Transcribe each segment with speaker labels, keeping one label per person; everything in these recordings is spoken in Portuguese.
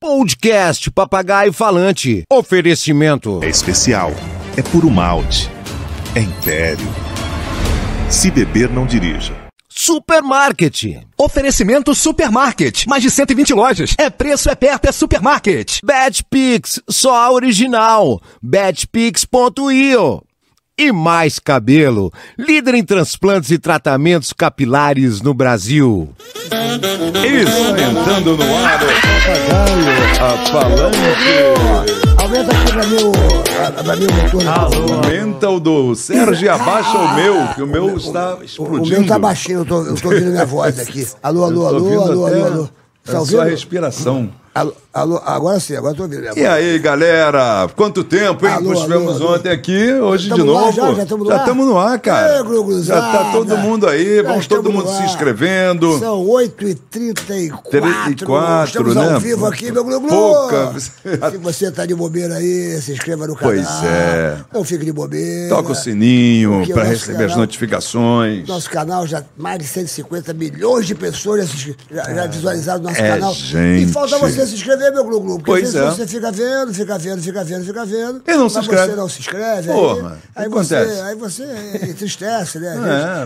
Speaker 1: Podcast Papagaio Falante. Oferecimento.
Speaker 2: É especial. É puro malte. É império. Se beber, não dirija.
Speaker 1: Supermarket.
Speaker 3: Oferecimento Supermarket. Mais de 120 lojas. É preço, é perto, é supermarket.
Speaker 1: Betpix. Só a original. Betpix.io. E mais cabelo. Líder em transplantes e tratamentos capilares no Brasil.
Speaker 4: Está entrando no ar o papagaio, a falante.
Speaker 5: Aumenta aqui pra mim o, pra mim o retorno.
Speaker 4: Ah, Aumenta o do Sérgio e abaixa o meu, que o meu está
Speaker 5: O
Speaker 4: explodindo.
Speaker 5: meu tá baixinho, eu tô, eu tô ouvindo minha voz aqui. Alô,
Speaker 4: Eu
Speaker 5: alô,
Speaker 4: tô
Speaker 5: alô,
Speaker 4: ouvindo
Speaker 5: alô,
Speaker 4: até
Speaker 5: alô, alô.
Speaker 4: a
Speaker 5: Tá
Speaker 4: sua
Speaker 5: ouvindo?
Speaker 4: respiração.
Speaker 5: Alô, alô, agora sim, agora eu tô ouvindo minha
Speaker 4: E
Speaker 5: voz.
Speaker 4: aí, galera? Quanto tempo, hein?
Speaker 5: Alô,
Speaker 4: Nós Estivemos
Speaker 5: alô, alô.
Speaker 4: ontem aqui, hoje
Speaker 5: Já
Speaker 4: de
Speaker 5: tamo no ar,
Speaker 4: novo.
Speaker 5: já? Já tamo no ar?
Speaker 4: tamo no ar, cara.
Speaker 5: Ê,
Speaker 4: já
Speaker 5: Gruguzada.
Speaker 4: tá todo mundo aí,
Speaker 5: Já
Speaker 4: vamos todo
Speaker 5: estamos
Speaker 4: mundo
Speaker 5: no
Speaker 4: se
Speaker 5: ar.
Speaker 4: inscrevendo.
Speaker 5: São 8h34.
Speaker 4: 34,
Speaker 5: Estamos
Speaker 4: né?
Speaker 5: ao vivo aqui, meu Glu Glu.
Speaker 4: Pouca-
Speaker 5: Se você tá de bobeira aí, se inscreva no canal.
Speaker 4: Pois é.
Speaker 5: Não fique de bobeira.
Speaker 4: Toca o sininho
Speaker 5: Porque o
Speaker 4: para
Speaker 5: nosso
Speaker 4: receber as
Speaker 5: canal-
Speaker 4: notificações.
Speaker 5: Nosso canal já mais de 150 milhões de pessoas já, se inscre- já, já visualizaram o nosso
Speaker 4: É,
Speaker 5: canal.
Speaker 4: gente.
Speaker 5: E falta você se inscrever, meu Glu Glu. Porque
Speaker 4: Pois
Speaker 5: às vezes
Speaker 4: é.
Speaker 5: você fica vendo, fica vendo, fica vendo, fica vendo.
Speaker 4: E não se
Speaker 5: mas
Speaker 4: inscreve.
Speaker 5: você não se inscreve.
Speaker 4: Porra,
Speaker 5: aí, aí,
Speaker 4: o que
Speaker 5: você,
Speaker 4: acontece? É.
Speaker 5: aí você entristece, né? Às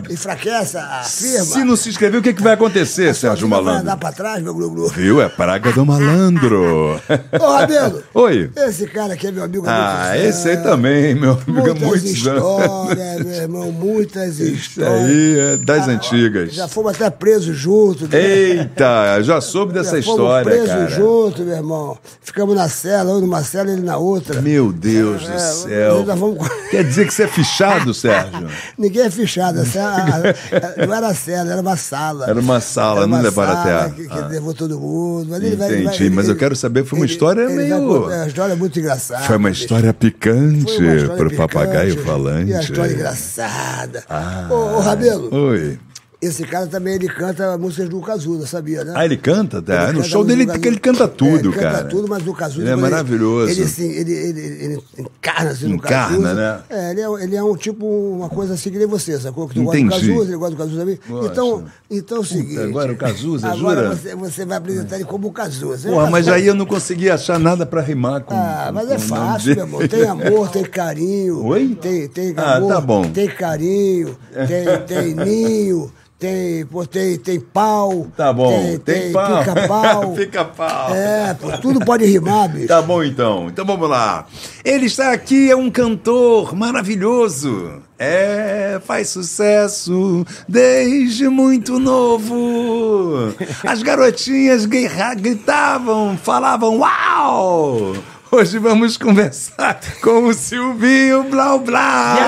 Speaker 5: vezes Enfraquece a firma.
Speaker 4: Se não se inscrever, o que, é que vai acontecer, Sérgio
Speaker 5: Vai
Speaker 4: Malandro?
Speaker 5: andar pra trás, meu Glu Glu.
Speaker 4: Viu? É praga do malandro.
Speaker 5: Ô, Rabelo.
Speaker 4: Oi.
Speaker 5: Esse cara aqui é meu amigo. há
Speaker 4: Ah,
Speaker 5: muitos
Speaker 4: esse aí
Speaker 5: anos.
Speaker 4: também, meu amigo, é
Speaker 5: Muitas
Speaker 4: muito
Speaker 5: histórias, meu irmão, muitas
Speaker 4: Isso
Speaker 5: histórias.
Speaker 4: aí é das antigas.
Speaker 5: Já fomos até presos juntos. né?
Speaker 4: Eita, já soube dessa
Speaker 5: Já fomos
Speaker 4: história,
Speaker 5: presos
Speaker 4: cara.
Speaker 5: juntos, meu irmão. Ficamos na cela, eu numa cela, ele na outra.
Speaker 4: Meu Deus do céu.
Speaker 5: nós É, vamos-
Speaker 4: Quer dizer que você é fichado, Sérgio?
Speaker 5: Ninguém é fechado. Essa, a- a- não era cela, era uma sala.
Speaker 4: Era uma sala,
Speaker 5: Era
Speaker 4: não
Speaker 5: uma
Speaker 4: levaram até a-
Speaker 5: sala Que, que
Speaker 4: ah.
Speaker 5: levou todo mundo. Mas ele vai, ele vai-
Speaker 4: Entendi, mas eu
Speaker 5: ele-
Speaker 4: quero saber, foi uma
Speaker 5: ele-
Speaker 4: história
Speaker 5: ele vai
Speaker 4: meio...
Speaker 5: contar- É uma história muito engraçada.
Speaker 4: Foi uma
Speaker 5: bicho.
Speaker 4: história picante
Speaker 5: Foi uma história
Speaker 4: pro
Speaker 5: picante,
Speaker 4: papagaio falante. é. Ah.
Speaker 5: E a história engraçada. Ô, ô, Rabelo,
Speaker 4: Oi.
Speaker 5: esse cara também ele canta músicas do Cazuza, sabia, né?
Speaker 4: Ah, ele canta? Tá?
Speaker 5: Ele
Speaker 4: no
Speaker 5: canta
Speaker 4: show
Speaker 5: no
Speaker 4: dele
Speaker 5: Cazuza.
Speaker 4: ele canta tudo,
Speaker 5: É, ele canta
Speaker 4: cara.
Speaker 5: tudo, mas o Cazuza...
Speaker 4: Ele é
Speaker 5: quando
Speaker 4: maravilhoso.
Speaker 5: Ele, assim, ele, ele, ele encarna assim, no
Speaker 4: Encarna,
Speaker 5: Cazuza.
Speaker 4: né?
Speaker 5: É, ele é, ele é um tipo, uma coisa assim que nem você, sacou? Que tu gosta do
Speaker 4: Entendi.
Speaker 5: Cazuza, ele gosta do Cazuza também.
Speaker 4: Gosto.
Speaker 5: Então, então é o seguinte...
Speaker 4: agora o Cazuza,
Speaker 5: agora
Speaker 4: jura?
Speaker 5: Você, você vai apresentar ele como o Cazuza.
Speaker 4: Porra, mas
Speaker 5: Cazuza.
Speaker 4: aí eu não consegui achar nada pra rimar com.
Speaker 5: Ah, mas
Speaker 4: com
Speaker 5: é
Speaker 4: o nome
Speaker 5: fácil, meu
Speaker 4: dele.
Speaker 5: amor. Tem amor, tem carinho.
Speaker 4: Oi?
Speaker 5: Tem, tem
Speaker 4: Ah,
Speaker 5: amor,
Speaker 4: tá bom.
Speaker 5: tem carinho, tem, tem ninho, tem, pô, tem, tem pau.
Speaker 4: Tá bom, tem, pau.
Speaker 5: pica-pau.
Speaker 4: Pica-pau.
Speaker 5: É, pô, tudo pode rimar, bicho.
Speaker 4: Tá bom então, então vamos lá. Ele está aqui, é um cantor maravilhoso. É, faz sucesso desde muito novo. As garotinhas guirra- gritavam, falavam uau! Hoje vamos conversar com o Silvinho Blau Blau!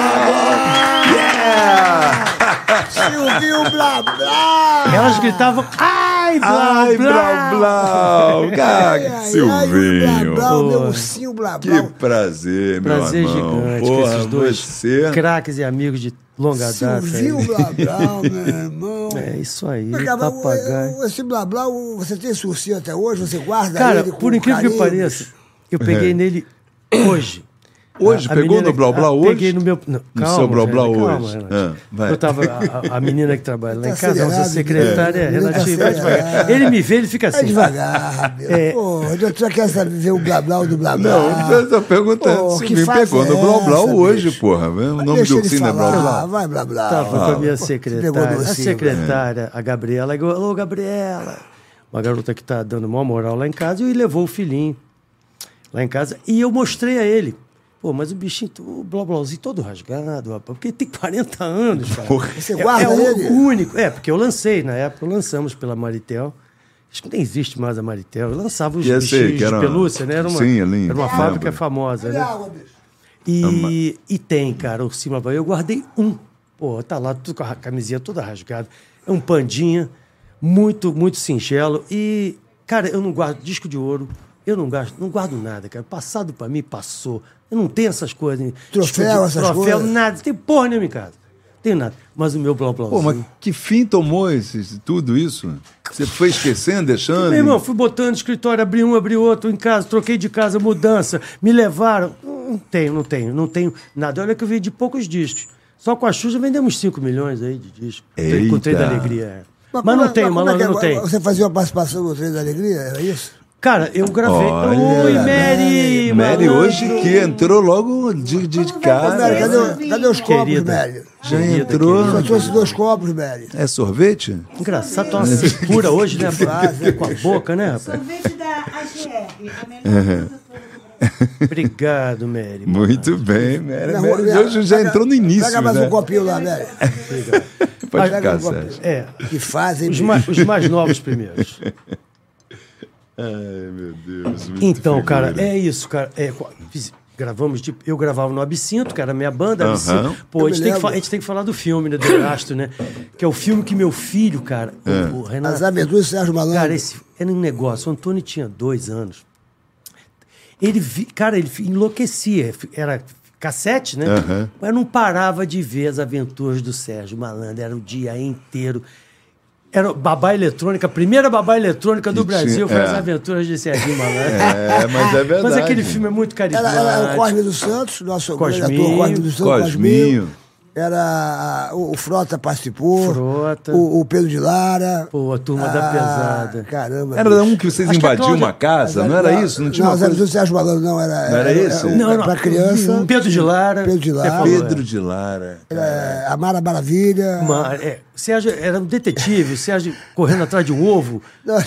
Speaker 4: Yeah!
Speaker 5: Silvio Blá Blá.
Speaker 6: Elas gritavam, ai, blá,
Speaker 4: Ai,
Speaker 6: blá,
Speaker 4: Blau Blau!
Speaker 5: Ai,
Speaker 4: Cara,
Speaker 5: ai, ai, o
Speaker 4: Silvinho!
Speaker 5: Blá Blá, o meu
Speaker 6: Pô.
Speaker 5: ursinho Blá
Speaker 4: Que
Speaker 5: Blá.
Speaker 4: prazer, meu
Speaker 6: Prazer
Speaker 4: irmão.
Speaker 6: gigante com
Speaker 4: Porra,
Speaker 6: esses dois
Speaker 4: você... é
Speaker 6: craques e amigos de longa data.
Speaker 5: Silvio
Speaker 6: aí.
Speaker 5: Blá Blá, meu irmão.
Speaker 6: É isso aí,
Speaker 5: Mas, cara, o-
Speaker 6: papagaio.
Speaker 5: o- Esse blá blá, o- você tem esse ursinho até hoje? Você guarda
Speaker 6: Cara,
Speaker 5: ele com
Speaker 6: por incrível
Speaker 5: carinho,
Speaker 6: que pareça, eu peguei nele hoje.
Speaker 4: É. Hoje?
Speaker 6: A- a
Speaker 4: Pegou no Blau
Speaker 6: ah,
Speaker 4: Blau hoje?
Speaker 6: Peguei no meu. Não,
Speaker 4: No
Speaker 6: calma,
Speaker 4: seu Blau
Speaker 6: Renato,
Speaker 4: Blau
Speaker 6: calma,
Speaker 4: hoje.
Speaker 6: Renato.
Speaker 4: Ah, vai.
Speaker 6: Eu tava. A, a menina que trabalha lá em
Speaker 5: Tá
Speaker 6: casa, a nossa
Speaker 5: acelerado, né?
Speaker 6: secretária, é,
Speaker 5: Ele tá
Speaker 6: relativa. vai
Speaker 5: acelerado.
Speaker 6: devagar. Ele me vê, ele fica
Speaker 5: É
Speaker 6: assim.
Speaker 5: devagar, Rabelo.
Speaker 6: É.
Speaker 5: Pô, eu só quero saber ver o blá blá do blá blá.
Speaker 4: Não,
Speaker 6: Ah,
Speaker 4: você tá perguntando
Speaker 5: Pô,
Speaker 4: se
Speaker 5: que
Speaker 4: me
Speaker 5: fase
Speaker 4: pegou
Speaker 5: é
Speaker 4: no Blau Blau
Speaker 5: essa,
Speaker 4: hoje,
Speaker 5: bicho?
Speaker 4: porra. né? O nome
Speaker 5: Deixa
Speaker 4: do
Speaker 5: ele
Speaker 4: ursinho é Blau
Speaker 5: falar,
Speaker 4: Blau.
Speaker 5: Vai blá blá.
Speaker 6: Tava com a minha
Speaker 5: Ah, Pô, pegou né?
Speaker 6: secretária.
Speaker 5: no
Speaker 6: A
Speaker 5: ursinho,
Speaker 6: secretária, a Gabriela, igual, alô, Gabriela. Uma garota que tá dando maior moral lá em casa e levou o filhinho lá em casa. E eu mostrei a ele. Pô, mas o bichinho, o blá blauzinho todo rasgado, rapaz, porque ele tem 40 anos, cara.
Speaker 5: Você
Speaker 6: É-
Speaker 5: guarda
Speaker 6: é, o
Speaker 5: ele?
Speaker 6: único. É, porque eu lancei, na época, lançamos pela Maritel. Acho que nem existe mais a Maritel. Eu lançava os
Speaker 4: Eu
Speaker 6: bichinhos
Speaker 4: sei, que
Speaker 6: de
Speaker 4: era uma-
Speaker 6: pelúcia, né? Era uma,
Speaker 4: Sim, ali,
Speaker 6: era uma
Speaker 4: lembro.
Speaker 6: fábrica famosa, né?
Speaker 5: Água, bicho.
Speaker 6: E, e tem, cara, o Cima Bahia. Eu guardei um. Pô, tá lá tudo com a camiseta toda rasgada. É um pandinha, muito, muito singelo. E, cara, eu não guardo disco de ouro. Eu não guardo, não guardo nada, cara. Passado pra mim, passou. Eu não tenho essas coisas.
Speaker 5: Troféu,
Speaker 6: Disco de-
Speaker 5: essas
Speaker 6: Troféu,
Speaker 5: coisas?
Speaker 6: nada. Não tem porra nenhuma em casa. Não Tenho nada. Mas o meu blá blá.
Speaker 4: Pô, mas que fim tomou esse, tudo isso? Você foi esquecendo, deixando?
Speaker 6: Meu irmão, fui botando no escritório, abri um, abri outro em casa, troquei de casa, mudança, me levaram. Não tenho, não tenho, não tenho nada. Olha que eu vendi poucos discos. Só com a Xuxa vendemos 5 milhões aí de discos.
Speaker 4: Eita.
Speaker 6: Com o Trem da Alegria. é. Mas,
Speaker 5: como
Speaker 6: não
Speaker 5: é-
Speaker 6: tenho,
Speaker 5: como é
Speaker 6: malandro,
Speaker 5: que é?
Speaker 6: não tenho.
Speaker 5: Você fazia uma participação no Trem da Alegria, era isso?
Speaker 6: Cara, eu gravei.
Speaker 2: Olha.
Speaker 6: Oi,
Speaker 2: Mary
Speaker 6: Mary! malandro!
Speaker 2: hoje que é entrou logo de, de
Speaker 5: Mary,
Speaker 2: cara.
Speaker 5: cadê, o- cadê os copos,
Speaker 6: Querida.
Speaker 5: velho?
Speaker 2: Já
Speaker 6: Querida,
Speaker 2: entrou.
Speaker 5: Só trouxe dois copos, velho.
Speaker 2: É sorvete?
Speaker 6: Engraçado, tá uma secura hoje, né?
Speaker 5: frase.
Speaker 6: Com a boca, né, rapaz?
Speaker 7: Sorvete da AGR, a melhor produtora do Brasil.
Speaker 6: Obrigado, Mary.
Speaker 2: Muito bem, Mary.
Speaker 5: Na
Speaker 2: É, Mary
Speaker 5: rua,
Speaker 2: de hoje já
Speaker 5: pega-
Speaker 2: entrou no início,
Speaker 5: Pega mais
Speaker 2: né?
Speaker 5: um copinho lá, velho.
Speaker 2: Pode
Speaker 5: pega
Speaker 2: ficar,
Speaker 5: um copo.
Speaker 2: Sérgio.
Speaker 6: É,
Speaker 5: Que fazem.
Speaker 6: os mais, os mais novos primeiros.
Speaker 2: Ai, meu Deus. muito
Speaker 6: Então, cara,
Speaker 2: figura.
Speaker 6: é isso, cara. É, co- fiz- gravamos, tipo, eu gravava no Absinto, cara, minha banda,
Speaker 2: Aham.
Speaker 6: Absinto. Pô,
Speaker 5: Eu
Speaker 6: a gente,
Speaker 5: me
Speaker 6: tem que
Speaker 5: lembro.
Speaker 6: fa- a gente tem que falar do filme, né, do Erastro, né? Que é o filme que meu filho, cara,
Speaker 2: É.
Speaker 6: o- o Renato...
Speaker 5: As aventuras do Sérgio Malandro.
Speaker 6: Cara, esse era um negócio. O Antônio tinha dois anos. Ele, vi- cara, ele fi- enlouquecia. Fi- Era cassete, né? Mas não parava de ver as aventuras do Sérgio Malandro. Era o dia inteiro. Era o babá eletrônica, a primeira babá eletrônica do
Speaker 2: Que tinha-
Speaker 6: Brasil. Foi
Speaker 2: é.
Speaker 6: as aventuras de Sérgio Malandro.
Speaker 2: É, mas é verdade.
Speaker 6: Mas aquele filme é muito
Speaker 5: Era,
Speaker 6: carismático.
Speaker 5: era o Cosme dos Santos, nosso grande
Speaker 6: Cosminho.
Speaker 5: ator Cosme dos Santos.
Speaker 2: Cosminho.
Speaker 5: Era a- o, o Frota participou.
Speaker 6: Frota.
Speaker 5: O, o Pedro de Lara.
Speaker 6: Pô, a turma da
Speaker 5: Ah,
Speaker 6: pesada.
Speaker 5: Caramba.
Speaker 2: Era
Speaker 5: bicho.
Speaker 2: um que vocês
Speaker 6: Acho que a
Speaker 2: invadiam
Speaker 6: Cláudia-
Speaker 2: uma casa, não era isso? Não tinha
Speaker 5: não,
Speaker 2: uma
Speaker 5: as
Speaker 2: coisa... assim?
Speaker 5: aventuras do Sérgio Malandro não era.
Speaker 2: Não era esse?
Speaker 6: Não, não. um
Speaker 5: Para criança.
Speaker 6: Pedro de Lara.
Speaker 5: Pedro de Lara.
Speaker 6: Você falou,
Speaker 2: Pedro de Lara.
Speaker 5: é, a Mara Maravilha.
Speaker 6: Uma- é, o Sérgio era um detetive, o Sérgio correndo atrás de um ovo.
Speaker 5: Não,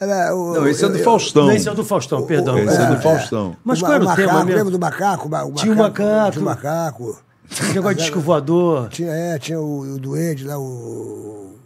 Speaker 5: era o-
Speaker 2: Não, esse é
Speaker 5: eu-
Speaker 2: do
Speaker 5: eu-
Speaker 2: Faustão.
Speaker 6: Não, esse é o do Faustão, perdão.
Speaker 2: Esse é do Faustão.
Speaker 6: Mas
Speaker 5: o
Speaker 6: qual era o
Speaker 5: macaco,
Speaker 6: tema mesmo?
Speaker 5: Lembra do macaco? Ma- O
Speaker 6: Tinha o macaco.
Speaker 5: Tinha o macaco.
Speaker 6: O negócio de disco voador.
Speaker 5: Tinha, é, tinha o, o duende lá, o.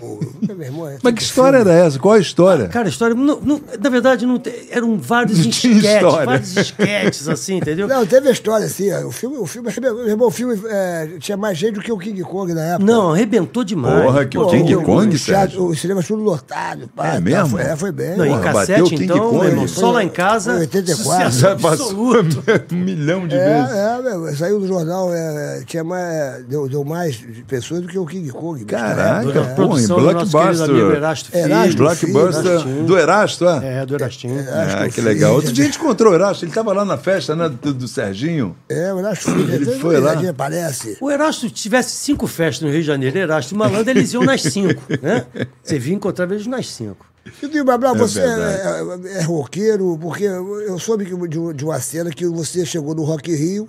Speaker 5: o, o meu irmão, é-
Speaker 2: Mas que história era essa? Qual é a história?
Speaker 6: Cara, a história. não- não- na verdade, não tem- eram vários
Speaker 2: Não tinha
Speaker 6: esquetes,
Speaker 2: história.
Speaker 6: vários esquetes, assim, entendeu? Não,
Speaker 5: Não, teve a história assim, ó, o filme, o filme, meu irmão, o filme é, tinha mais gente do que o King Kong na época.
Speaker 6: arrebentou demais.
Speaker 2: Porra, que o
Speaker 6: Pô,
Speaker 2: King
Speaker 6: o-
Speaker 2: Kong,
Speaker 5: o
Speaker 2: Sérgio?
Speaker 5: Os cinemas tudo lotado, pá,
Speaker 2: É
Speaker 5: tá,
Speaker 2: mesmo?
Speaker 5: Foi, é, foi bem.
Speaker 6: Não, em
Speaker 2: Porra,
Speaker 6: cassete,
Speaker 2: bateu o King
Speaker 6: então,
Speaker 2: Kong.
Speaker 6: meu irmão, só lá em casa.
Speaker 5: Foi 84.
Speaker 6: sucesso
Speaker 2: Já passou
Speaker 6: absoluto.
Speaker 2: um milhão de
Speaker 5: É,
Speaker 2: vezes.
Speaker 5: é, meu, saiu do jornal, é, tinha mais, deu, deu mais pessoas do que o King Kong. bicho, na
Speaker 2: Caraca,
Speaker 5: época, né?
Speaker 2: pô.
Speaker 6: é. Produção do nosso querido
Speaker 2: Blockbuster.
Speaker 6: amigo Erasto Filho.
Speaker 5: Erasto.
Speaker 2: Blockbuster
Speaker 6: Erastinho.
Speaker 2: do Erasto, é?
Speaker 6: É, do Erastinho.
Speaker 2: Ah,
Speaker 5: Acho
Speaker 2: que
Speaker 5: eu
Speaker 2: legal.
Speaker 5: fiz,
Speaker 2: Outro
Speaker 5: né?
Speaker 2: dia a gente encontrou o Erasto, ele tava lá na festa, né, do, do Serginho.
Speaker 5: É, eu acho que
Speaker 2: Ele foi lá.
Speaker 5: Parece.
Speaker 6: O Erasto tivesse cinco festas no Rio de Janeiro, Erasto e Malandro, eles iam nas cinco, né? Você vinha encontrar eles nas cinco.
Speaker 5: Eu digo, Bablau, você
Speaker 2: verdade.
Speaker 5: é, é, é roqueiro, porque eu soube que- de, um- de uma cena que você chegou no Rock in Rio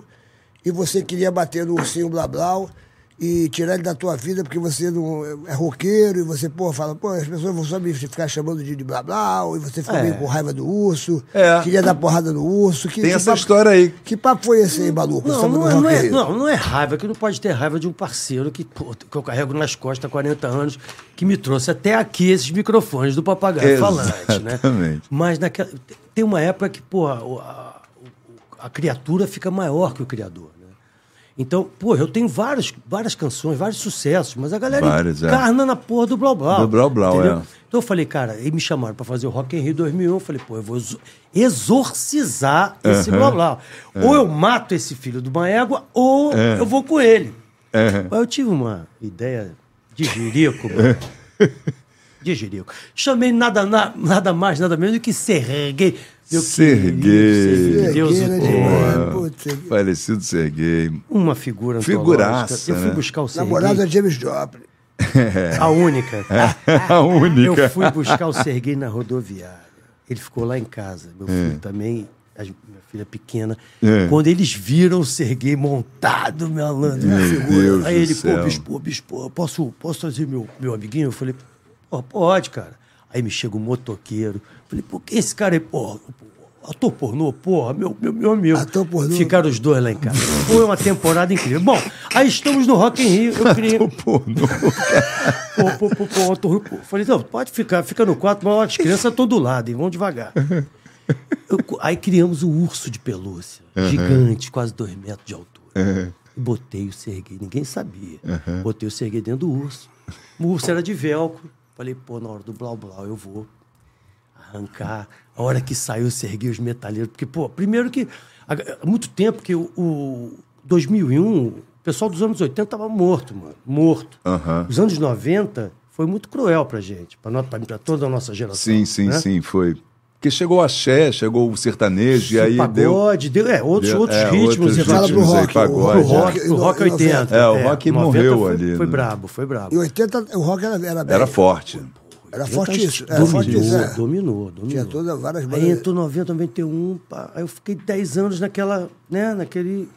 Speaker 5: e você queria bater no ursinho Blá Blau e tirar ele da tua vida porque você não é roqueiro e você, pô, fala, pô, as pessoas vão só me ficar chamando de, de Blá Blau e você fica
Speaker 6: É.
Speaker 5: meio com raiva do urso,
Speaker 2: É.
Speaker 5: queria dar porrada no urso. Que,
Speaker 2: Tem
Speaker 5: que
Speaker 2: essa
Speaker 5: papo-
Speaker 2: história aí.
Speaker 5: Que papo foi esse aí, maluco?
Speaker 6: Não,
Speaker 5: Samba
Speaker 6: não,
Speaker 5: do
Speaker 6: é-
Speaker 5: Rock
Speaker 6: não
Speaker 5: in
Speaker 6: é,
Speaker 5: Rio?
Speaker 6: não, não é raiva, que não pode ter raiva de um parceiro que, pô, que eu carrego nas costas há 40 anos, que me trouxe até aqui esses microfones do papagaio falante, né?
Speaker 2: Exatamente.
Speaker 6: Mas naquela, tem uma época que, pô, a, a- a criatura fica maior que o criador, né? Então, pô, eu tenho várias, várias canções, vários sucessos, mas a galera
Speaker 2: Vários, é.
Speaker 6: encarna na porra do Blau Blau.
Speaker 2: Do Blau Blau,
Speaker 6: entendeu?
Speaker 2: é.
Speaker 6: Então eu falei, cara, e me chamaram pra fazer o Rock in Rio 2001. Eu um. falei, pô, eu vou exo- exorcizar esse blá blá. Ou
Speaker 2: É.
Speaker 6: eu mato esse filho de uma égua, ou eu vou com ele.
Speaker 2: É.
Speaker 6: Aí eu tive uma ideia de jirico, mano. De jirico. Chamei nada, na- nada mais, nada menos do que Serguei. Meu
Speaker 2: Serguei.
Speaker 6: querido Serguei, Deus
Speaker 5: Serguei,
Speaker 6: o
Speaker 5: né,
Speaker 6: tenha.
Speaker 5: É, putz.
Speaker 2: Ah, Falecido Serguei.
Speaker 6: Uma figura
Speaker 2: Figuraça,
Speaker 6: antológica. Eu fui
Speaker 2: né?
Speaker 6: buscar o Serguei,
Speaker 5: Namorada de é James Joplin.
Speaker 6: a única.
Speaker 2: É. A única.
Speaker 6: Ah, Eu fui buscar o Serguei na rodoviária. Ele ficou lá em casa.
Speaker 2: É.
Speaker 6: Meu filho também, a gen- minha filha pequena. Quando eles viram o Serguei montado, meu Alando, meu
Speaker 2: Deus
Speaker 6: Aí
Speaker 2: do
Speaker 6: ele,
Speaker 2: céu.
Speaker 6: pô, bispo, bispo, posso, posso trazer meu, meu amiguinho? Eu falei, pô, pode, cara. Aí me chega um motoqueiro. Falei, pô, quem é esse cara aí, pô? Ator pornô, porra, meu, meu, meu amigo.
Speaker 5: Ator pornô.
Speaker 6: Ficaram os dois lá em casa. Foi uma temporada incrível. Bom, aí estamos no Rock in Rio. Eu queria...
Speaker 2: Pô, não.
Speaker 6: Pô, pô, pô, pô, tô- pô. Falei, não, pode ficar, fica no quarto, mas as crianças estão do lado, hein? Vão devagar. Eu co- aí criamos um urso de pelúcia, gigante, quase dois metros de altura. E botei o Serguei, ninguém sabia. Botei o Serguei dentro do urso. O urso era de velcro. Falei, pô, na hora do blau blau eu vou arrancar. A hora que saiu, serguei os metaleiros. Porque, pô, primeiro que. Há muito tempo que o, o 2001, o pessoal dos anos 80 tava morto, mano. Morto.
Speaker 2: Aham.
Speaker 6: Os anos 90 foi muito cruel pra gente, pra, nós, pra, pra toda a nossa geração.
Speaker 2: Sim, sim,
Speaker 6: né?
Speaker 2: sim, foi. Porque chegou o axé, chegou o sertanejo, e aí deu.
Speaker 6: pagode, deu, é, outros,
Speaker 2: deu-
Speaker 6: outros
Speaker 2: é,
Speaker 6: ritmos.
Speaker 2: outros
Speaker 6: e
Speaker 5: fala
Speaker 6: tal.
Speaker 5: pro
Speaker 2: ritmos aí,
Speaker 5: rock,
Speaker 6: Pro
Speaker 2: pagode,
Speaker 5: o
Speaker 6: rock,
Speaker 5: É.
Speaker 6: pro rock é 80.
Speaker 2: É, o rock
Speaker 6: 90
Speaker 2: morreu
Speaker 6: foi,
Speaker 2: ali,
Speaker 6: Foi
Speaker 2: né?
Speaker 6: brabo, foi brabo.
Speaker 5: Em 80, o rock era, era
Speaker 2: é. Era
Speaker 5: bem.
Speaker 2: forte.
Speaker 5: Era
Speaker 6: Jota
Speaker 5: fortíssimo, era
Speaker 6: dominou,
Speaker 5: fortíssimo, é.
Speaker 6: dominou, dominou.
Speaker 5: Tinha toda- várias
Speaker 6: Aí
Speaker 5: bandas.
Speaker 6: entrou 90, 91, pá, aí eu fiquei 10 anos naquela, né, naquele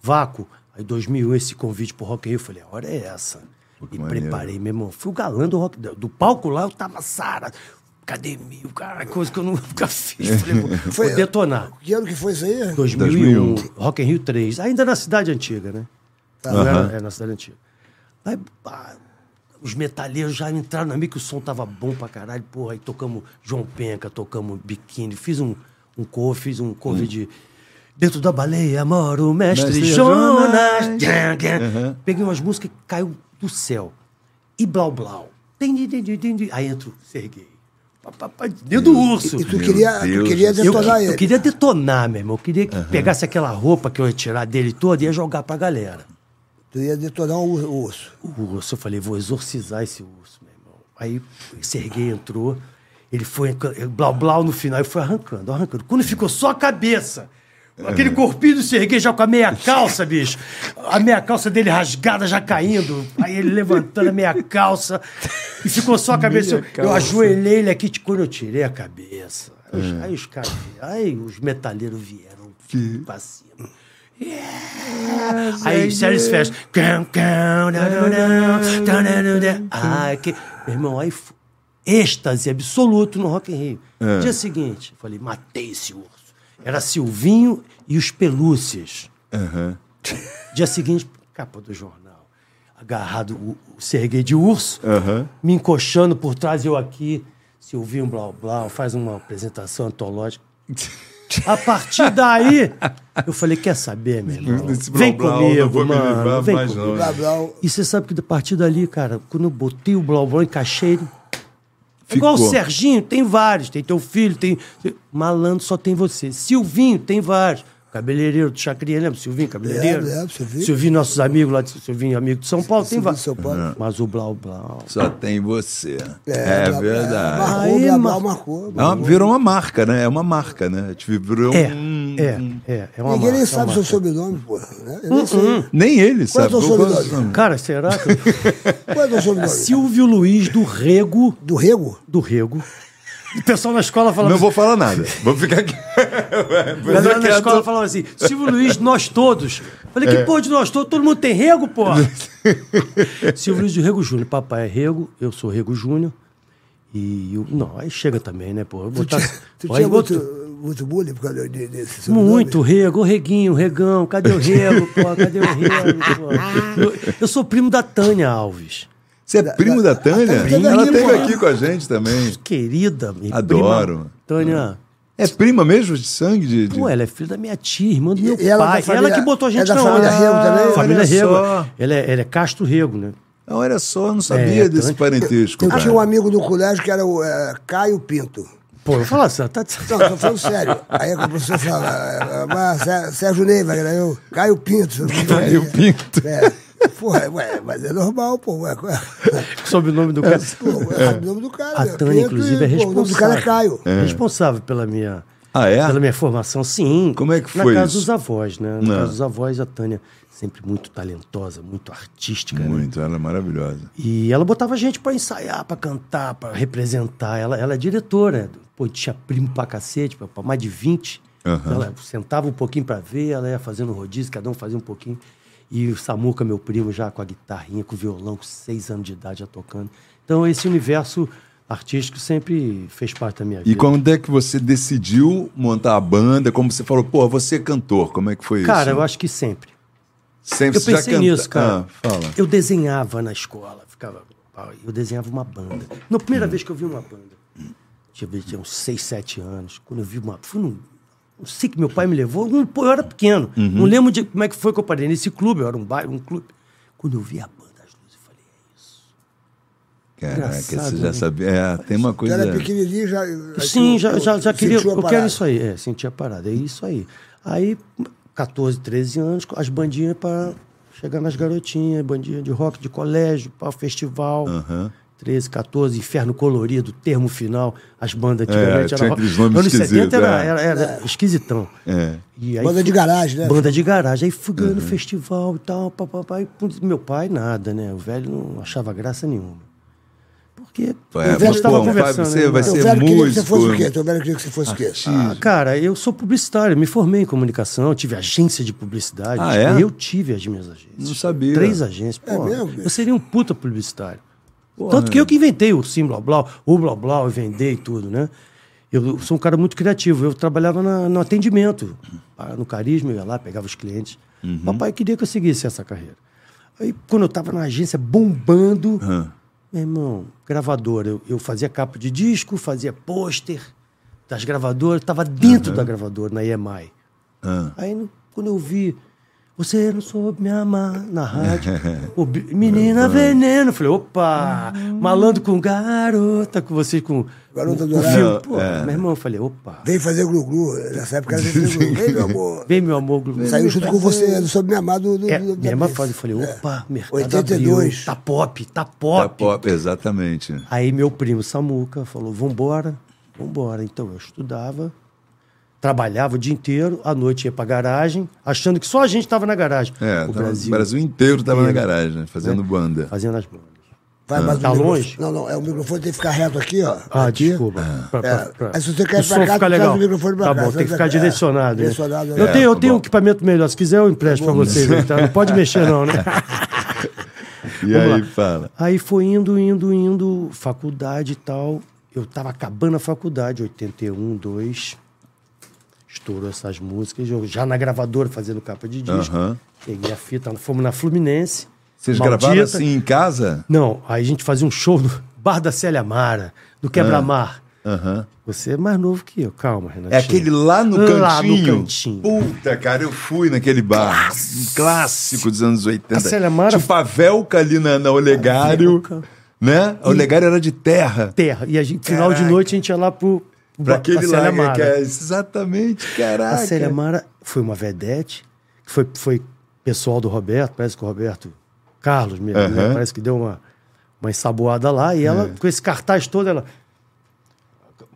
Speaker 6: vácuo. Aí 2000, esse convite pro Rock in Rio, eu falei, a hora é essa.
Speaker 2: que
Speaker 6: e
Speaker 2: maneiro.
Speaker 6: preparei, meu irmão. Fui o galã do rock, do palco lá, eu tava Sara, academia, cara, coisa que eu nunca fiz. Falei, vou,
Speaker 5: Foi-
Speaker 6: vou detonar.
Speaker 5: Que ano que foi isso aí?
Speaker 6: 2001, Rock in Rio 3, ainda na cidade antiga, né?
Speaker 2: Tá.
Speaker 6: Não era- é, na cidade antiga. Aí, pá, os metaleiros já entraram na minha que o som tava bom pra caralho, porra, aí tocamos João Penca, tocamos Biquíni, fiz um, um cover, fiz um cover de Dentro da Baleia mora o Mestre,
Speaker 2: Hum. Mestre
Speaker 6: Jonas.
Speaker 2: Jonas.
Speaker 6: Tchan, tchan. Peguei umas músicas que caiu do céu. E Blau Blau. Din, din, din, din, din, din. Aí entro, Serguei. Pá, pá, pá, Dentro do urso.
Speaker 5: E tu queria, tu
Speaker 2: Deus
Speaker 5: queria
Speaker 2: do céu.
Speaker 6: Eu,
Speaker 5: detonar
Speaker 6: eu
Speaker 5: ele.
Speaker 6: queria detonar, meu irmão. Eu queria que pegasse aquela roupa que eu ia tirar dele toda e ia jogar pra galera.
Speaker 5: Tu ia detonar o o urso.
Speaker 6: O urso, eu falei, vou exorcizar esse urso, meu irmão. Aí o Serguei entrou, ele foi, arranca- blau blau no final, e foi arrancando, arrancando. Quando ficou só a cabeça, aquele corpinho do Serguei já com a meia calça, bicho. A meia calça dele rasgada, já caindo. Aí ele levantando a meia calça, e ficou só a cabeça. Eu, eu ajoelhei ele aqui, tipo, quando eu tirei a cabeça. Aí, os- aí os caras, aí os metaleiros vieram pra cima. Aí Sérgio Fest. Cão, cão, não, não, não, não, não, não. Ai, que... Meu irmão, aí f- êxtase absoluto no Rock in Rio. Dia seguinte, falei, matei esse urso. Era Silvinho e os pelúcias. Dia seguinte, capa do jornal. Agarrado o, o Serguei de urso, me encoxando por trás, eu aqui. Silvinho, blá, blá, faz uma apresentação antológica. A partir daí, eu falei, quer saber, meu irmão?
Speaker 2: Esse Blau
Speaker 6: Vem
Speaker 2: Blau,
Speaker 6: comigo,
Speaker 2: não vou me
Speaker 6: mano.
Speaker 2: livrar
Speaker 6: vem
Speaker 2: mais
Speaker 6: comigo.
Speaker 2: não.
Speaker 5: Blá, blá.
Speaker 6: E você sabe que a partir dali, cara, quando eu botei o Blau Blau, encaixei ele. É Igual o Serginho, tem vários. Tem teu filho, tem. Malandro só tem você. Silvinho, tem vários. Cabeleireiro do Chacrinha, lembra? Silvinho, cabeleireiro.
Speaker 5: Lembro, lembro, Silvinho.
Speaker 6: nossos amigos lá, de Silvinho, amigo de São Paulo, tem
Speaker 5: Silvinho de
Speaker 6: vários.
Speaker 5: São Paulo.
Speaker 2: É.
Speaker 5: Uhum.
Speaker 6: Mas o Blau Blau.
Speaker 2: Só tem você.
Speaker 5: É,
Speaker 2: É,
Speaker 5: blá, blá,
Speaker 2: verdade.
Speaker 5: Marcou,
Speaker 6: Aí,
Speaker 5: blá, blá,
Speaker 6: mar-
Speaker 5: marcou.
Speaker 2: É uma- virou uma marca, né? É uma marca, né? Te virou
Speaker 6: É,
Speaker 2: um...
Speaker 6: é, é. é uma
Speaker 5: Ninguém nem
Speaker 6: marca, é
Speaker 5: sabe
Speaker 6: uma
Speaker 5: seu
Speaker 6: marca.
Speaker 5: sobrenome, porra. Né? Eu nem sei.
Speaker 4: hum.
Speaker 2: Nem ele
Speaker 5: Qual é
Speaker 2: sabe.
Speaker 5: o seu
Speaker 2: Qual é o
Speaker 5: sobrenome?
Speaker 2: sobrenome?
Speaker 6: Cara, será que.
Speaker 5: Qual é o teu sobrenome?
Speaker 6: Silvio Luiz do Rego.
Speaker 5: Do Rego?
Speaker 6: Do Rego. O pessoal na escola falava
Speaker 2: Não
Speaker 6: assim.
Speaker 2: vou falar nada. Vou ficar aqui.
Speaker 6: O pessoal
Speaker 2: é,
Speaker 6: na escola falava assim, Silvio Luiz, nós todos. Falei,
Speaker 2: É.
Speaker 6: que porra de nós todos? Todo mundo tem rego, porra. Silvio Luiz do Rego Júnior. Papai é rego, eu sou rego Júnior. E eu, não, aí chega também, né, porra? Eu Botar,
Speaker 5: Tu
Speaker 6: aí
Speaker 5: tinha muito,
Speaker 6: boto-
Speaker 5: muito bullying por causa de- desse sobrenome?
Speaker 6: muito rego, ô reguinho, regão, cadê o rego, porra? Cadê o rego, porra? Eu, eu sou primo da Tânia Alves.
Speaker 2: Você é primo da Tânia?
Speaker 5: Tânia teve
Speaker 2: Ela
Speaker 5: aqui,
Speaker 2: teve
Speaker 5: pô.
Speaker 2: aqui com a gente também.
Speaker 6: Querida, minha
Speaker 2: Adoro. Hum.
Speaker 6: prima. Tânia,
Speaker 2: É prima mesmo de sangue? De, de...
Speaker 6: Pô, ela é filha da minha tia, irmã do meu
Speaker 5: E ela é da
Speaker 6: pai.
Speaker 5: família-
Speaker 6: ela que botou a gente
Speaker 5: é da
Speaker 6: na
Speaker 5: família
Speaker 6: onda.
Speaker 5: Rego também?
Speaker 6: Família
Speaker 2: Olha
Speaker 6: Rego.
Speaker 2: só.
Speaker 6: Ela é, ela é Castro Rego, né?
Speaker 2: Ah, Olha só, eu não sabia
Speaker 6: É,
Speaker 2: desse
Speaker 6: Tânia.
Speaker 2: parentesco.
Speaker 5: Eu
Speaker 2: cara.
Speaker 5: tinha um amigo do colégio que era o eh, Caio Pinto.
Speaker 6: Pô, eu falo assim, tá...
Speaker 5: Não, tô falando sério. Aí é o professor fala, eh, mas Sé- Sérgio Ney, vai ganhar eu. Caio Pinto.
Speaker 2: Caio Pinto.
Speaker 5: É. Porra, ué, mas é normal, pô. Ué, ué.
Speaker 6: Sob o nome do cara.
Speaker 5: Pô, ué, o nome do cara.
Speaker 6: É. A
Speaker 5: né?
Speaker 6: Tânia,
Speaker 5: Pinto
Speaker 6: inclusive, é
Speaker 5: e, pô, O nome do cara é
Speaker 6: responsável.
Speaker 5: Caio.
Speaker 6: Responsável pela minha...
Speaker 2: Ah, é?
Speaker 6: Pela minha formação, sim.
Speaker 2: Como é que
Speaker 6: Na
Speaker 2: foi
Speaker 6: casa
Speaker 2: isso?
Speaker 6: dos avós, né? Na
Speaker 2: Não.
Speaker 6: casa dos avós, a Tânia sempre muito talentosa, muito artística, né?
Speaker 2: Muito, ela é maravilhosa.
Speaker 6: E ela botava gente pra ensaiar, pra cantar, pra representar. Ela, ela é diretora. Pô, tinha primo pra cacete, pra, pra mais de 20.
Speaker 2: Aham.
Speaker 6: Ela sentava um pouquinho pra ver, ela ia fazendo rodízio, cada um fazia um pouquinho. E o Samuca, meu primo, já com a guitarrinha, com o violão, com seis anos de idade já tocando. Então esse universo artístico sempre fez parte da minha vida.
Speaker 2: E quando é que você decidiu montar a banda? Como você falou, pô, você é cantor, como é que foi isso?
Speaker 6: Cara, eu acho que sempre.
Speaker 2: Sempre
Speaker 6: Eu
Speaker 2: você já
Speaker 6: pensei
Speaker 2: canta-
Speaker 6: nisso, cara.
Speaker 2: Ah, fala.
Speaker 6: Eu desenhava na escola, ficava. Eu desenhava uma banda. Na primeira vez que eu vi uma banda, tinha, tinha uns 6, 7 anos. Quando eu vi uma. Fui num. Não sei que meu pai me levou. um- pô, eu era pequeno.
Speaker 2: Uhum.
Speaker 6: Não lembro de como é que foi que eu parei nesse clube. Eu era um bairro, um clube. Quando eu vi a banda, as luzes, eu falei.
Speaker 2: Caraca, você
Speaker 6: Engraçado,
Speaker 2: já
Speaker 6: né?
Speaker 2: sabia. É, tem uma
Speaker 5: Tu
Speaker 2: coisa.
Speaker 5: era pequenininho já...
Speaker 6: Sim, já, já, já queria.
Speaker 5: sentiu a
Speaker 6: Eu quero
Speaker 5: parada.
Speaker 6: isso aí. É, senti a parada. É isso aí. Aí, 14, 13 anos, as bandinhas para chegar nas garotinhas, bandinha de rock de colégio, para festival. 13, 14, Inferno Colorido, termo final. As bandas antigamente
Speaker 2: É, tinha
Speaker 6: eram.
Speaker 2: aqueles nomes
Speaker 6: anos 70 era,
Speaker 2: esquisitos, é.
Speaker 6: era, era esquisitão.
Speaker 2: É. Uhum.
Speaker 6: E aí
Speaker 5: Banda de
Speaker 6: fui-
Speaker 5: garagem, né?
Speaker 6: Banda de garagem. Aí fui ganhando festival e tal, papai. Meu pai, nada, né? O velho não achava graça nenhuma. Por porque
Speaker 2: É,
Speaker 6: a gente
Speaker 2: mas,
Speaker 5: tava
Speaker 2: pô,
Speaker 6: conversando,
Speaker 2: você
Speaker 6: né?
Speaker 2: vai
Speaker 5: Teu
Speaker 2: ser
Speaker 5: velho queria que você
Speaker 2: músico.
Speaker 5: fosse o quê? Teu velho queria que você fosse o quê?
Speaker 6: Ah, cara, eu sou publicitário, me formei em comunicação, tive agência de publicidade.
Speaker 2: Ah, é?
Speaker 6: Eu tive as minhas agências.
Speaker 2: Não sabia.
Speaker 6: Três agências.
Speaker 5: É
Speaker 6: Pô,
Speaker 5: mesmo, bicho?
Speaker 6: eu seria um puta publicitário. Tanto
Speaker 2: né?
Speaker 6: que eu que inventei o Sim Blá Blá, o Blá Blá, eu vendei tudo, né? Eu sou um cara muito criativo. Eu trabalhava na- no atendimento, ah, no carisma, eu ia lá, pegava os clientes.
Speaker 2: Uhum.
Speaker 6: Papai queria que eu seguisse essa carreira. Aí, quando eu tava na agência bombando, meu irmão, gravadora. Eu, eu fazia capa de disco, fazia pôster das gravadoras, tava dentro da gravadora, na EMI. Aí no- quando eu vi, você não soube me amar na rádio. o bi- menina veneno. Eu falei, opa, malandro com garota, com vocês com.
Speaker 5: Garota
Speaker 6: com
Speaker 5: dourada.
Speaker 6: filme. Pô, meu irmão, eu falei, opa.
Speaker 5: Vem fazer glu-glu. Nessa época era fazer glu-glu. Vem, meu amor.
Speaker 6: Vem, meu amor. É, Globo.
Speaker 5: Saiu junto com você, não soube me amar do... do,
Speaker 6: É,
Speaker 5: do- da
Speaker 6: mesma
Speaker 5: Blitz.
Speaker 6: fase. Eu falei, opa,
Speaker 5: É.
Speaker 6: mercado
Speaker 5: 82.
Speaker 6: abriu. Tá pop, tá
Speaker 2: Tá
Speaker 6: pop.
Speaker 2: pop, exatamente.
Speaker 6: Aí meu primo Samuca falou: vambora, vambora. Então eu estudava, trabalhava o dia inteiro, à noite ia pra garagem, achando que só a gente tava na garagem.
Speaker 2: É,
Speaker 6: o
Speaker 2: tava-
Speaker 6: Brasil,
Speaker 2: inteiro estava na
Speaker 6: inteiro, É.
Speaker 2: garagem, né? fazendo banda.
Speaker 6: fazendo as bandas.
Speaker 5: Vai, mas o
Speaker 6: Tá
Speaker 5: microfone-
Speaker 6: longe?
Speaker 5: Não, não. É, o microfone tem que ficar reto aqui, ó.
Speaker 6: Ah,
Speaker 5: aqui.
Speaker 6: desculpa. Pra- pra-
Speaker 5: É,
Speaker 6: pra-
Speaker 5: mas se você quer
Speaker 6: o som
Speaker 5: pra cá,
Speaker 6: fica
Speaker 5: tu traz
Speaker 6: legal.
Speaker 5: o microfone pra cá,
Speaker 6: tá bom,
Speaker 5: senão
Speaker 6: tem que
Speaker 5: fica-
Speaker 6: ficar
Speaker 5: é,
Speaker 6: direcionado. né?
Speaker 5: direcionado, né?
Speaker 6: Eu
Speaker 5: é.
Speaker 6: tenho, eu
Speaker 2: Tá
Speaker 6: tenho um
Speaker 2: bom.
Speaker 6: equipamento melhor. Se quiser, eu empresto pra vocês. aí, Tá? Não pode mexer, não, né?
Speaker 2: E
Speaker 6: Vamos
Speaker 2: aí,
Speaker 6: lá.
Speaker 2: fala.
Speaker 6: Aí foi indo, indo, indo, faculdade e tal. Eu tava acabando a faculdade, 81, 2. Estourou essas músicas. Eu já na gravadora fazendo capa de disco.
Speaker 2: Aham.
Speaker 6: Peguei a fita, fomos na Fluminense.
Speaker 2: Vocês
Speaker 6: Maldita.
Speaker 2: gravaram assim em casa?
Speaker 6: Não, aí a gente fazia um show no Bar da Célia Amara, do Quebra-Mar.
Speaker 2: Aham.
Speaker 6: Você é mais novo que eu, calma, Renatinho.
Speaker 2: Ah. É aquele lá no cantinho.
Speaker 6: Lá no cantinho.
Speaker 2: Puta, cara, eu fui naquele bar. Um clássico dos anos 80.
Speaker 6: A Célia Mara-
Speaker 2: Tinha o Pavelka ali na, na Olegário.
Speaker 6: Pavelka.
Speaker 2: Né? A Olegário era de terra.
Speaker 6: Terra. E a gente, final de
Speaker 2: Caraca.
Speaker 6: noite a gente ia lá pro. pro
Speaker 2: Pra
Speaker 6: Bar-
Speaker 2: aquele
Speaker 6: Célia
Speaker 2: lá.
Speaker 6: Amara.
Speaker 2: Que é, exatamente, caraca.
Speaker 6: A Célia Mara foi uma vedete, que foi, foi pessoal do Roberto, parece que o Roberto Carlos mesmo, né?
Speaker 2: Aham. É.
Speaker 6: parece que deu uma, uma ensaboada lá, e ela, com esse cartaz todo, ela.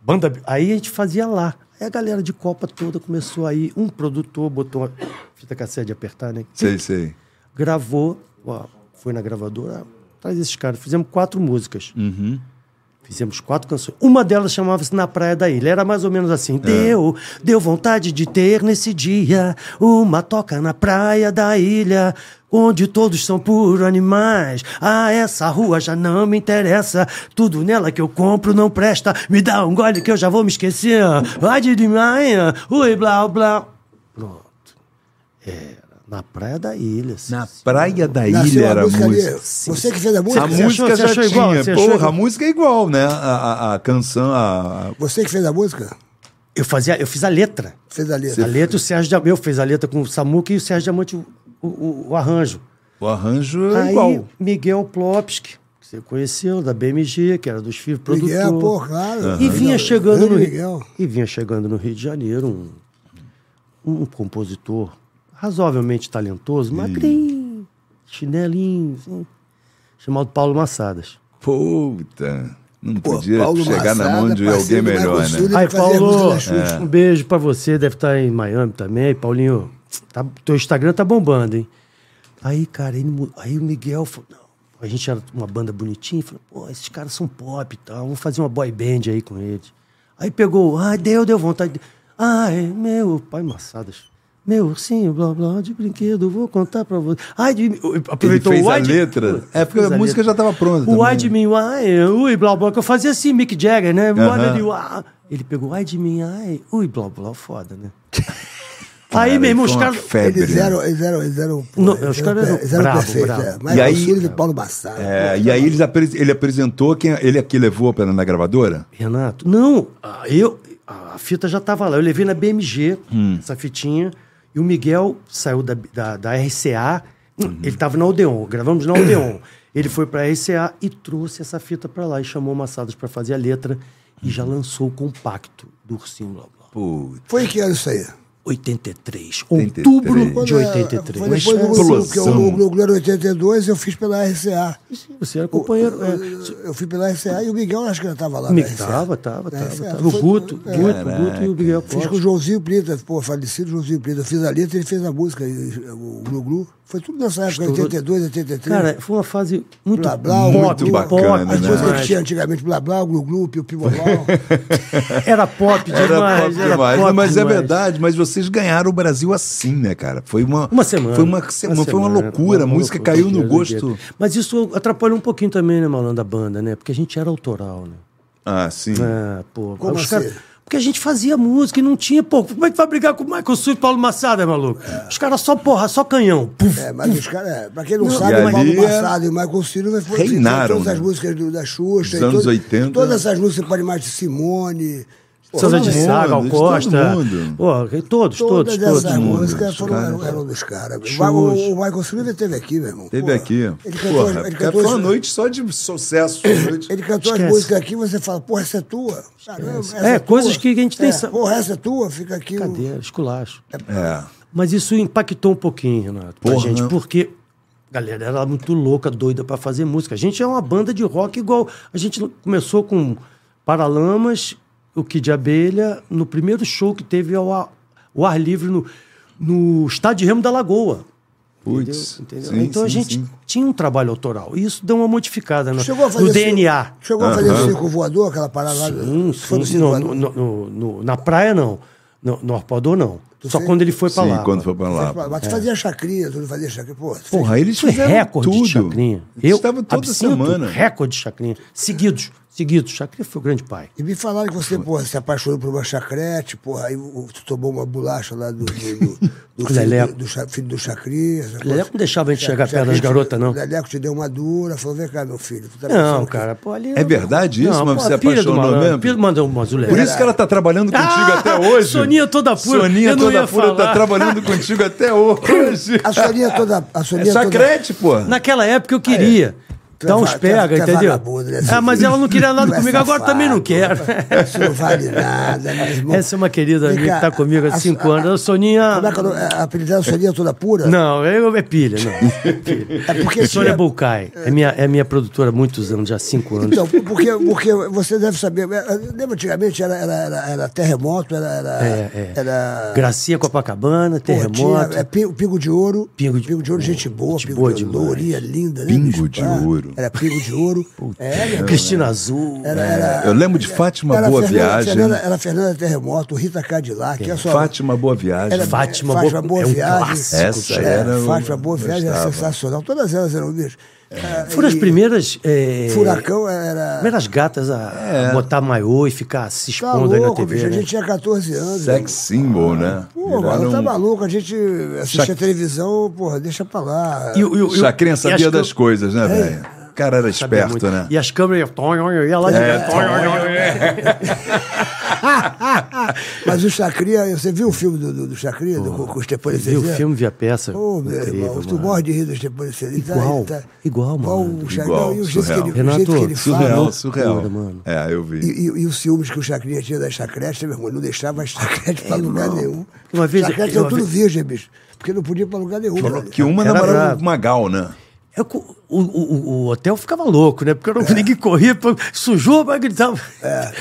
Speaker 6: Banda. Aí a gente fazia lá. Aí a galera de Copa toda começou aí. Um produtor botou uma fita cassete de apertar, né?
Speaker 2: Sei, sei.
Speaker 6: gravou, ó, foi na gravadora, ah, traz esses caras. Fizemos quatro músicas. Fizemos quatro canções. Uma delas chamava-se Na Praia da Ilha. Era mais ou menos assim. Deu, deu vontade de ter nesse dia uma toca na praia da ilha, onde todos são puro animais. Ah, essa rua já não me interessa. Tudo nela que eu compro não presta. Me dá um gole que eu já vou me esquecer. Vai de manhã, ui, blá, blá. Pronto. Era na praia da ilha. sim,
Speaker 2: Na
Speaker 6: senhor.
Speaker 2: Praia da
Speaker 5: Nasceu
Speaker 2: Ilha
Speaker 5: a
Speaker 2: era a
Speaker 5: música ali.
Speaker 2: música.
Speaker 5: Você que fez a música?
Speaker 2: A
Speaker 6: Você
Speaker 2: música
Speaker 6: achou- você
Speaker 2: já
Speaker 6: achou
Speaker 2: tinha.
Speaker 6: igual? Você achou
Speaker 2: Porra,
Speaker 6: igual?
Speaker 2: a música é igual, né? A, a- a canção, a, a-
Speaker 5: Você que fez a música?
Speaker 6: Eu, fazia, eu fiz a letra.
Speaker 5: Fez a
Speaker 6: A
Speaker 5: letra.
Speaker 6: letra, o Sérgio Diamante. Eu fiz a letra com o Samuca e o Sérgio Diamante, o, o, o arranjo.
Speaker 2: o arranjo
Speaker 5: Então
Speaker 2: é
Speaker 6: Aí,
Speaker 2: igual.
Speaker 6: Miguel Plopsky, que você conheceu, da BMG, que era dos filhos, produtor.
Speaker 5: Miguel, pô, claro.
Speaker 6: E vinha chegando
Speaker 5: Grande
Speaker 6: no Rio.
Speaker 5: Miguel.
Speaker 6: E vinha chegando no Rio de Janeiro um, um compositor razoavelmente talentoso, magrinho, chinelinho, assim, chamado Paulo Massadas.
Speaker 2: Puta. Não
Speaker 5: Pô,
Speaker 2: podia
Speaker 5: Paulo
Speaker 2: chegar na
Speaker 5: Massada,
Speaker 2: mão de
Speaker 5: parceiro
Speaker 2: alguém
Speaker 5: do Marco
Speaker 2: melhor, né?
Speaker 5: Sulli,
Speaker 6: Aí,
Speaker 5: que fazia música
Speaker 6: Paulo,
Speaker 5: da Xuxa.
Speaker 6: um beijo pra você, deve estar em Miami também. Paulinho, tá, teu Instagram tá bombando, hein? Aí, cara, ele mu- aí o Miguel falou, não, a gente era uma banda bonitinha, falou, pô, esses caras são pop e tal, vamos fazer uma boy band aí com eles. Aí pegou, ai, deu, deu vontade. de- Ai, meu pai Massadas. Meu ursinho, blá blá, de brinquedo, vou contar pra você. Ai, de, aproveitou
Speaker 2: fez
Speaker 6: o
Speaker 2: a
Speaker 6: ai de-
Speaker 2: letra. É, porque
Speaker 6: fez
Speaker 2: a música já tava pronta
Speaker 6: O
Speaker 2: também. né?
Speaker 6: ai de mim, ai, "Ah, é, ui, blá blá, que eu fazia assim, Mick Jagger, né?
Speaker 2: Aham.
Speaker 6: Uhum. De, uá. Ele pegou, ai de mim, ai, ui, blá blá, foda, né? aí, meu irmão, os
Speaker 2: Foi uma
Speaker 6: caras.
Speaker 2: febre,
Speaker 5: Eles
Speaker 2: né?
Speaker 5: eram, eles eram, eles eram, um pô,
Speaker 6: Não,
Speaker 5: eles
Speaker 6: os caras
Speaker 5: per-
Speaker 6: eram
Speaker 5: eles eram
Speaker 6: bravo,
Speaker 5: perfeitos.
Speaker 6: bravo.
Speaker 5: É.
Speaker 2: E
Speaker 5: Michael
Speaker 2: aí-
Speaker 5: Sullivan e Paulo Massaro.
Speaker 2: É, e aí eles apres- ele apresentou quem ele é que levou pra- na gravadora?
Speaker 6: Renato, não, ah, eu, a fita já tava lá. Eu levei na BMG
Speaker 2: Hum.
Speaker 6: essa fitinha e o Miguel saiu da, da, da RCA.
Speaker 2: Uhum.
Speaker 6: Ele tava na Odeon, gravamos na Odeon. Ele foi pra RCA e trouxe essa fita pra lá e chamou o Massadas pra fazer a letra e já
Speaker 2: Uhum.
Speaker 6: lançou o compacto do Ursinho Blá Blá.
Speaker 2: Pô,
Speaker 5: Foi em que ano isso aí?
Speaker 6: 83,
Speaker 4: é?
Speaker 6: outubro de
Speaker 5: Quando era-
Speaker 6: 83.
Speaker 5: Foi depois do Glu-Glu, porque o
Speaker 2: Explosão.
Speaker 5: Glu-Glu era 82 eu fiz pela RCA.
Speaker 6: Você era companheiro. é.
Speaker 5: Eu, eu fui pela RCA e o Miguel acho que estava lá. na
Speaker 4: é,
Speaker 6: Miguel
Speaker 5: RCA.
Speaker 6: tava, tava,
Speaker 5: Da
Speaker 6: tava,
Speaker 5: RCA.
Speaker 6: tava. O
Speaker 5: Foi-
Speaker 6: Guto, Guto,
Speaker 5: é.
Speaker 6: Guto e o Miguel
Speaker 5: Fiz com o
Speaker 6: Costa.
Speaker 5: Joãozinho Plita, pô, falecido Joãozinho Plita. Eu fiz a letra, ele fez a música, e- o Glu-Glu. Foi tudo nessa época,
Speaker 6: Estourou.
Speaker 5: 82, 83.
Speaker 6: Cara, foi uma fase muito
Speaker 5: Blá, blá,
Speaker 6: pop,
Speaker 5: muito
Speaker 6: pop,
Speaker 4: bacana,
Speaker 5: as
Speaker 4: né?
Speaker 5: coisas que
Speaker 6: demais.
Speaker 5: tinha antigamente, blá blá, o glu glu, piu piu blá,
Speaker 6: Era pop demais.
Speaker 4: Era pop
Speaker 6: era
Speaker 4: demais.
Speaker 6: pop
Speaker 4: mas é
Speaker 6: demais.
Speaker 4: verdade, mas vocês ganharam o Brasil assim, né, cara? Foi uma.
Speaker 6: Uma semana.
Speaker 4: Foi uma, se- uma- foi uma
Speaker 6: semana,
Speaker 4: loucura. a
Speaker 6: uma
Speaker 4: música
Speaker 6: loucura, é
Speaker 4: caiu no
Speaker 6: doideira,
Speaker 4: gosto.
Speaker 6: doideira. Mas isso atrapalha um pouquinho também, né, Malandro, da banda, né? Porque a gente era autoral, né?
Speaker 4: Ah, sim.
Speaker 6: Ah, pô.
Speaker 5: Como
Speaker 6: os
Speaker 5: assim?
Speaker 6: caras- Porque a gente fazia música e não tinha, pô, como é que vai brigar com o Michael Sul e Paulo Massada, maluco? Os caras só porra, só canhão. Puf.
Speaker 5: É, mas os caras, é, pra quem não,
Speaker 6: Não,
Speaker 5: sabe,
Speaker 4: e
Speaker 5: o Paulo
Speaker 4: ali é-
Speaker 5: Massado e o Michael Ciro foi-
Speaker 4: Reinaram,
Speaker 5: todas as
Speaker 4: né?
Speaker 5: músicas do- da
Speaker 4: Dos
Speaker 5: Xuxa. e
Speaker 4: anos
Speaker 5: todo-
Speaker 4: 80.
Speaker 5: Todas essas músicas, você pode mais de Simone. Pô,
Speaker 6: Sandra de
Speaker 5: todas-
Speaker 4: mundo,
Speaker 6: Sá, Gal
Speaker 4: de todo
Speaker 6: Costa.
Speaker 4: mundo.
Speaker 6: Pô, todos,
Speaker 5: Todas
Speaker 6: todos, todos.
Speaker 5: essas
Speaker 6: mundo.
Speaker 5: músicas
Speaker 4: Os
Speaker 5: foram,
Speaker 4: caras-
Speaker 5: eram, eram dos caras. O,
Speaker 6: Xuxa.
Speaker 5: o Michael Ciro teve aqui, meu irmão.
Speaker 4: Teve
Speaker 5: Pô,
Speaker 4: aqui.
Speaker 5: Ele cantou,
Speaker 4: Porra,
Speaker 2: é
Speaker 5: ele
Speaker 4: cara,
Speaker 5: cantou,
Speaker 4: foi uma
Speaker 5: as-
Speaker 4: noite só de sucesso. uma noite-
Speaker 5: ele cantou as
Speaker 6: Esquece.
Speaker 5: músicas aqui você fala, porra, essa é tua. Caramba, essa
Speaker 6: É, coisas que a gente tem
Speaker 5: É,
Speaker 6: sa-
Speaker 5: Porra, essa é tua, fica aqui. o-
Speaker 6: Brincadeira, esculacho.
Speaker 4: É.
Speaker 6: Mas isso impactou um pouquinho, Renato, pra
Speaker 4: Porra,
Speaker 6: gente,
Speaker 4: né?
Speaker 6: porque a galera era muito louca, doida pra fazer música. A gente é uma banda de rock igual. A gente começou com Paralamas, o Kid de Abelha, no primeiro show que teve ao ar, o ar livre no, no Estádio Remo da Lagoa.
Speaker 4: Putz.
Speaker 6: Entendeu?
Speaker 4: Sim,
Speaker 6: então a
Speaker 4: sim,
Speaker 6: gente
Speaker 4: sim.
Speaker 6: tinha um trabalho autoral. E isso deu uma modificada no,
Speaker 5: Chegou a fazer
Speaker 6: no
Speaker 5: cir-
Speaker 6: DNA.
Speaker 5: Chegou a fazer o circo voador, aquela parada lá.
Speaker 6: Sim,
Speaker 5: Tu foi no
Speaker 6: sim.
Speaker 5: circo
Speaker 6: Não,
Speaker 5: voador?
Speaker 6: no- no- no- na praia, não. No, no Arpoador, não. Só
Speaker 5: fez?
Speaker 6: quando ele foi pra
Speaker 4: Sim,
Speaker 6: lá.
Speaker 4: quando foi pra lá.
Speaker 5: Mas tu fazia chacrinha, tu não fazia chacrinha. Pô, tu fez-
Speaker 4: Porra, eles
Speaker 6: Isso é
Speaker 4: fizeram
Speaker 6: recorde
Speaker 4: tudo.
Speaker 6: de chacrinha.
Speaker 4: Eles estavam toda
Speaker 6: Absinto,
Speaker 4: semana.
Speaker 6: Recorde de chacrinha. Seguidos, seguidos. Chacrinha foi o grande pai.
Speaker 5: E me falaram que você, porra, se apaixonou por uma chacrete, porra, aí o- tu tomou uma bolacha lá do, do, do, do filho,
Speaker 6: Leleco.
Speaker 5: do, do cha- filho do chacrinha. essa coisa.
Speaker 6: Leleco não deixava a gente chegar perto das
Speaker 5: Chacrinha te-
Speaker 6: garotas, não.
Speaker 5: O Leleco te deu uma dura, falou, vem cá, meu filho. Tu tá
Speaker 6: Não,
Speaker 5: pensando que-
Speaker 6: cara, pô, ali...
Speaker 4: É verdade isso, mas você é apaixonou mesmo?
Speaker 6: Mandou um azulé.
Speaker 4: Por isso que ela tá trabalhando contigo
Speaker 6: Ah,
Speaker 4: até hoje.
Speaker 6: Soninha toda pura.
Speaker 4: Soninha
Speaker 6: Eu não
Speaker 4: toda
Speaker 6: ia
Speaker 4: pura tá
Speaker 6: falar.
Speaker 4: trabalhando contigo até hoje.
Speaker 5: A sorinha toda... A
Speaker 4: É
Speaker 5: sorinha toda...
Speaker 4: sacrete, pô.
Speaker 6: Naquela época
Speaker 4: Ah,
Speaker 6: eu queria.
Speaker 5: Tu é
Speaker 6: Dar uns
Speaker 4: tá
Speaker 5: va- tu é-
Speaker 6: pega,
Speaker 5: tu é
Speaker 6: entendeu?
Speaker 5: vagabundo, né,
Speaker 6: ah, mas
Speaker 5: Silvio?
Speaker 6: ela não queria
Speaker 5: Tu
Speaker 6: nada
Speaker 5: é
Speaker 6: comigo, agora
Speaker 5: safado.
Speaker 6: também não quero.
Speaker 5: Isso não vale nada, meu irmão.
Speaker 6: Essa é uma querida
Speaker 5: Vem
Speaker 6: amiga
Speaker 5: cá,
Speaker 6: que tá comigo há
Speaker 5: a-
Speaker 6: cinco
Speaker 5: a-
Speaker 6: anos. A Soninha.
Speaker 5: Como é que eu não- a apelidada sorinha toda pura?
Speaker 6: Não, eu, é pilha, não. É pilha.
Speaker 5: É porque...
Speaker 6: Sônia Bulcai. É minha, é minha produtora há muitos anos, já há cinco anos.
Speaker 5: Então, porque, porque você deve saber. eh, eh, Lembra antigamente era, era, era, era terremoto, era. Era.
Speaker 6: É, é.
Speaker 5: era
Speaker 6: Gracia Copacabana,
Speaker 5: porra,
Speaker 6: Terremoto.
Speaker 5: tinha, eh, pi- pingo de ouro.
Speaker 6: Pingo de-
Speaker 5: ouro, gente boa,
Speaker 6: gente
Speaker 5: pingo
Speaker 6: boa
Speaker 5: de ouro.
Speaker 6: demais.
Speaker 5: Lourinha linda, né?
Speaker 4: Pingo
Speaker 5: bicho?
Speaker 4: de
Speaker 5: Ah,
Speaker 4: ouro.
Speaker 5: Era pingo de ouro. é, meu irmão.
Speaker 6: Cristina Azul. é.
Speaker 4: Eu lembro de Fátima
Speaker 5: Era
Speaker 4: Boa
Speaker 5: é Fernanda-
Speaker 4: Viagem.
Speaker 5: Fernanda- era Fernanda Terremoto, Rita Cadillac. olha só,
Speaker 4: Fátima Boa Viagem.
Speaker 5: Era
Speaker 6: É. Fátima
Speaker 5: Fátima
Speaker 6: Boa-
Speaker 5: Boa
Speaker 6: é um
Speaker 5: Viagem.
Speaker 6: clássico,
Speaker 4: Essa
Speaker 5: É,
Speaker 4: era o-
Speaker 5: Fátima Boa Viagem era
Speaker 4: gostava. É.
Speaker 5: sensacional. Todas elas eram bicho. Ah,
Speaker 6: Foram as
Speaker 5: e
Speaker 6: primeiras. é,
Speaker 5: Furacão era.
Speaker 6: Primeiras gatas a
Speaker 4: É.
Speaker 6: a botar maiô e ficar se
Speaker 5: Tá
Speaker 6: expondo aí na
Speaker 5: louco,
Speaker 6: TV.
Speaker 5: bicho. A
Speaker 6: né?
Speaker 5: gente tinha 14 anos.
Speaker 4: Sex symbol, né?
Speaker 5: Pô, mano, tá
Speaker 4: Viraram-
Speaker 5: maluco, a gente assistia
Speaker 4: Chac-
Speaker 5: televisão, porra, deixa pra lá.
Speaker 6: E o- e o- e o-
Speaker 4: Chacrinha
Speaker 6: e
Speaker 4: sabia
Speaker 6: as
Speaker 4: das
Speaker 6: cam-
Speaker 4: coisas, né, velho? O cara era
Speaker 6: sabia
Speaker 4: esperto,
Speaker 6: muito.
Speaker 4: né? É.
Speaker 6: E as câmeras. Eu ia lá direto.
Speaker 5: Mas o Chacria, você viu o filme do, do, do Chacria, do, com, com o Stepan
Speaker 6: Vi o filme, vi a peça.
Speaker 5: Ô, meu
Speaker 6: Incrível,
Speaker 5: irmão, tu
Speaker 6: mano.
Speaker 5: morre de rir do Stepan tá, Celis.
Speaker 6: Igual, igual, mano.
Speaker 5: O Chacria,
Speaker 4: Igual,
Speaker 5: e o jeito que ele,
Speaker 4: surreal.
Speaker 5: o jeito que
Speaker 6: Renato,
Speaker 5: ele
Speaker 4: Surreal,
Speaker 5: fala.
Speaker 4: surreal.
Speaker 6: Loucura, mano.
Speaker 4: É, eu
Speaker 5: E,
Speaker 4: vi.
Speaker 5: e, e os ciúmes que o Chacria tinha das chacretes, meu irmão, não deixava as chacretes
Speaker 4: É,
Speaker 5: pra lugar nenhum.
Speaker 6: Uma vez-
Speaker 5: chacrete
Speaker 6: uma
Speaker 5: era tudo
Speaker 6: vez-
Speaker 5: virgem, bicho, porque não podia ir pra lugar nenhum.
Speaker 4: Falou
Speaker 5: velho.
Speaker 4: que uma
Speaker 6: Era
Speaker 4: namorava
Speaker 6: bravo.
Speaker 4: com o Magal, né?
Speaker 6: Eu co- É o, o- o hotel ficava louco, né? Porque eu não, ninguém corria, pô, sujou, mas gritava.
Speaker 5: É.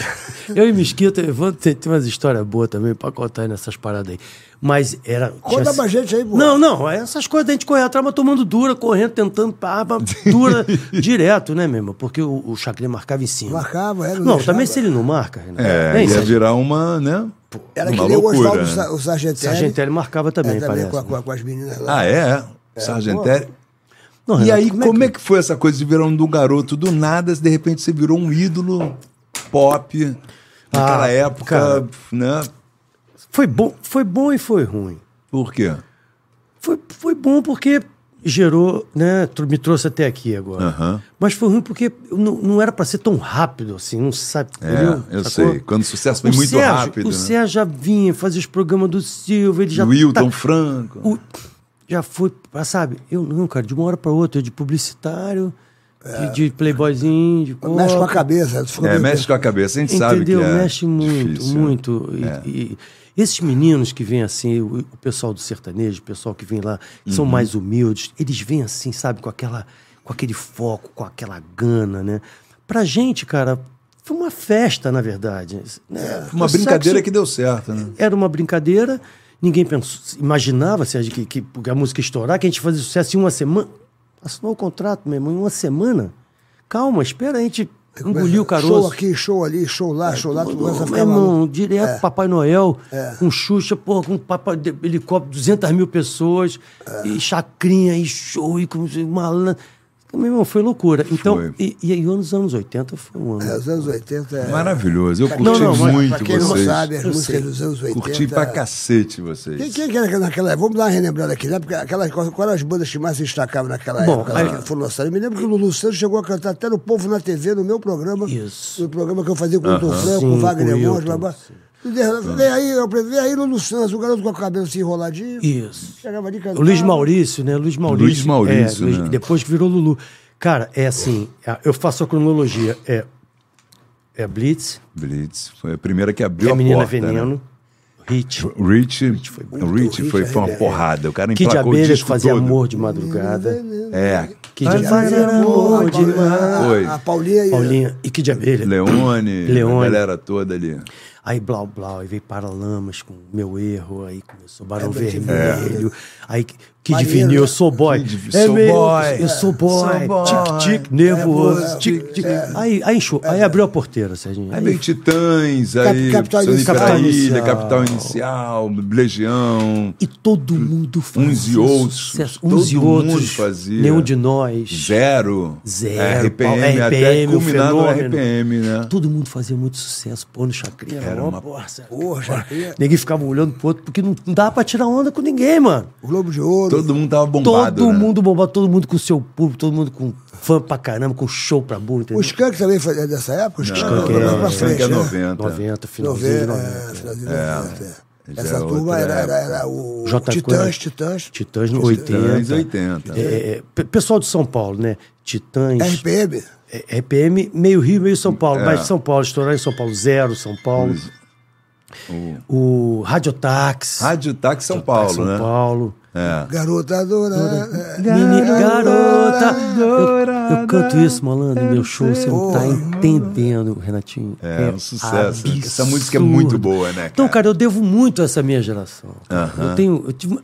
Speaker 6: Eu e Mesquita, Evandro, tem, tem umas histórias boas também pra contar aí nessas paradas aí. Mas era.
Speaker 5: Conta
Speaker 6: tinha-
Speaker 5: pra gente aí, pô.
Speaker 6: Não, não, é essas coisas da gente correr atrás, mas tomando dura, correndo, tentando, pá, pá, dura direto, né, mesmo? Porque o, o Chacrinha marcava em cima.
Speaker 5: Marcava, era.
Speaker 6: Não, também se
Speaker 5: deixava.
Speaker 6: ele não marca, Renato.
Speaker 4: É,
Speaker 6: nem
Speaker 4: ia
Speaker 6: se-
Speaker 4: virar uma, né?
Speaker 5: Era que
Speaker 4: uma
Speaker 5: nem o
Speaker 4: loucura.
Speaker 5: Oswaldo
Speaker 4: né?
Speaker 5: Sa- o Sargentelli.
Speaker 6: Sargentelli marcava também,
Speaker 5: É, também
Speaker 6: parece. né?
Speaker 5: com, a- com a- com as meninas lá.
Speaker 4: Ah, é? é. Sargentelli.
Speaker 6: Não,
Speaker 4: E
Speaker 6: Renato,
Speaker 4: aí, como, é que foi essa coisa de virar um do garoto do nada, de repente você virou um ídolo pop naquela
Speaker 6: Ah,
Speaker 4: época,
Speaker 6: cara.
Speaker 4: né?
Speaker 6: Foi bom, foi bom e foi ruim.
Speaker 4: Por quê?
Speaker 6: Foi, foi bom porque gerou, né? tro- Me trouxe até aqui agora.
Speaker 4: Aham.
Speaker 6: Mas foi ruim porque eu não, não era pra ser tão rápido assim, não sabe?
Speaker 4: É,
Speaker 6: entendeu?
Speaker 4: eu
Speaker 6: Sacou?
Speaker 4: sei. Quando o sucesso vem
Speaker 6: O
Speaker 4: muito
Speaker 6: Sérgio-
Speaker 4: rápido,
Speaker 6: O
Speaker 4: né?
Speaker 6: Sérgio já vinha, fazia os programas do Silva, ele já.
Speaker 4: Wilton
Speaker 6: tá-
Speaker 4: Franco.
Speaker 6: o- já foi, pra- sabe? Eu não, cara, de uma hora pra outra, eu de publicitário, de, de playboyzinho, de copo,
Speaker 5: Mexe com a cabeça. tu fica
Speaker 4: É,
Speaker 5: meio-
Speaker 4: mexe com a cabeça, a gente sabe que
Speaker 6: Entendeu?
Speaker 4: é
Speaker 6: Mexe muito,
Speaker 4: difícil, né?
Speaker 6: muito. E- e esses meninos que vêm assim, o, o pessoal do sertanejo, o pessoal que vem lá, que
Speaker 4: Uhum.
Speaker 6: são mais humildes, eles vêm assim, sabe, com aquela, com aquele foco, com aquela gana, né? Pra gente, cara, foi uma festa, na verdade. né?
Speaker 4: É, Uma
Speaker 6: O sexo
Speaker 4: brincadeira que deu certo, né?
Speaker 6: Era uma brincadeira Ninguém pensou, imaginava, Sérgio, que, que a música ia estourar, que a gente fazia sucesso em uma semana. Assinou o contrato, meu irmão, em uma semana. Calma, espera, a gente
Speaker 4: É,
Speaker 6: engoliu o caroço.
Speaker 5: Show aqui, show ali, show lá, show lá, tu começa a
Speaker 6: Meu
Speaker 5: ficar maluco.
Speaker 6: irmão, direto
Speaker 2: É.
Speaker 6: Papai Noel, com Xuxa, porra, com papai, de- helicóptero, 200 mil pessoas,
Speaker 2: É.
Speaker 6: e chacrinha, e show, e com malandro. Meu irmão, foi loucura. Então,
Speaker 2: Foi.
Speaker 6: e, e aí nos anos 80 foi um ano.
Speaker 5: É, os anos 80 é...
Speaker 2: Maravilhoso. Eu curti
Speaker 6: Não, não, é mas-
Speaker 2: muito
Speaker 5: Pra quem não
Speaker 2: vocês.
Speaker 5: sabe, as
Speaker 6: Eu
Speaker 5: músicas
Speaker 6: sei.
Speaker 5: dos anos 80...
Speaker 2: Curti pra cacete vocês.
Speaker 5: Quem,
Speaker 6: é?
Speaker 5: quem que era naquela época? Vamos dar uma relembrada aqui, né? Porque aquelas, quais eram as bandas que mais se destacavam naquela
Speaker 6: Bom,
Speaker 5: época?
Speaker 6: aí-
Speaker 5: Né? que Foram lançadas. Eu me lembro que o Lulu Santos chegou a cantar até no Povo na TV, no meu programa.
Speaker 6: Isso.
Speaker 5: No programa que eu fazia com o Tom Franco,
Speaker 6: Sim,
Speaker 5: com o Wagner
Speaker 6: com o
Speaker 5: Monte, blá
Speaker 6: Hilton,
Speaker 5: blá. E de- Vem aí, eu aprendi, vem aí Lulu Santos, o garoto com o cabelo assim enroladinho.
Speaker 6: Isso.
Speaker 5: Chegava ali e
Speaker 6: O
Speaker 5: cantava.
Speaker 6: Luiz Maurício, né? Luiz Maurício.
Speaker 2: É. Luiz Maurício,
Speaker 6: É, Luiz-
Speaker 2: né?
Speaker 6: Depois que virou Lulu. Cara, é assim, é, eu faço a cronologia. É, é Blitz,
Speaker 2: Blitz. Foi a primeira que abriu
Speaker 6: é
Speaker 2: a
Speaker 6: Menina
Speaker 2: porta. né?
Speaker 6: Veneno, Hit,
Speaker 2: Rich, foi, é. Rich foi, foi uma porrada. O cara
Speaker 6: Kid de
Speaker 2: emplacou o
Speaker 6: Abelha que
Speaker 2: disco
Speaker 6: fazia
Speaker 2: todo.
Speaker 6: amor de madrugada.
Speaker 2: É.
Speaker 6: Kid de Abelha.
Speaker 5: Amor de
Speaker 2: Oi.
Speaker 5: A Paulinha e...
Speaker 6: Paulinha e Kid de Abelha.
Speaker 2: Leone,
Speaker 6: Leone.
Speaker 2: a galera toda ali.
Speaker 6: Aí Blau Blau, aí veio Paralamas com Meu Erro, aí começou Barão Vermelho, aí Kid
Speaker 5: Maneiro,
Speaker 6: Vinil,
Speaker 5: né?
Speaker 6: Eu Sou Boy. É
Speaker 2: Kid- Sou
Speaker 6: mesmo,
Speaker 2: boy.
Speaker 6: Eu Sou Boy.
Speaker 2: boy. É
Speaker 6: Tic, tic,
Speaker 2: Nervoso,
Speaker 6: nervoso.
Speaker 2: tic,
Speaker 6: Tic, tic. Aí, aí enxou, aí abriu a porteira, Serginho.
Speaker 2: É Aí veio Titãs, aí
Speaker 5: Capital
Speaker 2: Sônia
Speaker 5: Inicial.
Speaker 2: Capital Ilha,
Speaker 6: Capital
Speaker 2: Capital Inicial, Legião,
Speaker 6: E todo mundo fazia
Speaker 2: Uns e outros.
Speaker 6: sucesso.
Speaker 2: Todo
Speaker 6: Uns e
Speaker 2: mundo
Speaker 6: outros.
Speaker 2: fazia.
Speaker 6: Nenhum de nós.
Speaker 2: Zero. É,
Speaker 6: Zero.
Speaker 2: RPM,
Speaker 6: Paulo,
Speaker 2: até
Speaker 6: RPM, o
Speaker 2: culminar no
Speaker 6: fenômeno.
Speaker 2: RPM, né?
Speaker 6: Todo mundo fazia muito sucesso. Pô, no Chacrinha. Era uma porra.
Speaker 5: Porra, Chacrinha.
Speaker 2: um
Speaker 6: Ninguém ficava olhando pro outro, porque não não dava pra tirar onda com ninguém, mano.
Speaker 5: Globo de Ouro.
Speaker 2: Todo mundo tava bombado,
Speaker 6: Todo
Speaker 2: né?
Speaker 6: mundo bombado, todo mundo com seu público, todo mundo com fã pra caramba, com show pra burro, entendeu?
Speaker 5: O Skank também foi dessa época? O Skank
Speaker 6: Skank
Speaker 5: é
Speaker 6: é-
Speaker 5: mais pra
Speaker 2: Skank
Speaker 5: frente,
Speaker 2: é
Speaker 5: né?
Speaker 2: 90.
Speaker 6: 90, finalzinho de
Speaker 5: 90,
Speaker 6: 90.
Speaker 5: é, finalzinho de 90.
Speaker 2: Já
Speaker 5: Essa
Speaker 2: é
Speaker 5: turma
Speaker 2: outra
Speaker 5: era, era,
Speaker 2: época.
Speaker 5: era o
Speaker 6: J.
Speaker 5: Titãs,
Speaker 6: Quest.
Speaker 5: Titãs,
Speaker 6: Titãs no 80.
Speaker 2: é. Titãs, 80.
Speaker 6: É, é, pe- pessoal de São Paulo, né? Titãs.
Speaker 5: RPM.
Speaker 6: é, RPM, meio Rio, meio São Paulo.
Speaker 2: É.
Speaker 6: Mas São Paulo, estourar em São Paulo, zero, São Paulo. O Radiotax.
Speaker 2: Rádio Táxi São Paulo,
Speaker 6: São
Speaker 2: né?
Speaker 6: Paulo.
Speaker 5: Garota É, adorada.
Speaker 6: Mini garota. Eu, eu canto isso, malandro, no meu show, você não tá entendendo, Renatinho.
Speaker 2: É um sucesso, né? Essa música é muito boa, né,
Speaker 6: Então,
Speaker 2: cara?
Speaker 6: cara, eu devo muito a essa minha geração. cara. Eu, tenho, eu tive,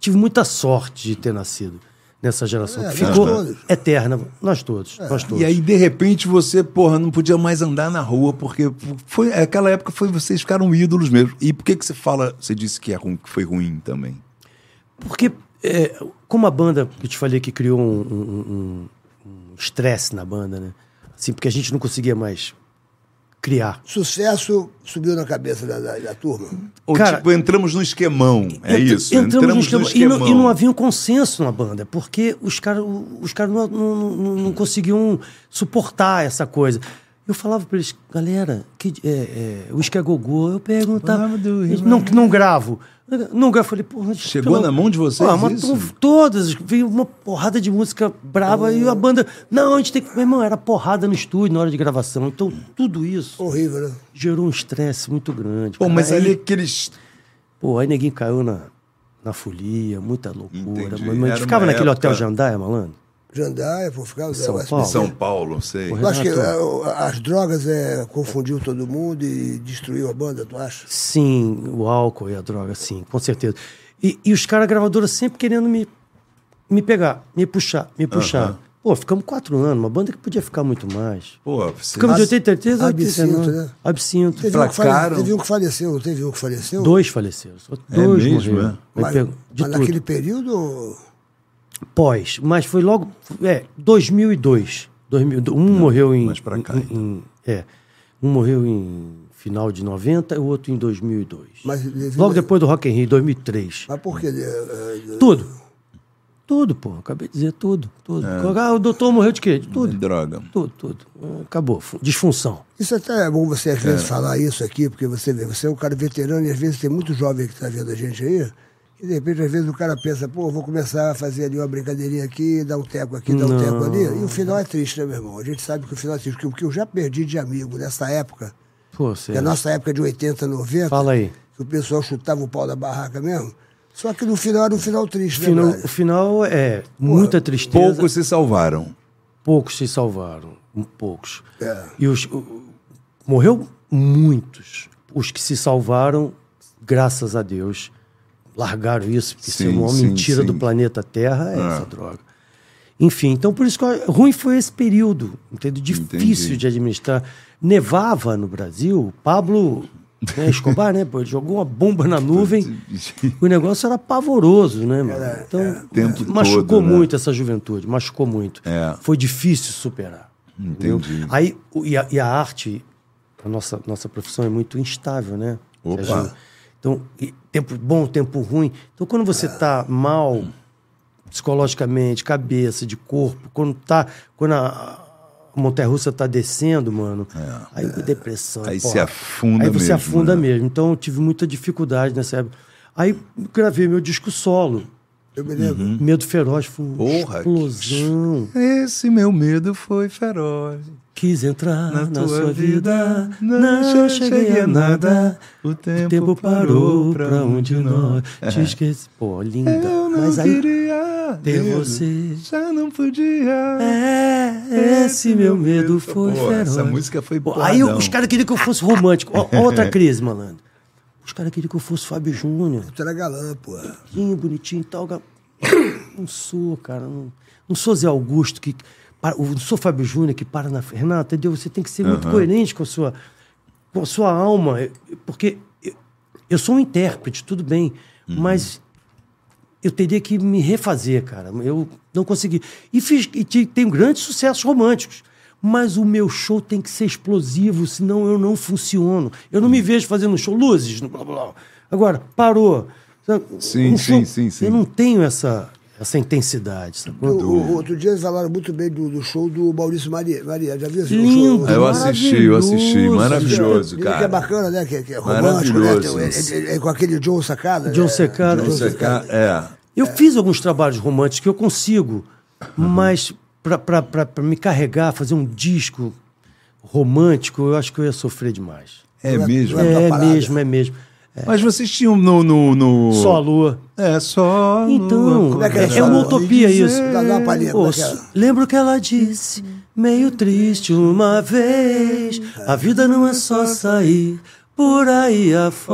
Speaker 6: tive muita sorte de ter nascido nessa geração. que
Speaker 5: nós
Speaker 6: ficou
Speaker 5: todos.
Speaker 6: eterna. Nós todos, nós todos.
Speaker 2: É, E aí, de repente, você, porra, não podia mais andar na rua, porque foi aquela época foi vocês ficaram ídolos mesmo. E por que que você fala, você disse que, é ruim, que foi ruim também?
Speaker 6: Porque, é, como a banda, que eu te falei que criou um- um um- um estresse na banda, né? Assim, porque a gente não conseguia mais criar.
Speaker 5: Sucesso subiu na cabeça da, da, da turma.
Speaker 2: Ou
Speaker 6: Cara,
Speaker 2: tipo, entramos no esquemão, é
Speaker 6: Entra-
Speaker 2: isso? Entramos, no
Speaker 6: esquema-
Speaker 2: esquemão.
Speaker 6: E, não, e não havia um consenso na banda, porque os caras os cara não, não, não- não conseguiam suportar essa coisa. Eu falava pra eles, galera, que, é, é, o uísque é gogô. Eu perguntava, eles, não, que não gravo. Não gravo. Eu falei, porra...
Speaker 2: Chegou na mão de vocês
Speaker 6: Pô, mas
Speaker 2: isso?
Speaker 6: tu- todas, veio uma porrada de música brava e a banda... Não, a gente tem que... Meu irmão, era porrada no estúdio na hora de gravação. Então, tudo isso
Speaker 5: Horrível, né?
Speaker 6: gerou um estresse muito grande.
Speaker 2: Pô,
Speaker 6: cara. É
Speaker 2: mas
Speaker 6: Aí-
Speaker 2: ali é aqueles.
Speaker 6: Pô, aí ninguém caiu na, na folia, muita loucura.
Speaker 2: Entendi.
Speaker 6: Mas, mas a
Speaker 2: Era
Speaker 6: gente ficava
Speaker 2: uma
Speaker 6: naquele
Speaker 2: época-
Speaker 6: hotel Jandaia, malandro?
Speaker 5: Jandaia, pô, ficava...
Speaker 6: São
Speaker 5: eu acho-
Speaker 6: Paulo.
Speaker 2: São Paulo, sei.
Speaker 5: Eu acho que
Speaker 6: Renato.
Speaker 5: é, o- as drogas é, confundiu todo mundo e destruiu a banda, tu acha?
Speaker 6: Sim, o álcool e a droga, sim, com certeza. E, e os caras gravadoras sempre querendo me, me pegar, me puxar, me puxar. Pô, ficamos quatro anos, uma banda que podia ficar muito mais.
Speaker 2: Pô, você...
Speaker 6: Ficamos de
Speaker 5: Ab-
Speaker 6: 83 a
Speaker 5: Absinto,
Speaker 6: 89.
Speaker 5: né?
Speaker 6: Absinto.
Speaker 5: Teve um, que fale-
Speaker 2: Placaram.
Speaker 5: teve um que faleceu, não teve um que faleceu?
Speaker 6: Dois faleceram, só dois
Speaker 2: mesmo, é?
Speaker 6: morreram. Aí
Speaker 5: Mas,
Speaker 6: pegou- de
Speaker 5: mas
Speaker 6: tudo.
Speaker 5: naquele período...
Speaker 6: pós, mas foi logo. É, 2002. 2000, um morreu em.
Speaker 2: mais pra cá, então.
Speaker 6: em- em- é. Um morreu em final de 90 e o outro em 2002.
Speaker 5: Mas devido
Speaker 6: logo
Speaker 5: a-
Speaker 6: depois do Rock in Rio, 2003.
Speaker 5: Mas por quê? É, é,
Speaker 6: Tudo. Tudo, pô. Acabei de dizer tudo. tudo.
Speaker 2: É.
Speaker 6: Ah, o doutor morreu de quê? De é- tudo.
Speaker 2: Droga.
Speaker 6: Tudo, tudo. Acabou. Fu- Disfunção.
Speaker 5: Isso até é bom você às vezes falar isso aqui, porque você vê, você é um cara veterano e às vezes tem muito jovem que está vendo a gente aí, e de repente às vezes o cara pensa, pô, vou começar a fazer ali uma brincadeirinha aqui, dar um teco aqui, dar um
Speaker 6: Não.
Speaker 5: teco ali. E o final é triste, né, meu irmão? A gente sabe que o final é triste, porque o que eu já perdi de amigo nessa época, que
Speaker 6: Pô,
Speaker 5: é
Speaker 6: você.
Speaker 5: a nossa época de 80, 90,
Speaker 6: Fala aí.
Speaker 5: que o pessoal chutava o pau da barraca mesmo. Só que no final era um final triste,
Speaker 6: O final,
Speaker 5: né,
Speaker 6: o
Speaker 5: brother?
Speaker 6: final é muita tristeza.
Speaker 2: Poucos se salvaram.
Speaker 6: poucos se salvaram, um- poucos.
Speaker 5: É.
Speaker 6: E os o- o- morreu muitos. Os que se salvaram, graças a Deus, largaram isso, porque isso é
Speaker 2: Sim,
Speaker 6: uma
Speaker 2: sim,
Speaker 6: mentira
Speaker 2: sim.
Speaker 6: do planeta Terra, é essa droga. Enfim, então por isso que eu- ruim foi esse período, entendeu? Difícil
Speaker 2: Entendi.
Speaker 6: de administrar. Nevava no Brasil, Pablo né, Escobar, né? pô, jogou uma bomba na nuvem. o negócio era pavoroso, né, mano? Então,
Speaker 2: tempo
Speaker 6: machucou
Speaker 2: todo, né?
Speaker 6: muito essa juventude, machucou muito.
Speaker 2: É.
Speaker 6: Foi difícil superar. entendeu?
Speaker 2: Entendi.
Speaker 6: Aí, o- e a, e a arte, a nossa, nossa profissão é muito instável, né?
Speaker 2: Opa.
Speaker 6: Sérgio? Então, e tempo bom, tempo ruim. Então, quando você está mal psicologicamente, cabeça, de corpo, quando tá. Quando a montanha russa tá descendo, mano, aí depressão.
Speaker 2: É, Aí
Speaker 6: porra.
Speaker 2: se afunda
Speaker 6: Aí você
Speaker 2: mesmo,
Speaker 6: afunda
Speaker 2: né?
Speaker 6: mesmo. Então eu tive muita dificuldade nessa época. Aí gravei meu disco solo.
Speaker 5: Eu me lembro.
Speaker 6: Medo Feroz foi uma
Speaker 2: Porra, que-
Speaker 6: explosão.
Speaker 2: Esse meu medo foi feroz.
Speaker 6: Quis entrar na, sua vida,
Speaker 2: não
Speaker 6: não
Speaker 2: che-
Speaker 6: cheguei a nada.
Speaker 2: O
Speaker 6: O tempo,
Speaker 2: tempo parou
Speaker 6: parou
Speaker 2: pra
Speaker 6: pra onde
Speaker 2: onde É.
Speaker 6: nós te esqueci. Pô, linda.
Speaker 2: Eu não
Speaker 6: Mas aí
Speaker 2: queria
Speaker 6: ter
Speaker 2: medo,
Speaker 6: você.
Speaker 2: Já não podia.
Speaker 6: É, esse meu medo foi
Speaker 2: Pô,
Speaker 6: feroz.
Speaker 2: essa música foi
Speaker 6: Pô,
Speaker 2: porradão.
Speaker 6: Aí os caras queriam que eu fosse romântico. Ó, outra crise, malandro. Os caras queriam que eu fosse Fábio Júnior.
Speaker 5: Tu era galã, pô.
Speaker 6: Bonitinho, bonitinho e tal. gar- Não sou, cara. Não, não sou Zé Augusto, que. para- não sou Fábio Júnior que para na. Renata, entendeu? Você tem que ser muito coerente com a sua, com a sua alma. eh, Porque eu, eu sou um intérprete, tudo bem.
Speaker 2: Uhum.
Speaker 6: Mas eu teria que me refazer, cara. Eu não consegui. E, fiz, e ti- tenho grandes sucessos românticos. Mas o meu show tem que ser explosivo, senão eu não funciono. Eu
Speaker 2: Uhum.
Speaker 6: não me vejo fazendo um show, luzes, blá blá blá. Agora, parou. Sabe?
Speaker 2: Sim,
Speaker 6: Um
Speaker 2: sim, sim, sim.
Speaker 6: Eu não tenho essa, essa intensidade, sacou?
Speaker 5: O- o- outro dia eles falaram muito bem do, do show do Maurício Maria. Maria já viu esse
Speaker 6: Lindo,
Speaker 5: show?
Speaker 2: Eu assisti, eu assisti.
Speaker 6: É, maravilhoso.
Speaker 2: Maravilhoso,
Speaker 5: Dizem que é
Speaker 2: cara.
Speaker 5: bacana, né? Que, que é romântico, né?
Speaker 2: Maravilhoso.
Speaker 5: Tem- é- é- é com aquele John Sacada.
Speaker 6: John
Speaker 5: né?
Speaker 6: Secada.
Speaker 5: John
Speaker 2: Você
Speaker 5: Secada.
Speaker 2: ca- É.
Speaker 6: Eu fiz alguns trabalhos românticos que eu consigo, mas para me carregar, fazer um disco romântico, eu acho que eu ia sofrer demais.
Speaker 2: É mesmo.
Speaker 5: não é-
Speaker 6: É
Speaker 5: parada.
Speaker 6: mesmo, é mesmo.
Speaker 2: Mas vocês tinham no. no, no...
Speaker 6: Só a lua.
Speaker 2: É só.
Speaker 6: Então,
Speaker 5: Como é que ela
Speaker 6: é uma
Speaker 5: chama?
Speaker 6: utopia
Speaker 5: Dizer-
Speaker 6: isso.
Speaker 5: Dá- dá uma palhinha, como é que é?
Speaker 6: s- lembro que ela disse, meio triste uma vez, a vida não é só sair por aí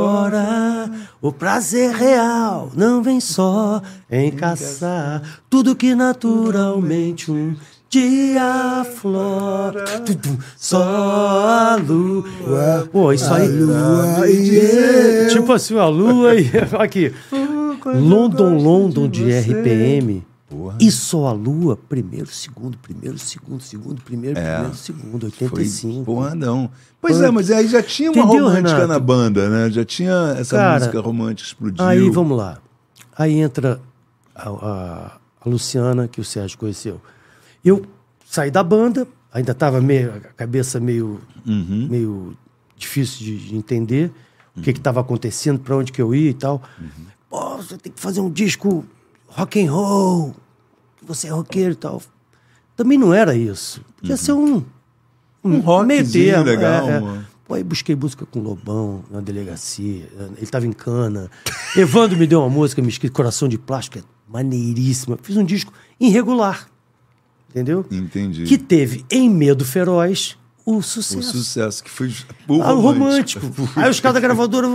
Speaker 6: afora. O prazer real não vem só em caçar tudo que naturalmente um dia aflora. Tum, tum, Só a lua. Pô, isso aí.
Speaker 5: Lua e eu.
Speaker 6: Tipo assim, a lua e. Aqui. London, London de RPM. E só a lua, primeiro, segundo, primeiro, segundo, segundo, primeiro, primeiro, segundo,
Speaker 2: Foi
Speaker 6: 85.
Speaker 2: porradão. Pois é, mas aí já tinha uma
Speaker 6: Entendeu,
Speaker 2: romântica
Speaker 6: Renato?
Speaker 2: na banda, né? Já tinha essa
Speaker 6: Cara,
Speaker 2: música romântica explodiu.
Speaker 6: Aí vamos lá. Aí entra a, a- a Luciana, que o Sérgio conheceu. Eu saí da banda, ainda estava meio, a cabeça meio, meio difícil de, de entender o que estava acontecendo, para onde que eu ia e tal. Pô, você tem que fazer um disco rock and roll, você é roqueiro e tal. Também não era isso. Podia ser um
Speaker 2: Uhum. Um
Speaker 6: meio
Speaker 2: rockzinho
Speaker 6: termo,
Speaker 2: legal,
Speaker 6: é, é.
Speaker 2: mano.
Speaker 6: Pô, aí busquei música com Lobão na delegacia. eh, Ele tava em cana. Evandro me deu uma música, me escrito Coração de Plástico, é maneiríssima. Fiz um disco irregular. Entendeu?
Speaker 2: Entendi.
Speaker 6: Que teve em Medo Feroz o
Speaker 2: O
Speaker 6: sucesso.
Speaker 2: sucesso que foi
Speaker 6: Ah, o romântico. Aí os caras da gravadora.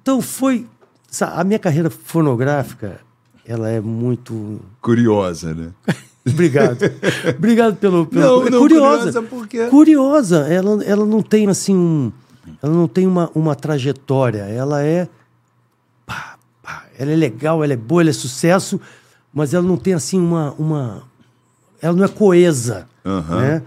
Speaker 6: Então foi. sa- A minha carreira fonográfica, ela é muito.
Speaker 2: Curiosa, né?
Speaker 6: É Obrigado. Obrigado pelo. pelo
Speaker 2: Não,
Speaker 6: é
Speaker 2: não,
Speaker 6: curiosa.
Speaker 2: curiosa por quê?
Speaker 6: Curiosa. Ela, ela não tem, assim, um. Ela não tem uma, uma trajetória. Ela é. pá, pá. Ela é legal, ela é boa, ela é sucesso, mas ela não tem, assim, uma. uma ela não é coesa.
Speaker 2: Aham.
Speaker 6: Né?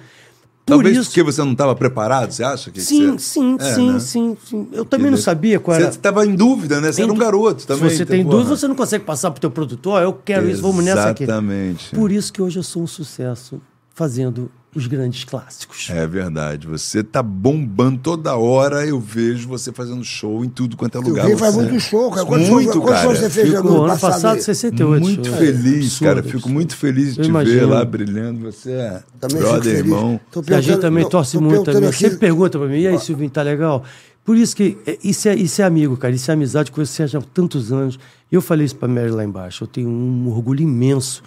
Speaker 6: Por
Speaker 2: Talvez
Speaker 6: isso.
Speaker 2: porque você não estava preparado, você acha? Que
Speaker 6: Sim,
Speaker 2: você...
Speaker 6: sim,
Speaker 2: É,
Speaker 6: sim,
Speaker 2: né?
Speaker 6: sim, sim. Eu também não
Speaker 2: Entendeu?
Speaker 6: sabia qual era.
Speaker 2: Você estava em dúvida, né? Você era um
Speaker 6: Tem-
Speaker 2: garoto também.
Speaker 6: Se você
Speaker 2: então,
Speaker 6: tem
Speaker 2: porra.
Speaker 6: dúvida, você não consegue passar pro teu produtor, eu quero isso, vamos nessa aqui.
Speaker 2: Exatamente.
Speaker 6: Por isso que hoje eu sou um sucesso fazendo os grandes clássicos.
Speaker 2: É verdade. Você tá bombando toda hora. Eu vejo você fazendo show em tudo quanto é
Speaker 5: Tu
Speaker 2: lugar.
Speaker 5: vê, faz
Speaker 2: você-
Speaker 5: muito show, cara. Quantos
Speaker 2: Muito,
Speaker 5: shows- quantos
Speaker 2: cara.
Speaker 5: shows você fez
Speaker 2: Fico-
Speaker 5: ano
Speaker 6: O ano
Speaker 5: passado?
Speaker 6: passado,
Speaker 5: aí?
Speaker 6: 68.
Speaker 2: Muito
Speaker 6: É,
Speaker 2: feliz,
Speaker 6: absurdo,
Speaker 2: cara.
Speaker 6: absurdo.
Speaker 2: Fico muito feliz de
Speaker 6: Eu
Speaker 2: te ver
Speaker 6: imagino.
Speaker 2: lá brilhando. Você é
Speaker 5: Também fico
Speaker 2: brother,
Speaker 5: feliz.
Speaker 2: irmão.
Speaker 5: Tô
Speaker 6: E a gente
Speaker 5: perguntando-
Speaker 6: também
Speaker 5: não,
Speaker 6: torce
Speaker 5: tô
Speaker 6: muito
Speaker 5: perguntando
Speaker 6: também.
Speaker 5: aqui- Ah.
Speaker 6: Sempre pergunta pra mim, e aí, Silvinho, tá legal? Por isso que é, isso é, isso é amigo, cara. Isso é amizade, conheço o Sérgio há tantos anos. E eu falei isso pra Mary lá embaixo. Eu tenho um orgulho imenso.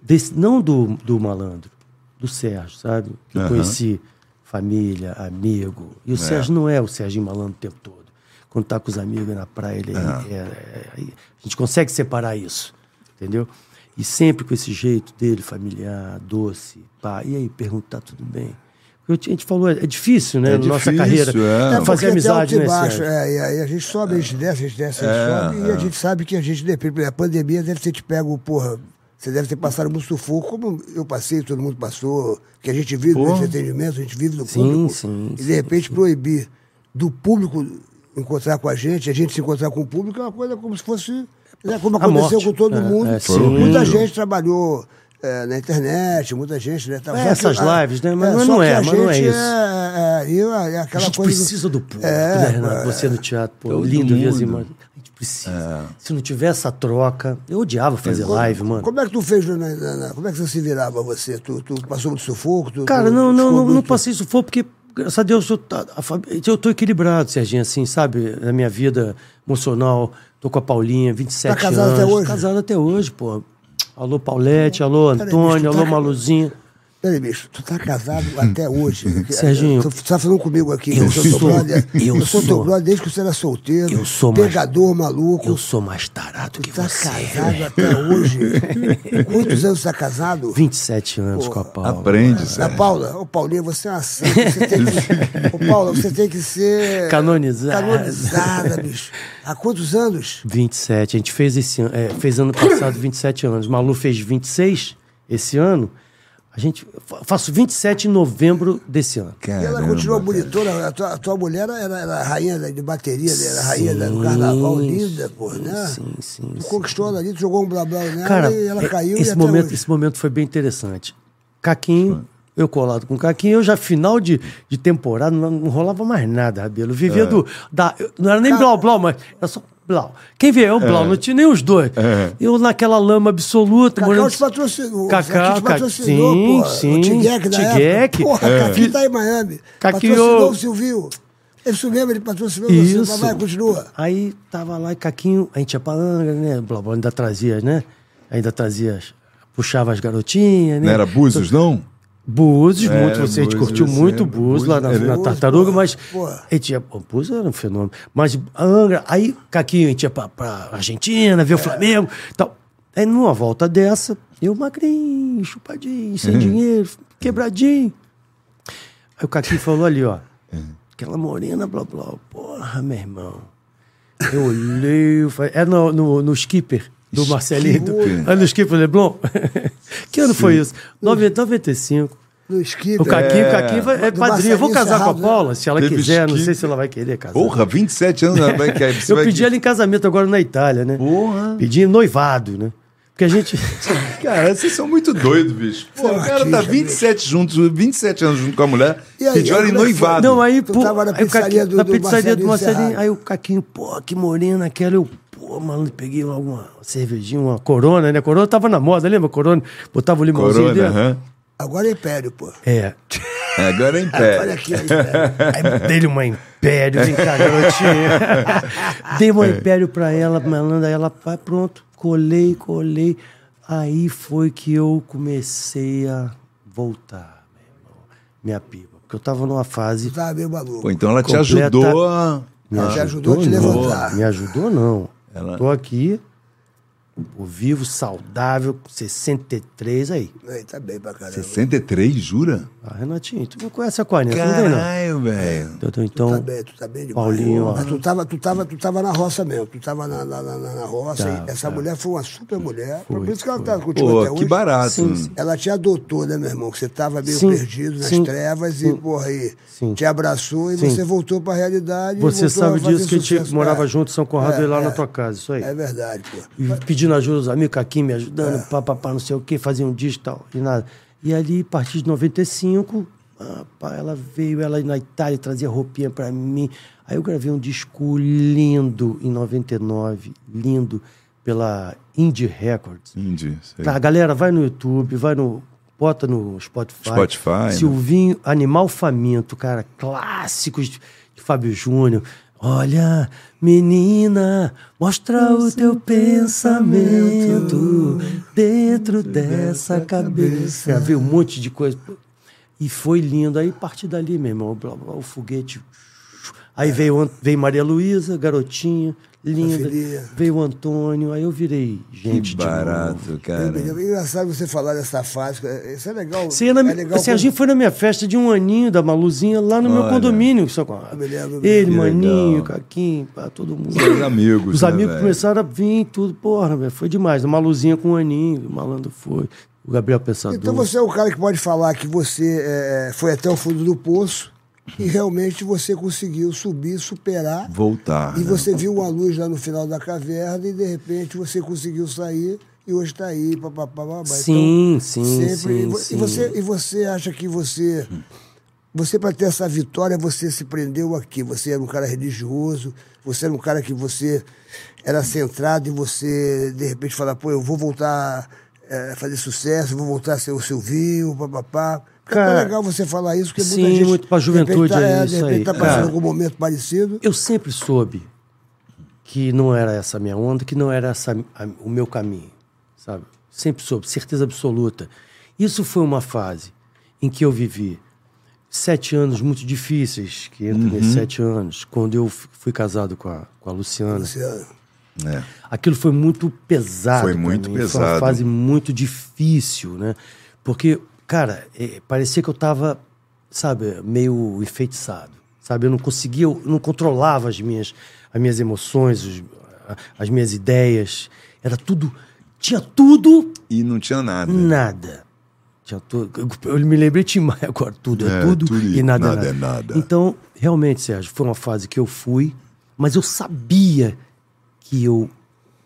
Speaker 6: desse- não do, do malandro, do Sérgio, sabe? Que eu conheci família, amigo. E o Sérgio não é o Sérgio é malandro o tempo todo. quando tá com os amigos na praia. Ele, é, é, é, a gente consegue separar isso, entendeu? E sempre com esse jeito dele, familiar, doce, pá. E aí, pergunta, tá tudo bem? Eu te- a gente falou, é é difícil, né?
Speaker 2: É
Speaker 6: Nossa
Speaker 2: difícil,
Speaker 6: carreira.
Speaker 2: é. É
Speaker 5: porque
Speaker 6: Fazer
Speaker 5: tem
Speaker 6: amizade,
Speaker 5: alto
Speaker 6: né?
Speaker 5: e baixo,
Speaker 6: Sérgio? É,
Speaker 5: é, e aí a gente sobe, a gente desce, a gente desce, a gente sobe, e a gente sabe que a gente depende. A pandemia deve ter te pego, porra, você deve ter passado muito sufoco, como eu passei, todo mundo passou, que a gente vive do entretenimento, a gente vive do
Speaker 6: Sim,
Speaker 5: público.
Speaker 6: sim,
Speaker 5: e de
Speaker 6: sim,
Speaker 5: repente proibir do público encontrar com a gente, a gente se encontrar com o público, é uma coisa como se fosse. né, como
Speaker 6: A
Speaker 5: aconteceu
Speaker 6: morte.
Speaker 5: com todo
Speaker 6: É,
Speaker 5: mundo.
Speaker 6: é, sim.
Speaker 5: Muita gente trabalhou. é, na internet, muita gente, né? tá-
Speaker 6: É,
Speaker 5: só que
Speaker 6: essas
Speaker 5: a-
Speaker 6: lives, né, mas não
Speaker 5: só
Speaker 6: é,
Speaker 5: que a
Speaker 6: mas não é
Speaker 5: gente
Speaker 6: isso.
Speaker 5: é, é, e a- é aquela
Speaker 6: a gente
Speaker 5: coisa
Speaker 6: precisa do, público,
Speaker 5: É,
Speaker 6: né, Renato?
Speaker 5: é.
Speaker 6: Você no teatro, pô,
Speaker 2: Todo
Speaker 6: lindo ver as
Speaker 2: mundo.
Speaker 6: imagens. A gente precisa. Se não tiver essa troca, eu odiava fazer live, mano.
Speaker 5: Como é que tu fez, na, na- na- como é que você se virava você? Tu, tu passou muito sufoco? Tu,
Speaker 6: Cara,
Speaker 5: tu
Speaker 6: não, não,
Speaker 5: ficou
Speaker 6: não, não
Speaker 5: muito-
Speaker 6: passei isso for porque, graças a Deus, eu, tá- a fam- eu tô equilibrado, Serginho, assim, sabe? Na minha vida emocional, tô com a Paulinha, 27
Speaker 5: Tá casado
Speaker 6: anos.
Speaker 5: até hoje?
Speaker 6: Casado até hoje, pô. Alô, Paulette, alô,
Speaker 5: Peraí, bicho,
Speaker 6: Antônio,
Speaker 5: tu
Speaker 6: alô,
Speaker 5: tá-
Speaker 6: Maluzinho.
Speaker 5: Peraí, bicho, tu tá casado até hoje.
Speaker 6: Serginho,
Speaker 5: Tu tá falando comigo aqui.
Speaker 6: eu
Speaker 5: teu
Speaker 6: sou-
Speaker 5: brother.
Speaker 6: eu
Speaker 5: sou teu
Speaker 6: sou-
Speaker 5: brother desde que você era solteiro.
Speaker 6: Eu sou mais-
Speaker 5: Pegador, maluco.
Speaker 6: Eu sou mais tarado que
Speaker 5: tá
Speaker 6: você. é.
Speaker 5: casado até hoje. Quantos anos você tá casado?
Speaker 6: 27 anos com a Paula.
Speaker 2: Aprende,
Speaker 5: Na
Speaker 2: Sérgio.
Speaker 5: É, Paula, ô Paulinha, você é uma santa. Você tem que, ô Paula, você tem que ser.
Speaker 6: Canonizada.
Speaker 5: Canonizada, bicho. Há quantos anos?
Speaker 6: 27, a gente fez esse ano, é, fez ano passado 27 anos. Malu fez 26 esse ano. A gente fa- faço 27 em novembro desse ano.
Speaker 5: E ela continua bonitona. A tua, a tua mulher era, era a rainha da- de bateria, né? era a rainha da- do carnaval, linda, pô, né?
Speaker 6: Sim, sim.
Speaker 5: Tu
Speaker 6: sim.
Speaker 5: conquistou ela ali, tu jogou um blá blá nela
Speaker 6: Cara,
Speaker 5: e ela
Speaker 6: é-
Speaker 5: caiu e
Speaker 6: esse
Speaker 5: até
Speaker 6: momento,
Speaker 5: hoje.
Speaker 6: esse momento foi bem interessante. Caquinho, eu colado com o Caquinho, eu já final de, de temporada não, não rolava mais nada, Rabelo. Vivia do da, eu- não era nem blau blau, mas era só blau. Quem vê eu blau, não tinha nem os dois. Eu naquela lama absoluta,
Speaker 5: Cacau
Speaker 6: morando
Speaker 5: te patrocinou.
Speaker 6: Cacau,
Speaker 5: Cacau te
Speaker 6: Ca-
Speaker 5: patrocinou,
Speaker 6: sim,
Speaker 5: porra.
Speaker 6: sim,
Speaker 5: O Tiguec da
Speaker 6: Tiguec.
Speaker 5: época. Porra,
Speaker 6: É.
Speaker 5: Caqui tá em Miami.
Speaker 6: Caquinho.
Speaker 5: Patrocinou o Silvio. Isso mesmo, ele patrocinou você.
Speaker 6: Isso.
Speaker 5: Mas vai, continua.
Speaker 6: Aí tava lá e Caquinho, a gente ia pra Angra, né? Blá, blá, ainda trazia, né? Ainda trazia, as- puxava as garotinhas, né?
Speaker 4: Não era Búzios, não?
Speaker 6: Búzios,
Speaker 4: Era
Speaker 6: muito, você a gente
Speaker 4: Búzios,
Speaker 6: curtiu
Speaker 4: você
Speaker 6: muito
Speaker 4: era
Speaker 6: Búzios lá na,
Speaker 4: Búzios,
Speaker 6: na
Speaker 5: era-
Speaker 6: Tartaruga, mas
Speaker 5: Pô.
Speaker 6: a gente ia, pô, Búzios era um fenômeno. Mas Angra, aí Caquinho, a gente ia pra, pra Argentina, ver o Flamengo e tal. Aí numa volta dessa, eu magrinho, chupadinho, sem dinheiro, quebradinho. Aí o Caquinho falou ali, ó. Aquela morena, blá, blá. Porra, meu irmão. Eu olhei, eu falei, é no, no, no Skipper do Marcelinho. do-
Speaker 4: Skipper.
Speaker 6: É no Skipper Leblon. que ano foi isso? Nove- 95.
Speaker 5: No skip.
Speaker 6: O Caquinho, o Caquinho vai- é
Speaker 5: Do
Speaker 6: padrinho. Eu vou
Speaker 5: Marcelinho
Speaker 6: casar
Speaker 5: Serrado,
Speaker 6: com a Paula, se ela
Speaker 4: Teve
Speaker 6: quiser. Não
Speaker 4: Skipper.
Speaker 6: sei se ela vai querer casar.
Speaker 4: Porra, 27 anos. né? Vai que aí você
Speaker 6: eu
Speaker 4: vai
Speaker 6: pedi
Speaker 4: que-
Speaker 6: ela em casamento agora na Itália, né?
Speaker 4: Porra.
Speaker 6: Pedi noivado, né? Porque a gente.
Speaker 4: Cara, vocês são muito doidos, bicho. Pô,
Speaker 5: é um
Speaker 4: o cara tá
Speaker 5: artista,
Speaker 4: 27 juntos, 27 anos junto com a mulher,
Speaker 5: E aí,
Speaker 4: pediu ela em
Speaker 5: como é que foi?
Speaker 4: noivado.
Speaker 6: Não, aí,
Speaker 5: Tu
Speaker 6: pô,
Speaker 5: tava na
Speaker 6: aí o
Speaker 5: pizzaria
Speaker 6: Caquinho-
Speaker 5: do-
Speaker 6: na
Speaker 5: do
Speaker 6: pizzaria do
Speaker 5: Marcelinho
Speaker 6: Marcelinho.
Speaker 5: Serrado.
Speaker 6: Aí o Caquinho, pô, que morena aquela. Eu, pô, maluco, peguei alguma cervejinha, uma corona, né? Corona tava na moda, lembra? Corona, botava o limãozinho
Speaker 4: Corona,
Speaker 6: dentro.
Speaker 4: aham.
Speaker 5: Agora é império, pô.
Speaker 6: É.
Speaker 4: Agora é em
Speaker 5: Olha
Speaker 4: pé.
Speaker 5: aqui, é império.
Speaker 6: Aí dei-lhe uma império, vem cá, garotinha. Dei uma império pra ela, malandra, ela, pá, pronto, colei, colei. Aí foi que eu comecei a voltar, meu irmão, minha piba. Porque eu tava numa fase.
Speaker 5: Tava meio maluco.
Speaker 4: Pô, então ela te
Speaker 6: Completa-
Speaker 4: ajudou a...
Speaker 5: Tá, Ela
Speaker 6: ah,
Speaker 5: te ajudou a te
Speaker 6: não.
Speaker 5: levantar.
Speaker 6: Me ajudou, não.
Speaker 4: Ela-
Speaker 6: Tô aqui, pô, vivo, saudável, com 63 aí.
Speaker 5: Aí, tá bem pra caramba.
Speaker 4: 63, jura?
Speaker 6: Ah, Renatinho, tu não conhece a 40, não tem não.
Speaker 4: Caralho, velho.
Speaker 6: Entendeu? Então,
Speaker 5: Tá bem, tu tá bem demais.
Speaker 6: Paulinho, ó.
Speaker 5: Mas tu tava, tu, tava, tu tava na roça mesmo, tu tava na, na, na, na- na roça.
Speaker 6: Tá,
Speaker 5: e essa
Speaker 6: tá.
Speaker 5: mulher foi uma super mulher.
Speaker 6: Foi,
Speaker 5: por isso que ela
Speaker 6: foi.
Speaker 5: tá contigo
Speaker 4: Pô,
Speaker 5: até
Speaker 4: que
Speaker 5: hoje.
Speaker 4: barato.
Speaker 6: Sim,
Speaker 4: Sim,
Speaker 6: sim.
Speaker 5: Ela te adotou, né, meu irmão? Que você tava meio
Speaker 6: Sim,
Speaker 5: perdido nas
Speaker 6: sim,
Speaker 5: trevas e,
Speaker 6: sim.
Speaker 5: porra, aí
Speaker 6: Sim.
Speaker 5: te abraçou e
Speaker 6: Sim.
Speaker 5: você voltou pra realidade. e
Speaker 6: Você
Speaker 5: voltou
Speaker 6: sabe
Speaker 5: a fazer
Speaker 6: disso que a gente
Speaker 5: sucesso.
Speaker 6: morava
Speaker 5: É.
Speaker 6: junto em São Conrado
Speaker 5: É,
Speaker 6: e lá na
Speaker 5: é.
Speaker 6: tua casa, isso aí.
Speaker 5: É verdade, pô.
Speaker 6: E pedindo ajuda aos amigos, Caquinho me ajudando, pá, pá, pá, não sei o quê, fazia um disco e tal, e nada. E ali, a partir de 95, ah, pá, ela veio, ela na Itália trazia roupinha pra mim. Aí eu gravei um disco lindo em 99, lindo, pela Indie Records.
Speaker 4: Entendi. sei.
Speaker 6: Tá, galera, vai no YouTube, vai no. Bota no Spotify.
Speaker 4: Spotify, né?
Speaker 6: Silvinho, Animal Faminto, cara, clássicos de de Fábio Júnior. Olha, menina, mostra o teu pensamento dentro dessa cabeça. Gravei um monte de coisa. E foi lindo. Aí, a partir dali, meu irmão, blá, blá, o foguete Aí veio, Ant- veio Maria Luísa, garotinha, linda.
Speaker 5: Filhinha.
Speaker 6: Veio o Antônio, aí eu virei gente
Speaker 2: Que
Speaker 6: de novo.
Speaker 2: barato,
Speaker 4: né?
Speaker 2: cara.
Speaker 5: É engraçado você falar dessa fase. é- Isso é legal.
Speaker 6: Sim, na,
Speaker 5: é legal
Speaker 6: Serginho foi na minha festa de um aninho da Maluzinha, lá no meu
Speaker 2: Olha.
Speaker 6: condomínio. Só, com-
Speaker 5: Ah, me lembro,
Speaker 6: ele,
Speaker 2: que
Speaker 6: Maninho,
Speaker 2: legal.
Speaker 6: Caquinho, pá, todo mundo.
Speaker 2: Seus amigos,
Speaker 6: Os
Speaker 2: né,
Speaker 6: amigos
Speaker 2: velho?
Speaker 6: começaram a vir, tudo. Porra, velho, foi demais. A Maluzinha com o aninho, o malandro foi. O Gabriel Pensador.
Speaker 5: Então você é o cara que pode falar que você é, foi até o fundo do poço e realmente você conseguiu subir, superar.
Speaker 2: Voltar.
Speaker 5: E
Speaker 2: né?
Speaker 5: você viu uma luz lá no final da caverna e de repente você conseguiu sair e hoje está aí. Pá, pá, pá, pá, pá.
Speaker 6: Sim, sim,
Speaker 5: então.
Speaker 6: sim,
Speaker 5: e, vo-
Speaker 6: sim.
Speaker 5: E, você, e você acha que você. Você, para ter essa vitória, você se prendeu aqui. Você era um cara religioso, você era um cara que você era centrado e você, de repente, fala, pô, eu vou voltar eh, a fazer sucesso, vou voltar a ser o Silvinho, papapá.
Speaker 6: Cara,
Speaker 5: é legal você falar isso, porque
Speaker 6: sim,
Speaker 5: muita gente...
Speaker 6: muito pra
Speaker 5: de repente,
Speaker 6: juventude
Speaker 5: tá,
Speaker 6: é
Speaker 5: é,
Speaker 6: isso
Speaker 5: De
Speaker 6: aí,
Speaker 5: repente tá
Speaker 6: cara.
Speaker 5: passando algum momento parecido.
Speaker 6: Eu sempre soube que não era essa a minha onda, que não era essa a- o meu caminho, sabe? Sempre soube, certeza absoluta. Isso foi uma fase em que eu vivi sete anos muito difíceis, que entra nesses sete anos, quando eu f- fui casado com a, com a Luciana.
Speaker 5: Luciano.
Speaker 2: É.
Speaker 6: Aquilo foi muito pesado.
Speaker 2: Foi
Speaker 6: pra
Speaker 2: muito
Speaker 6: mim. Foi uma
Speaker 2: pesado.
Speaker 6: fase muito difícil, né? Porque, cara, eh, parecia que eu tava, sabe, meio enfeitiçado, sabe? Eu não conseguia, eu não controlava as minhas, as minhas emoções, os- a- as minhas ideias. Era tudo, tinha tudo,
Speaker 2: E não tinha nada.
Speaker 6: Né, nada. Tinha tudo. Eu me lembrei de Maia agora, tudo é,
Speaker 2: É,
Speaker 6: tudo,
Speaker 2: tudo
Speaker 6: e
Speaker 2: e
Speaker 6: nada,
Speaker 2: nada
Speaker 6: é
Speaker 2: é
Speaker 6: nada.
Speaker 2: nada.
Speaker 6: Então, realmente, Sérgio, foi uma fase que eu fui, mas eu sabia que eu,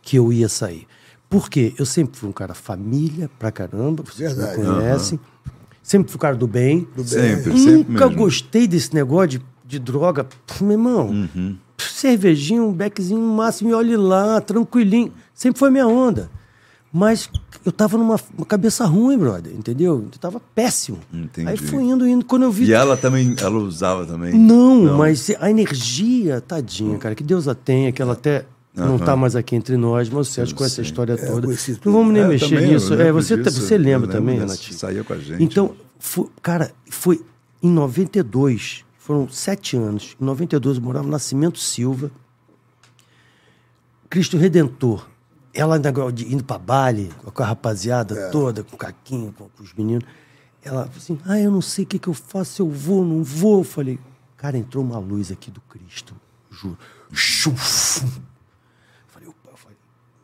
Speaker 6: que eu ia sair. Por quê? Eu sempre fui um cara família pra caramba, vocês
Speaker 5: Verdade.
Speaker 6: me conhecem. Sempre fui um cara do bem.
Speaker 2: Sempre, sempre
Speaker 6: Nunca
Speaker 2: mesmo.
Speaker 6: gostei desse negócio de, de droga. Pff, meu irmão,
Speaker 2: Uhum.
Speaker 6: pff, cervejinha, um beckzinho no máximo, e olhe lá, tranquilinho. Sempre foi minha onda. Mas eu tava numa uma cabeça ruim, brother, entendeu? Eu tava péssimo.
Speaker 2: Entendi.
Speaker 6: Aí fui indo, indo. Quando eu vi.
Speaker 2: E ela também, ela usava também.
Speaker 6: Não, mas a energia, tadinha, cara, que Deus a tenha, que ela até não tá mais aqui entre nós, mas o Sérgio conhece a história toda.
Speaker 5: conheci
Speaker 6: Não vamos nem
Speaker 2: É, eu
Speaker 6: mexer
Speaker 2: também, eu
Speaker 6: nisso. É,
Speaker 2: lembro
Speaker 6: você,
Speaker 2: disso,
Speaker 6: você
Speaker 2: eu
Speaker 6: lembra
Speaker 2: lembro
Speaker 6: também,
Speaker 2: dessa-
Speaker 6: Renatinho?
Speaker 2: saiu com a gente. né?
Speaker 6: Então, foi- cara, foi em 92, foram sete anos. Em 92 eu morava no Nascimento Silva, Cristo Redentor. Ela ainda agora de- indo pra Bali, com a rapaziada
Speaker 2: É.
Speaker 6: toda, com o Caquinho, com, com os meninos. Ela falou assim, ah, eu não sei o que, que eu faço, se eu vou, não vou. Eu falei, cara, entrou uma luz aqui do Cristo, juro. Chuf! Falei, opa, eu falei,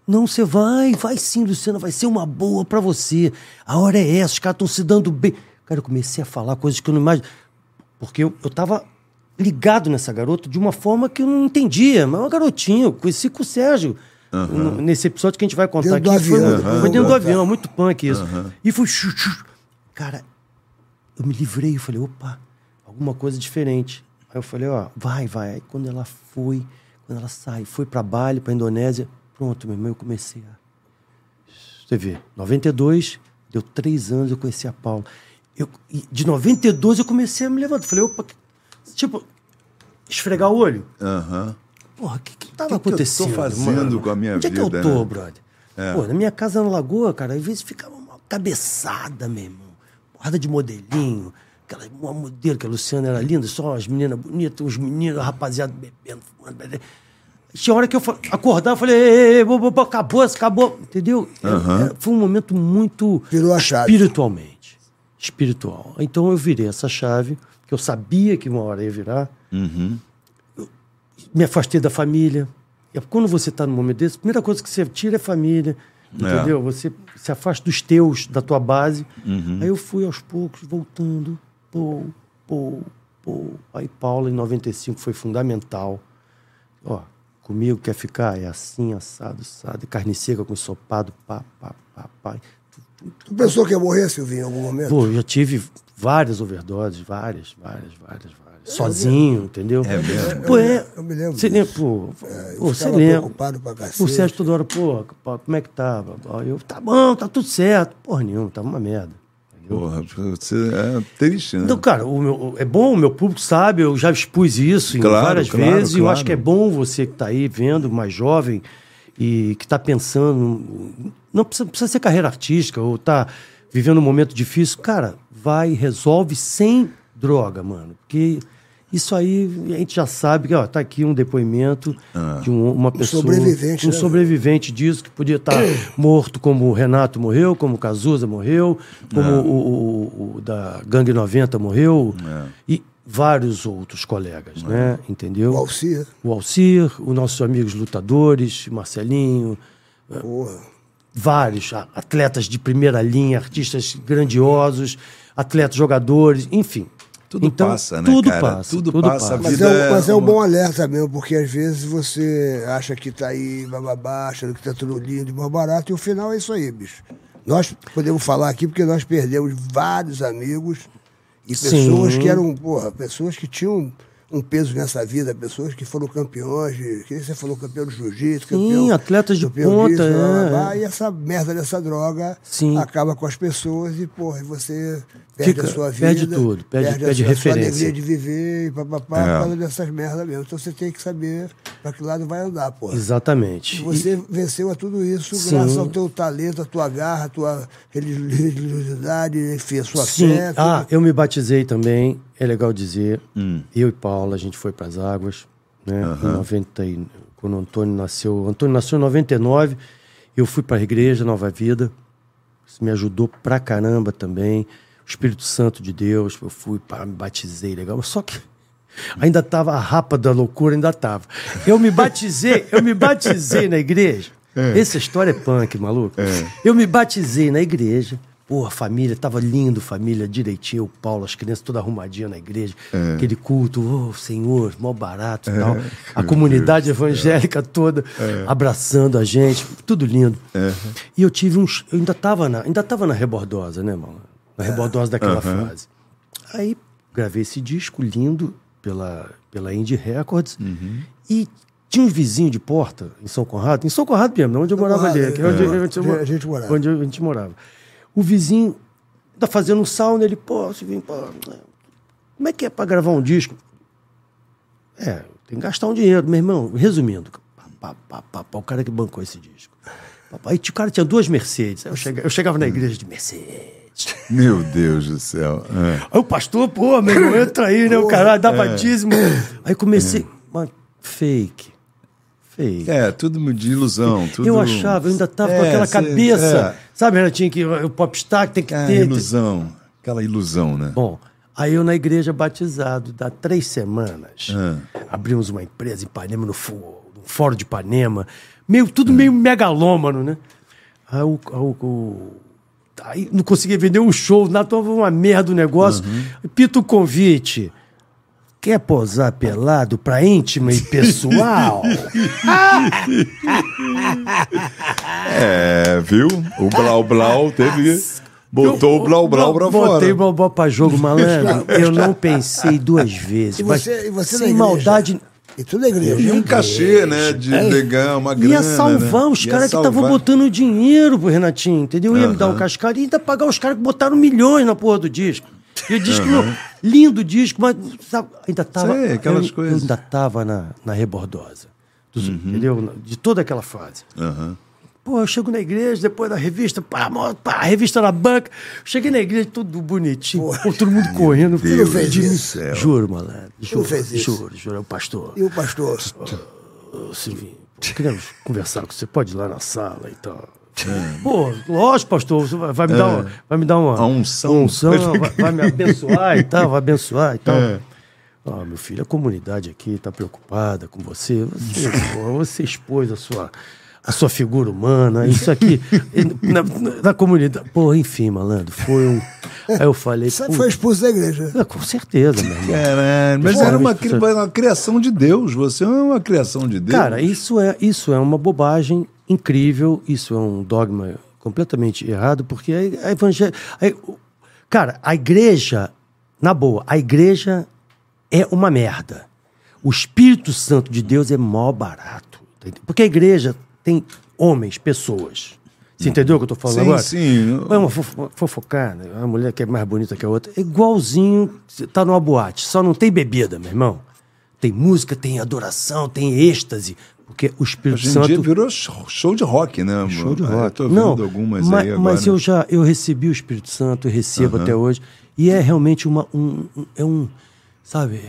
Speaker 6: não, você vai, vai sim, Luciana, vai ser uma boa pra você. A hora é essa, os caras estão se dando bem. Cara, eu comecei a falar coisas que eu não imagino. Porque eu, eu tava ligado nessa garota de uma forma que eu não entendia. Mas é uma garotinha, eu conheci com o Sérgio. n- Nesse episódio que a gente vai contar
Speaker 5: Dentro do
Speaker 6: aqui. Foi,
Speaker 5: avião.
Speaker 6: foi
Speaker 5: Aham.
Speaker 6: dentro do avião, muito punk isso. E foi. chu, chu. Cara, eu me livrei, eu falei, opa, alguma coisa diferente. Aí eu falei, ó, vai, vai. Aí quando ela foi, quando ela sai, foi pra Bali, pra Indonésia, pronto, meu irmão, eu comecei a. Você vê, 92, deu três anos, eu conheci a Paula. Eu, e de 92 eu comecei a me levantar. Falei, opa, que- tipo, esfregar o olho.
Speaker 2: Aham.
Speaker 6: Porra, o que, que
Speaker 2: que
Speaker 6: tava
Speaker 2: eu tô
Speaker 6: acontecendo?
Speaker 2: fazendo
Speaker 6: mano?
Speaker 2: com a minha
Speaker 6: Onde Onde é
Speaker 2: vida,
Speaker 6: que eu tô,
Speaker 2: né?
Speaker 6: brother?
Speaker 5: É.
Speaker 6: Pô, na minha casa na Lagoa, cara, às vezes ficava uma cabeçada, meu irmão. Porrada de modelinho. Aquela, uma modelo que a Luciana era linda, só as meninas bonitas, os meninos, a rapaziada bebendo, fumando. blá, blá. Tinha hora que eu fa- acordava, eu falei, ei, ei, ei, bo- bo- bo- acabou, acabou, entendeu? Era- era- foi um momento muito
Speaker 5: Virou a chave.
Speaker 6: espiritualmente. Espiritual. Então eu virei essa chave, que eu sabia que uma hora ia virar. Eu me afastei da família. É quando você está num momento desse, a primeira coisa que você tira é família. Entendeu? Você se afasta dos teus, da tua base. Aí eu fui aos poucos, voltando. Pô, pô, pô. Aí Paula, em 95, foi fundamental ó, comigo quer ficar? É assim, assado, assado, carne seca com ensopado, pá, pá, pá, pá.
Speaker 5: Tu pensou que ia morrer, Silvinho, em algum momento?
Speaker 6: Pô, eu já tive várias overdoses, várias, várias, várias, várias. Sozinho, entendeu? É mesmo. Pô, é.
Speaker 5: Eu me lembro É,
Speaker 6: Você lembra, pô?
Speaker 5: eu
Speaker 6: pô, Você
Speaker 5: ficava
Speaker 6: lembra?
Speaker 5: preocupado pra cacete.
Speaker 6: O Sérgio toda hora, pô, pô, como é que tá? Aí Eu, tá bom, tá tudo certo. Porra nenhuma, tava uma merda.
Speaker 2: Porra, você é triste, né?
Speaker 6: Então, cara, o meu- é bom, o meu público sabe, eu já expus isso em
Speaker 2: Claro,
Speaker 6: várias
Speaker 2: claro,
Speaker 6: vezes, e eu
Speaker 2: claro.
Speaker 6: acho que é bom você que está aí vendo, mais jovem, e que está pensando, não precisa, precisa ser carreira artística, ou tá está vivendo um momento difícil, cara, vai, resolve sem droga, mano, porque Isso aí a gente já sabe que ó, tá aqui um depoimento
Speaker 2: Ah.
Speaker 6: de um- uma pessoa.
Speaker 5: sobrevivente,
Speaker 6: Um
Speaker 5: né?
Speaker 6: sobrevivente disso, que podia estar morto como o Renato morreu, como o Cazuza morreu, como
Speaker 2: É.
Speaker 6: o, o- o- o da Gangue 90 morreu,
Speaker 2: É.
Speaker 6: e vários outros colegas, né? Entendeu?
Speaker 5: O Alcir.
Speaker 6: O Alcir, os nossos amigos lutadores, Marcelinho,
Speaker 5: Porra.
Speaker 6: vários a- atletas de primeira linha, artistas grandiosos, atletas, jogadores, enfim.
Speaker 2: Tudo
Speaker 6: Então,
Speaker 2: passa, né,
Speaker 6: tudo
Speaker 2: cara?
Speaker 6: Passa,
Speaker 2: Tudo passa, a
Speaker 5: Mas,
Speaker 2: vida
Speaker 5: é, um- mas é um
Speaker 2: uma-
Speaker 5: bom alerta mesmo, porque às vezes você acha que tá aí bababá, achando que tá tudo lindo, mais barato, e o final é isso aí, bicho. Nós podemos falar aqui porque nós perdemos vários amigos e
Speaker 6: Sim.
Speaker 5: pessoas que eram, porra, pessoas que tinham um peso nessa vida, pessoas que foram campeões, de, que nem você falou campeão do jiu-jitsu, campeão.
Speaker 6: atletas de
Speaker 5: campeão
Speaker 6: ponta,
Speaker 5: disso, blá, blá,
Speaker 6: é.
Speaker 5: blá, E essa merda dessa droga
Speaker 6: Sim.
Speaker 5: acaba com as pessoas e, porra, e você perde
Speaker 6: Fica-
Speaker 5: a sua vida.
Speaker 6: perde tudo, perde-
Speaker 5: a
Speaker 6: perde
Speaker 5: sua- a sua
Speaker 6: referência.
Speaker 5: alegria de de viver e papapá,
Speaker 2: É.
Speaker 5: por causa dessas merdas mesmo. Então você tem que saber pra que lado vai andar, pô.
Speaker 6: Exatamente.
Speaker 5: Você venceu a tudo isso
Speaker 6: Sim.
Speaker 5: graças ao teu talento, à tua garra, à tua religi- religiosidade, enfim, a sua
Speaker 6: Sim.
Speaker 5: fé. tudo.
Speaker 6: Ah, eu me batizei também, é legal dizer. Eu e Paula, a gente foi para as águas, né? Em 90 e- quando o Antônio nasceu. O Antônio nasceu em 99, eu fui para a igreja Nova Vida. Isso me ajudou pra caramba também. O Espírito Santo de Deus, eu fui para me batizei, legal. Só que ainda tava a rapa da loucura, ainda tava. Eu me batizei, eu me batizei na igreja. Essa história é punk, maluco. Eu me batizei na igreja. Porra, a família, tava lindo, família, direitinho, o Paulo, as crianças toda arrumadinha na igreja, aquele culto, ô Senhor, mó barato e tal. A comunidade evangélica toda abraçando a gente, tudo lindo. E eu tive uns. Eu ainda tava na, ainda tava na rebordosa, né, mano? Na rebordosa daquela fase. Aí gravei esse disco lindo pela, pela Indie Records e tinha um vizinho de porta em São Conrado, em São Conrado mesmo, onde eu morava
Speaker 5: Conrado,
Speaker 6: ali, que é
Speaker 5: é.
Speaker 6: onde, onde eu
Speaker 5: Onde
Speaker 6: mo-
Speaker 5: a gente morava.
Speaker 6: Onde a gente morava. O vizinho tá fazendo um sound, ele, pô, você vem, pô, como é que é pra gravar um disco? É, tem que gastar um dinheiro, meu irmão. Resumindo, pá, pá, pá, pá, pá, o cara que bancou esse disco. Pá, pá. Aí o cara tinha duas Mercedes. Aí eu chega- eu chegava na igreja de Mercedes.
Speaker 2: Meu Deus do céu. É.
Speaker 6: Aí o pastor, pô, meu irmão, entra aí, né? O caralho dá batismo. Aí comecei. Mas fake. Fake.
Speaker 2: É, tudo de ilusão. Tudo...
Speaker 6: Eu achava, eu ainda tava com
Speaker 2: É,
Speaker 6: aquela
Speaker 2: cê- é.
Speaker 6: cabeça. Sabe, ela tinha que. O popstar que tem que
Speaker 2: É,
Speaker 6: ter.
Speaker 2: ilusão. Aquela ilusão, né?
Speaker 6: Bom, aí eu na igreja batizado, dá três semanas,
Speaker 2: Ah.
Speaker 6: abrimos uma empresa em Ipanema, no, fu- no Fórum de Ipanema, meio, tudo meio megalômano, né? Aí, o, o- o- aí não conseguia vender um show, na tava uma merda o negócio.
Speaker 2: Uhum.
Speaker 6: Pita o convite. Quer posar pelado pra íntima e pessoal?
Speaker 2: É, viu? O Blau Blau teve. Botou o Blau Blau pra fora.
Speaker 6: Botei o Blaublau pra jogo, malandro. Eu não pensei duas vezes.
Speaker 5: E
Speaker 6: mas
Speaker 5: você, e você na
Speaker 6: sem
Speaker 5: igreja?
Speaker 6: maldade...
Speaker 5: E tu na
Speaker 2: E
Speaker 5: igreja.
Speaker 2: um cachê, né? De pegar uma grana.
Speaker 6: É. ia salvar
Speaker 2: né?
Speaker 6: os
Speaker 2: Ia
Speaker 6: caras que
Speaker 2: salvar.
Speaker 6: estavam botando dinheiro pro Renatinho, entendeu? Ia me dar um cascalho e ainda pagar os caras que botaram milhões na porra do disco. E o disco, lindo disco, mas sabe, ainda tava.
Speaker 2: Sei, aquelas
Speaker 6: eu- eu
Speaker 2: coisas. Uhum.
Speaker 6: ainda tava na, na rebordosa. dos- Entendeu? Na- De toda aquela fase. Pô, eu chego na igreja, depois da revista, pá, mó- pá, a revista na banca. Cheguei na igreja, tudo bonitinho, pô, todo mundo correndo.
Speaker 2: Deus
Speaker 6: pedindo-
Speaker 2: do céu.
Speaker 6: Juro, malandro. Juro,
Speaker 5: fez isso?
Speaker 6: juro, juro, é o pastor.
Speaker 5: E o pastor?
Speaker 6: Ô, Silvinho, pô, queremos conversar com você. Pode ir lá na sala e tal. Pô, lógico, pastor, você vai vai me, dar uma, vai me dar uma
Speaker 2: A unção.
Speaker 6: unção, vai, vai me abençoar e tal, vai abençoar e tal. Ah, meu filho, a comunidade aqui está preocupada com você. Você, pô, você expôs a sua, a sua figura humana, isso aqui, na, na- na comunidade. Pô, enfim, malandro, foi um. Aí eu falei.
Speaker 5: Sabe, foi expulso da igreja.
Speaker 6: "Pô, Com certeza, meu irmão.
Speaker 2: Caralho, É, né? mas
Speaker 6: Porra,
Speaker 2: era uma,
Speaker 6: mas-
Speaker 2: cri- uma criação de Deus. Você é uma criação de Deus.
Speaker 6: Cara, isso é, isso é uma bobagem incrível, isso é um dogma completamente errado, porque a, a evangé- a- o- cara, a igreja, na boa, a igreja é uma merda. O Espírito Santo de Deus é mó barato. entendeu? Porque a igreja tem homens, pessoas. Você entendeu o que eu tô falando
Speaker 2: Uhum. Sim, sim.
Speaker 6: agora? É uma fofo- fofocada, uma mulher que é mais bonita que a outra. É igualzinho, você tá numa boate, só não tem bebida, meu irmão. Tem música, tem adoração, tem êxtase. Porque o Espírito
Speaker 2: Hoje em
Speaker 6: Santo.
Speaker 2: dia virou show show de rock, né? amor?
Speaker 6: Show de
Speaker 2: É,
Speaker 6: rock.
Speaker 2: Tô vendo
Speaker 6: Não,
Speaker 2: algumas
Speaker 6: ma-
Speaker 2: aí agora. né?
Speaker 6: Mas eu já eu recebi o Espírito Santo e recebo até hoje. E é realmente uma, um, um- é um, sabe,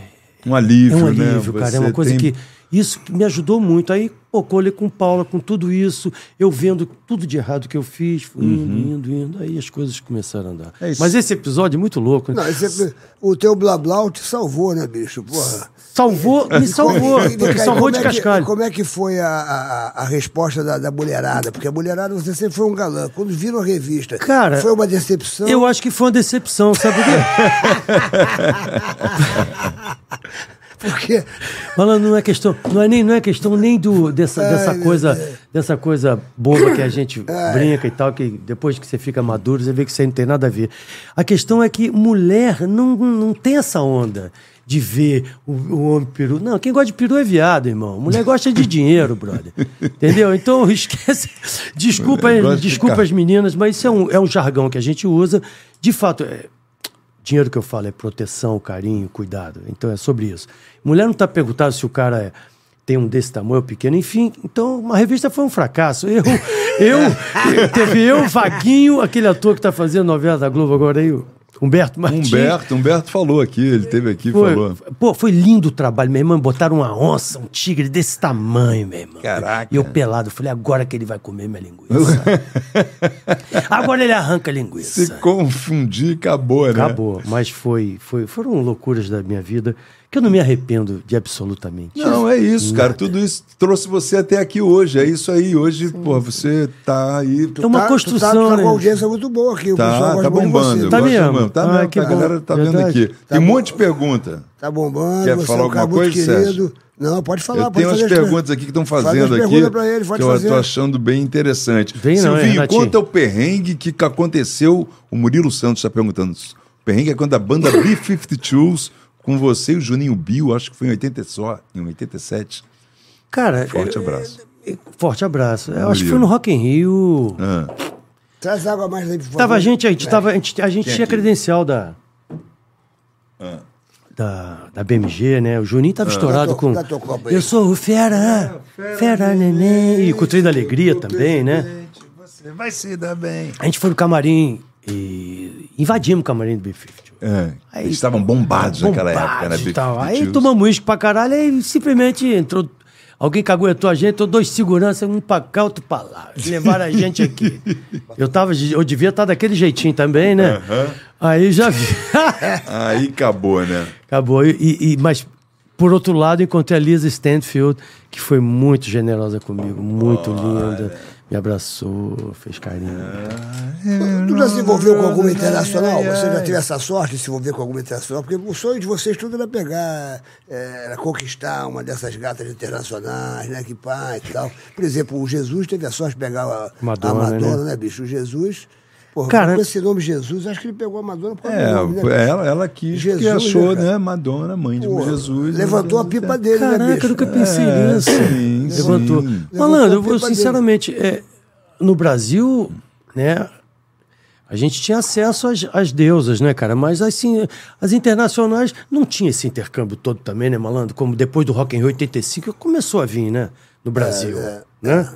Speaker 4: Um alívio,
Speaker 6: É um
Speaker 4: né?
Speaker 6: alívio, cara. É uma
Speaker 4: Você
Speaker 6: coisa
Speaker 4: tem-
Speaker 6: que. Isso que me ajudou muito. Aí, pô, colhei com Paula, com tudo isso, eu vendo tudo de errado que eu fiz, fui indo, indo, indo. Aí as coisas começaram a andar.
Speaker 4: Uhum. isso.
Speaker 6: Mas esse episódio é muito louco. né?
Speaker 5: Não, esse- é- o teu Blablau te salvou, né, bicho? Porra.
Speaker 6: Salvou,
Speaker 5: é
Speaker 6: me salvou.
Speaker 5: E,
Speaker 6: Me
Speaker 5: cara,
Speaker 6: salvou
Speaker 5: como
Speaker 6: de
Speaker 5: é que-
Speaker 6: cascalho.
Speaker 5: Como é que foi a, a, a- a resposta da, da mulherada? Porque a mulherada, você sempre foi um galã. Quando viram a revista,
Speaker 6: Cara,
Speaker 5: foi uma decepção.
Speaker 6: Eu acho que foi uma decepção, sabe por quê?
Speaker 5: Porque
Speaker 6: Falando, não é questão, não é nem, não é questão nem do, dessa, dessa
Speaker 5: Ai, meu
Speaker 6: coisa, dessa coisa boba que a gente brinca e tal, que depois que você fica maduro, você vê que isso aí não tem nada a ver. A questão é que mulher não, não tem essa onda de ver o, o homem peru. Não, quem gosta de peru é viado, irmão. Mulher gosta de dinheiro, brother. Entendeu? Então esquece. Desculpa,
Speaker 4: Mulher gosta de
Speaker 6: desculpa
Speaker 4: carro.
Speaker 6: as meninas, mas isso é um, é um jargão que a gente usa. De fato, é, Dinheiro que eu falo é proteção, carinho, cuidado. Então é sobre isso. Mulher não está perguntando se o cara é- tem um desse tamanho pequeno, enfim. Então, uma revista foi um fracasso. Eu, eu, teve eu, Vaguinho, aquele ator que está fazendo novela da Globo agora aí, o Humberto Martins.
Speaker 4: Humberto, Humberto falou aqui, ele teve aqui, e
Speaker 6: Foi,
Speaker 4: falou.
Speaker 6: pô, foi lindo o trabalho, minha irmã. Botaram uma onça, um tigre desse tamanho, meu irmão.
Speaker 4: Caraca.
Speaker 6: E eu pelado, falei, agora que ele vai comer minha linguiça. agora ele arranca a linguiça.
Speaker 4: Se confundir, acabou, né?
Speaker 6: Acabou, mas foi, foi, foram loucuras da minha vida que eu não me arrependo de absolutamente.
Speaker 4: Não, é isso, cara. Tudo isso trouxe você até aqui hoje. É isso aí. Hoje, pô, você tá aí.
Speaker 6: É uma
Speaker 5: tá,
Speaker 6: construção,
Speaker 5: tu tá, tu tá com
Speaker 6: né?
Speaker 5: uma audiência muito boa aqui. O pessoal
Speaker 4: Tá,
Speaker 5: gosta
Speaker 4: tá
Speaker 5: muito de
Speaker 4: bombando.
Speaker 5: você.
Speaker 6: Tá
Speaker 4: gosto
Speaker 6: mesmo?
Speaker 4: Tá
Speaker 6: Ah,
Speaker 4: mesmo.
Speaker 6: que
Speaker 4: a
Speaker 6: bom.
Speaker 4: galera tá vendo
Speaker 6: Verdade.
Speaker 4: aqui. Tem um monte de pergunta.
Speaker 5: Tá bombando.
Speaker 4: Quer
Speaker 5: você
Speaker 4: falar
Speaker 5: é um cara
Speaker 4: alguma
Speaker 5: muito
Speaker 4: coisa,
Speaker 5: querido. Não, pode falar.
Speaker 4: eu
Speaker 5: pode
Speaker 4: tenho umas
Speaker 5: fazer as
Speaker 4: perguntas aqui que estão
Speaker 5: Faz
Speaker 4: fazendo aqui.
Speaker 5: as perguntas pra ele, pode
Speaker 4: que eu
Speaker 5: fazer.
Speaker 4: tô achando bem interessante.
Speaker 6: Vem não, é, hein,
Speaker 4: Silvinho,
Speaker 6: Renatinho?
Speaker 4: conta o perrengue que aconteceu. O Murilo Santos está perguntando. O perrengue é quando a banda B-52s com você e o Juninho Bill, acho que foi em 80 só, em 87.
Speaker 6: Cara,
Speaker 4: Forte
Speaker 6: eu-
Speaker 4: abraço.
Speaker 6: eu- forte abraço. Eu acho
Speaker 4: Murilo.
Speaker 6: que foi no Rock in Rio.
Speaker 4: É.
Speaker 5: Traz água a mais aí, por favor.
Speaker 6: Tava a gente, a gente, tava, a gente, a gente
Speaker 4: Quem
Speaker 6: tinha
Speaker 4: aqui? Ah.
Speaker 6: credencial da, da. Da BMG, né? O Juninho
Speaker 4: É.
Speaker 6: tava estourado
Speaker 5: Dá teu-
Speaker 6: com.
Speaker 5: dá teu copo aí.
Speaker 6: Eu sou o Fera! Fera neném! E com o trem da alegria também, né?
Speaker 4: é Você vai se dar bem.
Speaker 6: A gente foi no camarim e invadimos o camarim do B50.
Speaker 4: É,
Speaker 6: Aí-
Speaker 4: eles estavam bombados, naquela
Speaker 6: Bombados
Speaker 4: época, né?
Speaker 6: e tal. Aí
Speaker 4: B-52s.
Speaker 6: tomamos uísque pra caralho, aí simplesmente entrou. Alguém caguetou a gente, entrou dois seguranças, um pra cá, outro pra lá. Levaram a gente aqui. Eu tava, eu devia estar daquele jeitinho também, né? Aí já vi.
Speaker 4: Aí acabou, né?
Speaker 6: Acabou. E, e- mas, por outro lado, encontrei a Lisa Stanfield, que foi muito generosa comigo, muito linda. Me abraçou, fez carinho.
Speaker 4: É.
Speaker 5: Tu já se envolveu com alguma internacional? Você já teve essa sorte de se envolver com alguma internacional? Porque o sonho de vocês tudo era pegar, eh, era conquistar uma dessas gatas internacionais, né? Que pai e tal. Por exemplo, o Jesus teve a sorte de pegar a a Madonna,
Speaker 6: Madonna,
Speaker 5: né? bicho? O Jesus. Porra,
Speaker 6: Cara-
Speaker 5: com esse nome Jesus, acho que ele pegou a Madonna por
Speaker 4: É, ela, ela quis que
Speaker 5: Jesus,
Speaker 4: achou,
Speaker 5: né, cara?
Speaker 4: né? Madonna, mãe de
Speaker 5: Pô,
Speaker 4: Jesus. né?
Speaker 5: Levantou a pipa dele, né,
Speaker 6: Caraca,
Speaker 5: bicho?
Speaker 6: eu nunca pensei
Speaker 4: É.
Speaker 6: nisso.
Speaker 4: sim,
Speaker 6: Levantou.
Speaker 4: sim.
Speaker 5: Levantou
Speaker 6: Malandro,
Speaker 5: a
Speaker 6: eu, vou-
Speaker 5: pipa
Speaker 6: sinceramente, é, no Brasil, né? A gente tinha acesso às, às deusas, né, cara? Mas assim, as internacionais não tinha esse intercâmbio todo também, né, malandro? Como depois do Rock in Rio 85 começou a vir, né? No
Speaker 4: É,
Speaker 6: Brasil, né?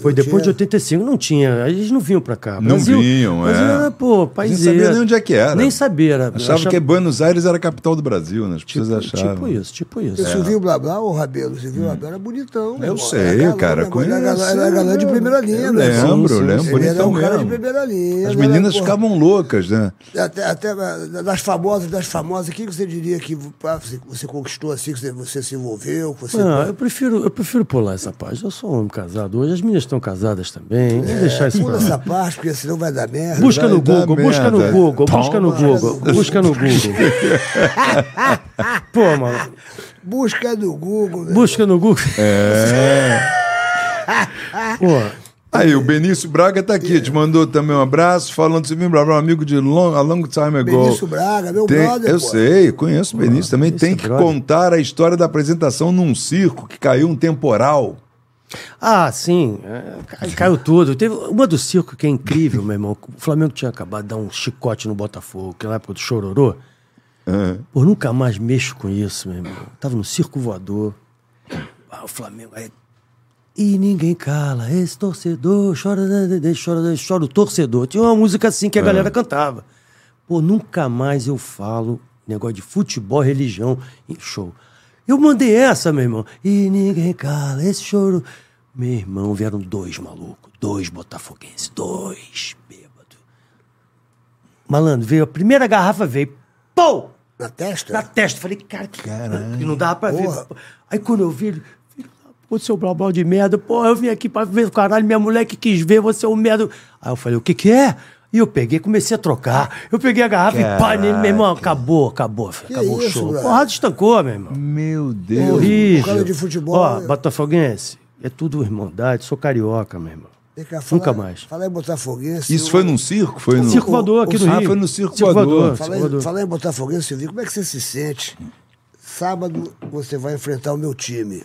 Speaker 6: Foi depois de 85, não tinha. Eles não vinham pra cá.
Speaker 4: Não
Speaker 6: Brasil,
Speaker 4: vinham,
Speaker 6: Brasil
Speaker 4: é.
Speaker 6: era, pô, paiseira.
Speaker 4: sabia nem onde é que era.
Speaker 6: Nem sabia. Era,
Speaker 4: Achava, que Buenos Aires era a capital do Brasil, né? As pessoas achavam.
Speaker 6: Tipo isso, tipo isso.
Speaker 5: Você viu o Blá Blá, o Rabelo? Você viu o Blá era bonitão.
Speaker 4: É. Hum.
Speaker 5: meu
Speaker 4: Eu
Speaker 5: irmão.
Speaker 4: sei,
Speaker 5: Era galã,
Speaker 4: cara,
Speaker 5: meu irmão. Era galã,
Speaker 4: conheço,
Speaker 5: era galã de
Speaker 4: eu-
Speaker 5: primeira linha,
Speaker 4: eu
Speaker 5: né?
Speaker 4: lembro,
Speaker 5: Sim, sim,
Speaker 4: lembro,
Speaker 5: sim.
Speaker 4: bonitão
Speaker 5: Ele era um cara de
Speaker 4: mesmo.
Speaker 5: primeira linha.
Speaker 4: As
Speaker 5: ele era,
Speaker 4: meninas
Speaker 5: porra,
Speaker 4: ficavam loucas, né?
Speaker 5: Até, até da- das famosas, das famosas, o que você diria que pá, você, você conquistou assim, que você, você se envolveu, que você. tá-
Speaker 6: Não,
Speaker 4: é
Speaker 6: eu prefiro, eu prefiro pular essa página. Eu sou um homem casado hoje, as meninas estão casadas também. Vamos deixar isso
Speaker 5: Pula
Speaker 6: pra lá.
Speaker 5: essa parte, porque senão vai dar merda.
Speaker 6: Busca
Speaker 4: Vai
Speaker 6: no
Speaker 4: dar
Speaker 6: Google, busca no
Speaker 4: merda.
Speaker 6: Google, busca no
Speaker 5: Toma.
Speaker 6: Google, busca no Google. Pô, mano,
Speaker 5: Busca no Google. né?
Speaker 6: busca no Google. É. Pô,
Speaker 4: Aí, o Benício Braga tá aqui, te mandou também um abraço, falando de mim, blá, blá, um amigo de long, a long time ago.
Speaker 5: Benício Braga, meu
Speaker 4: Tem-
Speaker 5: brother,
Speaker 4: Eu
Speaker 5: pô.
Speaker 4: sei, conheço o Benício também.
Speaker 6: Benício é
Speaker 4: Tem que
Speaker 6: brother.
Speaker 4: contar a história da apresentação num circo que caiu um temporal.
Speaker 6: Ah, sim. é, cai- Caiu tudo. Teve uma do circo que é incrível, meu irmão. O Flamengo tinha acabado de dar um chicote no Botafogo, que na época do Chororô. Pô, nunca mais mexo com isso, meu irmão. Tava no circo voador. Ah, o Flamengo. Aí... E ninguém cala, esse torcedor chora, né, né, chora, né, chora o torcedor. Tinha uma música assim que a galera cantava. Pô, nunca mais eu falo negócio de futebol, religião e show. Eu mandei essa, meu irmão. E ninguém cala esse choro. Meu irmão, vieram dois malucos, dois botafoguenses, dois bêbados. Malandro, veio a primeira garrafa, veio. Pô!
Speaker 5: Na
Speaker 6: Na
Speaker 5: testa?
Speaker 6: testa. Falei, cara, que que não dava pra ver. Aí quando eu vi, ele, filho da puta, seu blá blá de merda, porra, eu vim aqui pra ver o caralho, minha mulher que quis ver, você é um merda. Aí eu falei, o que que é? E eu peguei, comecei a trocar. Eu peguei a garrafa e pá nele, meu irmão, acabou, acabou, filho, acabou o
Speaker 5: isso,
Speaker 6: show.
Speaker 5: brother?
Speaker 6: Porrada estancou, meu irmão.
Speaker 2: Meu Deus.
Speaker 6: Horrível.
Speaker 5: Por causa de futebol, né?
Speaker 6: Ó,
Speaker 5: eu-
Speaker 6: Botafoguense, é tudo irmandade, sou carioca, meu irmão.
Speaker 5: Vem cá, fala-
Speaker 6: Nunca mais.
Speaker 5: Fala em Botafoguense.
Speaker 2: Isso foi num circo? Foi no...
Speaker 6: Circo voador aqui do
Speaker 2: Ah,
Speaker 6: Rio.
Speaker 2: foi no circo
Speaker 6: Circo
Speaker 2: voador.
Speaker 6: voador.
Speaker 5: Fala
Speaker 6: Salvador.
Speaker 5: em, fala em Botafoguense, Silvinho, como é que você se sente? Sábado você vai enfrentar o meu time.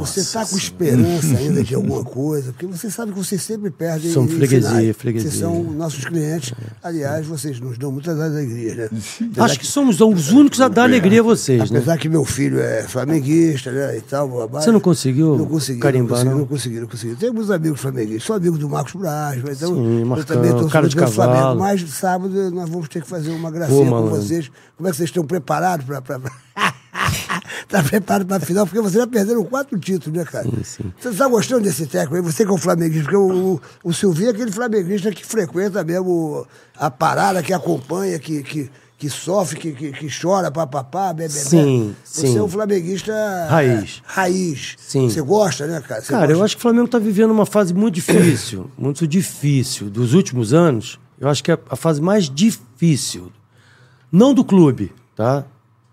Speaker 5: você está com esperança ainda de alguma coisa? Porque você sabe que vocês sempre perdem.
Speaker 6: São
Speaker 5: em
Speaker 6: freguesia,
Speaker 5: finais.
Speaker 6: freguesia. É.
Speaker 5: Vocês são nossos clientes. Aliás, vocês nos dão muitas alegrias, né? Apesar
Speaker 6: Acho que somos os únicos a dar alegria a vocês, né?
Speaker 5: Apesar que meu filho é flamenguista, né? E tal, babá.
Speaker 6: Você não conseguiu
Speaker 5: Não consegui.
Speaker 6: carimbar,
Speaker 5: não? consegui,
Speaker 6: não?
Speaker 5: Não consegui, não consegui. Tem alguns amigos flamenguistas, sou amigo do Marcos Braz, mas então,
Speaker 6: Sim,
Speaker 5: eu
Speaker 6: Marcão,
Speaker 5: também torço
Speaker 6: cara de
Speaker 5: muito pelo
Speaker 6: cavalo.
Speaker 5: Flamengo. Mas sábado nós vamos ter que fazer uma gracinha
Speaker 6: Pô,
Speaker 5: com
Speaker 6: malandro.
Speaker 5: vocês. Como é que vocês estão preparados para. Pra... Tá preparado pra final? Porque vocês já perderam quatro títulos, né, cara?
Speaker 6: sim.
Speaker 5: Você tá gostando desse técnico aí? Você que é um flamenguista, porque o, o, o Silvinho é aquele flamenguista que frequenta mesmo a parada, que acompanha, que, que, que sofre, que, que, que chora, papapá, bebê.
Speaker 6: Sim,
Speaker 5: Você
Speaker 6: sim.
Speaker 5: é um flamenguista.
Speaker 6: Raiz.
Speaker 5: é, raiz.
Speaker 6: Sim.
Speaker 5: Você gosta, né, cara? Você
Speaker 6: Cara, eu
Speaker 5: gosta.
Speaker 6: acho que o Flamengo está vivendo uma fase muito difícil, muito difícil. Dos últimos anos, eu acho que é a fase mais difícil. Não do clube, tá?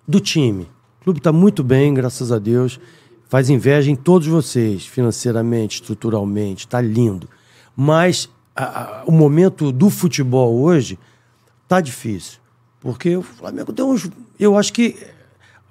Speaker 6: Do time. O clube está muito bem, graças a Deus. Faz inveja em todos vocês, financeiramente, estruturalmente, tá lindo. Mas a- a- o momento do futebol hoje tá difícil. Porque o Flamengo tem uns. Eu acho que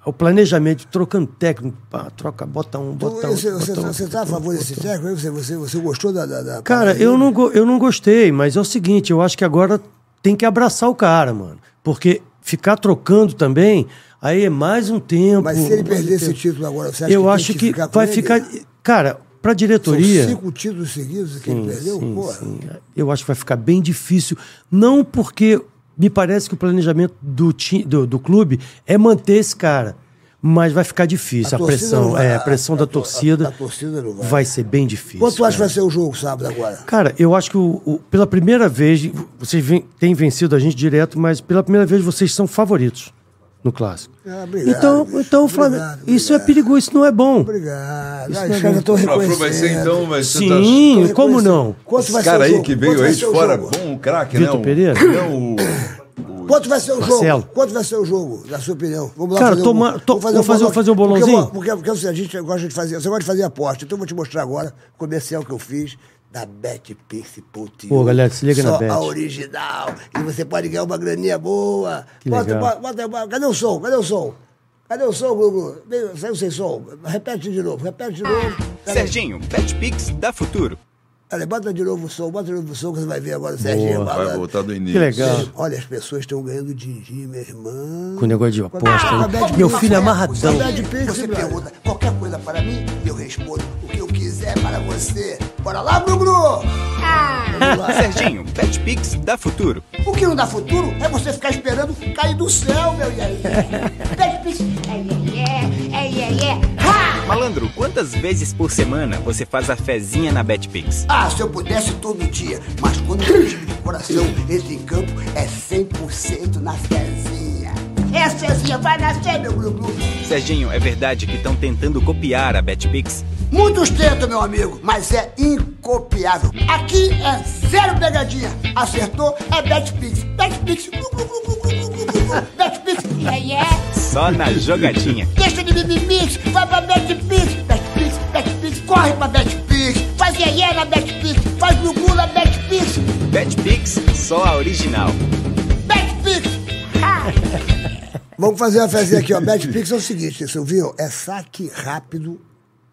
Speaker 6: o planejamento, trocando técnico, pá, troca, bota um,
Speaker 5: Então,
Speaker 6: bota um.
Speaker 5: você, você,
Speaker 6: bota um,
Speaker 5: você tá a
Speaker 6: bota um,
Speaker 5: favor desse
Speaker 6: bota um.
Speaker 5: técnico? aí? Você, você, você gostou da. da, da
Speaker 6: Cara,
Speaker 5: parada
Speaker 6: eu
Speaker 5: aí?
Speaker 6: não, go- eu não gostei, mas é o seguinte, eu acho que agora tem que abraçar o cara, mano. Porque ficar trocando também, aí é mais um tempo.
Speaker 5: Mas se ele
Speaker 6: mais um
Speaker 5: perder esse
Speaker 6: tempo.
Speaker 5: título agora, você acha
Speaker 6: Eu
Speaker 5: que tem
Speaker 6: acho
Speaker 5: que
Speaker 6: que
Speaker 5: ficar com
Speaker 6: vai
Speaker 5: ele?
Speaker 6: ficar. Cara, pra
Speaker 5: São
Speaker 6: diretoria.
Speaker 5: cinco títulos seguidos que ele perdeu?
Speaker 6: Sim,
Speaker 5: Porra.
Speaker 6: sim. Eu acho que vai ficar bem difícil. Não porque me parece que o planejamento do, ti- do, do clube é manter esse cara. Mas vai ficar difícil.
Speaker 5: A
Speaker 6: A,
Speaker 5: torcida não
Speaker 6: pressão,
Speaker 5: vai-
Speaker 6: é, a pressão
Speaker 5: a-
Speaker 6: da
Speaker 5: a- a-
Speaker 6: torcida,
Speaker 5: a torcida não vai.
Speaker 6: ser bem difícil.
Speaker 5: Quanto tu acha que
Speaker 6: cara.
Speaker 5: vai ser o jogo sábado agora?
Speaker 6: Cara, eu acho que o- o- pela primeira vez, vocês vem- têm vencido a gente direto, mas pela primeira vez vocês são favoritos no clássico.
Speaker 5: Ah, obrigado,
Speaker 6: então,
Speaker 5: bicho.
Speaker 6: então Flamengo,
Speaker 5: Obrigado,
Speaker 6: isso é
Speaker 5: obrigado.
Speaker 6: perigoso, isso não é bom.
Speaker 5: Obrigado. Ah,
Speaker 6: não
Speaker 5: os
Speaker 6: é
Speaker 5: caras
Speaker 6: bom.
Speaker 5: estão reconhecendo.
Speaker 2: vai ser então, vai ser...
Speaker 6: é
Speaker 4: tá-
Speaker 6: Sim,
Speaker 5: Tô
Speaker 6: como
Speaker 5: reconhecendo.
Speaker 6: não?
Speaker 5: Quanto vai
Speaker 2: Esse
Speaker 5: ser
Speaker 2: cara
Speaker 5: o
Speaker 2: aí
Speaker 5: jogo?
Speaker 2: que
Speaker 5: Quanto
Speaker 2: veio
Speaker 5: vai
Speaker 2: aí
Speaker 5: ser
Speaker 2: de
Speaker 5: o
Speaker 2: fora,
Speaker 5: jogo?
Speaker 2: bom craque, né?
Speaker 6: Vitor
Speaker 2: O-
Speaker 6: Pereira?
Speaker 2: Não, o...
Speaker 5: Quanto vai ser o
Speaker 6: Marcelo.
Speaker 5: jogo? Quanto vai ser o jogo, na sua opinião? Vamos lá
Speaker 6: Cara,
Speaker 5: fazer
Speaker 6: toma-
Speaker 5: um,
Speaker 6: to- vou fazer- vou fazer um
Speaker 5: Porque eu
Speaker 6: bolãozinho?
Speaker 5: vou- Porque, porque, é o seguinte, a gente gosta de fazer, você gosta de fazer aposta. Então eu vou te mostrar agora o comercial que eu fiz da BetPix.io.
Speaker 6: Pô, galera, se liga na
Speaker 5: Só
Speaker 6: Bet.
Speaker 5: a original. E você pode ganhar uma graninha boa.
Speaker 6: Que
Speaker 5: bota,
Speaker 6: legal.
Speaker 5: Bota, bota- bota- cadê o som? Cadê o som? Cadê o som, Gugu? Veio- Saiu sem som. Repete de novo, repete de novo. Peraí.
Speaker 3: Serginho, BetPix da Futuro.
Speaker 5: Olha, bota de novo o som, bota de novo o som que você vai ver agora, Serginho.
Speaker 2: Vai
Speaker 5: malandro.
Speaker 2: voltar do
Speaker 6: Que
Speaker 2: início.
Speaker 6: legal.
Speaker 5: Olha, as pessoas estão ganhando din-din, meu irmão.
Speaker 6: Com o negócio de aposta.
Speaker 5: Ah,
Speaker 6: né?
Speaker 5: Bad
Speaker 6: Meu
Speaker 5: Pix,
Speaker 6: filho é
Speaker 5: né?
Speaker 6: amarradão.
Speaker 5: Bad Pix,
Speaker 8: Você
Speaker 5: brother.
Speaker 8: pergunta qualquer coisa para mim, eu respondo o que eu quiser para você. Bora lá, Bruno!
Speaker 3: Serginho, BetPix da Futuro.
Speaker 8: O que não dá futuro é você ficar esperando cair do céu, meu iaí.
Speaker 3: Malandro, quantas vezes por semana você faz a fezinha na BetPix?
Speaker 8: Ah, se eu pudesse todo dia, mas quando o time de coração entra em campo, é 100% na fezinha. É fezinha, vai nascer, meu Bruno.
Speaker 3: Serginho, é verdade que estão tentando copiar a BetPix?
Speaker 8: Muitos tentam, meu amigo, mas é incopiável. Aqui é zero pegadinha. Acertou, é Betpix. Betpix. Uh, uh, uh, uh, uh, uh, uh. Betpix. É, é.
Speaker 3: Só na jogadinha.
Speaker 8: Deixa de mimimix. Vai pra Betpix. Betpix, Betpix. Corre pra Betpix. Faz iê iê na Betpix. Faz gugu na Betpix.
Speaker 3: BetPix, só a original.
Speaker 8: Betpix. Ha!
Speaker 5: Vamos fazer uma fezinha aqui, ó. Betpix é o seguinte, você ouviu? É saque rápido,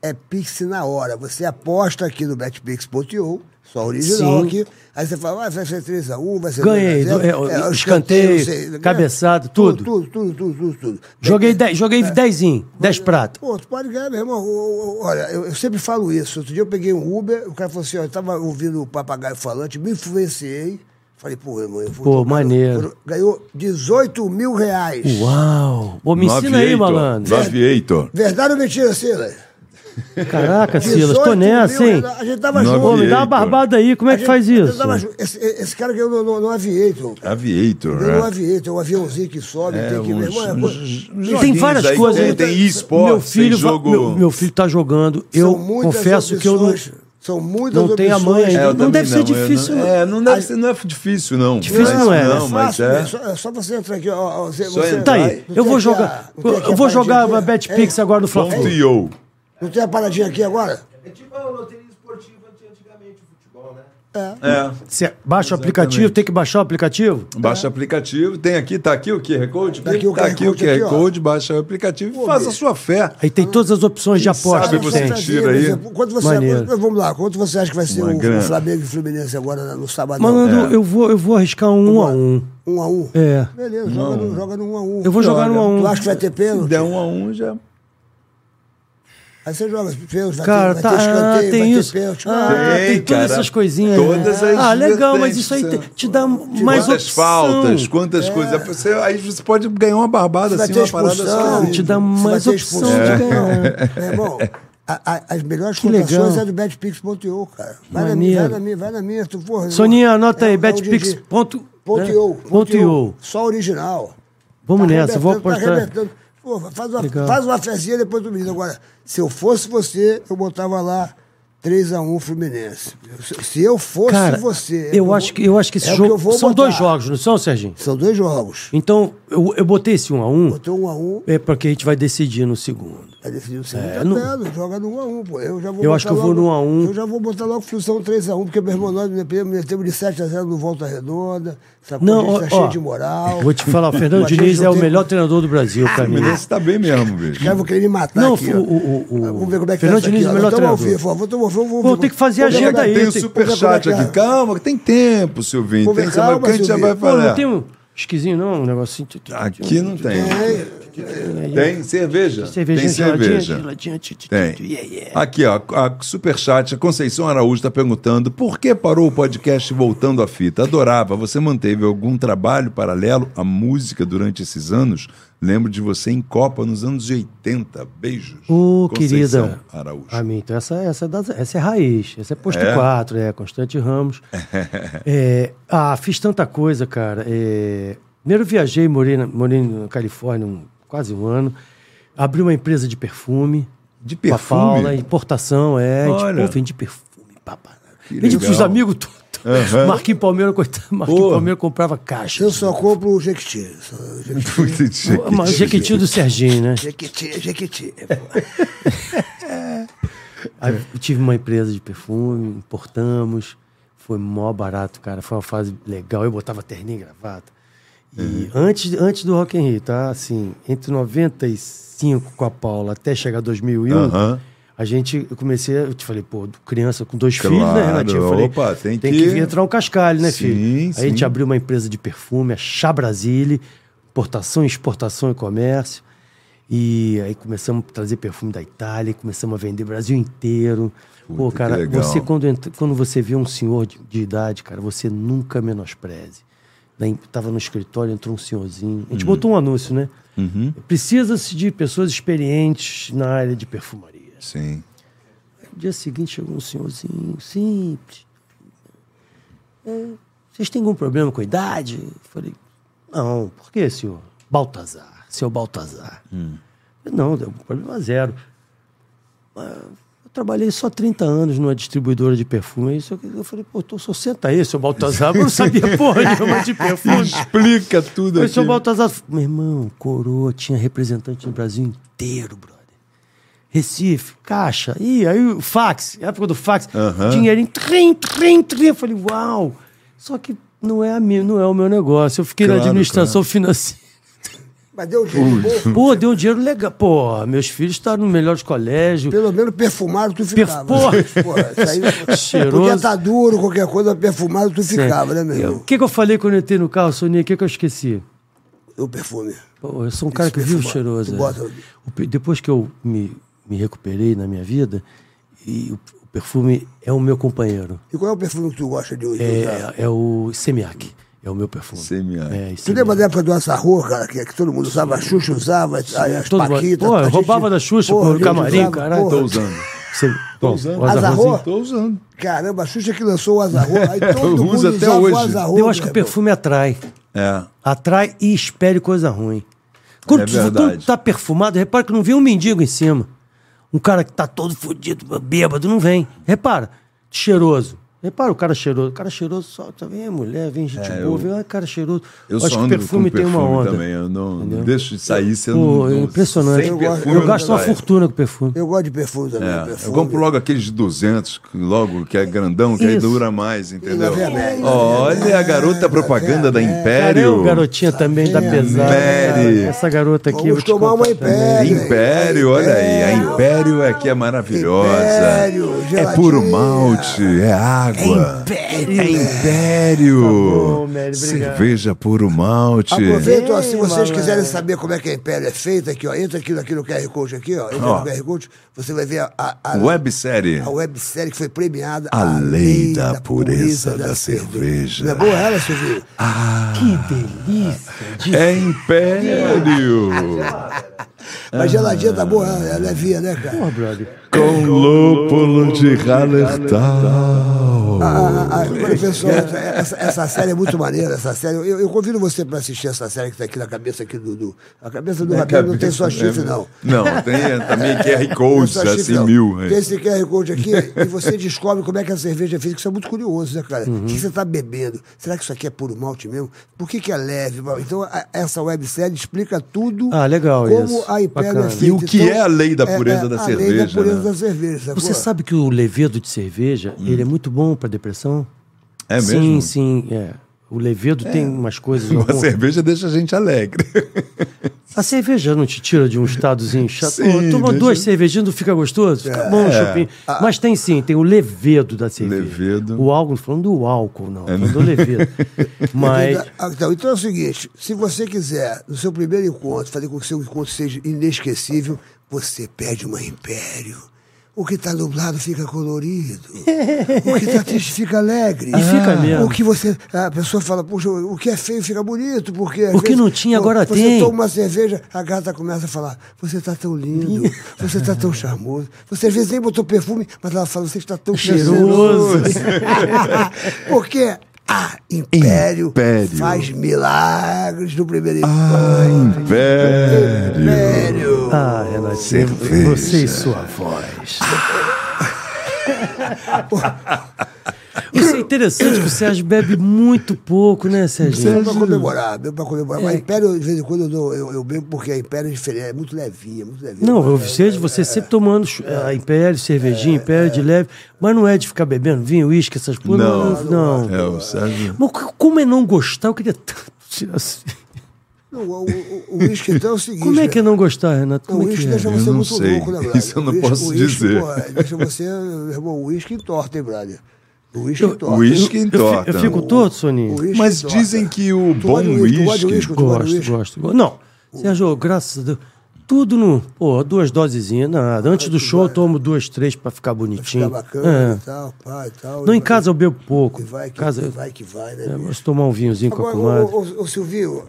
Speaker 5: é pix na hora. Você aposta aqui no betpix.io, só original
Speaker 6: Sim.
Speaker 5: aqui. Aí você fala, ah, vai ser 3x1, vai ser
Speaker 6: Ganhei,
Speaker 5: 2 a 0.
Speaker 6: do- é,
Speaker 5: o
Speaker 6: escanteio,
Speaker 5: né?
Speaker 6: cabeçada, tudo.
Speaker 5: Tudo, tudo, tudo, tudo. tudo. é.
Speaker 6: Joguei 10, joguei 10zinho, 10 prato.
Speaker 5: Pô, tu pode ganhar, meu irmão. O- o- Olha, eu, eu sempre falo isso. Outro dia eu peguei um Uber, o cara falou assim, ó, eu tava ouvindo o papagaio falante, me influenciei, Falei, pô, irmão, eu fui.
Speaker 6: Pô,
Speaker 5: tocar.
Speaker 6: maneiro.
Speaker 5: Ganhou 18 mil reais.
Speaker 6: Uau! Pô, me ensina aí, malandro.
Speaker 4: 98.
Speaker 5: Verdade ou mentira, Silas?
Speaker 6: Caraca, Silas, tô nessa, hein?
Speaker 5: reais. A gente tava
Speaker 4: Nove
Speaker 6: Pô,
Speaker 5: junto.
Speaker 6: me dá uma
Speaker 4: Aviator.
Speaker 6: barbada aí, como
Speaker 5: né? A
Speaker 6: é que
Speaker 5: gente-
Speaker 6: faz
Speaker 5: a gente tá
Speaker 6: isso?
Speaker 5: tava junto. Esse, esse cara ganhou no, no, no Aviator. cara.
Speaker 4: Aviator,
Speaker 5: Ganhou no
Speaker 4: né?
Speaker 5: Aviator, um aviãozinho que sobe, tem que.
Speaker 4: uns-
Speaker 5: irmão, é
Speaker 4: uns-
Speaker 5: coisa-
Speaker 4: uns
Speaker 6: um tem
Speaker 4: joguinhos
Speaker 6: várias
Speaker 4: aí,
Speaker 6: coisas.
Speaker 4: Tem,
Speaker 6: né?
Speaker 4: tem esporte,
Speaker 6: meu filho
Speaker 4: tem
Speaker 6: va-
Speaker 4: jogo...
Speaker 6: meu, meu filho tá jogando. Eu
Speaker 5: são muitas
Speaker 6: confesso que eu não.
Speaker 5: opções, São muitas
Speaker 6: não tenho a
Speaker 5: opções.
Speaker 6: mãe ainda.
Speaker 4: É, eu
Speaker 6: Não
Speaker 4: também
Speaker 6: deve ser
Speaker 4: eu
Speaker 6: difícil,
Speaker 4: não-
Speaker 6: não.
Speaker 4: É, não deve ser, não é difícil, não.
Speaker 6: Difícil não é,
Speaker 4: Não,
Speaker 6: é
Speaker 4: mas
Speaker 5: Fácil,
Speaker 4: é...
Speaker 5: é só, é só você entrar aqui, ó. ó, você, você-
Speaker 6: Tá aí,
Speaker 5: Não tem
Speaker 6: eu vou
Speaker 5: aqui
Speaker 6: jogar.
Speaker 5: a- não tem aqui
Speaker 6: Eu
Speaker 5: a
Speaker 6: vou
Speaker 5: paradinha
Speaker 6: jogar
Speaker 5: aqui?
Speaker 6: a BetPix
Speaker 5: Ei,
Speaker 6: agora no Fla-Flu.
Speaker 4: Ponto e eu.
Speaker 5: Não tem a paradinha aqui agora?
Speaker 9: É tipo a loteria esportiva de antigamente, o futebol, né?
Speaker 4: É,
Speaker 6: Você baixa o aplicativo, tem que baixar o aplicativo?
Speaker 4: baixa o aplicativo, tem aqui, tá aqui o QR Code,
Speaker 5: Tá aqui o
Speaker 4: tá
Speaker 5: QR
Speaker 4: aqui o
Speaker 5: Code
Speaker 4: QR
Speaker 5: aqui, ó.
Speaker 4: Code, baixa o aplicativo e faz a sua fé.
Speaker 6: Aí
Speaker 5: Ah,
Speaker 6: tem todas as opções de aposta
Speaker 4: sabe
Speaker 6: que
Speaker 4: você
Speaker 5: tá
Speaker 6: tem.
Speaker 4: tira aí.
Speaker 5: Quanto você,
Speaker 6: Maneiro.
Speaker 5: quanto- vamos lá, quanto você acha que vai ser
Speaker 4: Uma
Speaker 5: o,
Speaker 4: grana.
Speaker 5: o Flamengo e o Fluminense agora no sábado?
Speaker 6: Malandro, eu, vou, eu vou arriscar um, a um.
Speaker 5: Um a um?
Speaker 6: É.
Speaker 5: Beleza, joga, No, joga no um a um.
Speaker 6: Eu vou jogar
Speaker 4: Joga.
Speaker 6: um a um.
Speaker 5: Tu acha que vai ter
Speaker 4: Se
Speaker 5: pênalti?
Speaker 4: der um a um, já...
Speaker 5: Aí você joga pênalti, vai
Speaker 6: Cara,
Speaker 5: ter,
Speaker 6: tá,
Speaker 5: vai ter
Speaker 6: ah,
Speaker 5: escanteio,
Speaker 6: tem
Speaker 5: vai
Speaker 6: isso.
Speaker 5: ter pênalti.
Speaker 6: Ah, tem,
Speaker 4: Tem,
Speaker 6: todas
Speaker 4: cara.
Speaker 6: essas coisinhas.
Speaker 4: Todas as
Speaker 6: Ah, legal, mas
Speaker 4: vertentes,
Speaker 6: isso aí te,
Speaker 4: né?
Speaker 6: te dá mais
Speaker 4: quantas
Speaker 6: opção. É.
Speaker 4: faltas, quantas coisas. Você- aí você pode ganhar uma barbada,
Speaker 5: vai
Speaker 4: assim,
Speaker 5: ter
Speaker 4: uma parada
Speaker 5: expulsão.
Speaker 4: assim.
Speaker 6: Te dá
Speaker 5: Você
Speaker 6: mais
Speaker 5: vai ter expulsão.
Speaker 6: opção de ganhar.
Speaker 5: Meu irmão, a- a- as melhores
Speaker 6: É. Que
Speaker 5: cotações
Speaker 6: legal.
Speaker 5: é do betpix.io, cara. Vai
Speaker 6: Maneiro.
Speaker 5: na minha, vai na minha, vai na minha. Tu, porra,
Speaker 6: Soninha, anota aí,
Speaker 5: é um
Speaker 6: betpix.
Speaker 5: Didi.
Speaker 6: Ponto,
Speaker 5: Ponto
Speaker 6: né?
Speaker 5: .io.
Speaker 6: Ponto io.
Speaker 5: Só original.
Speaker 6: Vamos
Speaker 5: Tá
Speaker 6: nessa, vou
Speaker 5: arrebentando, tá
Speaker 6: apostar.
Speaker 5: arrebentando. Pô, faz,
Speaker 6: Legal.
Speaker 5: uma, faz uma fezinha depois do menino. Agora, se eu fosse você, eu botava lá 3x1 Fluminense. Se, se eu fosse
Speaker 6: Cara,
Speaker 5: você.
Speaker 6: eu, acho que, eu acho que esse
Speaker 5: é o
Speaker 6: jogo.
Speaker 5: eu vou
Speaker 6: são dois
Speaker 5: botar.
Speaker 6: jogos, não são, Serginho?
Speaker 5: São dois jogos. um
Speaker 6: Então, eu, eu botei esse 1 a 1
Speaker 5: Botou 1x1,
Speaker 6: é porque a gente vai decidir no segundo.
Speaker 5: Aí decidiu o segundo
Speaker 6: É,
Speaker 5: é,
Speaker 6: não-
Speaker 5: joga no 1x1, pô. Eu, já vou
Speaker 6: Eu
Speaker 5: botar
Speaker 6: acho que eu vou
Speaker 5: logo,
Speaker 6: no 1x1.
Speaker 5: Eu já vou botar logo função 3x1, porque meu irmão, nós metemos de 7x0 no Volta Redonda. Essa
Speaker 6: Não,
Speaker 5: coisa
Speaker 6: ó,
Speaker 5: tá
Speaker 6: ó,
Speaker 5: cheia de moral.
Speaker 6: Vou te falar, o Fernando
Speaker 5: A gente
Speaker 6: Diniz
Speaker 5: não
Speaker 6: é o
Speaker 5: tem-
Speaker 6: melhor treinador do Brasil
Speaker 5: Ah,
Speaker 6: pra
Speaker 4: O
Speaker 6: mim.
Speaker 4: Fluminense tá bem mesmo, bicho.
Speaker 5: Os caras vão querer me matar
Speaker 6: Não,
Speaker 5: aqui,
Speaker 6: o-
Speaker 5: ó.
Speaker 6: o- o-
Speaker 5: Vamos ver como é que
Speaker 6: Fernando
Speaker 5: tá isso aqui,
Speaker 6: Diniz,
Speaker 5: ó.
Speaker 6: o melhor
Speaker 5: Nós tamo ao
Speaker 6: treinador.
Speaker 5: vivo, ó. Vamos- vamos- vamos-
Speaker 6: Vou ter que fazer a
Speaker 5: vamos ver
Speaker 6: agenda
Speaker 5: como é
Speaker 6: aí,
Speaker 4: Tem o
Speaker 6: tem-
Speaker 4: superchat aqui. Calma, que tem tempo, Silvinho.
Speaker 5: Vou ver,
Speaker 4: Tem semana
Speaker 5: calma,
Speaker 4: que a gente já vai
Speaker 5: Silvinho.
Speaker 6: Pô, não
Speaker 4: falar.
Speaker 6: tem um esquisinho, não? Um negocinho.
Speaker 4: Aqui não tem.
Speaker 5: tá
Speaker 6: Tem,
Speaker 4: Tem cerveja.
Speaker 6: né? Cervejinha
Speaker 4: tem
Speaker 6: geladinha,
Speaker 4: cerveja.
Speaker 6: geladinha. tch, tch, tch,
Speaker 4: Tem.
Speaker 6: yeah, yeah.
Speaker 4: Aqui, ó, a Superchat, a Conceição Araújo está perguntando por que parou o podcast voltando à fita? Adorava. Você manteve algum trabalho paralelo à música durante esses anos? Lembro de você em Copa nos anos 80. Beijos.
Speaker 6: Ô,
Speaker 4: Conceição
Speaker 6: querida.
Speaker 4: Araújo.
Speaker 6: Ah, minha, então essa, essa, é da- essa é raiz, essa é posto 4, é Constante Ramos. É, ah, fiz tanta coisa, cara. É, primeiro viajei, morei na, morei na Califórnia um- quase um ano. Abri uma empresa de perfume.
Speaker 4: De
Speaker 6: Com a
Speaker 4: perfume?
Speaker 6: Paula, importação, é.
Speaker 4: Olha.
Speaker 6: Tipo, vende perfume, papá. Vende
Speaker 4: legal.
Speaker 6: pros os amigos todos. Marquinhos Palmeira, coitado. Marquinhos Palmeira comprava caixa.
Speaker 5: Eu só compro o Jequiti. só- Jequiti,
Speaker 6: Mas o Jequiti do Serginho, né?
Speaker 5: Jequiti, Jequiti.
Speaker 6: Aí
Speaker 4: É.
Speaker 6: eu tive uma empresa de perfume, importamos, foi mó barato, cara. Foi uma fase legal. Eu botava terninho e gravata. E
Speaker 4: Uhum.
Speaker 6: antes, antes do Rock in Rio, tá? Assim, entre 95 com a Paula até chegar 2001,
Speaker 4: Aham.
Speaker 6: a gente, eu comecei, eu te falei, pô, criança com dois
Speaker 4: Claro,
Speaker 6: filhos, né, Renatinho? Eu falei,
Speaker 4: opa, tem
Speaker 6: que...
Speaker 4: que-
Speaker 6: vir entrar um cascalho, né,
Speaker 4: Sim,
Speaker 6: filho? Aí a gente
Speaker 4: sim.
Speaker 6: abriu uma empresa de perfume, a Chá Brasile, importação, exportação e comércio. E aí começamos a trazer perfume da Itália, começamos a vender Brasil inteiro. Pô,
Speaker 4: que
Speaker 6: cara,
Speaker 4: legal.
Speaker 6: você quando, entra- quando você vê um senhor de, de idade, cara, você nunca menospreze. Daí, tava no escritório, entrou um senhorzinho. A gente
Speaker 4: Uhum.
Speaker 6: botou um anúncio, né? Precisa-se de pessoas experientes na área de perfumaria.
Speaker 4: Sim.
Speaker 6: No dia seguinte chegou um senhorzinho simples. É, vocês têm algum problema com a idade? Eu falei, não, por que, senhor? Baltazar, seu Baltazar. Eu, Não, deu um problema zero. Mas Eu trabalhei só 30 anos numa distribuidora de perfume. é Isso eu, eu falei, pô, então só senta aí, seu Baltazar. Eu não sabia porra nenhuma de perfume.
Speaker 4: Explica tudo
Speaker 6: Foi
Speaker 4: aqui.
Speaker 6: seu Baltazar. Meu irmão, coroa, tinha representante no Brasil inteiro, brother. Recife, caixa, e aí o fax, época do fax, dinheirinho, trim, trim, trim. Eu falei, uau! Só que não é, a minha, não é o meu negócio. Eu fiquei na
Speaker 4: Claro,
Speaker 6: administração financeira.
Speaker 5: Mas deu dinheiro bom.
Speaker 6: Pô, deu um dinheiro legal. Pô, meus filhos estão nos melhores colégios.
Speaker 5: Pelo menos perfumado tu ficava.
Speaker 6: Perfu-
Speaker 5: Porra, isso aí-
Speaker 6: Cheiroso.
Speaker 5: Podia estar duro, qualquer coisa, mas perfumado tu ficava, né, meu
Speaker 6: É. Eu- O
Speaker 5: irmão?
Speaker 6: que, que eu falei quando eu entrei no carro, Soninha? O que, que eu esqueci?
Speaker 5: Eu perfume.
Speaker 6: Pô, eu sou um cara que vive
Speaker 5: perfumado.
Speaker 6: cheiroso.
Speaker 5: Tu
Speaker 6: é.
Speaker 5: bota-
Speaker 6: O pe- Depois que eu me, me recuperei na minha vida, e o, o perfume é o meu companheiro.
Speaker 5: E qual é o perfume que tu gosta de hoje?
Speaker 6: É, é o Semiac. É o meu perfume.
Speaker 4: Semiac.
Speaker 6: É,
Speaker 5: Tu lembra da época do Açarro, cara, que, que todo mundo usava, a Xuxa usava, as, as
Speaker 6: Todo mundo-
Speaker 5: Paquitas.
Speaker 6: Pô,
Speaker 5: a gente-
Speaker 6: roubava da Xuxa,
Speaker 5: Porra,
Speaker 6: pô,
Speaker 5: a
Speaker 6: no
Speaker 5: gente
Speaker 6: camarim,
Speaker 5: usava,
Speaker 6: caralho.
Speaker 5: porra.
Speaker 4: Tô usando.
Speaker 6: Sem... Bom,
Speaker 4: usando.
Speaker 6: o azarrozinho.
Speaker 5: Azarro?
Speaker 4: Tô usando.
Speaker 5: Caramba, a Xuxa que lançou o Azarro, aí todo
Speaker 4: Eu
Speaker 5: mundo
Speaker 4: uso até
Speaker 5: usava
Speaker 4: hoje.
Speaker 5: o Azarro.
Speaker 6: Eu acho que o perfume atrai.
Speaker 4: É.
Speaker 6: Atrai e espere coisa ruim. Quando,
Speaker 4: É
Speaker 6: tu,
Speaker 4: verdade.
Speaker 6: quando tu tá perfumado, repara que não vem um mendigo em cima. Um cara que tá todo fudido, bêbado, não vem. Repara, cheiroso. Repara o cara cheiroso. O cara cheiroso só, só vem mulher, vem gente boa, vem ah, cara cheiroso.
Speaker 4: É, Eu
Speaker 6: acho
Speaker 4: só
Speaker 6: que
Speaker 4: ando
Speaker 6: perfume,
Speaker 4: com
Speaker 6: tem uma onda.
Speaker 4: também. Eu não, não
Speaker 6: Entendeu?
Speaker 4: deixo de sair sendo.
Speaker 6: Pô, é
Speaker 4: não-
Speaker 6: impressionante.
Speaker 4: sem
Speaker 6: Eu
Speaker 5: gosto-
Speaker 4: perfume
Speaker 6: Eu gasto uma
Speaker 4: saio.
Speaker 6: fortuna com perfume.
Speaker 5: Eu gosto de perfume também.
Speaker 4: É, eu
Speaker 5: perfume.
Speaker 4: compro logo aqueles de 200, que logo que é grandão, que aí
Speaker 6: Isso.
Speaker 4: dura mais, entendeu?
Speaker 5: Lá vem a Mary.
Speaker 4: Olha a garota propaganda da
Speaker 6: Caramba,
Speaker 4: Império.
Speaker 6: garotinha também da pesada.
Speaker 4: Mary.
Speaker 6: Essa garota aqui.
Speaker 5: Vamos
Speaker 6: eu vou te
Speaker 5: tomar uma
Speaker 6: contar também.
Speaker 5: Império.
Speaker 4: Império, olha aí, a Império aqui é maravilhosa.
Speaker 5: Império,
Speaker 4: é
Speaker 5: geladinha.
Speaker 4: puro malte, é água. É Império.
Speaker 5: Tá
Speaker 6: bom, Mary, obrigado.
Speaker 4: Cerveja puro malte.
Speaker 5: Aproveita, ó, se
Speaker 6: Ei,
Speaker 5: vocês
Speaker 6: malandro.
Speaker 5: quiserem saber como é que a Império é feita, aqui, ó, entra aqui, no- aqui no QR Code aqui, ó. Entra
Speaker 4: Ó.
Speaker 5: no QR Code, você vai ver a, a, a,
Speaker 4: Websérie.
Speaker 5: a websérie que foi premiada.
Speaker 4: A Lei da Pureza da Cerveja. Ah.
Speaker 5: Não é boa ela, Silvio?
Speaker 6: Que delícia. de-
Speaker 4: É Império.
Speaker 5: Mas geladinha tá boa, ela ela é via, né, cara?
Speaker 6: Porra, brother.
Speaker 4: Com lúpulo de Hallertau.
Speaker 5: Ah, ah, ah, pessoal, essa, essa série é muito maneira, essa série. Eu, eu convido você para assistir essa série que está aqui na cabeça aqui do. do- a cabeça do Rabelo não tem só chifre, não.
Speaker 4: É, Não, tem também QR
Speaker 5: Não tem
Speaker 4: Codes,
Speaker 5: só chifre,
Speaker 4: assim,
Speaker 5: não.
Speaker 4: mil.
Speaker 5: Tem esse QR Code aqui e você descobre como é que a cerveja é feita, que isso é muito curioso, né, cara?
Speaker 4: Uhum.
Speaker 5: O que que você está bebendo? Será que isso aqui é puro malte mesmo? Por que, que é leve? Então, a- essa websérie explica tudo.
Speaker 6: Ah, legal
Speaker 5: como
Speaker 6: isso.
Speaker 5: a Império é
Speaker 6: Bacana.
Speaker 5: feita.
Speaker 4: E o que
Speaker 5: Então,
Speaker 4: é a lei da
Speaker 5: é-
Speaker 4: pureza
Speaker 5: é
Speaker 4: da
Speaker 5: a lei da
Speaker 4: cerveja,
Speaker 5: pureza
Speaker 4: né?
Speaker 5: da cerveja, sacou?
Speaker 6: Você sabe que o levedo de cerveja, ele é muito bom pra depressão?
Speaker 4: Hum. É mesmo?
Speaker 6: Sim, sim, é. O levedo tem umas coisas...
Speaker 4: A
Speaker 6: algum-
Speaker 4: cerveja deixa a gente alegre.
Speaker 6: A cerveja não te tira de um estadozinho chato.
Speaker 4: Sim, É.
Speaker 6: Pô, Toma
Speaker 4: deixa-
Speaker 6: duas cervejinhas, não fica gostoso? Fica bom o chupinho. Mas tem sim, tem o levedo da cerveja.
Speaker 4: Ah. Levedo. É
Speaker 6: O álcool, não tô falando do álcool, não. tô Falando do levedo. Mas...
Speaker 5: Ah, Então, então é o seguinte: se você quiser, no seu primeiro encontro, fazer com que o seu encontro seja inesquecível, você pede uma império. O que está nublado fica colorido. O que está triste fica alegre. Ah.
Speaker 6: E fica mesmo.
Speaker 5: O que você. A pessoa fala, puxa, o que é feio fica bonito, porque. às
Speaker 6: O que
Speaker 5: vezes,
Speaker 6: não tinha,
Speaker 5: pô,
Speaker 6: agora
Speaker 5: você
Speaker 6: tem.
Speaker 5: toma uma cerveja, a gata começa a falar: você está tão lindo, você está tão charmoso. Você às vezes nem botou perfume, mas ela fala: você está tão
Speaker 4: É
Speaker 6: Cheiroso.
Speaker 5: cheiroso. porque a Império,
Speaker 4: Império.
Speaker 5: faz milagres no primeiro
Speaker 4: Ah,
Speaker 5: encontro.
Speaker 4: Império.
Speaker 5: Império.
Speaker 6: Ah, Renatinho,
Speaker 4: Cerveja.
Speaker 6: você e sua voz. Isso é interessante que o Sérgio bebe muito pouco, né,
Speaker 5: Bebo
Speaker 6: Sérgio?
Speaker 5: Assim, pra comemorar, bebo pra comemorar. Mas Império, de vez em quando, eu, dou- eu, eu bebo porque a Império é diferente, é muito levinha, muito levinha.
Speaker 6: Não, eu sei de você sempre tomando chu- eh, império, cervejinha, império de leve, mas não é de ficar bebendo vinho, uísque, essas porra.
Speaker 4: Não.
Speaker 6: não.
Speaker 4: É, o Sérgio.
Speaker 6: Mas co- como é não gostar? Eu queria tanto tirar assim.
Speaker 5: Não, o- o o uísque então é o seguinte.
Speaker 6: Como é que é
Speaker 5: né?
Speaker 6: não gostar, Renato?
Speaker 5: Não,
Speaker 6: Como
Speaker 5: o
Speaker 6: é que
Speaker 5: uísque
Speaker 6: é?
Speaker 5: deixa você
Speaker 4: Eu não
Speaker 5: muito
Speaker 4: sei.
Speaker 5: louco, né, brother?
Speaker 4: Isso eu não
Speaker 5: O uísque-
Speaker 4: posso
Speaker 5: o uísque,
Speaker 4: dizer.
Speaker 5: pô, é, deixa você, meu irmão, o uísque entorta, hein, brother? O uísque
Speaker 6: Eu-
Speaker 5: entorta.
Speaker 4: uísque
Speaker 6: Eu, fi-
Speaker 4: entorta.
Speaker 6: eu fico todo, Soninho?
Speaker 5: O uísque
Speaker 4: Mas
Speaker 5: entorta.
Speaker 4: dizem que o
Speaker 5: Tu
Speaker 4: bom
Speaker 5: gosta de tu gosta de
Speaker 4: uísque.
Speaker 5: tu gosta de
Speaker 6: Gosto, gosto, gosto. Não, Sérgio, graças a Deus. Tudo no. Pô, duas dosezinhas, nada. Antes do show eu tomo duas, três pra ficar
Speaker 5: Fica
Speaker 6: bonitinho.
Speaker 5: bacana e
Speaker 6: É.
Speaker 5: tal, pá e tal.
Speaker 6: Não,
Speaker 5: E
Speaker 6: em casa eu bebo pouco.
Speaker 5: Que vai,
Speaker 6: Em
Speaker 5: que
Speaker 6: casa eu
Speaker 5: vai, que vai, né?
Speaker 6: eu gosto de tomar um vinhozinho com a
Speaker 5: Agora,
Speaker 6: comadre.
Speaker 5: ô, ô, ô, Silvio,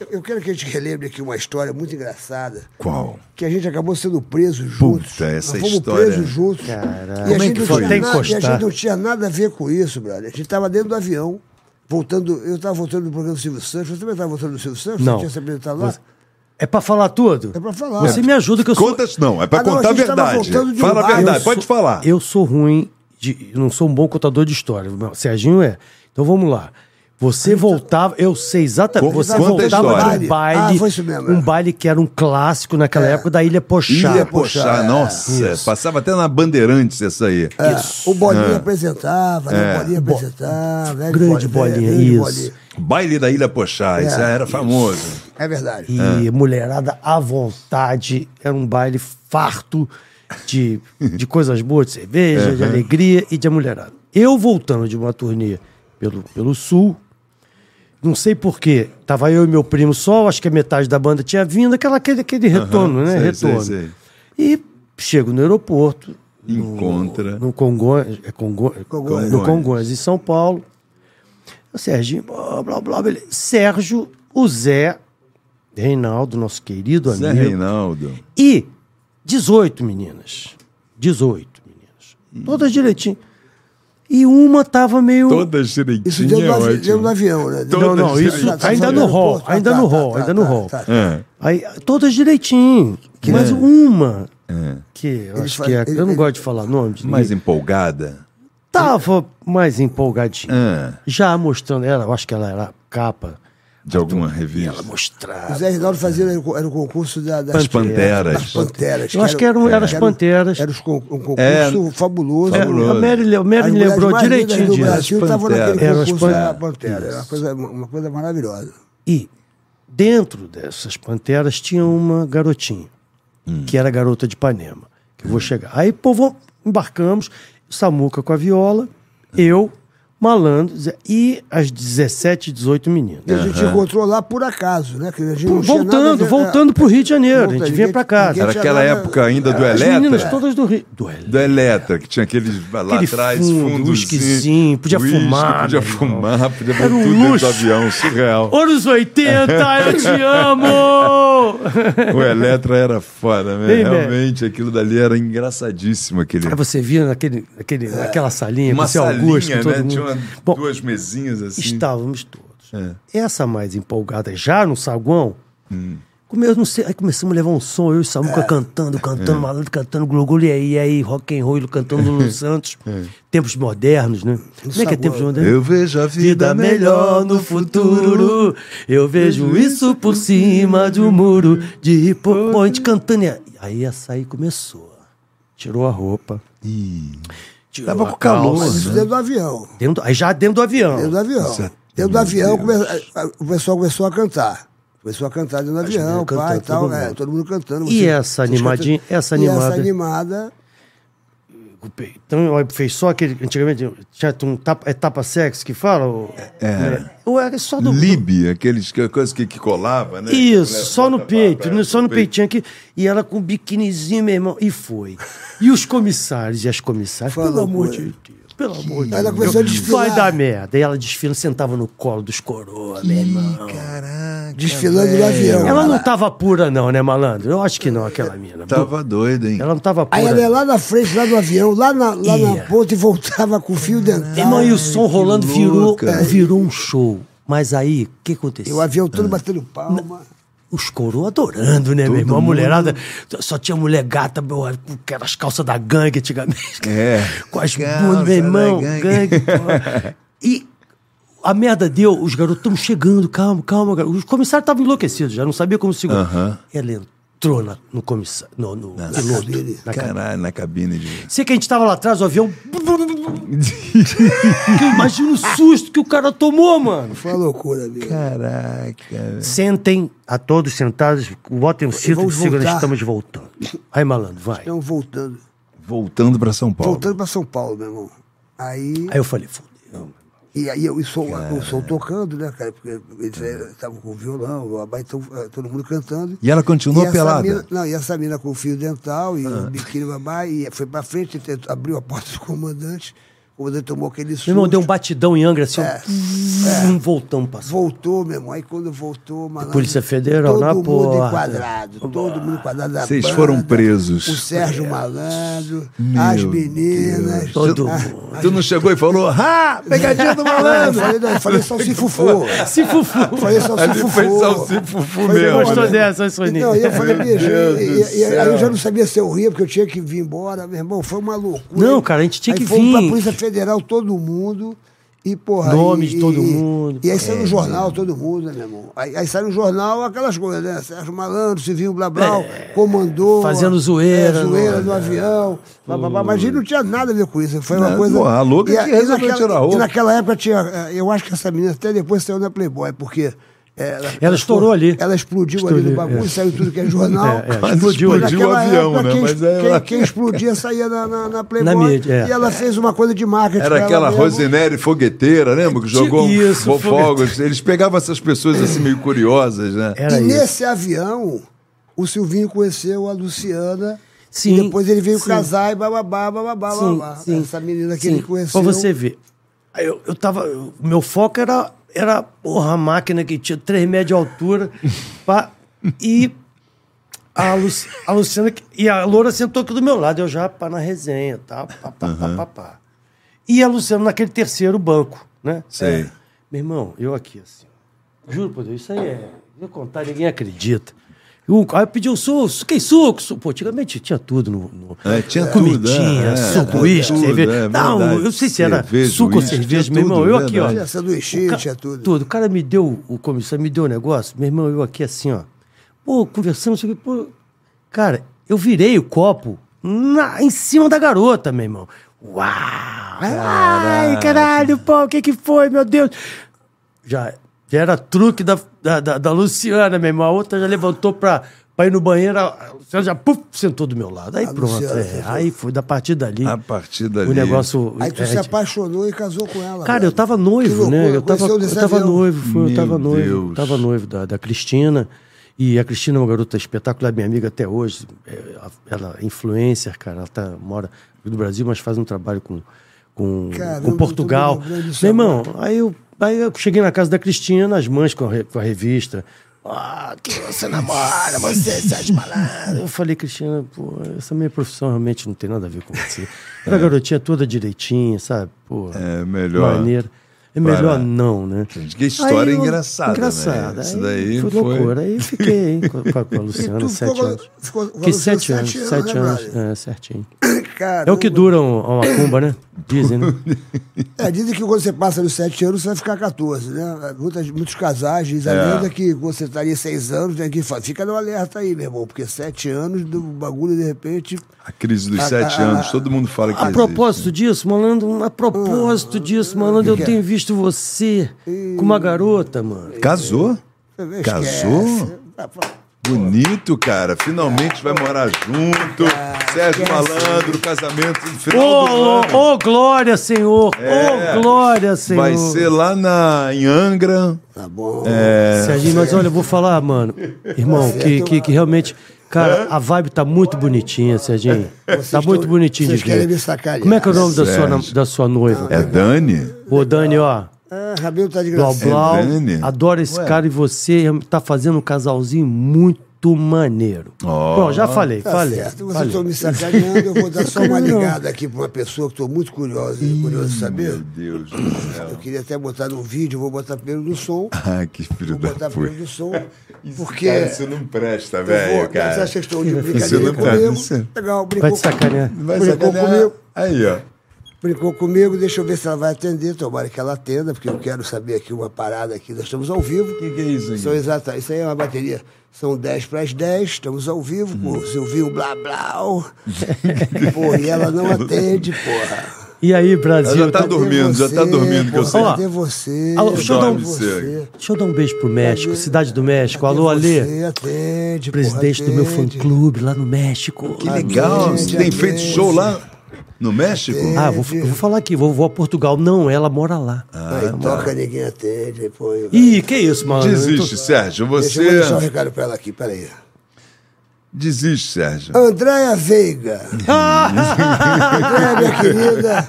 Speaker 5: eu- eu quero que a gente relembre aqui uma história muito engraçada.
Speaker 4: Qual?
Speaker 5: Que a gente acabou sendo preso juntos.
Speaker 4: Puta, essa
Speaker 5: Nós fomos
Speaker 4: história- é
Speaker 5: presos juntos. E a,
Speaker 6: Como é
Speaker 5: gente
Speaker 6: que
Speaker 5: não
Speaker 6: foi?
Speaker 5: tinha
Speaker 6: Tem
Speaker 5: nada, e a
Speaker 6: encostar.
Speaker 5: gente não tinha nada a ver com isso, brother. A gente estava dentro do avião, voltando. Eu estava voltando do programa do Silvio Santos. Você também estava voltando do Silvio Santos?
Speaker 6: Não.
Speaker 5: Você tinha se apresentado lá?
Speaker 6: É pra falar tudo?
Speaker 5: É pra falar.
Speaker 6: Você me ajuda que eu sou.
Speaker 4: Contas não, é pra
Speaker 5: Ah, não,
Speaker 4: contar a
Speaker 5: a gente tava
Speaker 4: verdade.
Speaker 5: voltando de um
Speaker 4: Fala a
Speaker 5: bar,
Speaker 4: verdade,
Speaker 5: eu
Speaker 4: pode falar.
Speaker 6: Eu sou ruim, de, não sou um bom contador de história. O Serginho é. Então vamos lá. Você voltava, eu sei exatamente,
Speaker 4: Conta
Speaker 6: você
Speaker 4: a
Speaker 6: voltava
Speaker 4: história.
Speaker 6: de um baile,
Speaker 5: Ah, foi isso mesmo, é.
Speaker 6: um baile que era um clássico naquela época da Ilha Pochá.
Speaker 4: Ia
Speaker 5: é.
Speaker 6: é.
Speaker 4: puxar, nossa. Passava até na Bandeirantes essa aí.
Speaker 5: É, O
Speaker 4: Ah.
Speaker 5: Bolinha apresentava,
Speaker 4: É.
Speaker 5: né? O Bolinha
Speaker 6: Bo-
Speaker 5: apresentava. né?
Speaker 6: Grande
Speaker 5: Bolinha,
Speaker 6: bolinha,
Speaker 5: grande
Speaker 6: isso.
Speaker 5: Bolinha.
Speaker 4: Baile da Ilha Pochá, isso
Speaker 6: É.
Speaker 4: era famoso.
Speaker 5: É verdade.
Speaker 6: E mulherada à vontade. Era um baile farto de, de coisas boas, de cerveja, de alegria e de mulherada. Eu voltando de uma turnê pelo, pelo sul, não sei porquê, tava eu e meu primo só, acho que a metade da banda tinha vindo, aquela, aquele, aquele retorno, né?
Speaker 4: sei,
Speaker 6: retorno.
Speaker 4: sei, sei.
Speaker 6: E chego no aeroporto,
Speaker 4: Encontra.
Speaker 6: No Congonhas, é Congo-
Speaker 4: Congonhas.
Speaker 6: no Congonhas, em São Paulo. O Serginho, blá, blá, blá, beleza. Sérgio, o Zé, Reinaldo, nosso querido amigo.
Speaker 4: Zé Reinaldo.
Speaker 6: E 18 meninas. 18 meninas. Todas direitinho. E uma tava meio.
Speaker 4: Todas
Speaker 5: Isso
Speaker 4: direitinho
Speaker 5: deu
Speaker 4: é
Speaker 5: no, avi- deu no
Speaker 4: ótimo.
Speaker 5: avião, né? Deu-
Speaker 6: Não, não,
Speaker 4: Todas
Speaker 6: isso
Speaker 4: direitinho.
Speaker 6: ainda no hall,
Speaker 5: Tá,
Speaker 6: ainda
Speaker 5: tá,
Speaker 6: no
Speaker 5: tá,
Speaker 6: hall,
Speaker 5: tá,
Speaker 6: ainda no
Speaker 5: tá,
Speaker 6: hall.
Speaker 5: tá, tá.
Speaker 4: É.
Speaker 6: Aí, todas direitinho. Mas uma, que eu
Speaker 5: Ele
Speaker 6: acho
Speaker 5: fa-
Speaker 6: que é.
Speaker 5: ele-
Speaker 6: eu não
Speaker 5: ele-
Speaker 6: gosto de falar nome de
Speaker 4: Mais
Speaker 6: ninguém.
Speaker 4: empolgada.
Speaker 6: Tava mais empolgadinha.
Speaker 4: É.
Speaker 6: Já mostrando, ela, eu acho que ela era capa.
Speaker 4: De alguma revista.
Speaker 5: O
Speaker 6: Mostrava.
Speaker 5: Zé Rinaldo fazia era o era o concurso da, das
Speaker 4: As Panteras.
Speaker 5: das panteras. um,
Speaker 6: Eu acho que eram, eram as panteras.
Speaker 5: Era os con- um concurso
Speaker 4: É.
Speaker 5: fabuloso.
Speaker 6: É,
Speaker 4: Fabuloso.
Speaker 6: a Mary, a Mary
Speaker 5: As mulheres
Speaker 6: lembrou
Speaker 5: mais lindas
Speaker 6: direitinho
Speaker 5: do
Speaker 6: disso.
Speaker 5: Brasil estavam naquele
Speaker 6: Eram as
Speaker 5: concurso da
Speaker 6: Panteras.
Speaker 5: Pantera. Era uma coisa, uma coisa maravilhosa.
Speaker 6: E dentro dessas panteras tinha uma garotinha, que era a garota de Ipanema, que eu vou chegar. Aí, pô, vamos- embarcamos, Samuca com a viola, eu, Malandro Zé, e as 17, 18 meninas.
Speaker 5: E a gente encontrou lá por acaso, né? Que a gente não tinha nada a
Speaker 6: Voltando,
Speaker 5: ver-
Speaker 6: voltando pro Rio de Janeiro, a gente
Speaker 5: Voltando,
Speaker 6: vinha
Speaker 5: ninguém-
Speaker 6: pra casa.
Speaker 5: ninguém
Speaker 4: Era
Speaker 5: tinha
Speaker 4: aquela
Speaker 5: nada-
Speaker 4: época ainda do
Speaker 6: As meninas
Speaker 4: Electra.
Speaker 6: todas do Rio. Do Eletro.
Speaker 4: Do Electra, que tinha aqueles lá
Speaker 6: Aquele
Speaker 4: atrás,
Speaker 6: fundo,
Speaker 4: fundos.
Speaker 6: whiskyzinho, podia fumar,
Speaker 4: Podia
Speaker 6: meu irmão.
Speaker 4: fumar, podia pôr
Speaker 6: Era um
Speaker 4: tudo dentro do
Speaker 6: luxo.
Speaker 4: avião, surreal.
Speaker 6: Anos 80, eu te amo!
Speaker 4: O Electra era foda, né?
Speaker 6: Bem, bem.
Speaker 4: Realmente, aquilo dali era engraçadíssimo. Aquele...
Speaker 6: Aí você via naquele, naquele, naquela salinha,
Speaker 4: É, Uma
Speaker 6: com o seu
Speaker 4: salinha,
Speaker 6: Augusto,
Speaker 4: né?
Speaker 6: todo mundo.
Speaker 4: Tinha uma-
Speaker 6: Bom,
Speaker 4: duas mesinhas assim. É.
Speaker 6: Estávamos todos. Essa mais empolgada, já no saguão,
Speaker 4: Hum.
Speaker 6: come- não sei, aí começamos a levar um som, eu e o Samuca
Speaker 4: É.
Speaker 6: cantando, cantando, malandro cantando, glugulho, e aí, e aí, rock and roll,
Speaker 4: É.
Speaker 6: cantando Lulu Santos. Tempos modernos, né? Como é que é
Speaker 5: saguão.
Speaker 6: tempos modernos?
Speaker 4: Eu vejo a vida melhor no futuro.
Speaker 6: Eu vejo isso por cima de um muro de hipoponte cantando. e- Aí essa aí começou. Tirou a roupa. Tirou
Speaker 4: Tava
Speaker 6: a
Speaker 4: com calor,
Speaker 6: calça.
Speaker 5: Mas Ah, isso dentro do avião.
Speaker 6: Dentro do- aí já dentro do avião.
Speaker 5: Dentro É do avião.
Speaker 6: é
Speaker 5: Dentro do avião, come- a- a- o pessoal começou a cantar. Começou a cantar dentro do avião,
Speaker 6: meninas
Speaker 5: pai
Speaker 6: cantando,
Speaker 5: e tal,
Speaker 6: todo
Speaker 5: né?
Speaker 6: mundo.
Speaker 5: Todo mundo cantando.
Speaker 6: E essa
Speaker 5: vocês
Speaker 6: animadinha-
Speaker 5: cantando.
Speaker 6: essa
Speaker 5: E
Speaker 6: animada-
Speaker 5: essa animada.
Speaker 6: Então ó, fez só aquele. Antigamente tinha um tapa, é tapa sexo que fala? Ou, é. Ou era só do.
Speaker 4: Lib, aqueles que, coisas que, que colava, né?
Speaker 6: Isso, só no
Speaker 4: Bota
Speaker 6: peito,
Speaker 4: pra-
Speaker 6: né, só no peitinho aqui. E ela com o biquinizinho, meu irmão, e foi. E os comissários e as comissárias,
Speaker 5: Falou
Speaker 6: pelo amor
Speaker 5: com
Speaker 6: de
Speaker 5: ele.
Speaker 6: Deus, pelo amor de Deus.
Speaker 5: Ela começou a desfilar.
Speaker 6: Vai dar merda. E ela desfila, sentava no colo dos coroa, meu irmão.
Speaker 5: Desfilando no avião.
Speaker 6: É Ela não tá tava pura não, né, malandro? Eu acho que não, aquela mina.
Speaker 4: Tava doido, hein?
Speaker 6: Ela não tava pura.
Speaker 5: Aí ela ia
Speaker 6: não.
Speaker 5: lá na frente, lá do avião, lá na, lá
Speaker 6: Ia.
Speaker 5: na ponta e voltava com o fio dental.
Speaker 6: Meu irmão, e o som rolando virou,
Speaker 4: louca.
Speaker 6: virou um show. Mas aí, o que aconteceu?
Speaker 5: E o avião
Speaker 6: Ah.
Speaker 5: todo batendo palma.
Speaker 6: Os coroa adorando, né, meu irmão? A mulherada. Só tinha mulher gata, meu, com aquelas calças da gangue antigamente.
Speaker 4: É.
Speaker 6: Com as
Speaker 4: Calça
Speaker 6: bundas, meu
Speaker 4: da
Speaker 6: irmão.
Speaker 4: gangue.
Speaker 6: Gangue. porra. e a merda deu, os garotos estão chegando, calma, calma, garoto. Os comissários estavam enlouquecidos, já não sabia como segurar. Ela entrou na- no comissário. No, no piloto. Na cabine.
Speaker 4: Caralho, na cabine de.
Speaker 6: Sei que a gente tava lá atrás, o avião. Que eu imagino o susto que o cara tomou, mano.
Speaker 5: Foi uma loucura, amigo.
Speaker 6: É.
Speaker 4: Caraca.
Speaker 6: Sentem a todos sentados, botem o cinto de
Speaker 5: Vamos
Speaker 6: segurança,
Speaker 5: voltar.
Speaker 6: estamos voltando. Aí, malandro, vai.
Speaker 5: Então, voltando.
Speaker 4: Voltando pra São Paulo.
Speaker 5: Voltando pra São Paulo, meu irmão. Aí,
Speaker 6: Aí eu falei, fudeu.
Speaker 5: e aí eu, e som, o som tocando, né, cara? Porque eles estavam com violão, o abai, então, eh, todo mundo cantando.
Speaker 4: E ela continuou
Speaker 5: E essa
Speaker 4: pelada.
Speaker 5: mina- não, e essa mina com fio dental e
Speaker 6: Ah.
Speaker 5: o biquíni babá, e foi pra frente, tentou- abriu a porta do comandante, o comandante tomou aquele susto.
Speaker 6: Meu irmão deu um batidão em Angra, assim,
Speaker 5: É,
Speaker 6: um voltão passou.
Speaker 5: Voltou, meu irmão. Aí quando voltou, malandro,
Speaker 6: Polícia Federal
Speaker 5: todo
Speaker 6: na
Speaker 5: mundo
Speaker 6: porta.
Speaker 5: enquadrado, todo mundo enquadrado na
Speaker 4: Vocês
Speaker 5: banda,
Speaker 4: foram presos.
Speaker 5: O Sérgio Malandro, as meninas.
Speaker 6: Todo
Speaker 5: a-
Speaker 6: mundo.
Speaker 4: Tu não chegou e falou, "Ah, ha! Pegadinha do
Speaker 5: Eu
Speaker 4: malandro!
Speaker 5: falei, não, eu falei só se fufô.
Speaker 6: Se fufu.
Speaker 5: Falei só se
Speaker 4: Ali
Speaker 5: fufô.
Speaker 4: foi salsifufu
Speaker 5: Falei,
Speaker 4: mesmo.
Speaker 5: "Pô,
Speaker 6: Gostou
Speaker 5: meu-
Speaker 6: dessa, hein, Soninho?
Speaker 5: Não, então, eu falei, bicho,
Speaker 4: Deus
Speaker 5: e-
Speaker 4: do
Speaker 5: e- e- aí
Speaker 4: céu.
Speaker 5: eu já não sabia se eu ria, porque eu tinha que vir embora, meu irmão, foi uma loucura.
Speaker 6: Não, cara, a gente tinha
Speaker 5: aí
Speaker 6: que
Speaker 5: fomos
Speaker 6: vir.
Speaker 5: pra Polícia Federal, todo mundo, e porra...
Speaker 6: Nome
Speaker 5: e-
Speaker 6: de todo
Speaker 5: e-
Speaker 6: mundo. É.
Speaker 5: E aí saiu no jornal, todo mundo, né, meu irmão? Aí, aí saiu no jornal aquelas coisas, né, Sérgio Malandro, Civil, blá, blá, comandou...
Speaker 6: É. fazendo
Speaker 5: a-
Speaker 6: zoeira,
Speaker 5: é, zoeira
Speaker 6: não-
Speaker 5: no avião, blá, blá, blá, mas ele não tinha nada a ver com isso, foi uma
Speaker 4: Não,
Speaker 5: coisa...
Speaker 4: pô, a louca
Speaker 6: é
Speaker 5: e
Speaker 4: que resolveu
Speaker 5: naquela-
Speaker 4: tirar a roupa.
Speaker 5: E naquela época tinha, eh, eu acho que essa menina até depois saiu na Playboy, porque... eh,
Speaker 6: Ela estourou ali.
Speaker 5: Ela explodiu ali
Speaker 6: Explodiu,
Speaker 5: no bagulho,
Speaker 6: é.
Speaker 5: saiu tudo que é jornal.
Speaker 6: É, é,
Speaker 5: Mas
Speaker 4: explodiu ali.
Speaker 5: naquela
Speaker 4: o avião,
Speaker 5: época,
Speaker 4: né?
Speaker 5: Quem,
Speaker 4: Mas aí
Speaker 5: quem-
Speaker 4: ela-
Speaker 5: quem explodia saía na, na, na Playboy.
Speaker 6: Na mídia, é.
Speaker 5: E ela fez uma coisa de marketing.
Speaker 4: Era
Speaker 5: pra ela
Speaker 4: aquela
Speaker 5: mesma.
Speaker 4: Rosinelli fogueteira, lembra? Que jogou
Speaker 6: Isso,
Speaker 4: um fogos.
Speaker 6: fogueteira.
Speaker 4: Eles pegavam essas pessoas assim meio curiosas, né?
Speaker 6: Era
Speaker 5: E
Speaker 6: isso.
Speaker 5: nesse avião, o Silvinho conheceu a Luciana.
Speaker 6: Sim,
Speaker 5: e depois ele veio
Speaker 6: sim.
Speaker 5: casar e bababá, bababá,
Speaker 6: Sim,
Speaker 5: babá.
Speaker 6: sim.
Speaker 5: Essa menina que
Speaker 6: Sim,
Speaker 5: ele conheceu.
Speaker 6: Pra você ver. Aí Eu, eu tava. eu- meu foco era, era porra, a máquina que tinha 3 metros de altura. pá, e a, Lu, a Luciana. que- E a Loura sentou aqui do meu lado, eu já pá, na resenha, tá? Pá, pá, pá, pá, pá. E a Luciana naquele terceiro banco, né?
Speaker 4: Sei.
Speaker 6: Meu irmão, eu aqui, assim. Juro por Deus, isso aí é. Vou contar, ninguém acredita. Eu, aí pediu suco, su- quem suco? Su- Pô, antigamente tinha tudo no. no
Speaker 4: É, tinha tudo,
Speaker 6: comidinha,
Speaker 4: é,
Speaker 6: suco,
Speaker 4: é,
Speaker 6: uísque,
Speaker 4: tudo,
Speaker 6: cerveja.
Speaker 4: é
Speaker 6: não,
Speaker 4: verdade.
Speaker 6: eu não sei se era
Speaker 4: Cerveja,
Speaker 6: suco ou
Speaker 4: uísque,
Speaker 6: cerveja,
Speaker 4: tinha
Speaker 6: meu irmão.
Speaker 4: tudo, é
Speaker 6: Eu aqui,
Speaker 4: verdade.
Speaker 5: Tinha
Speaker 6: ó.
Speaker 5: sanduíche,
Speaker 6: o ca-
Speaker 5: tinha tudo.
Speaker 6: O cara me deu, o comissário me deu o negócio, meu irmão, eu aqui assim, ó. Pô, conversando, sei o quê, pô. Cara, eu virei o copo na- em cima da garota, meu irmão. Uau! Ai, caralho, pô, o que que foi, meu Deus? já, já era truque da, da, da- da Luciana, meu irmão. A outra já levantou pra, pra ir no banheiro, a a Luciana já puf, sentou do meu lado. Aí pronto.
Speaker 5: Luciana
Speaker 6: é.
Speaker 5: sentou.
Speaker 6: aí foi da partida ali.
Speaker 4: A partir dali.
Speaker 6: O negócio.
Speaker 5: Aí tu
Speaker 6: é,
Speaker 5: se apaixonou e casou com ela.
Speaker 6: Cara,
Speaker 5: velho.
Speaker 6: eu tava
Speaker 5: Que
Speaker 6: noivo,
Speaker 5: loucura,
Speaker 6: né? Eu tava,
Speaker 5: conheceu o
Speaker 6: eu
Speaker 5: Zé
Speaker 6: tava
Speaker 5: Avião.
Speaker 6: noivo, foi, eu
Speaker 4: Meu
Speaker 6: tava noivo.
Speaker 4: Deus.
Speaker 6: Tava noivo da, da Cristina. E a Cristina é uma garota espetacular, minha amiga até hoje. É, a- Ela é influencer, cara. Ela tá, mora no Brasil, mas faz um trabalho com, com,
Speaker 5: Caramba,
Speaker 6: com Portugal.
Speaker 5: eu tô me lembrando disso
Speaker 6: Meu irmão, aí eu, aí eu cheguei na casa da Cristina, as mães com a, re- com a revista. Ah, que você namora, você se malandro. Eu falei, Cristina, pô, essa minha profissão realmente não tem nada a ver com você. Era garotinha toda direitinha, sabe? Pô,
Speaker 4: É, melhor.
Speaker 6: maneira. É melhor
Speaker 4: Para-
Speaker 6: não, né?
Speaker 4: Gente, que história
Speaker 6: eu-
Speaker 4: engraçada, né?
Speaker 6: Engraçada.
Speaker 4: Isso
Speaker 6: Aí
Speaker 4: daí
Speaker 6: foi
Speaker 4: foi-
Speaker 6: loucura. Aí eu fiquei hein, com, com a, com a Luciana
Speaker 5: tu ficou
Speaker 6: sete
Speaker 5: com-
Speaker 6: anos.
Speaker 5: ficou com a
Speaker 6: Fiquei
Speaker 5: Luciana
Speaker 6: sete anos,
Speaker 5: sete anos,
Speaker 6: sete
Speaker 5: né,
Speaker 6: anos,
Speaker 5: brother?
Speaker 6: é, certinho.
Speaker 5: Caramba.
Speaker 6: É o que dura um- uma cumba, né? Dizem, né?
Speaker 5: É, dizem que quando você passa dos 7 anos, você vai ficar 14, né? Muitas, muitos casais
Speaker 6: É.
Speaker 5: dizem a lenda que quando você estaria 6 anos, tem que fa- fica no alerta aí, meu irmão, porque 7 anos do bagulho, de repente.
Speaker 4: A crise dos
Speaker 5: A-
Speaker 4: sete
Speaker 5: a-
Speaker 4: anos, todo mundo fala que
Speaker 6: A
Speaker 4: existe.
Speaker 6: propósito disso, malandro, a propósito disso, malandro, eu
Speaker 5: que é?
Speaker 6: tenho visto você com uma garota, mano.
Speaker 4: Casou?
Speaker 5: você vê,
Speaker 4: Casou?
Speaker 5: esquece. Ah, pô,
Speaker 4: Bonito, cara. Finalmente vai morar junto. Sérgio
Speaker 5: assim.
Speaker 4: Malandro, casamento no
Speaker 6: Ô,
Speaker 4: final
Speaker 6: ô,
Speaker 4: do ano.
Speaker 6: ô, glória, Senhor! Ô,
Speaker 4: É.
Speaker 6: glória, Senhor!
Speaker 4: Vai ser lá na, em Angra. É,
Speaker 5: Tá bom.
Speaker 6: Serginho, mas olha, eu vou falar, mano. Irmão, que,
Speaker 5: é
Speaker 6: que, que realmente. Cara, a vibe tá muito bonitinha, Serginho. tá
Speaker 5: estão-
Speaker 6: muito bonitinho de
Speaker 5: vocês querem me
Speaker 6: ver.
Speaker 5: sacanear.
Speaker 6: Como é que é o nome da sua,
Speaker 4: Sérgio.
Speaker 6: nam- da sua noiva?
Speaker 4: É Dani?
Speaker 6: Ô, Dani, ó.
Speaker 5: Ah, Rabelo tá de
Speaker 6: Blau
Speaker 5: graça.
Speaker 6: Blau.
Speaker 4: Dani?
Speaker 6: Adoro esse
Speaker 4: Ué.
Speaker 6: cara e você tá fazendo um casalzinho muito maneiro. Bom, já falei,
Speaker 5: Tá
Speaker 6: falei.
Speaker 5: certo. Vocês
Speaker 6: falei.
Speaker 5: estão me sacaneando, eu vou dar só uma ligada aqui pra uma pessoa que estou muito curiosa, curioso de
Speaker 4: Meu
Speaker 5: saber.
Speaker 4: Deus do céu.
Speaker 5: Eu queria até botar no vídeo, vou botar pelo do som.
Speaker 4: Ah, que filho
Speaker 5: Vou
Speaker 4: da
Speaker 5: botar pelo
Speaker 4: puta.
Speaker 5: do som.
Speaker 4: Isso,
Speaker 5: Porque.
Speaker 4: cara, isso não presta,
Speaker 5: Eu vou,
Speaker 4: velho,
Speaker 5: cara. Você
Speaker 4: cara.
Speaker 5: acha que estão de
Speaker 4: Isso
Speaker 5: brincadeira
Speaker 4: não é presta,
Speaker 5: comigo? um
Speaker 4: isso.
Speaker 5: Legal, brincou,
Speaker 6: Vai te sacanear.
Speaker 4: Vai
Speaker 5: brincou
Speaker 4: sacanear.
Speaker 5: comigo.
Speaker 4: Aí, ó.
Speaker 5: Brincou comigo, deixa eu ver se ela vai atender. Tomara que ela atenda, porque eu quero saber aqui uma parada aqui. Nós estamos ao vivo. O
Speaker 4: Que que é isso aqui?
Speaker 5: São exata, isso aí é uma bateria. São 10 para as 10, estamos ao vivo com o Silvinho Blá Blá. Pô, e ela não atende, porra. É
Speaker 6: E aí, Brasil?
Speaker 4: Ela já tá
Speaker 6: eu tô-
Speaker 4: dormindo. já tá dormindo, que eu
Speaker 6: sei.
Speaker 5: Cadê É você?
Speaker 6: Alô, deixa eu dar um-
Speaker 5: Cadê você?
Speaker 6: Deixa eu dar um beijo pro México, Cidade do México.
Speaker 5: Cadê
Speaker 6: Alô, Alê.
Speaker 5: Você atende, porra,
Speaker 6: Presidente do meu
Speaker 5: atende.
Speaker 6: fã-clube lá no México.
Speaker 4: Que legal.
Speaker 5: gente,
Speaker 4: Você tem
Speaker 5: gente.
Speaker 4: feito show lá no México?
Speaker 6: né? Ah, vou, eu vou falar aqui, vou, vou a Portugal. Não, ela mora lá.
Speaker 5: Aí toca, ninguém atende. Pô, eu-
Speaker 6: Ih, que isso, mano.
Speaker 4: Desiste, Sérgio.
Speaker 5: Deixa eu vou
Speaker 4: Você.
Speaker 5: deixar um recado pra ela aqui, peraí.
Speaker 4: Desiste, Sérgio.
Speaker 6: Ah,
Speaker 5: Andréia Veiga. Andréia, minha querida,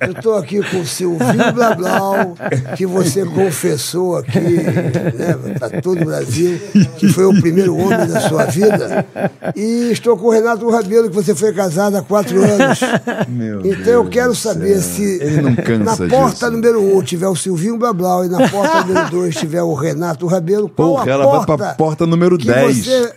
Speaker 5: eu tô aqui com o Silvinho Blablau, que você confessou aqui, né, pra todo o Brasil, que foi o primeiro homem da sua vida. E estou com o Renato Rabelo, que você foi casado há quatro anos.
Speaker 4: Meu Deus
Speaker 5: Então eu quero
Speaker 4: do
Speaker 5: saber
Speaker 4: céu.
Speaker 5: se
Speaker 4: Ele não
Speaker 5: na
Speaker 4: cansa
Speaker 5: porta
Speaker 4: disso.
Speaker 5: número um tiver o Silvinho Blablau e na porta número dois tiver o Renato Rabelo, qual
Speaker 4: Porra,
Speaker 5: a
Speaker 4: ela vai
Speaker 5: porta
Speaker 4: pra porta número
Speaker 5: que
Speaker 4: 10.
Speaker 5: você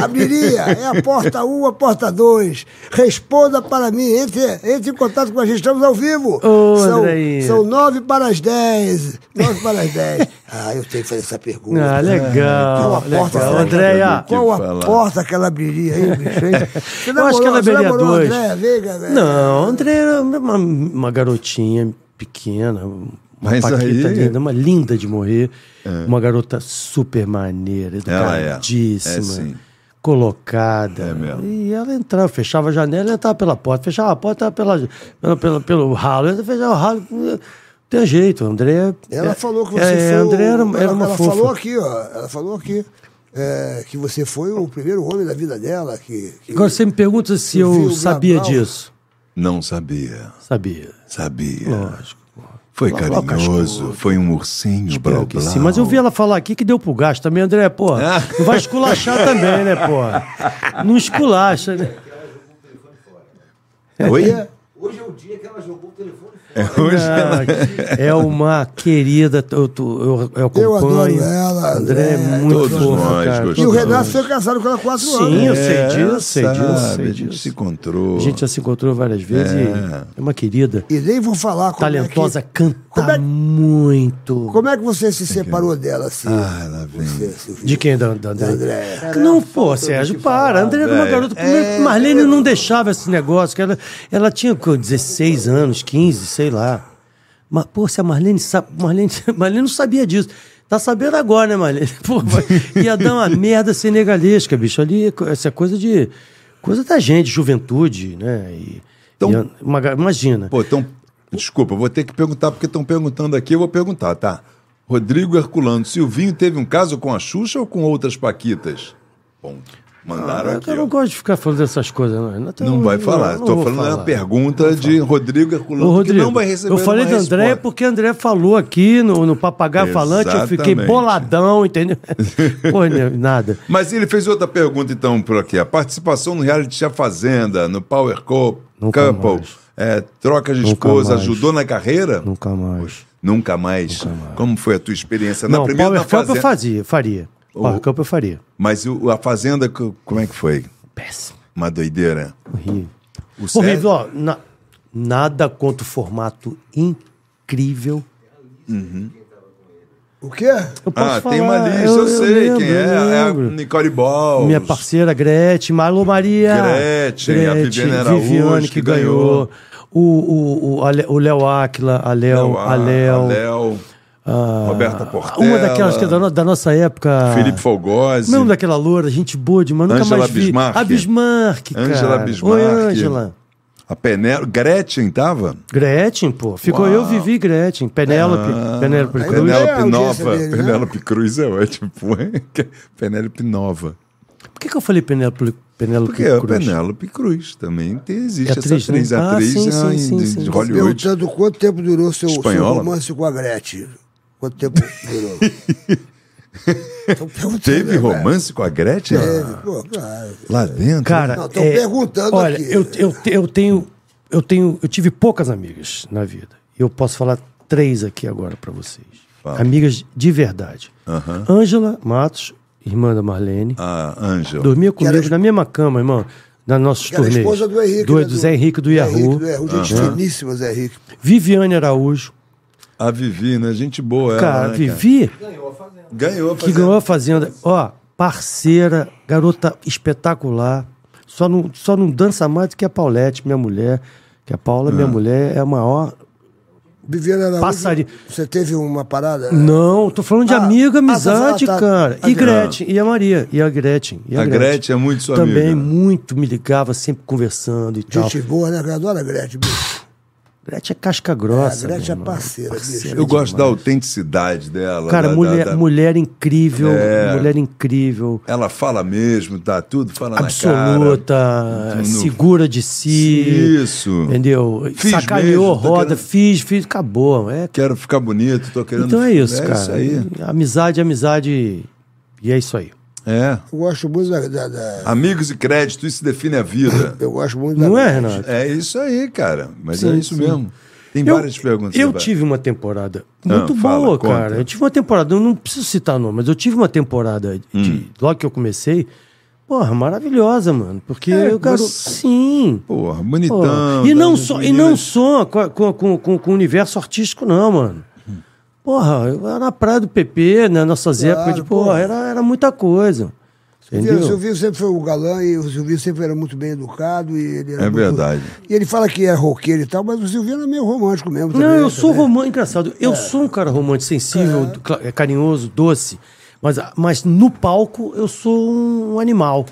Speaker 5: abriria? É a porta 1, a porta 2. Responda para mim, entre, entre em contato com a gente, estamos ao vivo.
Speaker 6: Ô,
Speaker 5: são,
Speaker 6: Andreinha.
Speaker 5: são 9 para as 10. 9 para as 10. Ah, eu tenho que fazer essa pergunta.
Speaker 6: Ah,
Speaker 5: Qual
Speaker 6: legal.
Speaker 5: a porta né?
Speaker 6: legal.
Speaker 5: será que
Speaker 6: Andréia.
Speaker 4: que
Speaker 5: Qual a
Speaker 4: falar.
Speaker 5: porta que ela abriria aí, bicho? hein? Você
Speaker 6: Eu acho que
Speaker 5: namorou-
Speaker 6: ela
Speaker 5: você
Speaker 6: abriria
Speaker 5: namorou a
Speaker 6: dois.
Speaker 5: Andréia Veiga, velho?
Speaker 6: Não, a Andréia era uma, uma garotinha pequena, uma
Speaker 4: Mas
Speaker 6: paquita
Speaker 4: aí- É.
Speaker 6: linda, uma linda de morrer. Uma garota super maneira,
Speaker 4: Ela é.
Speaker 6: educadíssima.
Speaker 4: É, sim.
Speaker 6: Colocada.
Speaker 4: É mesmo.
Speaker 6: E ela entrava, fechava a janela, ela entrava pela porta, fechava a porta ela pela, pela, pela- pelo ralo, ela fechava o ralo. Não tem jeito, a Andréia.
Speaker 5: Ela
Speaker 6: é-
Speaker 5: falou que você
Speaker 6: é,
Speaker 5: foi.
Speaker 6: A Andréia era,
Speaker 5: ela,
Speaker 6: era uma
Speaker 5: ela
Speaker 6: fofa.
Speaker 5: falou aqui, ó. Ela falou aqui. é, que você foi o primeiro homem da vida dela. Que, que-
Speaker 6: Agora você me pergunta se
Speaker 5: Eu vi o
Speaker 6: eu sabia
Speaker 5: Gabral.
Speaker 6: disso.
Speaker 4: Não sabia.
Speaker 6: Sabia.
Speaker 4: Sabia.
Speaker 6: Lógico.
Speaker 4: Foi
Speaker 6: Blá, blá,
Speaker 4: carinhoso. Foi um ursinho, blá,
Speaker 6: Espero que
Speaker 4: blá.
Speaker 6: sim. Mas eu vi ela falar aqui que deu pro gasto também, André,
Speaker 4: Ah.
Speaker 6: porra. Não vai esculachar também, né, porra? Não esculacha, né?
Speaker 4: Oi? É,
Speaker 9: Hoje é o dia que ela jogou o telefone fora.
Speaker 4: Hoje ela-
Speaker 6: Ah, é uma querida, eu, tô- eu, eu acompanho.
Speaker 5: Eu adoro ela,
Speaker 6: André é
Speaker 5: André,
Speaker 6: muito
Speaker 4: todos
Speaker 6: fofa,
Speaker 4: nós
Speaker 6: cara.
Speaker 5: E o
Speaker 4: gostamos. É,
Speaker 5: Renato foi né? casado com ela há quatro anos.
Speaker 6: Sim, eu sei disso, eu sei disso, eu
Speaker 4: sabe,
Speaker 6: sei
Speaker 4: A gente se
Speaker 6: disso.
Speaker 4: encontrou.
Speaker 6: A gente já se encontrou várias vezes
Speaker 4: É.
Speaker 6: e é uma querida,
Speaker 5: E nem vou falar como
Speaker 6: talentosa,
Speaker 5: é que...
Speaker 6: canta
Speaker 5: como é-
Speaker 6: muito.
Speaker 5: Como é que você se separou dela, assim?
Speaker 4: Ah, ela
Speaker 5: Você,
Speaker 4: vem.
Speaker 5: Silvio?
Speaker 6: De quem? Da, da, da-
Speaker 5: André.
Speaker 6: Não, pô, Sérgio, para. André era uma garota. Primeiro, Marlene não deixava esse negócio. Que ela, ela tinha o quê? 16 anos, 15, sei lá. Mas, pô, se a Marlene sabe. Marlene, Marlene não sabia disso. Tá sabendo agora, né, Marlene? Pô, vai- ia dar uma merda senegalesca, bicho. Ali, é co- essa coisa de. Coisa da gente, juventude, né? E-
Speaker 4: Então-
Speaker 6: e uma ga- imagina.
Speaker 4: Pô, então, desculpa, eu vou ter que perguntar, porque estão perguntando aqui, eu vou perguntar, tá? Rodrigo Herculano, Silvinho teve um caso com a Xuxa ou com outras Paquitas? Bom, mandaram
Speaker 6: Ah, eu
Speaker 4: aqui,
Speaker 6: não
Speaker 4: ó.
Speaker 6: gosto de ficar falando dessas coisas, não. Não,
Speaker 4: Não vai falar.
Speaker 6: não
Speaker 4: Estou
Speaker 6: vou
Speaker 4: falando da
Speaker 6: falar.
Speaker 4: pergunta de Rodrigo Herculano,
Speaker 6: Ô, Rodrigo,
Speaker 4: que não vai receber
Speaker 6: eu falei
Speaker 4: uma
Speaker 6: do André
Speaker 4: resposta.
Speaker 6: porque André falou aqui no, no Papagaio Falante, eu fiquei
Speaker 4: Exatamente.
Speaker 6: boladão, entendeu? Pô, né, nada.
Speaker 4: Mas ele fez outra pergunta, então, por aqui. A participação no reality da Fazenda, no Power Couple,
Speaker 6: Nunca
Speaker 4: Couple,
Speaker 6: mais.
Speaker 4: é, troca de
Speaker 6: Nunca
Speaker 4: esposa,
Speaker 6: mais.
Speaker 4: ajudou na carreira?
Speaker 6: Nunca mais.
Speaker 4: Nunca mais. Como foi a tua experiência? na
Speaker 6: Não,
Speaker 4: primeira
Speaker 6: Power
Speaker 4: na
Speaker 6: Cup eu
Speaker 4: Fazenda.
Speaker 6: fazia, faria. Power Cup eu faria.
Speaker 4: Mas o- a Fazenda, co- como é que foi?
Speaker 6: Péssimo.
Speaker 4: Uma doideira.
Speaker 6: Horrível.
Speaker 4: O Sérgio-
Speaker 6: Horrível, ó. na- nada contra o formato incrível.
Speaker 5: O quê?
Speaker 6: Eu posso
Speaker 4: Ah, tem uma
Speaker 6: falar,
Speaker 4: lista, eu, sei
Speaker 6: lembro,
Speaker 4: quem
Speaker 6: eu
Speaker 4: é. É a
Speaker 6: lembro.
Speaker 4: Nicole Balls.
Speaker 6: Minha parceira Gretchen, Marlon Maria.
Speaker 4: Gretchen, a Viviane Araújo,
Speaker 6: Viviane, que,
Speaker 4: que ganhou.
Speaker 6: ganhou. O, o, o, Ale- o Léo Áquila, a Léo,
Speaker 4: Léo,
Speaker 6: a Léo.
Speaker 4: Léo,
Speaker 6: a-
Speaker 4: Roberta Portela.
Speaker 6: Ah, Uma daquelas que é da, no- da nossa época.
Speaker 4: Felipe Folgose.
Speaker 6: Não lembro daquela loura, gente boa demais, nunca
Speaker 4: Ângela
Speaker 6: mais vi.
Speaker 4: Bismarck.
Speaker 6: A Bismarck, cara.
Speaker 4: Ângela Bismarck.
Speaker 6: Oi, Ângela.
Speaker 4: A Penelo. Gretchen tava?
Speaker 6: Gretchen, pô. Ficou eu, Vivi e Gretchen. Penélope. Penélope Cruz.
Speaker 5: é a
Speaker 4: Ah, Penélope
Speaker 5: audiência
Speaker 4: Nova.
Speaker 5: dele, né?
Speaker 4: Penélope Cruz é ótimo. Penélope Nova.
Speaker 6: Por que, que eu falei Penélope, Penélope
Speaker 4: Porque é
Speaker 6: Cruz?
Speaker 4: Penélope Cruz também tem- existe
Speaker 6: É atriz,
Speaker 4: essa atriz,
Speaker 6: né? Ah,
Speaker 4: atriz
Speaker 6: sim, sim,
Speaker 4: ah,
Speaker 6: sim,
Speaker 4: de,
Speaker 6: sim.
Speaker 4: de Hollywood.
Speaker 5: Perguntando quanto tempo durou seu, seu
Speaker 4: Espanhola.
Speaker 5: romance com a Gretchen. Quanto tempo durou? Tão perguntando,
Speaker 4: Teve Ah.
Speaker 5: né,
Speaker 4: romance com a Gretchen?
Speaker 5: velho? Teve, pô, claro.
Speaker 4: Lá dentro?
Speaker 6: Cara, é,
Speaker 5: Não, tô perguntando
Speaker 6: olha,
Speaker 5: aqui.
Speaker 6: Eu, eu, te- eu tenho, eu tenho, eu tive poucas amigas na vida. E Eu posso falar três aqui agora pra vocês. Amigas de verdade. Ângela Matos, irmã da Marlene,
Speaker 4: A Ângela.
Speaker 6: dormia comigo na mesma cama, irmão, na nossos
Speaker 5: Que era a
Speaker 6: turnês.
Speaker 5: esposa do Henrique.
Speaker 6: Do,
Speaker 5: né,
Speaker 6: do Zé Henrique do Yahoo.
Speaker 5: Henrique, do Yahoo. Gente finíssima, Zé Henrique.
Speaker 6: Viviane Araújo,
Speaker 4: A Vivi, né? Gente boa ela,
Speaker 6: cara,
Speaker 4: né,
Speaker 6: Vivi,
Speaker 4: Ganhou.
Speaker 5: é.
Speaker 6: que ganhou a Fazenda. Ó, parceira, garota espetacular. Só não, só não dança mais do que a Paulette, minha mulher. Que a Paula,
Speaker 4: Ah.
Speaker 6: minha mulher, é a maior.
Speaker 5: Viviana Araújo.
Speaker 6: Passarinho.
Speaker 5: Você teve uma parada?
Speaker 6: Não, tô falando de
Speaker 5: Ah,
Speaker 6: amiga,
Speaker 5: ah, tá,
Speaker 6: amizade,
Speaker 5: tá, tá.
Speaker 6: cara.
Speaker 5: Ah,
Speaker 6: E Gretchen, e a Maria, e a Gretchen. E a,
Speaker 4: A Gretchen é muito sua
Speaker 6: Também
Speaker 4: amiga.
Speaker 6: muito me ligava, sempre conversando e tal.
Speaker 5: Gente boa, né? Eu adoro a Gretchen. bicho.
Speaker 6: Gretchen é casca
Speaker 5: A
Speaker 6: grossa.
Speaker 5: Gretchen é
Speaker 6: meu irmão.
Speaker 5: parceira, bicho.
Speaker 4: Eu gosto da autenticidade dela. da-
Speaker 6: Cara,
Speaker 4: da-
Speaker 6: mulher,
Speaker 4: da-
Speaker 6: mulher incrível,
Speaker 4: É.
Speaker 6: mulher incrível.
Speaker 4: Ela fala mesmo, tá tudo, fala
Speaker 6: absoluta,
Speaker 4: na cara. No-
Speaker 6: segura de si.
Speaker 4: Isso.
Speaker 6: Entendeu?
Speaker 4: Fiz
Speaker 6: Sacaneou,
Speaker 4: mesmo, tô
Speaker 6: roda,
Speaker 4: querendo-
Speaker 6: fiz, fiz, acabou. É,
Speaker 4: Quero ficar bonito, tô querendo...
Speaker 6: então é isso,
Speaker 4: é
Speaker 6: cara.
Speaker 4: Isso aí.
Speaker 6: Amizade, amizade. E é isso aí.
Speaker 4: É.
Speaker 5: Eu gosto muito da... da- da-
Speaker 4: Amigos e crédito, isso define a vida.
Speaker 5: Eu gosto muito da
Speaker 6: Não é,
Speaker 5: Gretchen.
Speaker 6: Renato?
Speaker 4: É isso aí, cara. Mas é
Speaker 6: Sim,
Speaker 4: isso
Speaker 6: sim.
Speaker 4: mesmo. Tem
Speaker 6: Eu-
Speaker 4: várias perguntas.
Speaker 6: Eu
Speaker 4: Zé Bar-
Speaker 6: tive uma temporada
Speaker 4: Ah,
Speaker 6: muito
Speaker 4: fala,
Speaker 6: boa,
Speaker 4: conta.
Speaker 6: cara. Eu tive uma temporada, eu não preciso citar nome, mas eu tive uma temporada de-
Speaker 4: Hum.
Speaker 6: logo que eu comecei, porra, maravilhosa, mano. Porque
Speaker 4: É,
Speaker 6: eu, cara,
Speaker 4: você-
Speaker 6: sim.
Speaker 4: Porra,
Speaker 6: Pô,
Speaker 4: bonitão.
Speaker 6: e,
Speaker 4: tá,
Speaker 6: não
Speaker 4: as
Speaker 6: só, e
Speaker 4: meninas-
Speaker 6: não só com, com, com, com- com o universo artístico, não, mano. Porra, eu era na praia do PP, né? Nossas
Speaker 5: Claro,
Speaker 6: épocas de,
Speaker 5: porra.
Speaker 6: porra, era, era muita coisa.
Speaker 5: Entendeu? O
Speaker 6: Entendeu?
Speaker 5: Silvio sempre foi o galã e o Silvio sempre era muito bem educado. E ele era
Speaker 4: É
Speaker 5: muito-
Speaker 4: verdade.
Speaker 5: E ele fala que é roqueiro e tal, mas o Silvio era meio romântico mesmo.
Speaker 6: Não,
Speaker 5: também,
Speaker 6: eu sou
Speaker 5: também.
Speaker 6: romântico, engraçado.
Speaker 4: É.
Speaker 6: Eu sou um cara romântico, sensível, cla- é. carinhoso, doce. Mas, ah, mas no palco eu sou um animal.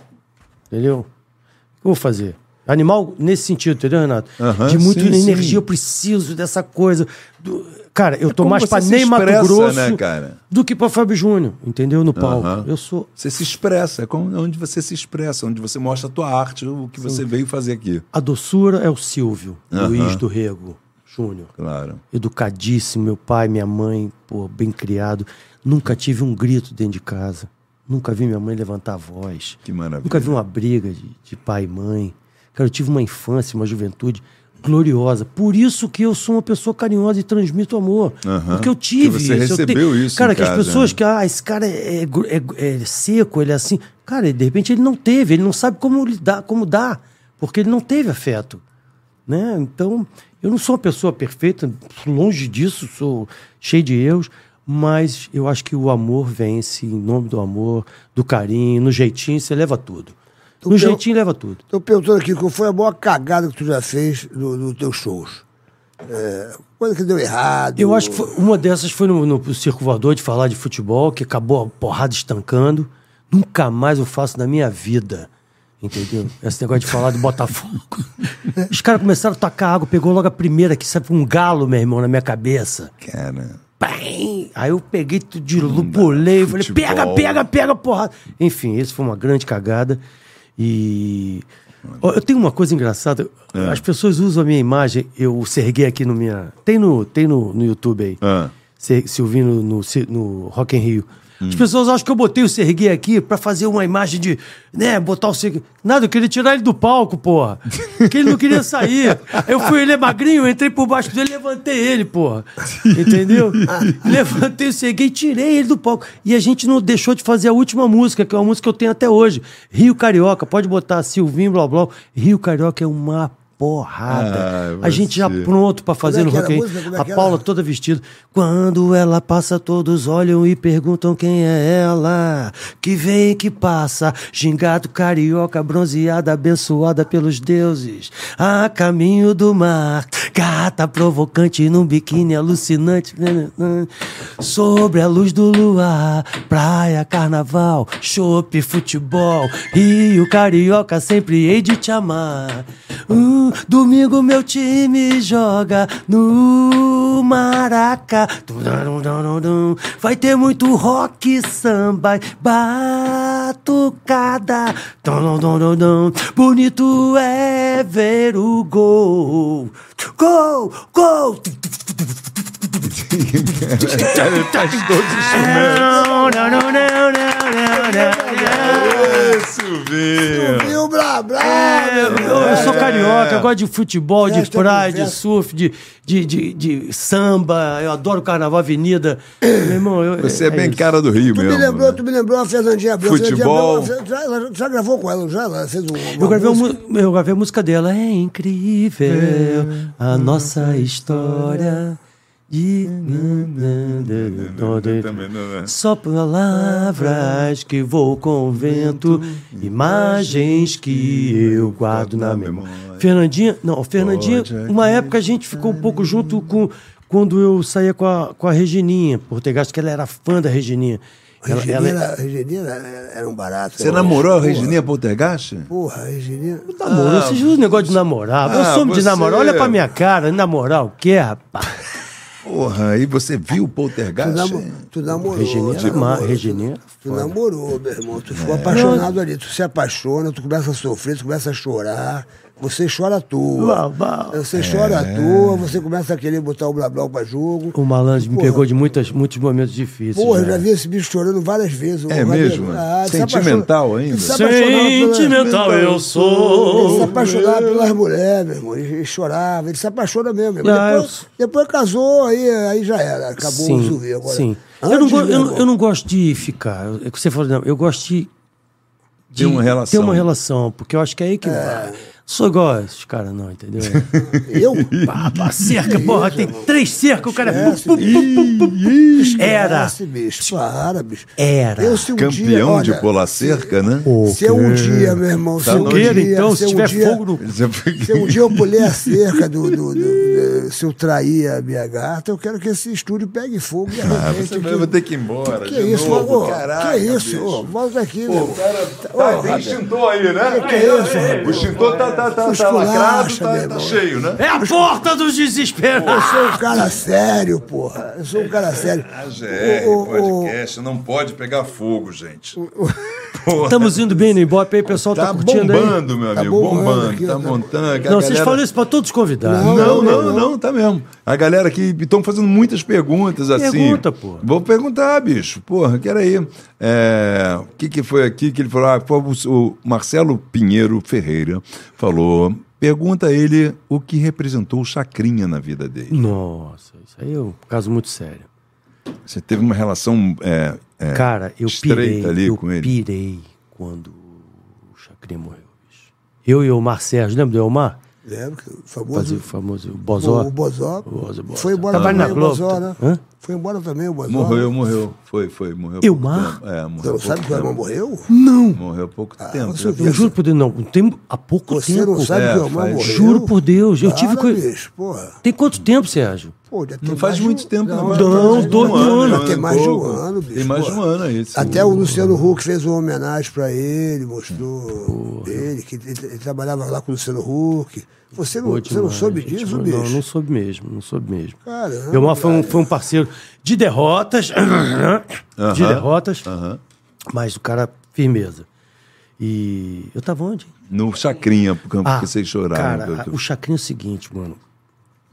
Speaker 6: Entendeu? O que eu vou fazer? Animal nesse sentido, entendeu, Renato?
Speaker 4: Aham,
Speaker 6: De muita
Speaker 4: sim,
Speaker 6: energia,
Speaker 4: sim.
Speaker 6: eu preciso dessa coisa. do- Cara, eu tô
Speaker 4: É como
Speaker 6: mais
Speaker 4: você
Speaker 6: pra
Speaker 4: se
Speaker 6: Ney Mato
Speaker 4: expressa,
Speaker 6: Grosso
Speaker 4: né, cara?
Speaker 6: do que pra Fábio Júnior, entendeu? No palco.
Speaker 4: Aham.
Speaker 6: Eu sou.
Speaker 4: Você se expressa, é como- onde você se expressa, onde você mostra a tua arte, o que você veio fazer aqui.
Speaker 6: A doçura é o Silvio,
Speaker 4: Aham.
Speaker 6: Luiz do Rego Júnior.
Speaker 4: Claro.
Speaker 6: Educadíssimo, meu pai, minha mãe, pô, bem criado. Nunca tive um grito dentro de casa. Nunca vi minha mãe levantar a voz.
Speaker 4: Que maravilha.
Speaker 6: Nunca vi uma briga de, de pai e mãe. Cara, eu tive uma infância, uma juventude gloriosa. Por isso que eu sou uma pessoa carinhosa e transmito amor.
Speaker 4: Aham.
Speaker 6: Porque eu tive
Speaker 4: Porque você
Speaker 6: isso. eu
Speaker 4: recebeu isso em
Speaker 6: Cara, que
Speaker 4: casa,
Speaker 6: as pessoas
Speaker 4: né?
Speaker 6: que, ah, esse cara é, é gru- é gu- é seco, ele é assim. Cara, de repente ele não teve, ele não sabe como lidar, como dar, porque ele não teve afeto. Né? Então, eu não sou uma pessoa perfeita, longe disso, sou cheio de erros, mas eu acho que o amor vence em nome do amor, do carinho, no jeitinho, você leva tudo. No
Speaker 5: pelo-
Speaker 6: jeitinho leva tudo.
Speaker 5: Tô perguntando aqui, qual foi a maior cagada que tu já fez no- nos teus shows? É, coisa que deu errado.
Speaker 6: Eu acho que foi- uma dessas foi no, no Circo Voador de falar de futebol, que acabou a porrada estancando. Nunca mais eu faço na minha vida. Entendeu? Esse negócio de falar do Botafogo. Os caras começaram a tacar água, pegou logo a primeira que saiu um galo, meu irmão, na minha cabeça.
Speaker 4: Cara.
Speaker 6: Pem! Aí eu peguei tudo de lupulei, falei,
Speaker 4: Futebol.
Speaker 6: pega, pega, pega, porrada. Enfim, isso foi uma grande cagada. E. Ó, eu tenho uma coisa engraçada. As pessoas usam a minha imagem, eu serguei aqui no minha. Tem no, tem no, no YouTube aí.
Speaker 4: Ah.
Speaker 6: Se, Silvino no, se- no Rock in Rio. As pessoas acham que eu botei o Serguei aqui pra fazer uma imagem de, né, botar o Serguei. Nada, eu queria tirar ele do palco, porra. Porque ele não queria sair. Eu fui, ele é magrinho, eu entrei por baixo dele, levantei ele, porra. Entendeu? levantei o Serguei, tirei ele do palco. E a gente não deixou de fazer a última música, que é uma música que eu tenho até hoje. Rio Carioca, pode botar Silvinho, blá, blá. Rio Carioca é uma
Speaker 4: Ah,
Speaker 6: porrada. a
Speaker 4: vai
Speaker 6: gente já
Speaker 4: ser.
Speaker 6: pronto um pra fazer
Speaker 5: é
Speaker 6: no
Speaker 5: que era
Speaker 6: Rock in
Speaker 5: a
Speaker 6: Rio.
Speaker 5: música? Como é
Speaker 6: A
Speaker 5: que era?
Speaker 6: Paula toda vestida. Quando ela passa, todos olham e perguntam quem é ela. Que vem e que passa, gingado carioca, bronzeada, abençoada pelos deuses. A caminho do mar, gata provocante num biquíni alucinante. Sobre a luz do luar, praia, carnaval, chope, futebol, Rio Carioca, sempre hei de te amar. Uh, domingo meu time joga no Maraca. Tudururururu. Vai ter muito rock, samba, e batucada. Tudururururu. Bonito é ver o gol. Gol, gol. Não, não, não, não, não, não, não.
Speaker 4: Silvinho!
Speaker 5: E o É. blá blá!
Speaker 6: É,
Speaker 5: É.
Speaker 6: Eu, eu
Speaker 4: É.
Speaker 6: sou carioca, eu gosto de futebol, de
Speaker 4: então,
Speaker 5: Festa,
Speaker 6: praia, de
Speaker 5: conversa.
Speaker 6: surf, de, de, de, de samba. Eu adoro carnaval, avenida. Meu irmão, eu,
Speaker 4: Você é bem
Speaker 6: isso.
Speaker 4: cara do Rio
Speaker 5: Tu
Speaker 4: mesmo.
Speaker 5: me lembrou,
Speaker 4: né?
Speaker 5: tu me lembrou a Fernandinha Abreu.
Speaker 4: Futebol.
Speaker 5: Fernandinha Abreu, ela- ela- já, já gravou com ela, já ela fez um.
Speaker 6: Eu gravei, mu- eu gravei a música dela. É incrível a nossa história. De... Só palavras que vou com o vento, imagens que eu guardo na memória. Fernandinha, não, Fernandinha, uma época a gente ficou um pouco junto com quando eu saía com a, com a Regininha, por ter gasto que ela era fã da Regininha. Ela- é-
Speaker 5: Reginina,
Speaker 6: ela-
Speaker 5: Reginina era um barato.
Speaker 4: Você
Speaker 5: Era-
Speaker 4: namorou a Regininha Poltergeist?
Speaker 5: Porra, Reginina.
Speaker 6: Namorou, vocês usam o negócio de namorar. eu
Speaker 4: Ah,
Speaker 6: sou homem de
Speaker 4: você-
Speaker 6: namorar, olha pra minha cara, namorar o quê, rapaz?
Speaker 4: Porra, aí você viu o
Speaker 5: Tu,
Speaker 4: Poltergeist?
Speaker 5: namo- tu namorou.
Speaker 6: Regininha
Speaker 5: tu
Speaker 6: era
Speaker 5: namorou,
Speaker 6: má,
Speaker 5: tu-
Speaker 6: Regininha é
Speaker 5: Tu namorou, meu irmão. Tu ficou apaixonado ali. Tu se apaixona, tu começa a sofrer, tu começa a chorar. Você chora à toa.
Speaker 6: Blá, blá.
Speaker 5: Você chora à toa, você começa a querer botar o blá blá pra jogo.
Speaker 6: É. O malandro me
Speaker 5: Porra,
Speaker 6: pegou de muitas, muitos momentos difíceis.
Speaker 5: Porra, eu
Speaker 6: né?
Speaker 5: já vi esse bicho chorando várias
Speaker 4: É
Speaker 5: vezes. O Rabelo- Ah,
Speaker 4: mesmo?
Speaker 5: ele se
Speaker 4: Sentimental
Speaker 5: apaixona-
Speaker 4: ainda?
Speaker 5: ele se apaixonava pela-
Speaker 6: Sentimental eu
Speaker 5: Ele se
Speaker 6: sou.
Speaker 5: apaixonava pelas mulheres, meu irmão. Ele chorava, ele se apaixona mesmo. meu irmão.
Speaker 6: Ah,
Speaker 5: depois, depois casou, aí, aí já era. Acabou o
Speaker 6: Sim,
Speaker 5: zumbi agora.
Speaker 6: sim.
Speaker 5: Antes,
Speaker 6: Eu não, go-
Speaker 5: meu
Speaker 6: eu, não-
Speaker 5: irmão,
Speaker 6: eu não gosto de ficar. É o que você falou, não. Eu gosto de, de
Speaker 4: Ter uma relação.
Speaker 6: ter uma relação, porque eu acho que é aí que. Sou igual a esses caras, não, entendeu?
Speaker 5: Eu?
Speaker 6: Pá, pá, cerca, porra, tem três cercas, o cara. é-
Speaker 5: Esquece, é,
Speaker 6: Era.
Speaker 5: Esquece, bicho. Para, bicho.
Speaker 6: Era.
Speaker 5: Eu, se um dia,
Speaker 4: Campeão
Speaker 5: olha,
Speaker 4: de pular cerca, né?
Speaker 5: Se eu um dia, meu irmão, se eu um
Speaker 6: Fogueira,
Speaker 5: dia,
Speaker 6: Tá
Speaker 5: se
Speaker 6: então, se
Speaker 5: eu um
Speaker 6: tiver
Speaker 5: dia,
Speaker 6: fogo no
Speaker 4: Ele já foi-
Speaker 5: Se um dia eu pulei a cerca do, do, do- do- eu, se eu trair a minha gata, eu quero que esse estúdio pegue fogo e
Speaker 4: Ah,
Speaker 5: arrebente.
Speaker 4: você
Speaker 5: aqui.
Speaker 4: vai ter que ir embora.
Speaker 5: Que
Speaker 4: de
Speaker 5: isso,
Speaker 4: novo.
Speaker 5: ô,
Speaker 4: Caraca,
Speaker 5: que isso,
Speaker 4: bicho.
Speaker 5: ô, volta aqui,
Speaker 4: Pô,
Speaker 5: meu.
Speaker 4: o cara tá,
Speaker 5: Ô,
Speaker 4: tem extintor aí, né?
Speaker 5: Que que é isso, rapaz?
Speaker 4: O extintor tá, tá, tá, tá
Speaker 5: Esculacha,
Speaker 4: lacrado,
Speaker 5: meu
Speaker 4: tá, tá
Speaker 5: irmão.
Speaker 4: cheio, né?
Speaker 6: É a porta dos
Speaker 5: Eu
Speaker 6: desesperados!
Speaker 5: sou um cara sério, porra. Eu sou um cara
Speaker 4: é
Speaker 5: sério.
Speaker 4: A GR,
Speaker 5: Ô, ô, ô,
Speaker 4: É, podcast, não pode pegar fogo, gente.
Speaker 6: Estamos indo bem no Ibope aí, pessoal tá,
Speaker 4: Tá
Speaker 6: curtindo aí.
Speaker 4: bombando, meu
Speaker 5: Tá
Speaker 4: amigo,
Speaker 5: bombando
Speaker 4: bombando,
Speaker 5: aqui,
Speaker 4: tá
Speaker 5: ó, tá-
Speaker 4: montando. que a
Speaker 6: Não, vocês
Speaker 4: galera-
Speaker 6: falam isso né? pra todos os convidados.
Speaker 4: Não, não, não, tá mesmo. A galera aqui estão fazendo muitas perguntas assim.
Speaker 6: Pergunta, pô.
Speaker 4: Vou perguntar, bicho. Porra, quero aí. É, o que, que foi aqui que ele falou? Ah, foi o- o Marcelo Pinheiro Ferreira falou. Pergunta a ele o que representou o Chacrinha na vida dele.
Speaker 6: Nossa, isso aí é um caso muito sério.
Speaker 4: Você teve uma relação. É, é,
Speaker 6: Cara, eu
Speaker 4: estreita
Speaker 6: pirei,
Speaker 4: ali
Speaker 6: eu
Speaker 4: com ele.
Speaker 6: pirei quando o Chacrinha morreu. bicho. Eu e o Omar Sérgio, lembra do Omar?
Speaker 5: Lembra que o
Speaker 6: Fazia o
Speaker 5: famoso.
Speaker 6: famoso o
Speaker 5: Bozó.
Speaker 6: Bozó.
Speaker 5: O Bozó.
Speaker 6: Bozó, Bozó.
Speaker 5: Foi embora
Speaker 6: Trabalha
Speaker 5: também o
Speaker 6: na
Speaker 5: Bozó,
Speaker 6: Globo.
Speaker 5: né?
Speaker 6: Hã?
Speaker 5: Foi embora também o Bozó.
Speaker 4: Morreu, morreu. Foi, foi, morreu.
Speaker 6: Eu,
Speaker 4: pouco
Speaker 6: Mar?
Speaker 4: tempo. É, morreu.
Speaker 5: Você
Speaker 4: pouco
Speaker 5: não Então, sabe que o irmão
Speaker 4: tempo.
Speaker 5: morreu?
Speaker 4: Morreu há pouco tempo.
Speaker 5: Ah, você
Speaker 4: Já
Speaker 5: viu?
Speaker 6: Eu juro por Deus, não. Tem, há pouco
Speaker 5: Você
Speaker 6: tempo.
Speaker 5: não sabe
Speaker 4: É,
Speaker 5: que o irmão
Speaker 4: faz-
Speaker 5: morreu?
Speaker 6: Juro por Deus. Eu
Speaker 5: Para,
Speaker 6: tive coi-
Speaker 5: bicho, porra.
Speaker 6: Tem quanto tempo, Sérgio?
Speaker 5: Pô, já tem
Speaker 4: Não faz
Speaker 5: mais de
Speaker 4: muito
Speaker 5: um-
Speaker 4: tempo, não.
Speaker 5: já
Speaker 4: vai
Speaker 5: tem
Speaker 6: não,
Speaker 5: mais de um
Speaker 6: dois anos,
Speaker 5: já Tem mais de um
Speaker 4: pouco.
Speaker 5: ano, bicho.
Speaker 4: Tem mais de
Speaker 5: pô.
Speaker 4: um ano
Speaker 6: é
Speaker 4: aí. sim.
Speaker 5: Até o Luciano Huck fez uma homenagem pra ele, mostrou ele, que ele, ele trabalhava lá com o Luciano Huck. Você não,
Speaker 6: Pô,
Speaker 5: você não
Speaker 6: demais,
Speaker 5: soube
Speaker 6: gente,
Speaker 5: disso,
Speaker 6: mas
Speaker 5: bicho?
Speaker 6: Não, não soube mesmo, não soube mesmo.
Speaker 5: Caramba,
Speaker 6: Meu Omar foi um, foi um parceiro de derrotas, de
Speaker 4: Aham,
Speaker 6: derrotas,
Speaker 4: aham.
Speaker 6: mas o cara, firmeza. E eu tava onde?
Speaker 4: No Chacrinha, porque vocês choraram.
Speaker 6: Ah, Cara,
Speaker 4: Eu tô-
Speaker 6: o Chacrinha é o seguinte, mano.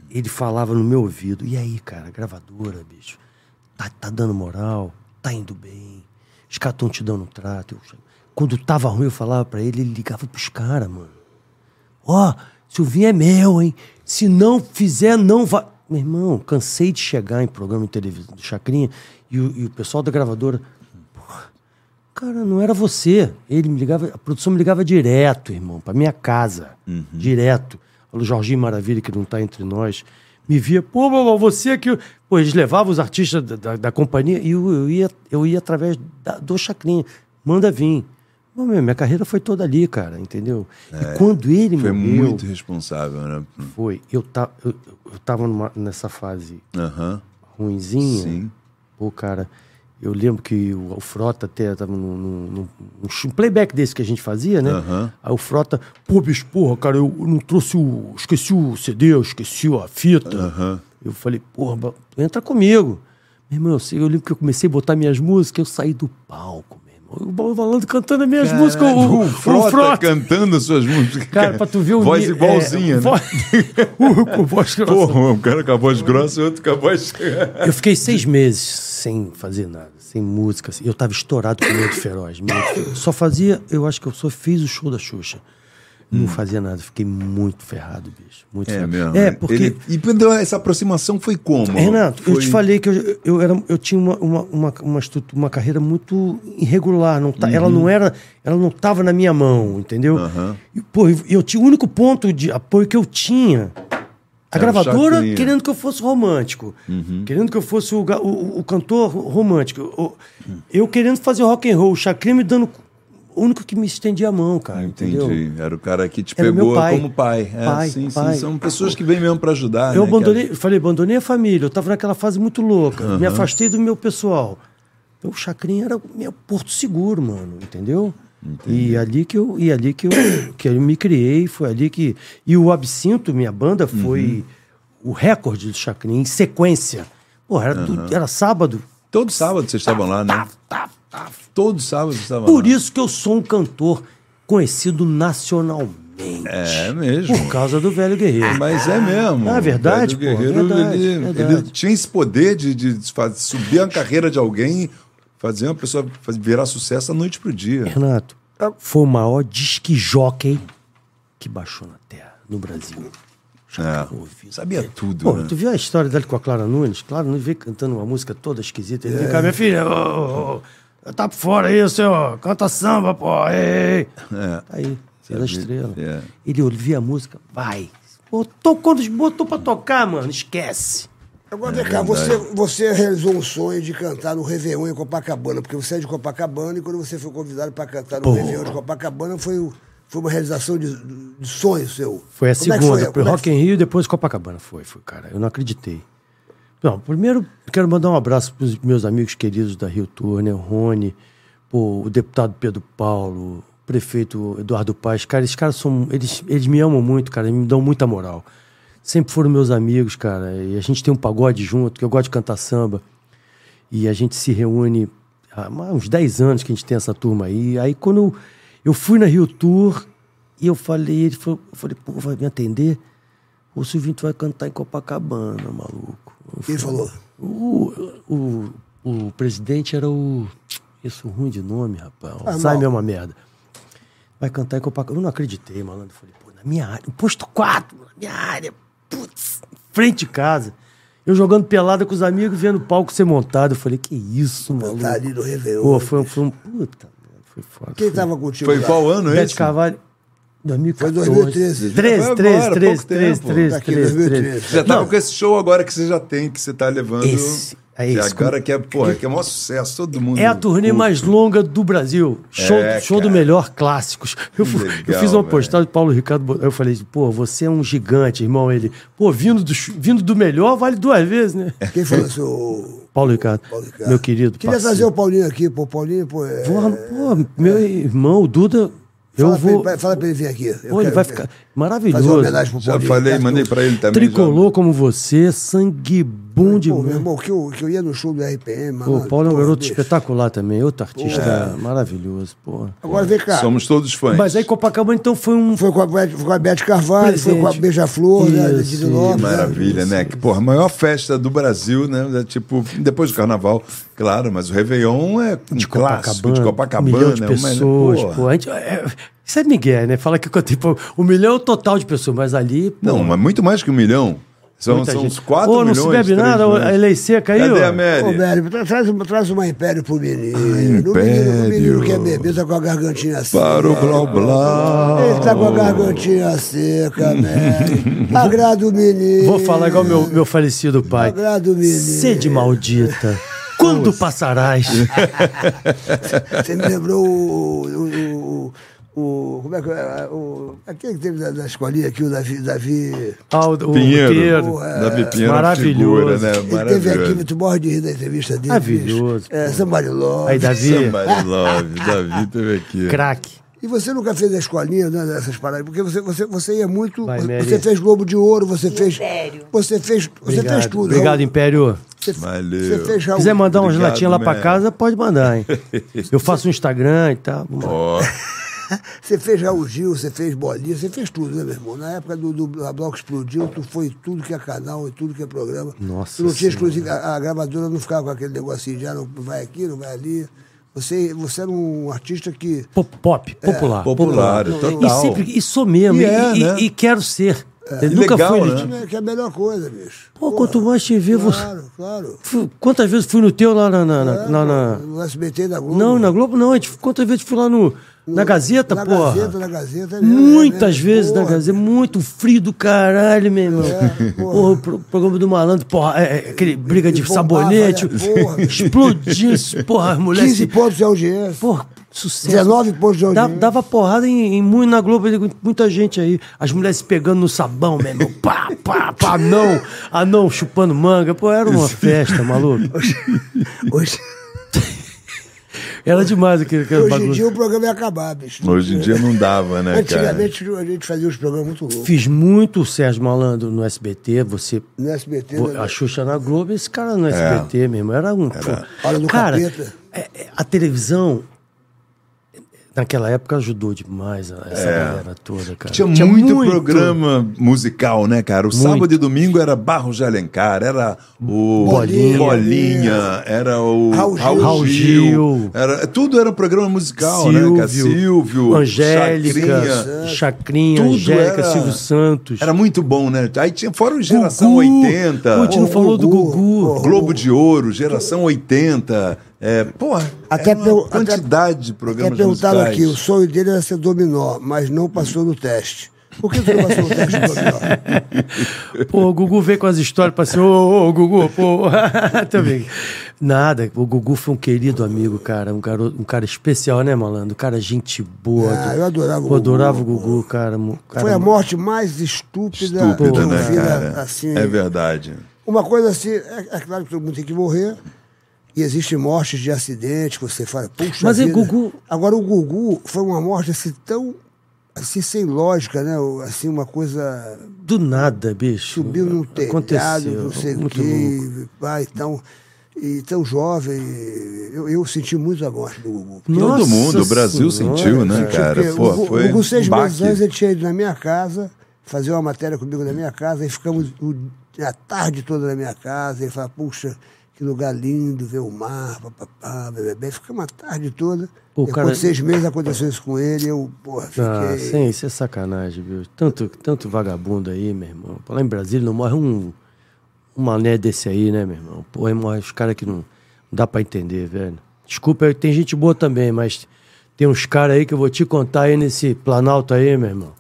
Speaker 6: Ele falava no meu ouvido. E aí, cara, gravadora, bicho? Tá, tá dando moral? Tá indo bem? Os caras tão te dando trato. Eu- quando tava ruim, eu falava pra ele, ele ligava pros caras, mano. Ó, se o vinho é meu, hein? Se não fizer, não vai. Meu irmão, cansei de chegar em programa de televisão do Chacrinha e o, e o pessoal da gravadora. "Porra, Cara, não era você. Ele me ligava, a produção me ligava direto, irmão, pra minha casa.
Speaker 4: Uhum.
Speaker 6: Direto. O Jorginho Maravilha, que não tá entre nós, me via, pô, Bobó, você que. Pô, eles levavam os artistas da, da- da companhia e eu, eu ia, eu ia através da- do Chacrinha. Manda vir. Bom, meu, minha carreira foi toda ali, cara, entendeu? e quando ele
Speaker 4: É, Foi
Speaker 6: morreu,
Speaker 4: muito responsável, né?
Speaker 6: foi. Eu, ta, eu, eu tava numa- nessa fase
Speaker 4: Aham.
Speaker 6: ruinzinha.
Speaker 4: Sim.
Speaker 6: Pô, cara, eu lembro que o, o Frota até tava num, num- num- num sh- um playback desse que a gente fazia, né?
Speaker 4: Aham.
Speaker 6: Aí o Frota, pô, bicho, porra, cara, eu eu não trouxe o. Esqueci o CD, eu esqueci a fita. Eu falei, porra, ba- entra comigo. Meu irmão, eu, sei- eu lembro que eu comecei a botar minhas músicas, eu saí do palco, meu irmão. O Bob Valando cantando as minhas músicas, o, o,
Speaker 4: O Frota,
Speaker 6: o Frota.
Speaker 4: cantando as suas músicas.
Speaker 6: Cara, pra tu ver o
Speaker 4: Voz
Speaker 6: ni-
Speaker 4: igualzinha,
Speaker 6: é,
Speaker 4: né?
Speaker 6: voz- o, o voz grossa.
Speaker 4: Porra, um cara com a voz grossa e outro com a voz.
Speaker 6: Eu fiquei seis meses sem fazer nada, sem música. assim. Eu tava estourado com medo feroz. Medo Feroz. Só fazia, eu acho que eu só fiz o show da Xuxa. Não fazia nada, fiquei muito ferrado, bicho. Muito
Speaker 4: Hum. É
Speaker 6: ferrado.
Speaker 4: mesmo.
Speaker 6: É, porque.
Speaker 4: Ele- E quando essa aproximação foi como?
Speaker 6: Renato, eu
Speaker 4: Foi-
Speaker 6: te falei que eu, eu, era, eu tinha uma, uma, uma, uma, estrutu- uma carreira muito irregular. Não tá,
Speaker 4: Uhum.
Speaker 6: Ela não era. Ela não tava na minha mão, entendeu? E, pô, eu, eu tinha o único ponto de apoio que eu tinha. A
Speaker 4: Era o
Speaker 6: gravadora
Speaker 4: Chacrinha. Uhum.
Speaker 6: querendo que eu fosse romântico. Querendo que eu fosse o, ga- o, o- o cantor romântico. O- Eu querendo fazer rock and roll, o Chacrinha me dando. O único que me estendia a mão, cara.
Speaker 4: Entendi.
Speaker 6: Entendeu?
Speaker 4: Era o cara que te
Speaker 6: Era meu
Speaker 4: pegou
Speaker 6: pai.
Speaker 4: como pai. É,
Speaker 6: Pai,
Speaker 4: sim, sim.
Speaker 6: pai.
Speaker 4: São pessoas que vêm mesmo pra ajudar.
Speaker 6: Eu
Speaker 4: né, cara?
Speaker 6: abandonei, eu falei, abandonei a família, eu tava naquela fase muito louca, me afastei do meu pessoal. Então, o Chacrinha era o meu porto seguro, mano, entendeu? E ali que eu, e ali que eu, que eu me criei, foi ali que e o Absinto, minha banda foi
Speaker 4: Uhum.
Speaker 6: o recorde do Chacrinha em sequência. Pô, era, tu- era sábado.
Speaker 4: Todo sábado vocês estavam lá, né? Todo sábado vocês estavam lá.
Speaker 6: Por isso que eu sou um cantor conhecido nacionalmente.
Speaker 4: É mesmo.
Speaker 6: Por causa do Velho Guerreiro.
Speaker 4: Mas é mesmo.
Speaker 6: Ah, verdade,
Speaker 4: O
Speaker 6: pô,
Speaker 4: Guerreiro,
Speaker 6: verdade,
Speaker 4: ele,
Speaker 6: verdade.
Speaker 4: ele tinha esse poder de, de desfaz- subir a carreira de alguém, fazer uma pessoa faz- virar sucesso da noite pro dia.
Speaker 6: Renato, foi o maior disque jockey que baixou na terra, no Brasil. Já
Speaker 4: É.
Speaker 6: ouvi.
Speaker 4: Sabia tudo,
Speaker 6: Pô,
Speaker 4: né?
Speaker 6: tu viu a história dele com a Clara Nunes? Clara Nunes veio cantando uma música toda esquisita.
Speaker 4: É.
Speaker 6: Ele vem cá, minha filha, ô, ô, ô, eu tá por fora aí, senhor. Canta samba, pô. Ei, ei. Tá aí, fez a
Speaker 4: Sabia,
Speaker 6: estrela.
Speaker 4: é.
Speaker 6: Ele ouvia a música, vai. Botou, quando botou pra tocar, mano, esquece.
Speaker 5: Agora, vem cá, você, você realizou um sonho de cantar no Réveillon em Copacabana, porque você é de Copacabana e quando você foi convidado para cantar no Réveillon de Copacabana foi, o- Foi uma realização de, de sonho seu.
Speaker 6: Foi a
Speaker 5: Como é que
Speaker 6: segunda,
Speaker 5: foi?
Speaker 6: foi
Speaker 5: Como é que
Speaker 6: Rock in Rio e depois Copacabana. Foi, foi, cara. Eu não acreditei. Não, primeiro quero mandar um abraço para os meus amigos queridos da Rio Tour, né? O Rony, pô, o deputado Pedro Paulo, o prefeito Eduardo Paes. Cara, esses caras são. Eles, eles me amam muito, cara, eles me dão muita moral. Sempre foram meus amigos, cara. E a gente tem um pagode junto, que eu gosto de cantar samba. E a gente se reúne há uns 10 anos que a gente tem essa turma aí. Aí quando eu, eu fui na Rio Tour e eu falei, ele falou, eu falei, pô, vai me atender? O Silvinho tu vai cantar em Copacabana, maluco. Eu
Speaker 5: Ele
Speaker 6: falei,
Speaker 5: falou.
Speaker 6: O, o, o presidente era o. Isso ruim de nome, rapaz.
Speaker 5: Ah,
Speaker 6: Alzheimer é
Speaker 5: mal.
Speaker 6: uma merda. Vai cantar em Copacabana. Eu não acreditei, malandro. Eu falei, pô, na minha área, no posto 4, na minha área, putz, frente de casa. Eu jogando pelada com os amigos, vendo o palco ser montado. Eu falei, que isso, maluco.
Speaker 5: Tá ali no Réveillon.
Speaker 6: Pô, foi, um- foi um. Puta, mano, foi foda.
Speaker 5: Quem tá
Speaker 6: foi.
Speaker 5: tava contigo?
Speaker 4: Foi
Speaker 5: lá?
Speaker 4: qual ano
Speaker 6: Bete
Speaker 4: esse?
Speaker 6: Carvalho. 2014.
Speaker 5: Foi 2013.
Speaker 6: 13,
Speaker 4: Foi
Speaker 6: 13,
Speaker 4: agora,
Speaker 6: 13,
Speaker 4: pouco
Speaker 6: 13,
Speaker 4: tempo.
Speaker 6: 13,
Speaker 5: Daqui,
Speaker 6: 13,
Speaker 5: 2013.
Speaker 4: Já tava
Speaker 6: Não,
Speaker 4: com esse show agora que você já tem, que você tá levando.
Speaker 6: Esse- é
Speaker 4: que
Speaker 6: esse.
Speaker 4: Agora que é, porra, que é o maior sucesso, todo mundo.
Speaker 6: É a turnê
Speaker 4: curte.
Speaker 6: mais longa do Brasil. Show,
Speaker 4: É,
Speaker 6: show do
Speaker 4: cara.
Speaker 6: melhor clássicos. Eu, fu- eu
Speaker 4: legal,
Speaker 6: fiz
Speaker 4: velho.
Speaker 6: uma postagem do Paulo Ricardo. Bo- Eu falei, pô, você é um gigante, irmão. Ele, pô, vindo do, ch- vindo do melhor vale duas vezes, né?
Speaker 4: É.
Speaker 5: Quem falou isso? O
Speaker 6: Paulo Ricardo,
Speaker 5: Paulo Ricardo.
Speaker 6: meu querido.
Speaker 5: Queria
Speaker 6: parceiro.
Speaker 5: trazer o Paulinho aqui, pô. Paulinho, pô. é-
Speaker 6: Porra, pô, meu irmão, o Duda, eu
Speaker 5: fala pra
Speaker 6: vou.
Speaker 5: ele- vai- fala pra ele vir aqui. Eu
Speaker 6: Pô, ele
Speaker 5: quero
Speaker 6: vai
Speaker 5: ver-
Speaker 6: ficar
Speaker 5: Fazer uma
Speaker 6: maravilhoso.
Speaker 5: homenagem pro
Speaker 4: Já
Speaker 5: Paulinho.
Speaker 4: falei, mandei pra ele também.
Speaker 6: Tricolor como você, sangue bom
Speaker 5: Pô, meu
Speaker 6: demais.
Speaker 5: irmão, que eu, que eu ia no show do RPM, mano.
Speaker 6: Pô, o Paulo é um
Speaker 5: Pô,
Speaker 6: garoto
Speaker 5: bicho. é.
Speaker 6: espetacular também, outro artista maravilhoso, pô.
Speaker 5: Agora vem
Speaker 4: Já.
Speaker 5: cá.
Speaker 4: Somos todos fãs.
Speaker 6: Mas aí Copacabana então foi um
Speaker 5: Foi com a, Bet- foi com a Beth Carvalho, foi com a
Speaker 6: Presente.
Speaker 5: Beija-Flor, né?
Speaker 6: Isso,
Speaker 5: De Lopes,
Speaker 4: Que maravilha, né? Que, porra, a maior festa do Brasil, né? É tipo, depois do carnaval, claro, mas o Réveillon é um
Speaker 6: de
Speaker 4: clássico
Speaker 6: Copacabana,
Speaker 4: de Copacabana.
Speaker 6: um milhão de
Speaker 4: uma-
Speaker 6: pessoas,
Speaker 4: porra.
Speaker 6: pô. A gente- é, isso é Miguel, né? Fala que eu tipo, um milhão total de pessoas, mas ali, pô,
Speaker 4: Não, mas muito mais que um milhão. São,
Speaker 6: muita
Speaker 4: são
Speaker 6: gente.
Speaker 4: uns 4
Speaker 6: Ô, não
Speaker 4: milhões.
Speaker 6: se bebe
Speaker 4: três
Speaker 6: nada, ô,
Speaker 4: milhões.
Speaker 6: a lei seca aí,
Speaker 4: Cadê
Speaker 6: ó.
Speaker 4: a
Speaker 5: Ô,
Speaker 4: Mary?
Speaker 5: velho, tra- traz, uma- traz uma império pro menino. O menino, o
Speaker 4: Ah, Império.
Speaker 5: menino quer beber, tá com a gargantinha assim.
Speaker 4: Para o Blau Blau.
Speaker 5: Ele tá com a gargantinha seca, velho. Agrada o menino.
Speaker 6: Vou falar igual meu, meu falecido pai.
Speaker 5: Agrada o menino.
Speaker 6: Sede maldita. Quando passarás?
Speaker 5: Você me lembrou o. o, o- o- como é que é? O, aquele que teve da, da escolinha aqui, o Davi. Davi
Speaker 6: Ah, o, o
Speaker 4: Pinheiro.
Speaker 6: Pinheiro.
Speaker 4: Davi Pinheiro é uma
Speaker 6: Maravilhoso.
Speaker 4: figura, né?
Speaker 5: ele teve aqui,
Speaker 4: Maravilhoso.
Speaker 5: tu morre de rir da entrevista dele.
Speaker 6: Maravilhoso,
Speaker 5: bicho. É, somebody love.
Speaker 6: Aí, Davi,
Speaker 4: Somebody love. Davi teve aqui.
Speaker 6: craque.
Speaker 5: E você nunca fez a escolinha né, dessas paradas? Porque você, você, você ia muito.
Speaker 6: Vai,
Speaker 5: você,
Speaker 6: Mary.
Speaker 5: você fez Globo de Ouro, você fez.
Speaker 7: Império.
Speaker 5: Você fez. Você tá fez tudo.
Speaker 6: Obrigado,
Speaker 5: Raul.
Speaker 6: Império.
Speaker 5: Você,
Speaker 4: Valeu.
Speaker 5: você fez
Speaker 6: Se
Speaker 5: Raul.
Speaker 6: quiser mandar umas
Speaker 4: Obrigado,
Speaker 6: latinhas lá pra
Speaker 4: man.
Speaker 6: casa, pode mandar, hein? Eu faço um Instagram e tal. Vamos lá.
Speaker 4: Ó,
Speaker 5: Você fez Raul Gil, você fez Bolinha, você fez tudo, né, meu irmão? Na época do, do a Bloco Explodiu, tu foi em tudo que é canal e tudo que é programa.
Speaker 6: Nossa
Speaker 5: Tu não tinha
Speaker 6: Senhora.
Speaker 5: exclusivo, a, a gravadora não ficava com aquele negocinho de ah, não vai aqui, não vai ali. Você, você era um artista que.
Speaker 6: Pop, pop, popular.
Speaker 4: popular,
Speaker 6: E,
Speaker 4: total.
Speaker 6: sempre, e sou mesmo,
Speaker 4: E
Speaker 6: e,
Speaker 4: é,
Speaker 6: e-
Speaker 4: né?
Speaker 6: e quero ser. Eu
Speaker 4: E
Speaker 6: nunca
Speaker 4: legal,
Speaker 6: fui.
Speaker 4: né?
Speaker 6: no-
Speaker 5: né, que é a melhor coisa, bicho.
Speaker 6: Pô, quanto mais te ver, você.
Speaker 5: Claro, claro.
Speaker 6: Fui- Quantas vezes fui no teu lá na. na- na-
Speaker 5: É,
Speaker 6: na- na-
Speaker 5: No SBT da Globo.
Speaker 6: Não, na Globo não. a gente- Quantas vezes fui lá no, na Gazeta,
Speaker 5: na
Speaker 6: porra?
Speaker 5: Gazeta, na Gazeta. né,
Speaker 6: Muitas
Speaker 5: né,
Speaker 6: vezes na
Speaker 5: porra. É,
Speaker 6: Gazeta. Muito frio do caralho, meu irmão.
Speaker 5: porra.
Speaker 6: porra, o pro- programa do malandro, porra, é- é aquele briga de
Speaker 5: e bombava,
Speaker 6: sabonete.
Speaker 5: né? Porra.
Speaker 6: Explodiu, porra, as mulheres.
Speaker 5: 15 pontos de audiência.
Speaker 6: Porra, sucesso.
Speaker 5: 19 pontos de né?
Speaker 6: Da-
Speaker 5: audiência.
Speaker 6: dava porrada em, em muito na Globo, ele- muita gente aí. As mulheres se pegando no sabão mesmo. Pá, pá, pá, anão, anão chupando manga. Pô, era uma festa, maluco.
Speaker 5: Hoje,
Speaker 6: Era demais aquele, aquele
Speaker 5: hoje em dia
Speaker 6: bagulho.
Speaker 5: o programa ia acabar, bicho.
Speaker 4: Hoje em dia não dava, né, cara?
Speaker 5: Antigamente a gente fazia uns programas muito loucos.
Speaker 6: Fiz muito o Sérgio Malandro no SBT, você.
Speaker 5: No SBT, né?
Speaker 4: é-
Speaker 6: A Xuxa na Globo, esse cara no SBT mesmo. Era um. pô.
Speaker 5: Olha no
Speaker 6: cara,
Speaker 5: capeta.
Speaker 6: é- é- a televisão. Naquela época ajudou demais a- essa galera toda,
Speaker 4: É.
Speaker 6: cara.
Speaker 4: Tinha, muito, programa musical, né, cara? O sábado e domingo era Barros de Alencar, era o
Speaker 5: Bolinha.
Speaker 4: Bolinha, era o
Speaker 5: Raul Gil.
Speaker 6: Raul Gil.
Speaker 4: Era, tudo era programa musical, né, cara? Silvio,
Speaker 6: Silvio, Angélica,
Speaker 4: Chacrinha.
Speaker 6: Chacrinha,
Speaker 4: Tudo
Speaker 6: Angélica,
Speaker 4: era-
Speaker 6: Silvio Santos.
Speaker 4: Era muito bom, né? Aí tinha fora o Geração
Speaker 6: Gugu.
Speaker 4: 80.
Speaker 6: Pô, a gente não
Speaker 4: o
Speaker 6: falou do
Speaker 5: Gugu.
Speaker 6: Gugu.
Speaker 4: Globo de Ouro, Geração 80. É, porra,
Speaker 5: Até
Speaker 4: era uma
Speaker 5: pelo- até-
Speaker 4: quantidade de
Speaker 5: Até
Speaker 4: programas
Speaker 5: perguntaram
Speaker 4: musicais.
Speaker 5: aqui, o sonho dele era ser dominó, mas não passou no teste. Por que você não passou no teste do dominó?
Speaker 6: Pô, o Gugu veio com as histórias pra ser, ô, ô, Gugu, pô. Também. Nada, o Gugu foi um querido amigo, cara. Um, garoto, um cara especial, né, malandro? Um cara gente boa.
Speaker 5: Ah, eu adorava o
Speaker 6: Pô, adorava o
Speaker 5: Gugu.
Speaker 6: Gugu, cara. mo- cara
Speaker 5: Foi a morte mais estúpida, que
Speaker 4: Estúpida,
Speaker 5: eu
Speaker 4: né,
Speaker 5: vi na-
Speaker 4: cara?
Speaker 5: assim.
Speaker 4: É verdade.
Speaker 5: Uma coisa assim, é, é claro que todo mundo tem que morrer. E existem mortes de acidente que você fala, puxa
Speaker 6: Mas e
Speaker 5: vida.
Speaker 6: Gugu?
Speaker 5: Agora, o Gugu foi uma morte assim tão, assim, sem lógica, né? O- Assim, uma coisa...
Speaker 6: Do nada, bicho.
Speaker 5: Subiu num telhado,
Speaker 6: Aconteceu.
Speaker 5: não sei o
Speaker 6: muito louco.
Speaker 5: quê. Pai, tão, e tão jovem. Eu, eu senti muito a morte do Gugu. Porque
Speaker 4: Todo
Speaker 6: Nossa
Speaker 4: mundo, o Brasil
Speaker 6: Senhora,
Speaker 4: sentiu, né,
Speaker 5: Porque
Speaker 4: cara?
Speaker 5: o
Speaker 4: Pô,
Speaker 5: Gugu-
Speaker 4: foi
Speaker 5: o Gugu, seis
Speaker 4: um
Speaker 5: meses antes,
Speaker 4: baque.
Speaker 5: ele tinha ido na minha casa, fazer uma matéria comigo na minha casa, e ficamos o- a tarde toda na minha casa. Ele fala, puxa, que lugar lindo, ver o mar, papapá, bebê. Ficamos a tarde toda.
Speaker 6: O
Speaker 5: Depois
Speaker 6: cara-
Speaker 5: de seis meses aconteceu isso com ele, eu, porra, fiquei.
Speaker 6: Ah, sim, isso é sacanagem, bicho. Tanto, tanto vagabundo aí, meu irmão. Pô, Lá em Brasília não morre um, um mané desse aí, né, meu irmão? Pô, aí morre os caras que não, não dá pra entender, velho. Desculpa, aí tem gente boa também, mas tem uns caras aí que eu vou te contar aí nesse Planalto aí, meu irmão.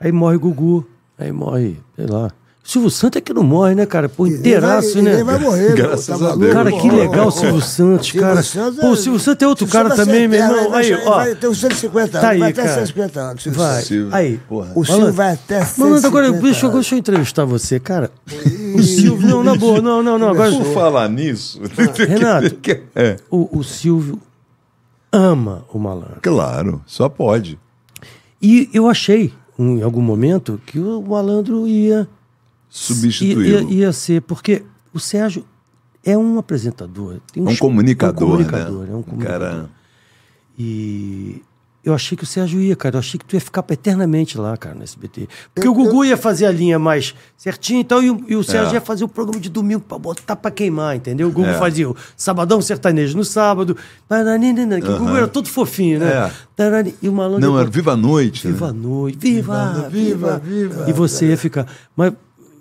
Speaker 6: Aí morre Gugu, aí morre, sei lá. Silvio Santos é que não morre, né, cara? Pô,
Speaker 5: E nem vai-
Speaker 6: inteiraço,
Speaker 5: e
Speaker 6: né?
Speaker 5: nem vai morrer, pô, tá
Speaker 4: Graças a
Speaker 5: maluco?
Speaker 4: Deus.
Speaker 6: Cara, que
Speaker 5: Pô,
Speaker 6: legal
Speaker 5: pô,
Speaker 6: o Silvio
Speaker 5: pô.
Speaker 6: Santos,
Speaker 5: Silvio
Speaker 6: cara.
Speaker 5: Santos
Speaker 6: Pô, o Silvio Santos é outro
Speaker 5: Silvio
Speaker 6: cara
Speaker 5: Santos vai
Speaker 6: também,
Speaker 5: ser
Speaker 6: meu
Speaker 5: eterno,
Speaker 6: irmão.
Speaker 5: vai-
Speaker 6: Aí,
Speaker 5: vai-
Speaker 6: ó.
Speaker 5: vai ter uns 150 anos,
Speaker 6: Tá aí,
Speaker 5: Então, vai até
Speaker 6: cara.
Speaker 5: 150 anos, Silvio
Speaker 6: Vai.
Speaker 5: Santos.
Speaker 6: Aí.
Speaker 4: Porra.
Speaker 5: O Silvio vai até
Speaker 6: Malandro, agora
Speaker 5: 150
Speaker 6: deixa, eu-
Speaker 5: anos.
Speaker 6: deixa eu entrevistar você, cara. O Silvio. Não, na boa, não, não, não. Agora,
Speaker 4: Por falar nisso,
Speaker 6: Ah. Renato,
Speaker 4: é,
Speaker 6: o, o Silvio ama o malandro.
Speaker 4: claro, só pode.
Speaker 6: E eu achei, em algum momento, que o malandro ia, ia,
Speaker 4: Substituí-lo.
Speaker 6: ia, ia ser. Porque o Sérgio é um apresentador. Tem
Speaker 4: É
Speaker 6: um,
Speaker 4: um
Speaker 6: es-
Speaker 4: comunicador,
Speaker 6: é um comunicador,
Speaker 4: né?
Speaker 6: é um comunicador.
Speaker 4: Cara,
Speaker 6: E eu achei que o Sérgio ia, cara. Eu achei que tu ia ficar pra eternamente lá, cara, no SBT. Porque o Gugu ia fazer a linha mais certinha e tal, e o, e o Sérgio ia fazer o programa de domingo pra botar pra queimar, entendeu? O Gugu fazia o Sabadão Sertanejo no sábado. Taranina, que O Gugu era todo fofinho, né?
Speaker 4: É.
Speaker 6: Tarani- E o malandro.
Speaker 4: não,
Speaker 6: ia
Speaker 4: era
Speaker 6: botar-
Speaker 4: Viva a Noite.
Speaker 6: Viva
Speaker 4: né?
Speaker 6: a noite. Viva,
Speaker 5: viva,
Speaker 6: viva, viva. E você ia ficar. Mas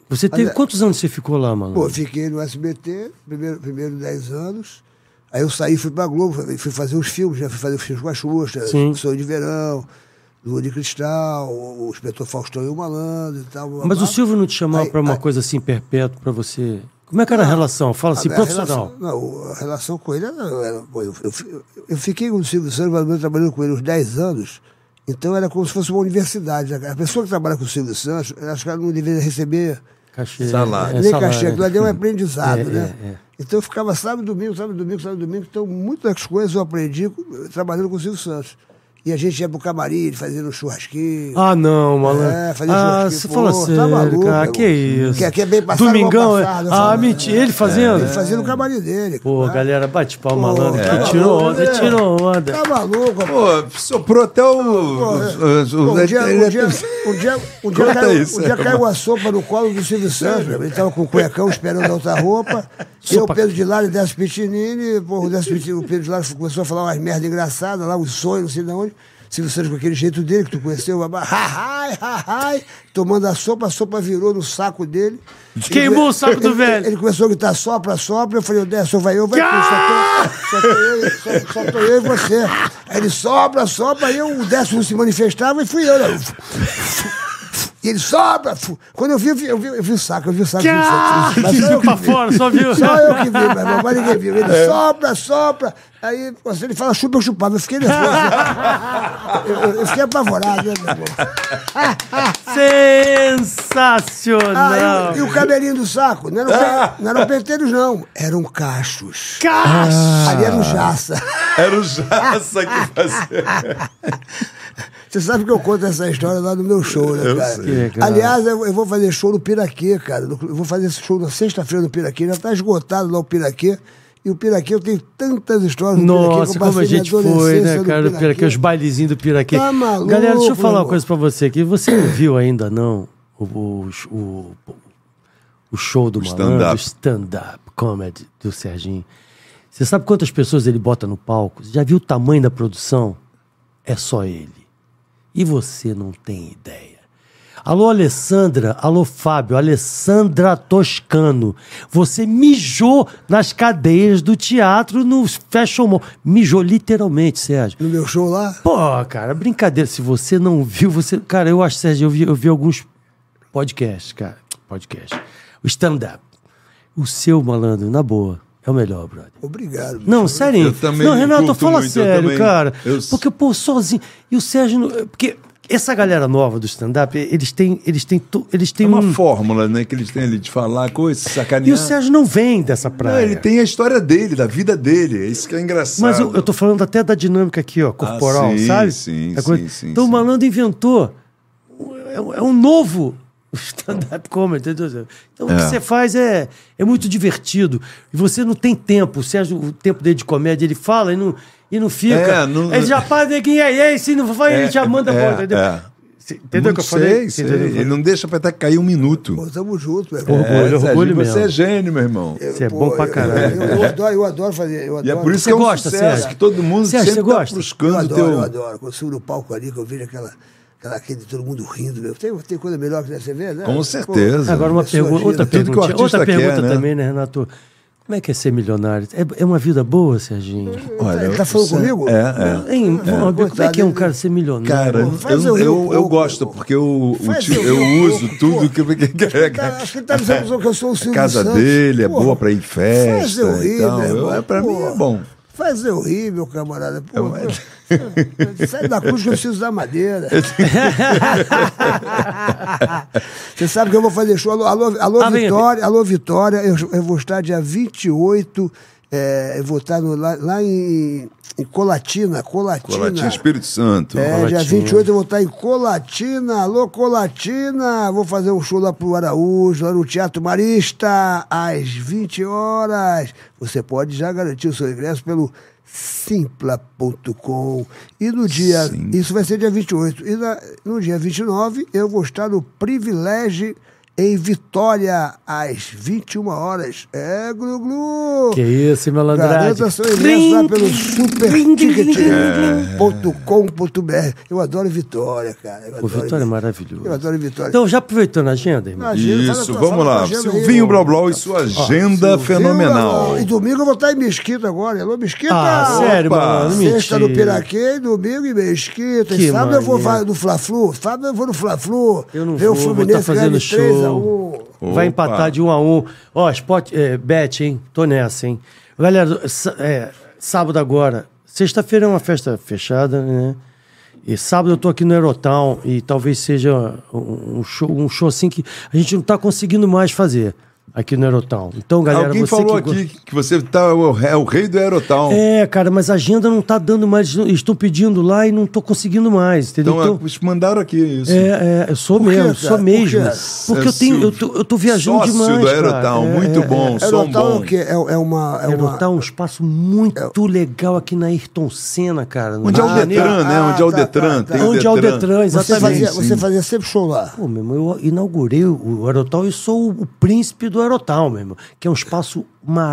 Speaker 6: você teve. Quantos anos você ficou lá, malandro?
Speaker 5: Pô, fiquei no SBT, primeiro, primeiro 10 anos. Aí eu saí, fui pra Globo, fui- fui fazer os filmes, já fui fazer os filmes com a Xuxa,
Speaker 6: Sim.
Speaker 5: Sonho de Verão, Lua de Cristal, o o Inspetor Faustão e o Malandro e tal. blá,
Speaker 6: Mas
Speaker 5: blá.
Speaker 6: o Silvio não te chamava
Speaker 5: Aí-
Speaker 6: pra uma
Speaker 5: aí-
Speaker 6: coisa assim perpétua pra você. Como é que era a relação? Fala assim,
Speaker 5: a
Speaker 6: profissional.
Speaker 5: Relação, não, a relação com ele era. era- pô, eu, eu- eu fiquei com o Silvio Santos, mais ou menos, trabalhando com ele uns 10 anos, então era como se fosse uma universidade. né, cara? A pessoa que trabalha com o Silvio Santos, eu acho que ela não deveria receber
Speaker 6: Cachê.
Speaker 4: Salário.
Speaker 6: é,
Speaker 5: nem
Speaker 6: salário.
Speaker 5: cachê, aquilo ali é um aprendizado,
Speaker 6: É,
Speaker 5: né?
Speaker 6: é, é.
Speaker 5: Então eu ficava sábado, domingo, sábado, domingo, sábado, domingo. Então muitas coisas eu aprendi co- trabalhando com o Silvio Santos. E a gente ia pro camarim, fazendo um churrasquinho.
Speaker 6: Ah, não, malandro.
Speaker 5: É, fazer
Speaker 6: ah,
Speaker 5: churrasquinho,
Speaker 6: você
Speaker 5: pô,
Speaker 6: fala
Speaker 5: tá
Speaker 6: sério,
Speaker 5: maluco,
Speaker 6: cara,
Speaker 5: meu
Speaker 6: que
Speaker 5: irmão.
Speaker 6: isso.
Speaker 5: Que aqui é bem passado,
Speaker 6: Domingão,
Speaker 5: mal
Speaker 6: é.
Speaker 5: passado, eu
Speaker 6: Ah,
Speaker 5: falo,
Speaker 6: mentira,
Speaker 5: é.
Speaker 6: ele fazendo?
Speaker 5: Ele Ah. fazia no camarim dele.
Speaker 6: Pô, galera, bate pau, malandro,
Speaker 5: é.
Speaker 6: que tirou onda, tirou onda.
Speaker 5: Tá maluco, pô.
Speaker 4: Pô, soprou até o. o- o-
Speaker 5: Um dia, um
Speaker 4: ele- é
Speaker 5: dia, um dia, um dia
Speaker 4: Conta
Speaker 5: caiu,
Speaker 4: isso,
Speaker 5: um dia
Speaker 4: é,
Speaker 5: caiu a sopa no colo do Silvio Santos. meu. Ele estava com o cuecão esperando a outra roupa. Eu,
Speaker 6: Sopa.
Speaker 5: Pedro de Lara e Décio Pitinini. Porra, o, Décio Pitinini, o Pedro de Lara começou a falar umas merdas engraçadas lá, os sonhos, não sei de onde. Silvio Santos com aquele jeito dele que tu conheceu, babá, ha-hai, ha-hai, tomando a sopa, a sopa virou no saco dele.
Speaker 6: Queimou o saco do
Speaker 5: Ele-
Speaker 6: velho.
Speaker 5: Ele começou a gritar sopra, sopra. Eu falei, o Décio, vai eu, vai tu, só tô, só tô eu, só, só tô eu e você. Aí ele sopra, sopra, aí eu, o Décio não se manifestava e fui eu. né? E ele sopra. fu- Quando eu vi, eu vi, eu vi, eu vi o saco, eu vi o saco. eu vi o saco, eu vi o saco. Mas só eu que
Speaker 6: Tá pra
Speaker 5: vi.
Speaker 6: fora, só viu.
Speaker 5: Só eu que vi, meu irmão, mas ninguém viu. Ele sopra, sopra. Aí quando ele fala chupa, eu chupava. Eu fiquei nervoso. né? Eu, eu- eu fiquei apavorado, né, meu irmão? Ah, e o-
Speaker 6: Sensacional.
Speaker 5: e, o cabelinho do saco? Não eram,
Speaker 6: Ah.
Speaker 5: pe- não eram penteiros, não. Eram cachos. Ah.
Speaker 6: Cachos.
Speaker 5: Ali era o jaça.
Speaker 4: Era o Jaça que fazia.
Speaker 5: Você sabe que eu conto essa história lá no meu show, né,
Speaker 4: Eu
Speaker 5: cara?
Speaker 4: sei.
Speaker 6: Que legal.
Speaker 5: Aliás, eu eu vou fazer show no Piraquê, cara. No- Eu vou fazer esse show na sexta-feira no Piraquê. Já tá esgotado lá o Piraquê. E o Piraquê, eu tenho tantas histórias no Piraquê. que
Speaker 6: Nossa,
Speaker 5: eu
Speaker 6: como a
Speaker 5: passei minha
Speaker 6: gente foi,
Speaker 5: adolescência
Speaker 6: né,
Speaker 5: no
Speaker 6: cara? do Piraquê, os bailezinhos do Piraquê.
Speaker 5: Tá maluco,
Speaker 6: Galera, deixa eu falar uma
Speaker 5: irmão.
Speaker 6: coisa pra você aqui. Você não viu ainda, não, o, o, o, o show do malandro, o
Speaker 4: stand-up.
Speaker 6: stand-up comedy do Serginho. Você sabe quantas pessoas ele bota no palco? Você já viu o tamanho da produção? É só ele. E você não tem ideia. Alô, Alessandra. Alô, Fábio. Alessandra Toscano. Você mijou nas cadeias do teatro no Fashion Mall. Mijou literalmente, Sérgio.
Speaker 5: No meu show lá.
Speaker 6: Pô, cara, brincadeira. Se você não viu, você. Cara, eu acho, Sérgio, eu vi, eu vi alguns podcasts, cara. Podcast. O stand-up. O seu malandro, na boa. É o melhor, brother.
Speaker 5: Obrigado. bicho.
Speaker 6: Não, sério.
Speaker 4: Eu também
Speaker 6: não, Renato,
Speaker 4: curto
Speaker 6: fala
Speaker 4: muito, eu
Speaker 6: sério,
Speaker 4: também.
Speaker 6: cara.
Speaker 4: Eu-
Speaker 6: Porque, pô, sozinho. E o Sérgio. não- Porque essa galera nova do stand-up, eles têm. Eles têm. to- Eles têm
Speaker 4: É uma
Speaker 6: um...
Speaker 4: fórmula, né, que eles têm ali de falar coisas,
Speaker 6: E o
Speaker 4: sacanear.
Speaker 6: Sérgio não vem dessa
Speaker 4: Não,
Speaker 6: praia.
Speaker 4: ele tem a história dele, da vida dele. É isso que é engraçado.
Speaker 6: É. Mas eu, eu tô falando até da dinâmica aqui, ó, corporal,
Speaker 4: Ah, sim,
Speaker 6: sabe?
Speaker 4: sim,
Speaker 6: A
Speaker 4: sim, sim,
Speaker 6: então o
Speaker 4: sim.
Speaker 6: malandro inventou. É, um- é um novo stand-up comedy. entendeu? Então o que você faz é, é muito divertido. E você não tem tempo. O Sérgio, o tempo dele de comédia, ele fala e não, e não fica.
Speaker 4: É, não-
Speaker 6: Ele já faz, neguinho, aí, aí, se não vai, ele já manda
Speaker 4: é,
Speaker 6: bola, entendeu?
Speaker 4: é.
Speaker 6: Cê- Entendeu o que eu
Speaker 4: Sei,
Speaker 6: falei? Cê
Speaker 4: sei.
Speaker 6: entendeu o que eu
Speaker 4: Ele não deixa pra até cair um minuto.
Speaker 5: Pô, tamo junto, meu
Speaker 6: falei?
Speaker 5: irmão.
Speaker 6: Orgulho,
Speaker 4: Serginho,
Speaker 6: orgulho
Speaker 4: você é
Speaker 6: mesmo.
Speaker 4: gênio, meu irmão.
Speaker 6: Você é bom pra
Speaker 5: eu-
Speaker 6: caralho.
Speaker 5: Eu, eu adoro, eu adoro fazer. Eu
Speaker 4: E é
Speaker 5: adoro.
Speaker 4: por isso
Speaker 6: Você
Speaker 4: que é um
Speaker 6: gosta,
Speaker 4: sucesso,
Speaker 6: Sérgio?
Speaker 4: que todo mundo
Speaker 6: Sérgio,
Speaker 4: sempre
Speaker 6: você
Speaker 4: tá
Speaker 6: gosta?
Speaker 5: Eu
Speaker 4: buscando o
Speaker 5: adoro,
Speaker 4: teu...
Speaker 5: eu adoro. Quando eu subo no palco ali, que eu vejo aquela, aquela aquele todo mundo rindo. Meu. Tem, tem coisa melhor que você vê, né?
Speaker 4: Com
Speaker 5: Pô,
Speaker 4: certeza.
Speaker 6: Agora uma
Speaker 5: Pessoa
Speaker 6: pergunta,
Speaker 5: gira.
Speaker 6: outra
Speaker 4: Tudo que o
Speaker 6: pergunta,
Speaker 4: é artista
Speaker 6: outra
Speaker 4: quer,
Speaker 6: pergunta
Speaker 4: né?
Speaker 6: também, né, Renato? Como é que é ser milionário? É, é uma vida boa, Serginho?
Speaker 4: Olha,
Speaker 5: Tá falando
Speaker 4: você-
Speaker 5: comigo?
Speaker 4: É, é.
Speaker 6: Hein, vamos ver, como é que é um
Speaker 5: coitado,
Speaker 6: cara ser milionário?
Speaker 4: Cara,
Speaker 5: Pô, faz
Speaker 4: eu,
Speaker 5: eu rir um
Speaker 4: eu, eu
Speaker 5: pouco,
Speaker 4: gosto,
Speaker 5: pô.
Speaker 4: porque eu, o
Speaker 5: Faz
Speaker 4: tio-
Speaker 5: eu
Speaker 4: eu
Speaker 5: rir um
Speaker 4: uso
Speaker 5: pouco,
Speaker 4: tudo
Speaker 5: pô.
Speaker 4: que eu
Speaker 5: Tá, acho que ele tá dizendo que eu sou o Silvio
Speaker 4: É, casa
Speaker 5: Santos.
Speaker 4: dele é
Speaker 5: Porra,
Speaker 4: boa pra ir em festa
Speaker 5: Faz eu rir,
Speaker 4: e tal.
Speaker 5: meu irmão.
Speaker 4: Eu- é, pra mim é
Speaker 5: Porra,
Speaker 4: bom.
Speaker 5: Faz eu rir, meu camarada.
Speaker 4: É
Speaker 5: Pô, pô, Sai da cruz que eu preciso da madeira. Você sabe que eu vou fazer show. Alô, alô, alô,
Speaker 6: Ah, vem,
Speaker 5: Vitória, alô Vitória, eu, eu vou estar dia 28. É, eu vou estar no- lá, lá em, em Colatina. Colatina.
Speaker 4: Colatinho Espírito Santo.
Speaker 5: É, dia
Speaker 6: Colatina.
Speaker 5: 28 eu vou estar em Colatina, alô Colatina, vou fazer um show lá pro Araújo, lá no Teatro Marista, às 20 horas. Você pode já garantir o seu ingresso pelo simpla.com e no dia,
Speaker 4: Sim.
Speaker 5: isso vai ser dia 28, e na- no dia 29 eu vou estar no Privilégio em Vitória, às 21 horas. É, Glu Glu!
Speaker 6: Que isso, hein, malandragem?
Speaker 5: Garanta seu ingresso lá pelo É.
Speaker 4: É.
Speaker 5: superticket.com.br. Eu adoro Vitória, cara. Eu
Speaker 6: Pô,
Speaker 5: adoro
Speaker 6: Vitória é
Speaker 5: Vi-
Speaker 6: maravilhoso.
Speaker 5: Eu adoro Vitória.
Speaker 6: Então, já aproveitando a agenda, irmão.
Speaker 5: Imagina, fala
Speaker 4: Isso,
Speaker 5: tua-
Speaker 4: vamos
Speaker 5: fala tua
Speaker 4: lá.
Speaker 5: agenda aí,
Speaker 4: Silvinho
Speaker 5: irmão.
Speaker 4: Blau Blau e sua agenda
Speaker 5: Silvinho
Speaker 4: fenomenal.
Speaker 5: Blau. E domingo eu vou estar em Mesquita agora. Alô, Mesquita!
Speaker 6: Ah, sério,
Speaker 4: Opa!
Speaker 6: mano? Mentira.
Speaker 5: tá. Sexta no Piraquê, domingo em Mesquita.
Speaker 6: Que
Speaker 5: E sábado eu vou
Speaker 6: maneiro.
Speaker 5: vai no Fla-Flu. Sábado eu vou no Fla-Flu.
Speaker 6: Eu não
Speaker 5: Ver o
Speaker 6: vou, vou estar
Speaker 5: Fluminense
Speaker 6: fazendo
Speaker 5: ganhando de 3 a 1.
Speaker 6: show. Vai
Speaker 4: Opa.
Speaker 6: empatar de 1 a 1 Ó, Spot, é, bet, hein? Tô nessa, hein? Galera, s- é, sábado agora. Sexta-feira é uma festa fechada, né? E sábado eu tô aqui no Aerotown e talvez seja um um show, um show assim que a gente não tá conseguindo mais fazer aqui no Aerotown. Então, galera,
Speaker 4: Alguém
Speaker 6: você
Speaker 4: falou
Speaker 6: que... go-
Speaker 4: aqui que você tá, é o rei- é o rei do Aerotown.
Speaker 6: É, cara, mas a agenda não tá dando mais. Eles estão pedindo lá e não tô conseguindo mais, entendeu?
Speaker 4: então,
Speaker 6: Então-
Speaker 4: eles mandaram aqui isso.
Speaker 6: é, é, eu sou
Speaker 5: Por quê,
Speaker 6: mesmo,
Speaker 5: cara?
Speaker 6: sou
Speaker 5: Por
Speaker 6: mesmo.
Speaker 5: quê?
Speaker 6: Porque eu tenho, eu tô, eu tô viajando
Speaker 4: É assim, Sócio
Speaker 6: demais.
Speaker 4: do
Speaker 6: cara.
Speaker 4: Aerotown,
Speaker 6: É,
Speaker 4: muito
Speaker 6: é,
Speaker 4: bom,
Speaker 5: É,
Speaker 4: som bom.
Speaker 5: o quê? É, é uma... É uma...
Speaker 6: Aerotown é um espaço
Speaker 5: É
Speaker 6: muito legal aqui na Ayrton Senna, cara. no
Speaker 4: Onde é
Speaker 6: Rio
Speaker 4: o
Speaker 6: de Janeiro.
Speaker 4: Detran, né?
Speaker 5: Ah,
Speaker 4: Onde é o
Speaker 5: tá,
Speaker 4: Detran?
Speaker 5: tá,
Speaker 4: Tem
Speaker 5: tá.
Speaker 6: Onde é o Detran,
Speaker 5: Você,
Speaker 6: exatamente.
Speaker 5: fazia,
Speaker 4: Sim,
Speaker 5: você
Speaker 4: sim.
Speaker 5: fazia sempre show lá.
Speaker 6: Pô, meu irmão, eu inaugurei o Aerotown e sou o príncipe do Aerotown, meu irmão. Que é um espaço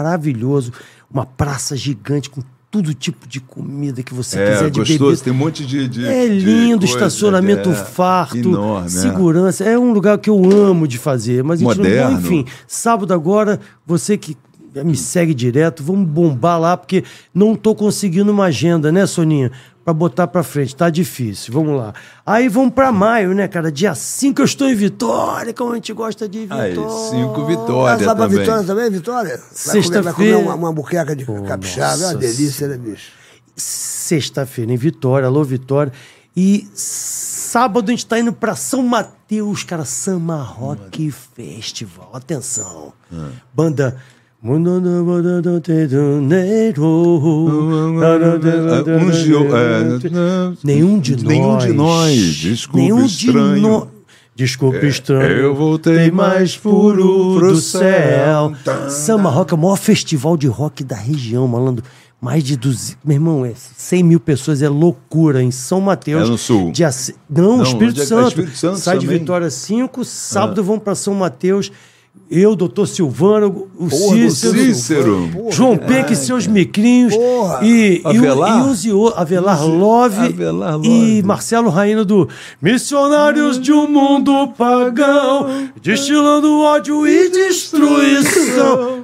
Speaker 6: maravilhoso, uma praça gigante com todo tipo de comida que você
Speaker 4: É,
Speaker 6: quiser, de
Speaker 4: gostoso,
Speaker 6: bebida.
Speaker 4: tem um monte de. de-
Speaker 6: É
Speaker 4: de
Speaker 6: lindo,
Speaker 4: coisa,
Speaker 6: estacionamento
Speaker 4: é,
Speaker 6: farto,
Speaker 4: enorme, é.
Speaker 6: segurança. É. um lugar que eu amo de fazer, mas a gente
Speaker 4: Moderno.
Speaker 6: não Enfim, sábado agora, você que me segue direto, vamos bombar lá, porque não tô conseguindo uma agenda, né, Soninha? Pra botar pra frente, tá difícil, vamos lá. Aí vamos pra maio, né, cara? Dia 5 eu estou em Vitória, como a gente gosta de
Speaker 4: Aí,
Speaker 6: Vitória.
Speaker 4: cinco
Speaker 5: Mas
Speaker 4: vitórias
Speaker 5: lá pra
Speaker 4: também.
Speaker 5: Vitória também, Vitória? Vai
Speaker 6: Sexta-feira.
Speaker 5: comer- Vai comer uma, uma buqueca de
Speaker 6: Pô,
Speaker 5: capixaba, é uma
Speaker 6: nossa
Speaker 5: delícia, né, bicho?
Speaker 6: sexta-feira em Vitória, alô Vitória. E sábado a gente tá indo pra São Mateus, cara, Samba Rock Festival. Atenção. Banda
Speaker 4: Um de- é,
Speaker 6: Nenhum de nós.
Speaker 4: Nenhum de nós. Desculpa,
Speaker 6: Nenhum
Speaker 4: estranho.
Speaker 6: de nós. Desculpa, estranho.
Speaker 4: É, eu voltei
Speaker 6: Tem mais puro
Speaker 4: pro
Speaker 6: do céu.
Speaker 4: céu.
Speaker 6: Samba Rock é o maior festival de rock da região, malandro. Mais de 200. Meu irmão, é 100 mil pessoas, é loucura em São Mateus.
Speaker 4: É no sul.
Speaker 6: Dia c- Não,
Speaker 4: Não, onde
Speaker 6: Espírito,
Speaker 4: é que é?
Speaker 6: Santo.
Speaker 4: Espírito Santo
Speaker 6: Sai de
Speaker 4: também? É.
Speaker 6: Vitória 5, sábado vamos para São Mateus. Eu, doutor Silvano, o Cícero.
Speaker 4: Cícero.
Speaker 6: João Peck e seus micrinhos.
Speaker 5: Porra.
Speaker 6: E, e, o-
Speaker 4: Avelar?
Speaker 6: e os e o- Avelar Love.
Speaker 4: Avelar Love.
Speaker 6: E Marcelo Raino do Missionários de um Mundo Pagão, destilando ódio e destruição.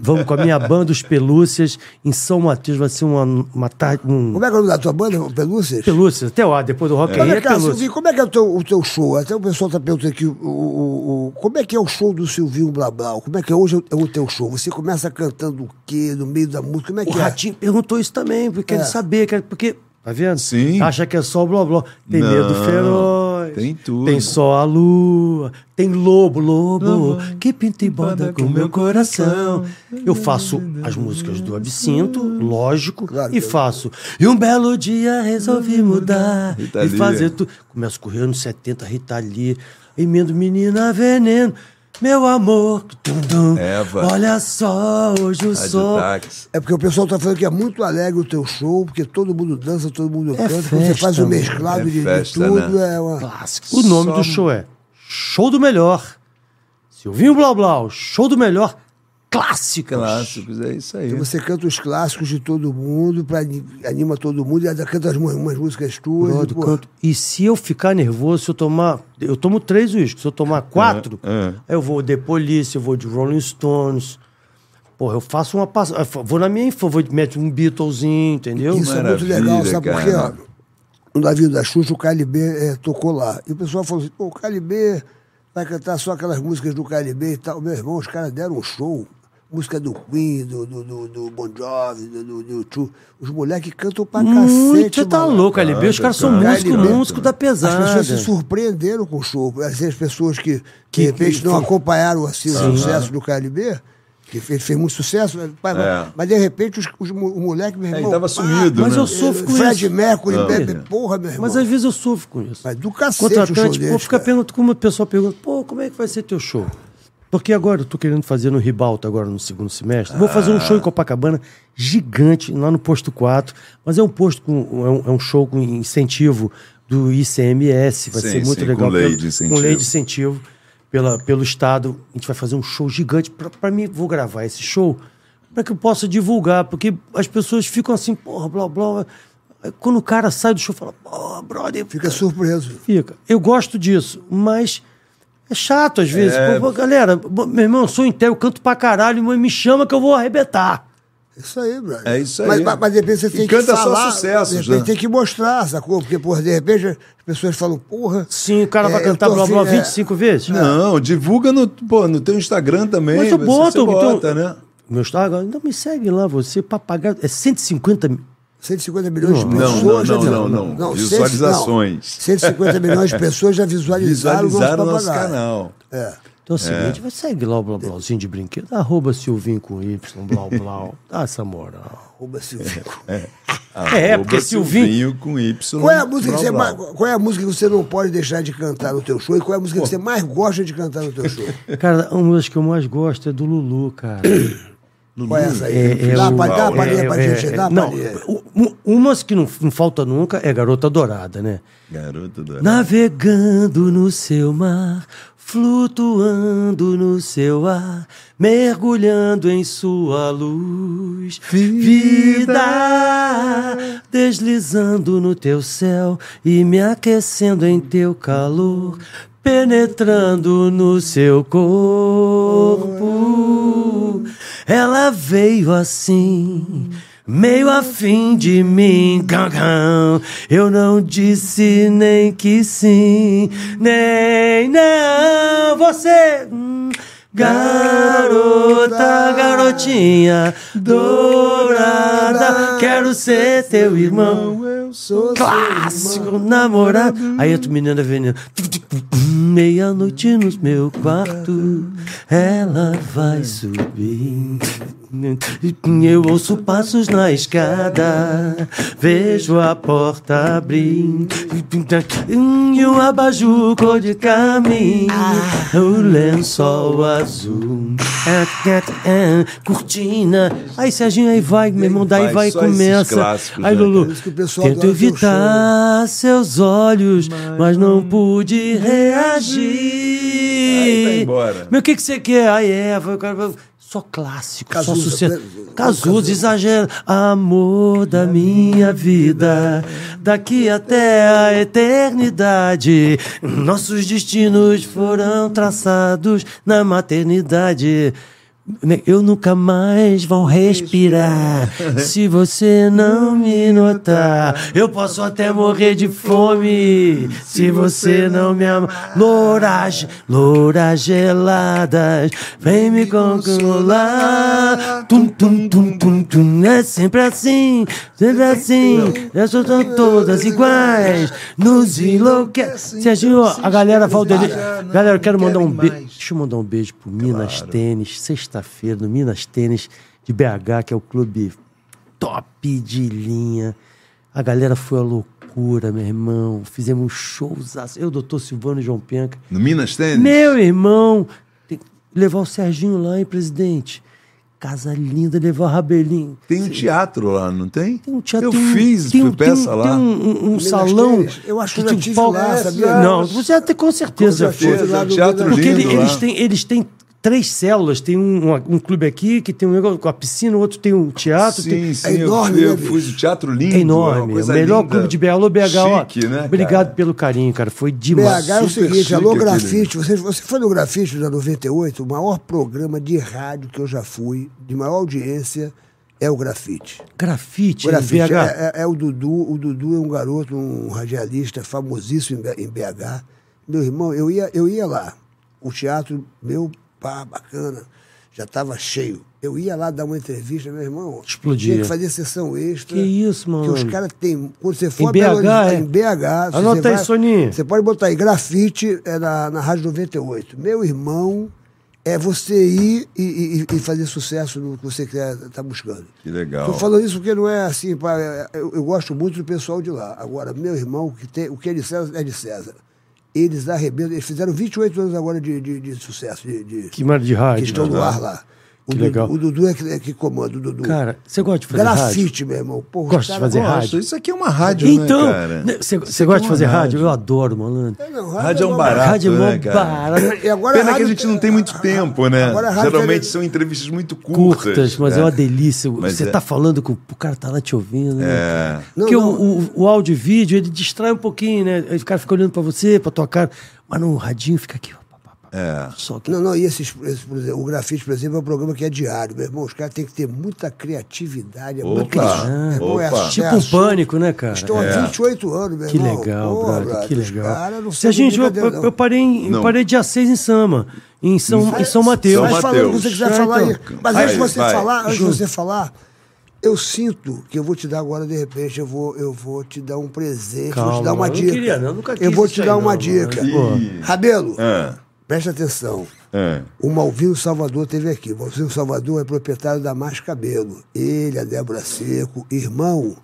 Speaker 6: Vamos com a minha banda, os Pelúcias, em São Mateus. Vai ser uma, uma tarde. Um...
Speaker 5: Como é que é o nome da tua banda, o Pelúcias?
Speaker 6: Pelúcias, até lá, depois do Rock in
Speaker 5: Olha
Speaker 6: Rio é
Speaker 5: cá,
Speaker 6: Pelúcias.
Speaker 5: Silvinho, como é que é o teu, o teu show? Até o pessoal tá perguntando aqui, o, o- o- como é que é o show do Silvinho Ratinho Blá Blá. Como é que é hoje é o teu show? Você começa cantando o quê? No meio da música? Como é que
Speaker 6: O
Speaker 5: é?
Speaker 6: Ratinho perguntou isso também, porque quer
Speaker 5: É.
Speaker 6: saber, quer- porque. Tá vendo?
Speaker 4: Sim.
Speaker 6: Acha que é só o blá blá. Tem
Speaker 4: Não,
Speaker 6: medo feroz.
Speaker 4: tem tudo.
Speaker 6: Tem só a lua. Tem lobo, lobo. que pinta e borda com meu coração. Eu faço as músicas do Absinto, lógico,
Speaker 5: Claro
Speaker 6: e
Speaker 5: que é.
Speaker 6: faço. E um belo dia resolvi mudar
Speaker 4: Rita
Speaker 6: e
Speaker 4: Lee.
Speaker 6: fazer tudo. Começo a correr anos 70, Rita Lee. Emendo menina veneno. Meu amor, Dum, dum.
Speaker 4: Eva. Tá
Speaker 6: olha só, hoje o
Speaker 4: Rádio
Speaker 6: sol.
Speaker 4: Táxi.
Speaker 5: É porque o pessoal tá falando que é muito alegre o teu show, porque todo mundo dança, todo mundo canta. quando você
Speaker 6: É festa, né?
Speaker 5: faz um
Speaker 6: mano.
Speaker 5: mesclado
Speaker 4: É
Speaker 5: de, de
Speaker 4: festa,
Speaker 5: tudo,
Speaker 4: né?
Speaker 5: é uma...
Speaker 6: clássicos. O nome do show é Show do Melhor. Silvinho Blau Blau, Show do Melhor, clássicas.
Speaker 4: Clássicos, é isso aí.
Speaker 5: E Você canta os clássicos de todo mundo, pra, anima todo mundo, e ainda canta as, mu- umas músicas tuas.
Speaker 6: Brother,
Speaker 5: e, pô,
Speaker 6: canto. E se eu ficar nervoso, se eu tomar. Eu tomo três uísques, se eu tomar quatro,
Speaker 4: é.
Speaker 6: aí eu vou de polícia, eu vou de Rolling Stones. Porra, eu faço uma passagem. Vou na minha infância, vou meter um Beatlesinho, entendeu?
Speaker 5: Isso é muito
Speaker 4: Maravilha,
Speaker 5: legal, sabe por quê?
Speaker 4: cara.
Speaker 5: ó? No navio da Xuxa, o Calibê eh, tocou lá. E o pessoal falou assim, pô, o Calibê vai cantar só aquelas músicas do Calibê e tal. Meu irmão, os caras deram um show. Música do Queen, do, do, do, do Bon Jovi, do, do, do Chu. Os moleques cantam pra
Speaker 6: Muito,
Speaker 5: cacete,
Speaker 6: você tá
Speaker 5: maluco.
Speaker 6: louco, LB. Os
Speaker 4: Canta,
Speaker 6: caras são
Speaker 4: canta,
Speaker 6: músicos,
Speaker 4: canta.
Speaker 6: músicos da
Speaker 5: As
Speaker 6: pesada.
Speaker 5: pessoas se surpreenderam com o show. Assim, As pessoas que, de repente,
Speaker 6: que-
Speaker 5: não
Speaker 6: que-
Speaker 5: acompanharam assim, o sucesso do KLB, que fez, fez muito sucesso, mas, mas-
Speaker 4: É.
Speaker 5: mas, de repente os, os, mo- o moleque, meu
Speaker 4: É,
Speaker 5: irmão.
Speaker 4: ele tava
Speaker 5: pá,
Speaker 4: sumido, Ah.
Speaker 6: mas
Speaker 4: né?
Speaker 6: eu sofro com
Speaker 5: Fred
Speaker 6: isso.
Speaker 5: Mercury,
Speaker 6: Não.
Speaker 5: bebe, porra, meu irmão.
Speaker 6: Mas às vezes eu sofro com isso.
Speaker 5: Mas do cacete o show
Speaker 6: contratante, pô,
Speaker 5: deles,
Speaker 6: fica
Speaker 5: cara.
Speaker 6: perguntando, como o pessoal pergunta, pô, como é que vai ser teu show? Porque agora eu tô querendo fazer no Ribalta agora no segundo semestre. Vou fazer
Speaker 5: Ah.
Speaker 6: um show em Copacabana gigante, lá no posto 4, mas é um posto com é um, é um show com incentivo do ICMS, vai
Speaker 4: Sim,
Speaker 6: ser muito
Speaker 4: sim, com
Speaker 6: legal
Speaker 4: lei
Speaker 6: pelo-
Speaker 4: de incentivo.
Speaker 6: com lei de incentivo pela, pelo estado. A gente vai fazer um show gigante Pra- Pra mim vou gravar esse show para que eu possa divulgar, porque as pessoas ficam assim, porra, blá blá. Aí Quando o cara sai do show, fala, pô, brother,
Speaker 5: Fica surpreso.
Speaker 6: Fica. Eu gosto disso, mas é chato às vezes. Pô, pô, galera, bo- meu irmão, eu sou inteiro, eu canto pra caralho, mas me chama que eu vou arrebentar.
Speaker 5: Isso aí, brother.
Speaker 4: É isso
Speaker 5: Mas,
Speaker 4: aí.
Speaker 5: mas, mas de repente você
Speaker 4: E
Speaker 5: tem que
Speaker 4: canta só
Speaker 5: falar.
Speaker 4: sucessos,
Speaker 5: de repente
Speaker 4: né?
Speaker 5: tem que mostrar, sacou? Porque, porra, de repente as pessoas falam, porra.
Speaker 6: Sim, o cara
Speaker 5: é,
Speaker 6: vai
Speaker 5: eu
Speaker 6: cantar
Speaker 5: tô
Speaker 6: blá blá
Speaker 5: afim, é,
Speaker 6: 25 vezes?
Speaker 4: tá- Não, divulga no, pô, no teu Instagram também.
Speaker 6: Mas eu
Speaker 4: você-
Speaker 6: boto,
Speaker 4: você bota,
Speaker 6: então-
Speaker 4: né?
Speaker 6: Meu Instagram, então me segue lá, você, papagaio. É 150 mil.
Speaker 5: 150 milhões de
Speaker 4: Não, não,
Speaker 5: pessoas.
Speaker 4: não,
Speaker 5: já-
Speaker 4: não, não.
Speaker 5: cento-
Speaker 4: Visualizações.
Speaker 5: não. 150 milhões de pessoas já visualizaram,
Speaker 4: Visualizaram
Speaker 5: o
Speaker 4: nosso
Speaker 5: nosso papagaio.
Speaker 4: canal.
Speaker 5: É.
Speaker 6: Então é o seguinte, vai segue lá o blá blázinho de brinquedo, arroba Silvinho com Y, blá blá. Dá essa moral.
Speaker 5: Arroba Silvinho.
Speaker 6: é,
Speaker 4: Arroba
Speaker 6: porque Silvinho.
Speaker 4: com Y.
Speaker 5: Qual é, a música que você
Speaker 4: blá,
Speaker 5: mais,
Speaker 4: blá.
Speaker 5: qual é a música que você não pode deixar de cantar no teu show? E qual é a música que você mais gosta de cantar no teu show?
Speaker 6: Cara, uma das que eu mais gosto é do Lulu, cara.
Speaker 5: qual é essa aí?
Speaker 6: É, é
Speaker 5: dá
Speaker 6: o-
Speaker 5: pra, dá uma
Speaker 6: é,
Speaker 5: palhinha pra
Speaker 6: é,
Speaker 5: gente,
Speaker 6: é,
Speaker 5: dá uma
Speaker 6: não,
Speaker 5: palhinha.
Speaker 6: u- umas que não, não falta nunca é Garota Dourada, né?
Speaker 4: Garoto do
Speaker 6: Navegando no seu mar, flutuando no seu ar, mergulhando em sua luz. Vida, deslizando no teu céu e me aquecendo em teu calor, penetrando no seu corpo. Ela veio assim. Meio afim de mim, cagão. Eu não disse nem que sim, nem não. Você, hum, garota, garotinha, dourada, quero ser teu irmão.
Speaker 4: Eu sou.
Speaker 6: Clássico, namorado. Aí outro menino veneno. né? Meia-noite no meu quarto, ela vai subir. Eu ouço passos na escada, vejo a porta abrir. E o abajur cor de carmim, o lençol azul, É, cortina. Aí Serginho, aí vai, meu irmão, daí
Speaker 4: vai,
Speaker 6: vai e
Speaker 4: só esses
Speaker 6: começa.
Speaker 4: clássicos,
Speaker 6: Aí
Speaker 4: né,
Speaker 6: Lulu,
Speaker 5: Por isso que o pessoal
Speaker 6: Tento
Speaker 5: adora ver o
Speaker 6: evitar seus olhos, mas, não pude reagir.
Speaker 4: Aí vai embora.
Speaker 6: Meu, o que, que você quer? Aí é, vai, o cara vai- Só clássico,
Speaker 5: Cazuza,
Speaker 6: só sucesso.
Speaker 5: né?
Speaker 6: Cazuza, exagero. Amor da minha vida, daqui até a eternidade. Nossos destinos foram traçados na maternidade. Eu nunca mais vou respirar se você não me notar. Eu posso até morrer de fome se você não me amar. Louras, louras geladas, vem me consolar. Tum, tum, tum, tum, tum. É sempre assim, sempre assim. Elas são todas iguais, nos enlouquece. Serginho, a galera Valdeir. Galera, eu quero mandar um beijo. Deixa eu mandar um beijo pro Minas Tênis, sexta-feira, no Minas Tênis de BH, que é o clube top de linha. A galera foi à loucura, meu irmão. Fizemos um showzaço. Eu, doutor Silvano e João Penca.
Speaker 4: No Minas Tênis?
Speaker 6: Meu irmão! Tem que levar o Serginho lá, hein, presidente? Casa linda, levar o Rabelinho.
Speaker 4: Tem um teatro lá, não tem?
Speaker 6: Tem um teatro.
Speaker 4: Eu
Speaker 6: tem um-
Speaker 4: fiz
Speaker 6: tem um-
Speaker 4: peça
Speaker 6: tem um-
Speaker 4: lá.
Speaker 6: Tem um- um, um
Speaker 5: Minas
Speaker 6: salão.
Speaker 5: Tênis. Eu acho
Speaker 6: que
Speaker 5: que eu
Speaker 6: tinha um
Speaker 5: tive
Speaker 6: palco-
Speaker 5: lá, sabia?
Speaker 6: Não, você até com certeza. né?
Speaker 5: Com
Speaker 6: foi.
Speaker 5: certeza.
Speaker 4: Fez, é um
Speaker 5: Porque
Speaker 4: teatro
Speaker 6: Porque ele-
Speaker 4: lindo lá.
Speaker 6: eles, têm, eles têm três células. Tem um, um, um clube aqui que tem um negócio com a piscina, outro tem um teatro. tem-
Speaker 4: Sim, sim,
Speaker 5: é
Speaker 4: eu
Speaker 5: enorme,
Speaker 4: fui- eu,
Speaker 5: né, bicho?
Speaker 4: fui o teatro lindo.
Speaker 6: É
Speaker 4: é
Speaker 6: enorme.
Speaker 4: uma
Speaker 6: O
Speaker 4: coisa
Speaker 6: melhor
Speaker 4: linda.
Speaker 6: clube de BH. ó.
Speaker 4: Chique, né, cara?
Speaker 6: Obrigado pelo carinho, cara. Foi demais.
Speaker 5: BH é o
Speaker 4: super
Speaker 5: seguinte,
Speaker 4: chique
Speaker 5: alô
Speaker 4: aquele-
Speaker 5: grafite, você, você foi no grafite da 98, o maior programa de rádio que eu já fui, de maior audiência, é o grafite.
Speaker 6: Grafite,
Speaker 5: O grafite
Speaker 6: em BH.
Speaker 5: é, é- é o Dudu, o Dudu é um garoto, um radialista famosíssimo em B- em BH. Meu irmão, eu ia, eu ia lá, o teatro meu, pá, bacana, já estava cheio. Eu ia lá dar uma entrevista, meu irmão.
Speaker 6: Explodia.
Speaker 5: Tinha que fazer sessão extra.
Speaker 6: Que isso, mano.
Speaker 5: Que os caras têm. Quando você for
Speaker 6: Em BH,
Speaker 5: Horizonte-
Speaker 6: é?
Speaker 5: em BH. se
Speaker 6: Anota
Speaker 5: você
Speaker 6: aí,
Speaker 5: vai-
Speaker 6: Soninho.
Speaker 5: Você pode botar aí grafite é, na, na Rádio 98. Meu irmão, é você ir e, e- e fazer sucesso no que você quer tá buscando.
Speaker 4: Que legal.
Speaker 5: Tô falando isso porque não é assim, pá, é- eu, eu gosto muito do pessoal de lá. Agora, meu irmão, o que tem, o que é de César é de César. Eles arrebentam, eles fizeram 28 anos agora de, de, de sucesso, de, de-
Speaker 6: Que maravilha de
Speaker 5: que
Speaker 6: rádio.
Speaker 5: estão
Speaker 6: né?
Speaker 5: no ar lá. O,
Speaker 6: Que
Speaker 5: Dudu-
Speaker 6: legal.
Speaker 5: o Dudu é que, é que comanda, o Dudu.
Speaker 6: Cara, você gosta de fazer rádio?
Speaker 5: Grafite, meu irmão. Porra, os
Speaker 6: Gosta de
Speaker 5: caras
Speaker 6: fazer
Speaker 5: gostam.
Speaker 6: rádio?
Speaker 4: Isso aqui é uma rádio,
Speaker 6: Então,
Speaker 4: né, cara?
Speaker 6: né, você
Speaker 4: Isso
Speaker 6: você
Speaker 4: aqui é
Speaker 6: gosta de
Speaker 4: uma
Speaker 6: fazer rádio? Eu adoro, malandro.
Speaker 5: É, não,
Speaker 4: Rádio é um
Speaker 5: uma-
Speaker 4: barato,
Speaker 6: rádio é mó
Speaker 4: né, cara?
Speaker 6: barato.
Speaker 5: E agora
Speaker 4: Pena que a
Speaker 5: rádio-
Speaker 4: gente não tem muito tempo, né?
Speaker 5: Agora a rádio
Speaker 4: Geralmente
Speaker 5: é-
Speaker 4: são entrevistas muito curtas.
Speaker 6: Curtas, mas é
Speaker 4: né?
Speaker 6: uma delícia.
Speaker 4: Mas
Speaker 6: você
Speaker 4: é-
Speaker 6: tá falando com o cara tá lá te ouvindo. Né?
Speaker 4: É.
Speaker 6: Porque
Speaker 5: Ah, Não,
Speaker 6: o- O, o áudio e vídeo, ele distrai um pouquinho, né? O cara fica olhando pra você, pra tua cara. Mas no radinho fica aqui, ó. pá, pá, pá,
Speaker 4: É.
Speaker 6: Só aqui.
Speaker 5: Não, não, e esses, esses, por exemplo, o grafite, por exemplo, é um programa que é diário, meu irmão. Os caras têm que ter muita criatividade. É
Speaker 4: Opa,
Speaker 5: muito meu irmão, é
Speaker 4: opa.
Speaker 5: acesso.
Speaker 6: Tipo um pânico, né, cara?
Speaker 5: Estou há 28 anos, meu
Speaker 6: Que
Speaker 5: irmão.
Speaker 6: legal,
Speaker 5: Pô,
Speaker 6: brother, que
Speaker 5: os
Speaker 6: legal.
Speaker 5: caras não
Speaker 6: Se
Speaker 5: são
Speaker 6: a gente, eu,
Speaker 5: brincadeira,
Speaker 6: eu-
Speaker 5: não.
Speaker 6: eu parei, em- eu
Speaker 4: Não.
Speaker 6: parei dia 6 em Sama, em São, em São Mateus.
Speaker 5: Vai
Speaker 4: Mateus.
Speaker 5: falando o que você quiser
Speaker 6: Ah,
Speaker 5: falar aí.
Speaker 6: então.
Speaker 5: Mas
Speaker 4: Vai,
Speaker 5: antes de você
Speaker 4: vai.
Speaker 5: falar, antes de
Speaker 6: Juro.
Speaker 5: você falar, eu sinto que eu vou te dar agora, de repente, eu vou, eu vou te dar um presente, vou
Speaker 6: Calma,
Speaker 5: te dar uma
Speaker 6: eu não
Speaker 5: dica.
Speaker 6: queria, não, eu nunca quis
Speaker 5: Eu vou
Speaker 6: isso
Speaker 5: te
Speaker 6: aí,
Speaker 5: dar
Speaker 6: não, né?
Speaker 5: uma
Speaker 6: mano.
Speaker 5: dica.
Speaker 4: Ih.
Speaker 5: Rabelo,
Speaker 4: Ah,
Speaker 5: preste atenção.
Speaker 4: ah.
Speaker 5: O Malvino Salvador teve aqui. O Malvino Salvador é proprietário da Mais Cabelo. Ele, a Débora Seco, irmão.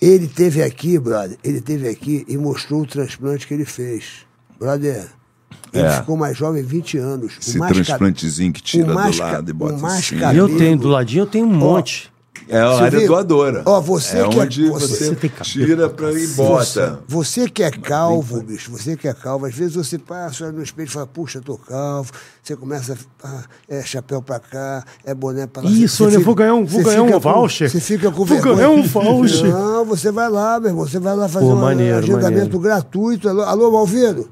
Speaker 5: Ele teve aqui, brother. Ele teve aqui e mostrou o transplante que ele fez. Brother, ele
Speaker 4: É.
Speaker 5: ficou mais jovem 20 anos. O
Speaker 4: Esse
Speaker 5: Mais Ca-
Speaker 4: transplantezinho que tira
Speaker 5: o Mais
Speaker 4: do
Speaker 5: Ca-
Speaker 4: lado e
Speaker 5: o
Speaker 4: bota
Speaker 5: Mais
Speaker 4: assim.
Speaker 5: Cabelo.
Speaker 6: Eu tenho, do ladinho eu tenho um monte.
Speaker 4: É a área
Speaker 5: Silvio,
Speaker 4: doadora.
Speaker 5: ó, você
Speaker 4: é
Speaker 5: que é-
Speaker 4: onde
Speaker 5: você-
Speaker 4: você,
Speaker 6: Você tem cabelo
Speaker 4: tira pra e bota.
Speaker 5: Você que é calvo, bicho, você que é calvo, às vezes você passa olha no espelho e fala, puxa, tô calvo. Você começa, ah, é chapéu pra cá, é boné pra lá.
Speaker 6: Isso,
Speaker 5: Você
Speaker 6: olha, eu
Speaker 5: fica-
Speaker 6: vou ganhar um- vou
Speaker 5: você
Speaker 6: ganhar
Speaker 5: fica
Speaker 6: um
Speaker 5: com-
Speaker 6: voucher.
Speaker 5: Você fica com
Speaker 6: Vou
Speaker 5: vergonha.
Speaker 6: ganhar um voucher.
Speaker 5: Não, você vai lá, meu irmão, você vai lá fazer
Speaker 6: Pô,
Speaker 5: um
Speaker 6: maneiro,
Speaker 5: agendamento
Speaker 6: maneiro.
Speaker 5: gratuito. Alô, alô Malvino?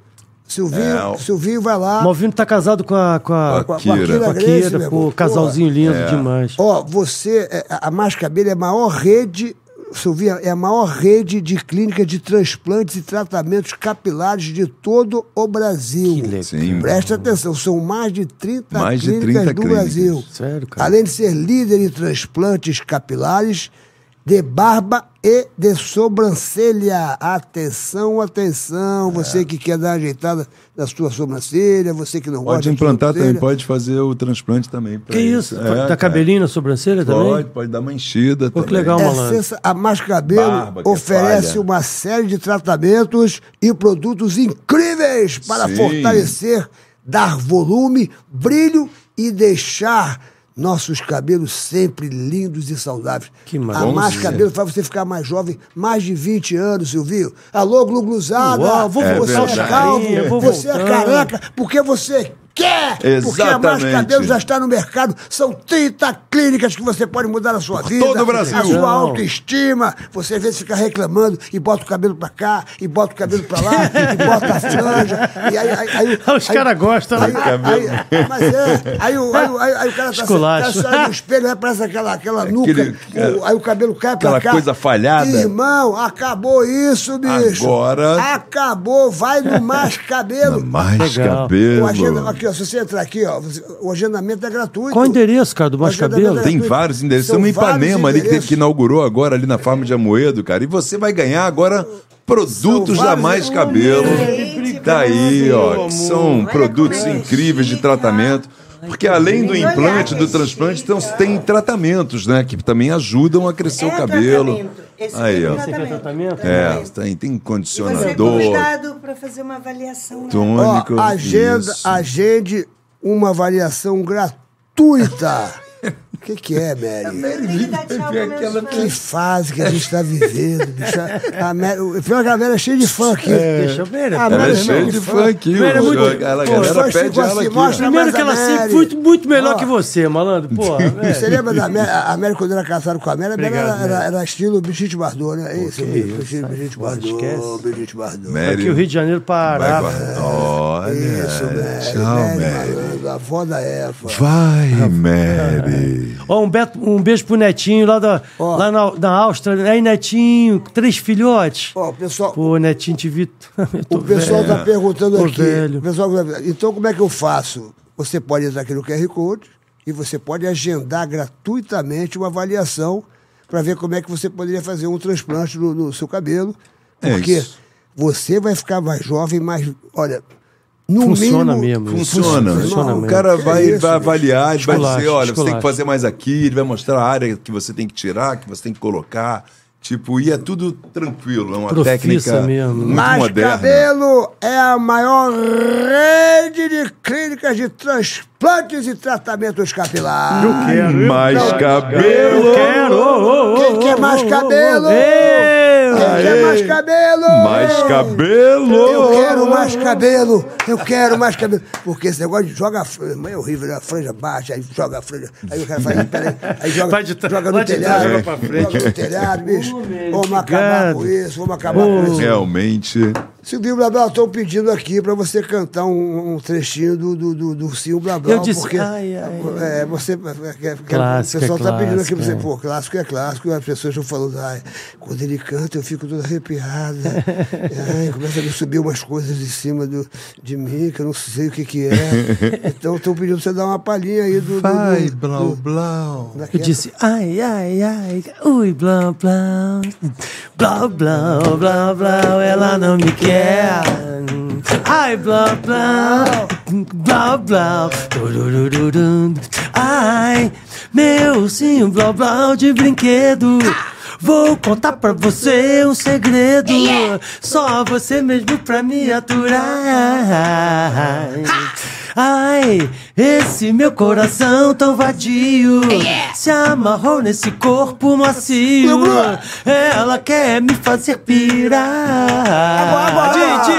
Speaker 5: Silvinho,
Speaker 4: É, o-
Speaker 5: Silvinho vai lá.
Speaker 6: Malvino tá casado com a, com a,
Speaker 4: Com a É.
Speaker 6: com a
Speaker 4: Kira.
Speaker 6: com a
Speaker 5: Grace,
Speaker 6: Kira,
Speaker 5: meu
Speaker 6: pô,
Speaker 5: irmão.
Speaker 6: casalzinho lindo demais.
Speaker 5: Ó, você, é, a a Mais Cabelo é a maior rede, Silvia, é a maior rede de clínica de transplantes e tratamentos capilares de todo o Brasil.
Speaker 6: Que legal.
Speaker 4: Sim.
Speaker 5: Presta atenção, são mais de 30
Speaker 4: Mais de
Speaker 5: clínicas
Speaker 4: 30
Speaker 5: do
Speaker 4: clínicas.
Speaker 5: Brasil.
Speaker 6: Sério, cara?
Speaker 5: Além de ser líder em transplantes capilares de barba e de sobrancelha. Atenção, atenção,
Speaker 4: É.
Speaker 5: você que quer dar uma ajeitada na sua sobrancelha, você que não gosta
Speaker 4: Pode
Speaker 5: de
Speaker 4: implantar também,
Speaker 5: sobrancelha.
Speaker 4: pode fazer o transplante também. pra
Speaker 6: Que isso?
Speaker 4: É,
Speaker 6: Tá
Speaker 4: cara.
Speaker 6: cabelinho na sobrancelha
Speaker 4: Pode,
Speaker 6: também?
Speaker 4: pode dar manchida
Speaker 6: Pô, que
Speaker 4: também.
Speaker 6: legal.
Speaker 5: É
Speaker 6: malandro.
Speaker 5: sensa- A Mais Cabelo
Speaker 4: Barba que
Speaker 5: oferece
Speaker 4: falha.
Speaker 5: uma série de tratamentos e produtos incríveis para
Speaker 4: Sim.
Speaker 5: fortalecer, dar volume, brilho e deixar nossos cabelos sempre lindos e saudáveis.
Speaker 6: Que
Speaker 5: a
Speaker 6: maravilha.
Speaker 5: Mais Cabelo faz você ficar mais jovem, mais de 20 anos, Silvio. Alô, Glugluzada!
Speaker 6: Uau, vou
Speaker 5: você
Speaker 4: voltar
Speaker 5: é
Speaker 4: pra
Speaker 5: calvo,
Speaker 6: carinha, vou
Speaker 5: você é
Speaker 6: voltando.
Speaker 5: careca, porque você quer. Porque a Mais
Speaker 4: Exatamente.
Speaker 5: Cabelo já está no mercado. São 30 clínicas que você pode mudar a sua vida.
Speaker 4: todo o Brasil.
Speaker 5: A
Speaker 6: Não.
Speaker 5: sua autoestima. Você às vezes fica reclamando e bota o cabelo pra cá, e bota o cabelo pra lá, e bota a franja. E aí, aí, aí,
Speaker 6: Os caras gostam, né?
Speaker 5: Aí, aí, aí, mas é, aí, o- aí o- aí- aí o cara tá, tá
Speaker 6: Esculacho.
Speaker 5: saindo do espelho, aí parece aquela, aquela nuca,
Speaker 4: Aquele- é,
Speaker 5: o- aí o cabelo cai pra
Speaker 4: aquela
Speaker 5: cá.
Speaker 4: coisa falhada.
Speaker 5: Irmão, acabou isso, bicho.
Speaker 4: Agora-
Speaker 5: Acabou, vai no mais cabelo.
Speaker 4: Mais
Speaker 6: Legal.
Speaker 5: O
Speaker 4: cabelo.
Speaker 5: agenda- aqui, ó, se você entrar aqui, ó, você- o agendamento é gratuito.
Speaker 6: Qual o endereço, cara, do Mais
Speaker 5: agendamento
Speaker 6: Cabelo?
Speaker 5: é
Speaker 4: Tem
Speaker 5: gratuito.
Speaker 4: vários endereços.
Speaker 5: São
Speaker 4: Tem uma
Speaker 5: vários
Speaker 4: Ipanema ali que, teve-
Speaker 5: endereços.
Speaker 4: que inaugurou agora, ali na Farma de Amoedo, cara. E você vai ganhar agora produtos da
Speaker 5: vários-
Speaker 4: Mais Cabelo.
Speaker 7: Gente,
Speaker 4: Tá aí,
Speaker 6: meu
Speaker 4: ó.
Speaker 6: amor.
Speaker 4: que São
Speaker 7: Olha
Speaker 4: produtos
Speaker 7: como é
Speaker 4: incríveis de
Speaker 7: chique, ó.
Speaker 4: tratamento. Porque além do
Speaker 7: lindo.
Speaker 4: implante,
Speaker 7: Olha,
Speaker 4: do
Speaker 7: que
Speaker 4: transplante,
Speaker 7: chique,
Speaker 4: então,
Speaker 7: ó.
Speaker 4: tem tratamentos, né? Que também ajudam a crescer
Speaker 7: É
Speaker 4: o cabelo.
Speaker 7: tratamento. Esse
Speaker 4: Aí,
Speaker 7: é
Speaker 4: ó.
Speaker 6: Esse aqui é tratamento?
Speaker 4: É, tem, tem
Speaker 7: E você é
Speaker 4: condicionador,
Speaker 7: convidado para fazer uma avaliação. Né?
Speaker 4: tônico.
Speaker 5: Ó, agenda,
Speaker 4: isso.
Speaker 5: agende uma avaliação gratuita. O que, que é, Mary?
Speaker 7: Eu tenho que dar tchau para meus
Speaker 5: Que
Speaker 7: fãs.
Speaker 5: fase que a gente está vivendo, bicho. A Mary, o pior é que a Mary é cheia de fã aqui.
Speaker 6: Deixa eu ver.
Speaker 5: Ah,
Speaker 4: Ela é
Speaker 5: mas-
Speaker 4: cheia
Speaker 5: mas-
Speaker 4: de
Speaker 5: mas-
Speaker 4: funk.
Speaker 6: mas era
Speaker 4: o-
Speaker 6: é muito-
Speaker 4: a galera
Speaker 5: Pô, só
Speaker 4: pede
Speaker 5: ficou
Speaker 4: ela
Speaker 5: assim,
Speaker 4: aqui.
Speaker 5: mostra-
Speaker 6: Primeiro
Speaker 5: mas
Speaker 6: que
Speaker 5: a
Speaker 6: ela sempre
Speaker 5: Mary-
Speaker 6: foi muito, muito melhor
Speaker 5: Ó.
Speaker 6: que você, malandro. né? Porra,
Speaker 5: Você
Speaker 6: velho.
Speaker 5: lembra da Mary? A a Mary, quando era casada com a Mary, a Mary
Speaker 6: Obrigado,
Speaker 5: era, era,
Speaker 6: Mary.
Speaker 5: era estilo Brigitte Bardot, né? É isso,
Speaker 6: que
Speaker 5: bicho,
Speaker 6: isso,
Speaker 5: estilo
Speaker 6: sai
Speaker 5: Brigitte
Speaker 6: fora,
Speaker 5: Bardot,
Speaker 6: esquece.
Speaker 5: Brigitte Bardot.
Speaker 6: Aqui o Rio de Janeiro
Speaker 4: Vai,
Speaker 6: parava.
Speaker 4: guarda. Olha.
Speaker 5: Ah, Isso, Mary,
Speaker 4: Tchau,
Speaker 5: Mary, Ah,
Speaker 4: Mary.
Speaker 5: malandro, a vó da Eva.
Speaker 4: Vai, Mary.
Speaker 6: Ó, um, beto- um beijo pro Netinho lá, da,
Speaker 5: Ó.
Speaker 6: lá na, na Áustria. Aí, Netinho, três filhotes.
Speaker 5: Ó, o pessoal,
Speaker 6: Pô, Netinho Tivito. Eu tô
Speaker 5: O pessoal
Speaker 6: velho.
Speaker 5: está perguntando
Speaker 6: Tô
Speaker 5: aqui.
Speaker 6: velho.
Speaker 5: o Pessoal, então, como é que eu faço? Você pode entrar aqui no QR Code e você pode agendar gratuitamente uma avaliação para ver como é que você poderia fazer um transplante no, no seu cabelo.
Speaker 4: É
Speaker 5: Porque
Speaker 4: isso.
Speaker 5: você vai ficar mais jovem, mais. Olha, no
Speaker 6: Funciona
Speaker 5: mínimo.
Speaker 6: mesmo.
Speaker 4: Funciona.
Speaker 6: Funciona
Speaker 4: o
Speaker 6: mesmo.
Speaker 4: cara
Speaker 5: Que
Speaker 4: vai,
Speaker 5: isso,
Speaker 4: vai
Speaker 5: bicho.
Speaker 4: avaliar, ele vai
Speaker 6: Esculacho,
Speaker 4: dizer, olha, você tem
Speaker 6: esculacho.
Speaker 4: que fazer mais aqui, ele vai mostrar a área que você tem que tirar, que você tem que colocar. Tipo, e é tudo tranquilo, é uma
Speaker 6: Profissa
Speaker 4: técnica
Speaker 6: mesmo. né?
Speaker 4: muito
Speaker 5: Mas
Speaker 4: moderna.
Speaker 5: Cabelo é a maior rede de clínicas de transplantes e tratamentos capilares.
Speaker 4: Mais cabelo,
Speaker 6: Eu quero! ô, ô,
Speaker 5: Quem
Speaker 6: ô,
Speaker 5: quer
Speaker 6: ô,
Speaker 5: mais
Speaker 6: ô, ô,
Speaker 5: cabelo?
Speaker 6: ô, eu!
Speaker 5: Quem quer mais cabelo?
Speaker 4: mais cabelo.
Speaker 5: Eu quero mais cabelo, eu quero mais cabelo. Porque esse negócio de joga a franja, é horrível, né? A franja baixa, aí joga a franja, aí o cara faz, peraí, aí joga,
Speaker 6: Vai Tá de trás,
Speaker 5: joga
Speaker 6: vai
Speaker 5: no
Speaker 6: de trás,
Speaker 5: telhado,
Speaker 6: joga pra frente.
Speaker 5: joga no telhado, bicho. Vamos acabar
Speaker 6: gado.
Speaker 5: com isso, vamos acabar com isso.
Speaker 4: Realmente.
Speaker 5: Silvio Blá Blá, estão pedindo aqui pra você cantar um, um trechinho do, do, do, do Silvio Blá Blá.
Speaker 6: Eu disse,
Speaker 5: porque,
Speaker 6: ai, ai.
Speaker 5: É, você, é, que-
Speaker 6: Clássico,
Speaker 5: o pessoal
Speaker 6: é
Speaker 5: tá pedindo aqui pra você,
Speaker 6: clássico,
Speaker 5: pô, clássico é clássico, as pessoas estão falando, ai, quando ele canta eu fico toda arrepiada, ai, começa a me subir umas coisas de cima do, de mim que eu não sei o que que é. Então estão pedindo pra você dar uma palhinha aí do... do-
Speaker 4: Vai,
Speaker 5: do-
Speaker 4: blau,
Speaker 5: do-
Speaker 4: blau.
Speaker 6: Eu
Speaker 5: daquela-
Speaker 6: disse, ai, ai, ai, ui, blá, blá, blá, blá, blá, blá, ela não me quer. Ai, blá, blá, blá, blá, tururururu. ai, meu ursinho, blá, blá, de brinquedo. Vou contar pra você um segredo, só você mesmo pra me aturar. Ai, esse meu coração tão vadio se amarrou nesse corpo macio. Ela quer me fazer pirar. Gente,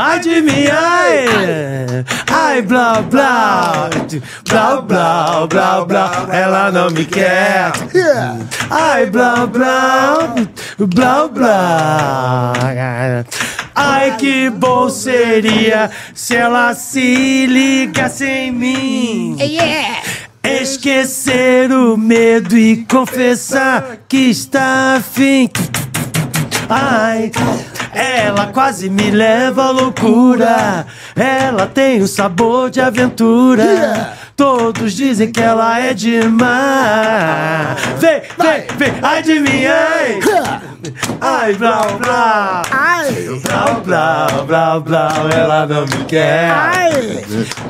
Speaker 6: ai de mim, ai. Ai, blá, blá. Blá, blá, blá, blá. Ela não me quer. Ai, blá, blá. Blá, blá. Ai, que bom seria se ela se ligasse em mim. Esquecer o medo e confessar que está afim. Ai, ela quase me leva à loucura. Ela tem um sabor de aventura. Todos dizem que ela é demais. Vem, vem, vem, ai de mim, ai. Ai, blá, blá. Blá, blá, blá, blá, ela não me quer.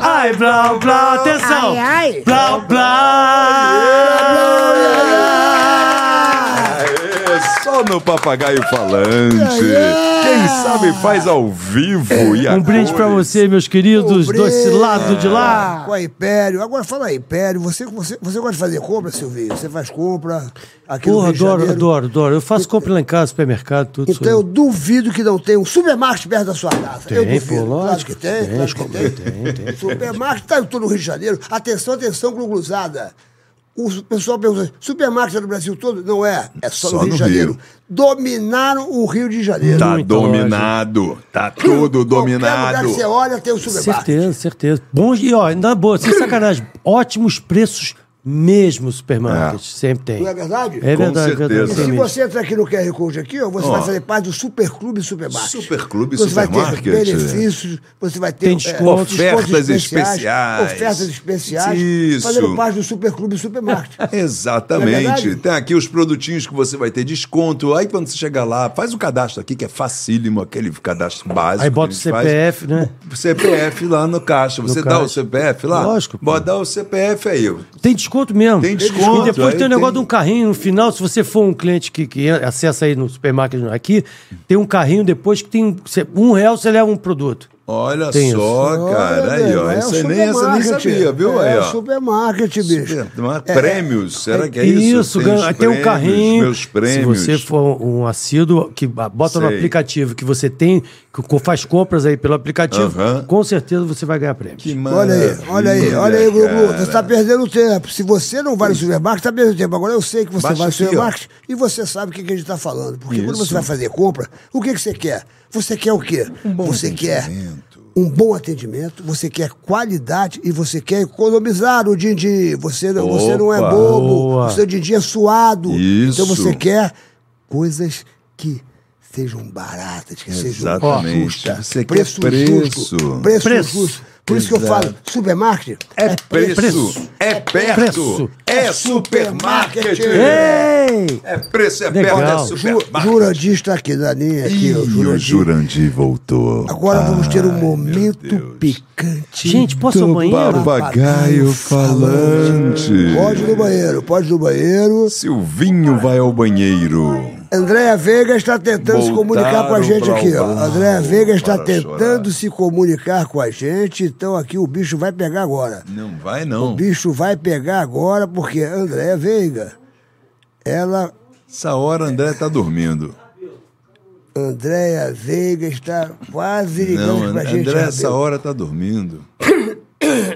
Speaker 6: Ai, blá, blá, atenção. Blá, blá.
Speaker 4: É só Só no Papagaio Falante. Quem sabe faz ao vivo e a
Speaker 6: Um brinde pra
Speaker 4: cores.
Speaker 6: você, meus queridos,
Speaker 5: Brito,
Speaker 6: desse lado de lá.
Speaker 5: Com a Império. Agora fala aí, Império. Você, você, você gosta de fazer compra, Silvio? Você faz compra aqui no
Speaker 6: Porra,
Speaker 5: Rio de
Speaker 6: adoro,
Speaker 5: Janeiro?
Speaker 6: adoro, adoro. Eu faço compra lá em casa, supermercado, tudo isso.
Speaker 5: Então eu duvido que não tenha um supermarket perto da sua casa. eu
Speaker 6: Tem,
Speaker 5: duvido.
Speaker 6: pô,
Speaker 5: claro
Speaker 6: lógico.
Speaker 5: que tem,
Speaker 6: Tem,
Speaker 5: claro que
Speaker 6: como
Speaker 5: tem.
Speaker 6: tem, tem.
Speaker 5: Supermarket tá em todo o Rio de Janeiro. Atenção, atenção, gluglusada. O su- pessoal pergunta, supermarket é no Brasil todo? Não é, é só, no Rio de Janeiro. Dominaram o Rio de Janeiro.
Speaker 4: Tá
Speaker 6: Muita
Speaker 4: dominado. Tá tudo
Speaker 5: Qualquer lugar
Speaker 4: dominado.
Speaker 5: que você olha tem o supermarket.
Speaker 6: Certeza, certeza. Bons, e ó, na boa, sem sacanagem, ótimos preços mesmo supermarket, sempre tem.
Speaker 5: Não é verdade?
Speaker 6: É
Speaker 4: Com
Speaker 6: verdade,
Speaker 4: certeza.
Speaker 6: verdade.
Speaker 5: E se
Speaker 6: realmente.
Speaker 5: você entrar aqui no QR Code aqui, ó, você
Speaker 4: Ó.
Speaker 5: vai fazer parte do Superclube Supermarket.
Speaker 4: Superclube
Speaker 5: você Vai
Speaker 4: Supermarket.
Speaker 5: ter benefícios, você vai ter
Speaker 6: Tem
Speaker 5: é,
Speaker 6: descontos.
Speaker 4: Ofertas especiais.
Speaker 5: Ofertas especiais.
Speaker 4: Isso. Ah,
Speaker 5: Fazendo parte do Superclube Supermarket. Não é
Speaker 4: Exatamente.
Speaker 5: verdade?
Speaker 4: Tem aqui os produtinhos que você vai ter desconto. Aí quando você chegar lá, faz o cadastro aqui, que é facílimo, aquele cadastro básico.
Speaker 6: Aí bota o
Speaker 4: que a gente faz.
Speaker 6: CPF, né?
Speaker 4: O CPF lá no caixa. Você dá
Speaker 6: caixa.
Speaker 4: o CPF lá?
Speaker 6: Lógico, pô.
Speaker 4: Bota o CPF aí.
Speaker 6: Tem desconto mesmo.
Speaker 4: Tem desconto, é,
Speaker 6: E depois
Speaker 4: aí
Speaker 6: tem o negócio
Speaker 4: tem-
Speaker 6: de um carrinho no final. Se você for um cliente que, que acessa aí no supermercado aqui, tem um carrinho depois que tem um, cê- um real, você leva um produto.
Speaker 4: Olha
Speaker 6: Tem
Speaker 4: só,
Speaker 5: Olha,
Speaker 4: cara. Aí, ó.
Speaker 5: velho, é
Speaker 4: Isso
Speaker 5: o
Speaker 4: aí nem essa nem
Speaker 5: supermarket.
Speaker 4: sabia, viu?
Speaker 5: É
Speaker 4: Aí,
Speaker 5: o
Speaker 4: ó.
Speaker 5: Supermarket, bicho. É,
Speaker 4: Supermar- Prêmios, será que é isso?
Speaker 6: Isso,
Speaker 4: Tem os
Speaker 6: ganha, tem um
Speaker 4: prêmios,
Speaker 6: carrinho.
Speaker 4: Meus prêmios.
Speaker 6: Se você for um assíduo, que ba- bota no
Speaker 4: Sei.
Speaker 6: aplicativo que você tem, que co- faz compras aí pelo aplicativo,
Speaker 4: Aham.
Speaker 6: com certeza você vai ganhar prêmio.
Speaker 4: Que
Speaker 5: Olha aí, olha aí,
Speaker 4: maravilha,
Speaker 5: olha aí, Gugu.
Speaker 4: cara.
Speaker 5: Você está perdendo tempo. Se você não vai no supermercado, está perdendo tempo. Agora eu sei que você
Speaker 4: Baixa
Speaker 5: vai no
Speaker 4: aqui, ó.
Speaker 5: supermercado e você sabe o que, que a gente está falando. Porque quando
Speaker 4: Isso.
Speaker 5: você vai fazer compra, o que, que você quer? Você quer o quê? você quer um bom atendimento, você quer qualidade e você quer economizar o din-din. Você, não- você não é
Speaker 4: Opa.
Speaker 5: bobo,
Speaker 6: Boa.
Speaker 5: o seu din-din é suado.
Speaker 4: Isso.
Speaker 5: Então você quer coisas que sejam baratas, que sejam
Speaker 4: Exatamente.
Speaker 5: justas.
Speaker 4: Você quer
Speaker 5: preço
Speaker 4: preço.
Speaker 5: justo. Preço,
Speaker 6: Preço.
Speaker 5: justo. Por isso que eu
Speaker 4: Exato.
Speaker 5: falo, supermarket
Speaker 4: É preço,
Speaker 6: preço.
Speaker 4: é perto,
Speaker 6: preço.
Speaker 4: é supermarket.
Speaker 6: Ei!
Speaker 4: É preço, é
Speaker 6: Legal.
Speaker 4: perto, é
Speaker 6: Ju-
Speaker 5: Ju,
Speaker 4: supermarket.
Speaker 5: Jurandir está aqui na linha. Aqui,
Speaker 4: Ih,
Speaker 5: ó,
Speaker 4: o
Speaker 5: Jurandir.
Speaker 4: Jurandir voltou. Ah,
Speaker 5: Agora vamos ter um
Speaker 4: Ai,
Speaker 5: momento
Speaker 4: meu Deus.
Speaker 5: picante.
Speaker 6: Gente, posso ir ao
Speaker 4: Do
Speaker 6: banheiro?
Speaker 4: Papagaio falante.
Speaker 5: Pode ir no banheiro, pode ir no banheiro.
Speaker 4: Silvinho vai ao banheiro.
Speaker 5: Andréa Veiga está tentando se
Speaker 4: Voltaram
Speaker 5: comunicar com a gente
Speaker 4: pra
Speaker 5: aqui. ó.
Speaker 4: o bar,
Speaker 5: Andréa Veiga está
Speaker 4: para
Speaker 5: tentando
Speaker 4: chorar.
Speaker 5: se comunicar com a gente, então aqui o bicho vai pegar agora.
Speaker 4: Não vai não.
Speaker 5: O bicho vai pegar agora porque Andréa Veiga, ela
Speaker 4: Essa hora André tá dormindo.
Speaker 5: Andréia Veiga está quase
Speaker 4: Não,
Speaker 5: ligando pra
Speaker 4: André,
Speaker 5: gente.
Speaker 4: essa
Speaker 5: Rabelo.
Speaker 4: hora tá dormindo.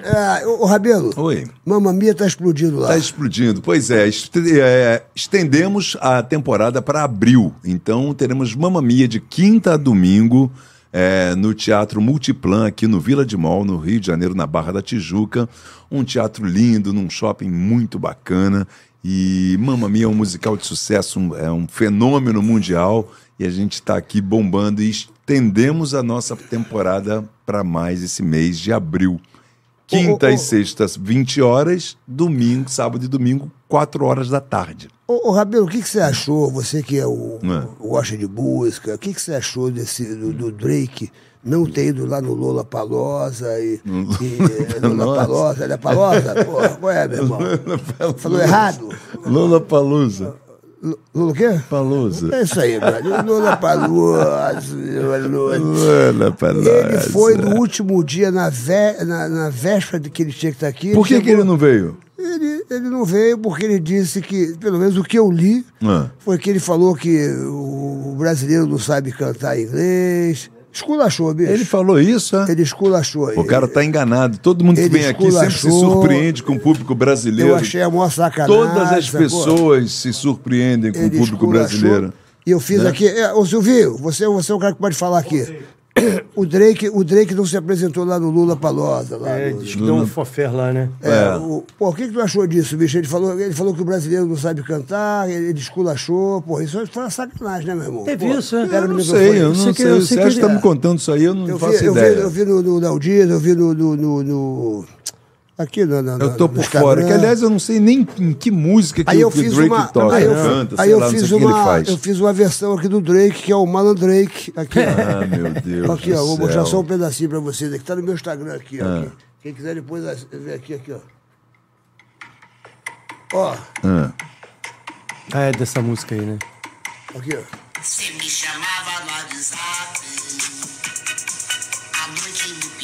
Speaker 5: Ah, ô, ô, Rabelo,
Speaker 4: Oi.
Speaker 5: Mamamia tá explodindo lá.
Speaker 4: Tá explodindo. Pois é, este- é, estendemos a temporada para abril. Então teremos Mamamia de quinta a domingo é, no Teatro Multiplan, aqui no Vila de Mol, no Rio de Janeiro, na Barra da Tijuca. Um teatro lindo, num shopping muito bacana. E Mamamia é um musical de sucesso, um- é um fenômeno mundial. E a gente está aqui bombando e estendemos a nossa temporada para mais esse mês de abril. Quinta
Speaker 5: Ô, ô,
Speaker 4: e
Speaker 5: ô.
Speaker 4: sextas, 20 horas, domingo, sábado e domingo, 4 horas da tarde.
Speaker 5: Ô, ô, Rabelo, o que, que você achou? Você que é o,
Speaker 4: É.
Speaker 5: gosta de música, o que, que você achou desse, do, do Drake não ter ido lá no Lola Palosa e. e eh, Lola Palosa, ele é Palosa? Porra, qual é, meu irmão? Falou errado?
Speaker 4: Lula Palusa.
Speaker 5: Lu- Lula o quê?
Speaker 4: Palusa.
Speaker 5: É isso aí, velho. Lola Palosa.
Speaker 4: Lula Palusa.
Speaker 5: Ele foi no último dia, na, vé- na, na véspera de que ele tinha que estar aqui.
Speaker 4: Por que, que
Speaker 5: chegou-
Speaker 4: ele não veio?
Speaker 5: ele, ele não veio porque ele disse que, pelo menos o que eu li,
Speaker 4: Ah.
Speaker 5: foi que ele falou que o, o brasileiro não sabe cantar inglês. Esculachou, bicho.
Speaker 4: Ele falou isso, é?
Speaker 5: Ele esculachou.
Speaker 4: O cara tá enganado. Todo mundo que
Speaker 5: Ele
Speaker 4: vem aqui sempre se
Speaker 5: esculachou.
Speaker 4: surpreende com o público brasileiro.
Speaker 5: Eu achei a maior sacanagem.
Speaker 4: tá Todas as
Speaker 5: sacou?
Speaker 4: pessoas se surpreendem com o
Speaker 5: Ele
Speaker 4: público
Speaker 5: esculachou.
Speaker 4: brasileiro. né?
Speaker 5: E eu fiz aqui. é, Ô Silvio, você, você é o cara que pode falar aqui. O Drake, o Drake não se apresentou lá no Lula Palosa. Lá
Speaker 6: É,
Speaker 5: no-
Speaker 6: diz que deu um fofer lá, né?
Speaker 5: É, o, pô, o que, que tu achou disso, bicho? Ele falou, ele falou que o brasileiro não sabe cantar, ele, ele esculachou, pô, isso foi uma sacanagem, né, meu irmão?
Speaker 6: Teve
Speaker 5: Pô,
Speaker 6: isso, é?
Speaker 5: pega no
Speaker 4: Eu não
Speaker 5: microfone. é-
Speaker 4: sei, eu não sei.
Speaker 6: sei que- eu
Speaker 4: Você
Speaker 6: sei que
Speaker 4: acha que tá
Speaker 6: ele-
Speaker 4: me contando isso aí? Eu não
Speaker 5: Eu
Speaker 4: faço
Speaker 5: vi, eu vi,
Speaker 4: ideia.
Speaker 5: eu vi no, no Naldino, eu vi no. no, no- no- aqui na. na-
Speaker 4: Eu
Speaker 5: na-
Speaker 4: tô
Speaker 5: no
Speaker 4: por
Speaker 5: Instagram.
Speaker 4: fora. Que, aliás, eu não sei nem em que música que
Speaker 5: Aí eu
Speaker 4: o que
Speaker 5: fiz
Speaker 4: Drake
Speaker 5: uma.
Speaker 4: toca, né?
Speaker 5: aí eu,
Speaker 4: canta,
Speaker 5: aí
Speaker 4: sei
Speaker 5: eu
Speaker 4: lá, não sei
Speaker 5: fiz
Speaker 4: o que ele
Speaker 5: uma.
Speaker 4: faz.
Speaker 5: Eu fiz uma versão aqui do Drake, que é o Malan Drake. Aqui, ó.
Speaker 4: Ah, meu Deus
Speaker 5: aqui, ó.
Speaker 4: do
Speaker 5: Vou mostrar
Speaker 4: céu. Ah.
Speaker 5: só um pedacinho pra vocês aqui. Tá no meu Instagram aqui, ó. aqui. Quem quiser depois as- ver aqui, aqui, ó. Ó.
Speaker 6: Ah, é dessa música aí, né?
Speaker 5: Aqui, ó.
Speaker 10: Você me chamava no WhatsApp. A noite me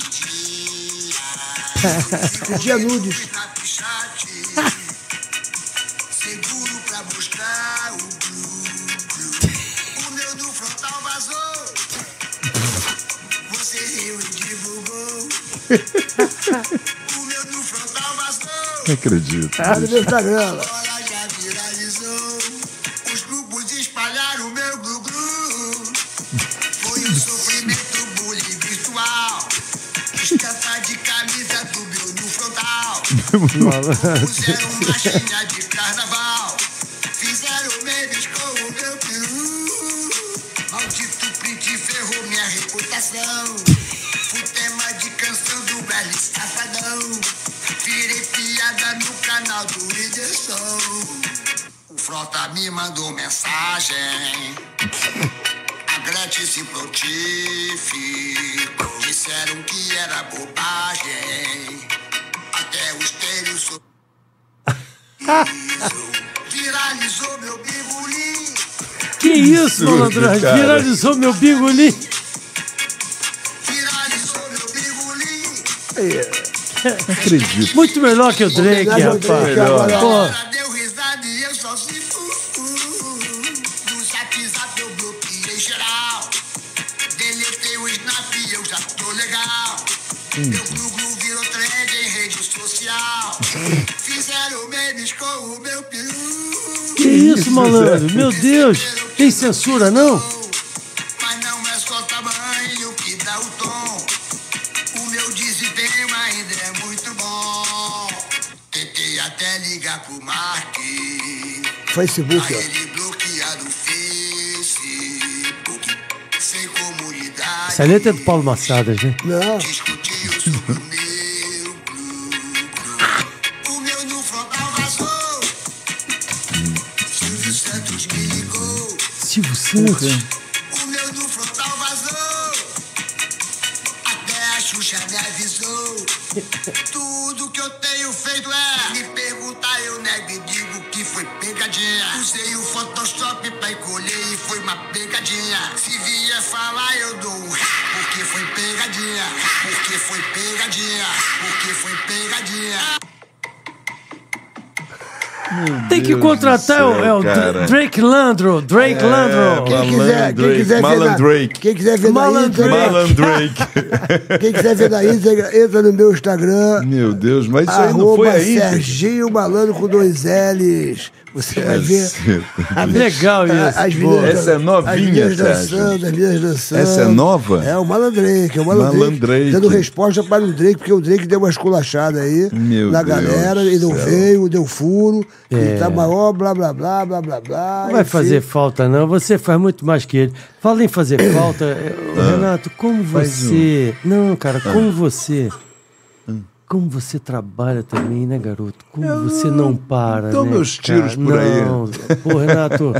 Speaker 10: pedia.
Speaker 5: Pedia nudes.
Speaker 10: Snapchat. Seguro pra buscar o blue, blue. O meu do frontal vazou. Você riu e divulgou. O meu do frontal vazou.
Speaker 4: Não acredito.
Speaker 5: Ah, no meu
Speaker 4: bicho.
Speaker 5: Instagram. ó.
Speaker 10: Agora já viralizou. Os grupos espalharam o meu glu-glu. Foi um sofrimento bullying virtual. Estampa de camisa do meu no frontal. Fizeram marchinha um de carnaval. Fizeram memes com o meu peru. Maldito print ferrou minha reputação. Fui tema de canção do velho safadão. Virei piada no canal do Whindersson. O Frota me mandou mensagem. A Gretchen se prontificou. Disseram que era bobagem. Até o espelho sorriu. Viralizou meu bigolim.
Speaker 6: Que isso, malandro?
Speaker 4: cara.
Speaker 6: Viralizou meu bigolim.
Speaker 10: Viralizou meu bigolim.
Speaker 4: Não acredito.
Speaker 6: Muito melhor que o Drake,
Speaker 5: Homenagem ao Drake,
Speaker 6: rapaz.
Speaker 5: agora.
Speaker 6: Pô,
Speaker 10: Ela deu risada e eu só uh, se fu- fu- No zap zap eu bloqueei geral. Deletei o snap e eu já tô legal. Meu Google virou trend em rede social. Fizeram memes com o meu peru.
Speaker 6: que isso, malandro? Meu Deus. Tem censura, não?
Speaker 10: Mas não é só tamanho que dá o tom. O meu desempenho ainda é muito bom. Tentei até ligar pro Mark.
Speaker 5: Facebook,
Speaker 10: Aí
Speaker 5: ó.
Speaker 10: ele bloqueado o Facebook. Sem comunidade.
Speaker 6: Essa letra é do Paulo Massadas, né?
Speaker 5: Não,
Speaker 10: Discutiu sobre o meu clube. O meu no frontal vazou. Silvio Santos me ligou.
Speaker 6: Silvio Santos.
Speaker 10: O meu do frontal vazou. Até a Xuxa me avisou. Tudo que eu tenho feito é me perguntar, eu nego e digo que foi pegadinha. Usei o Photoshop pra encolher e foi uma pegadinha. Se vier falar, eu dou um porque foi pegadinha. Porque foi pegadinha. Porque foi pegadinha.
Speaker 6: Tem que
Speaker 4: Deus
Speaker 6: contratar
Speaker 4: do
Speaker 6: o-
Speaker 4: céu,
Speaker 6: é o
Speaker 4: cara. É,
Speaker 6: Dra- Drake Landro. Drake Landro.
Speaker 5: quem quiser, quem
Speaker 4: Drake,
Speaker 5: quiser ver
Speaker 4: Malan
Speaker 5: na-
Speaker 4: Drake.
Speaker 5: Quem quiser ver na
Speaker 6: Malan
Speaker 5: íntegra,
Speaker 4: Malan Drake.
Speaker 5: quem quiser ver na íntegra, entra no meu Instagram,
Speaker 4: Meu Deus, mas isso aí não foi
Speaker 5: arroba
Speaker 4: aí.
Speaker 5: Serginho Malandro com dois L's. Você
Speaker 4: É
Speaker 5: vai ver
Speaker 6: Legal
Speaker 5: a-
Speaker 6: isso.
Speaker 5: as
Speaker 6: boa.
Speaker 5: meninas.
Speaker 4: Essa é novinha,
Speaker 5: as meninas
Speaker 4: Sérgio.
Speaker 5: dançando, as meninas dançando.
Speaker 4: Essa é nova?
Speaker 5: É, o Malandrake, é o
Speaker 4: Malandrake.
Speaker 5: Malandrake. Dando resposta para o Drake, porque o Drake deu uma esculachada aí
Speaker 4: Meu
Speaker 5: na
Speaker 4: Deus
Speaker 5: galera, e não
Speaker 4: do céu.
Speaker 5: veio, deu furo,
Speaker 6: É.
Speaker 5: e tá maior, blá, blá, blá, blá, blá, blá.
Speaker 6: Não vai
Speaker 5: enfim.
Speaker 6: fazer falta, não. Você faz muito mais que ele. Fala em fazer falta. é, ô,
Speaker 4: Ah.
Speaker 6: Renato, como
Speaker 4: um.
Speaker 6: você. Não, cara, como você.
Speaker 4: Ah.
Speaker 6: Como você trabalha também, né, garoto? Como você não para,
Speaker 4: dou
Speaker 6: né?
Speaker 4: meus
Speaker 6: cara?
Speaker 4: tiros por aí.
Speaker 6: não. Pô, Renato,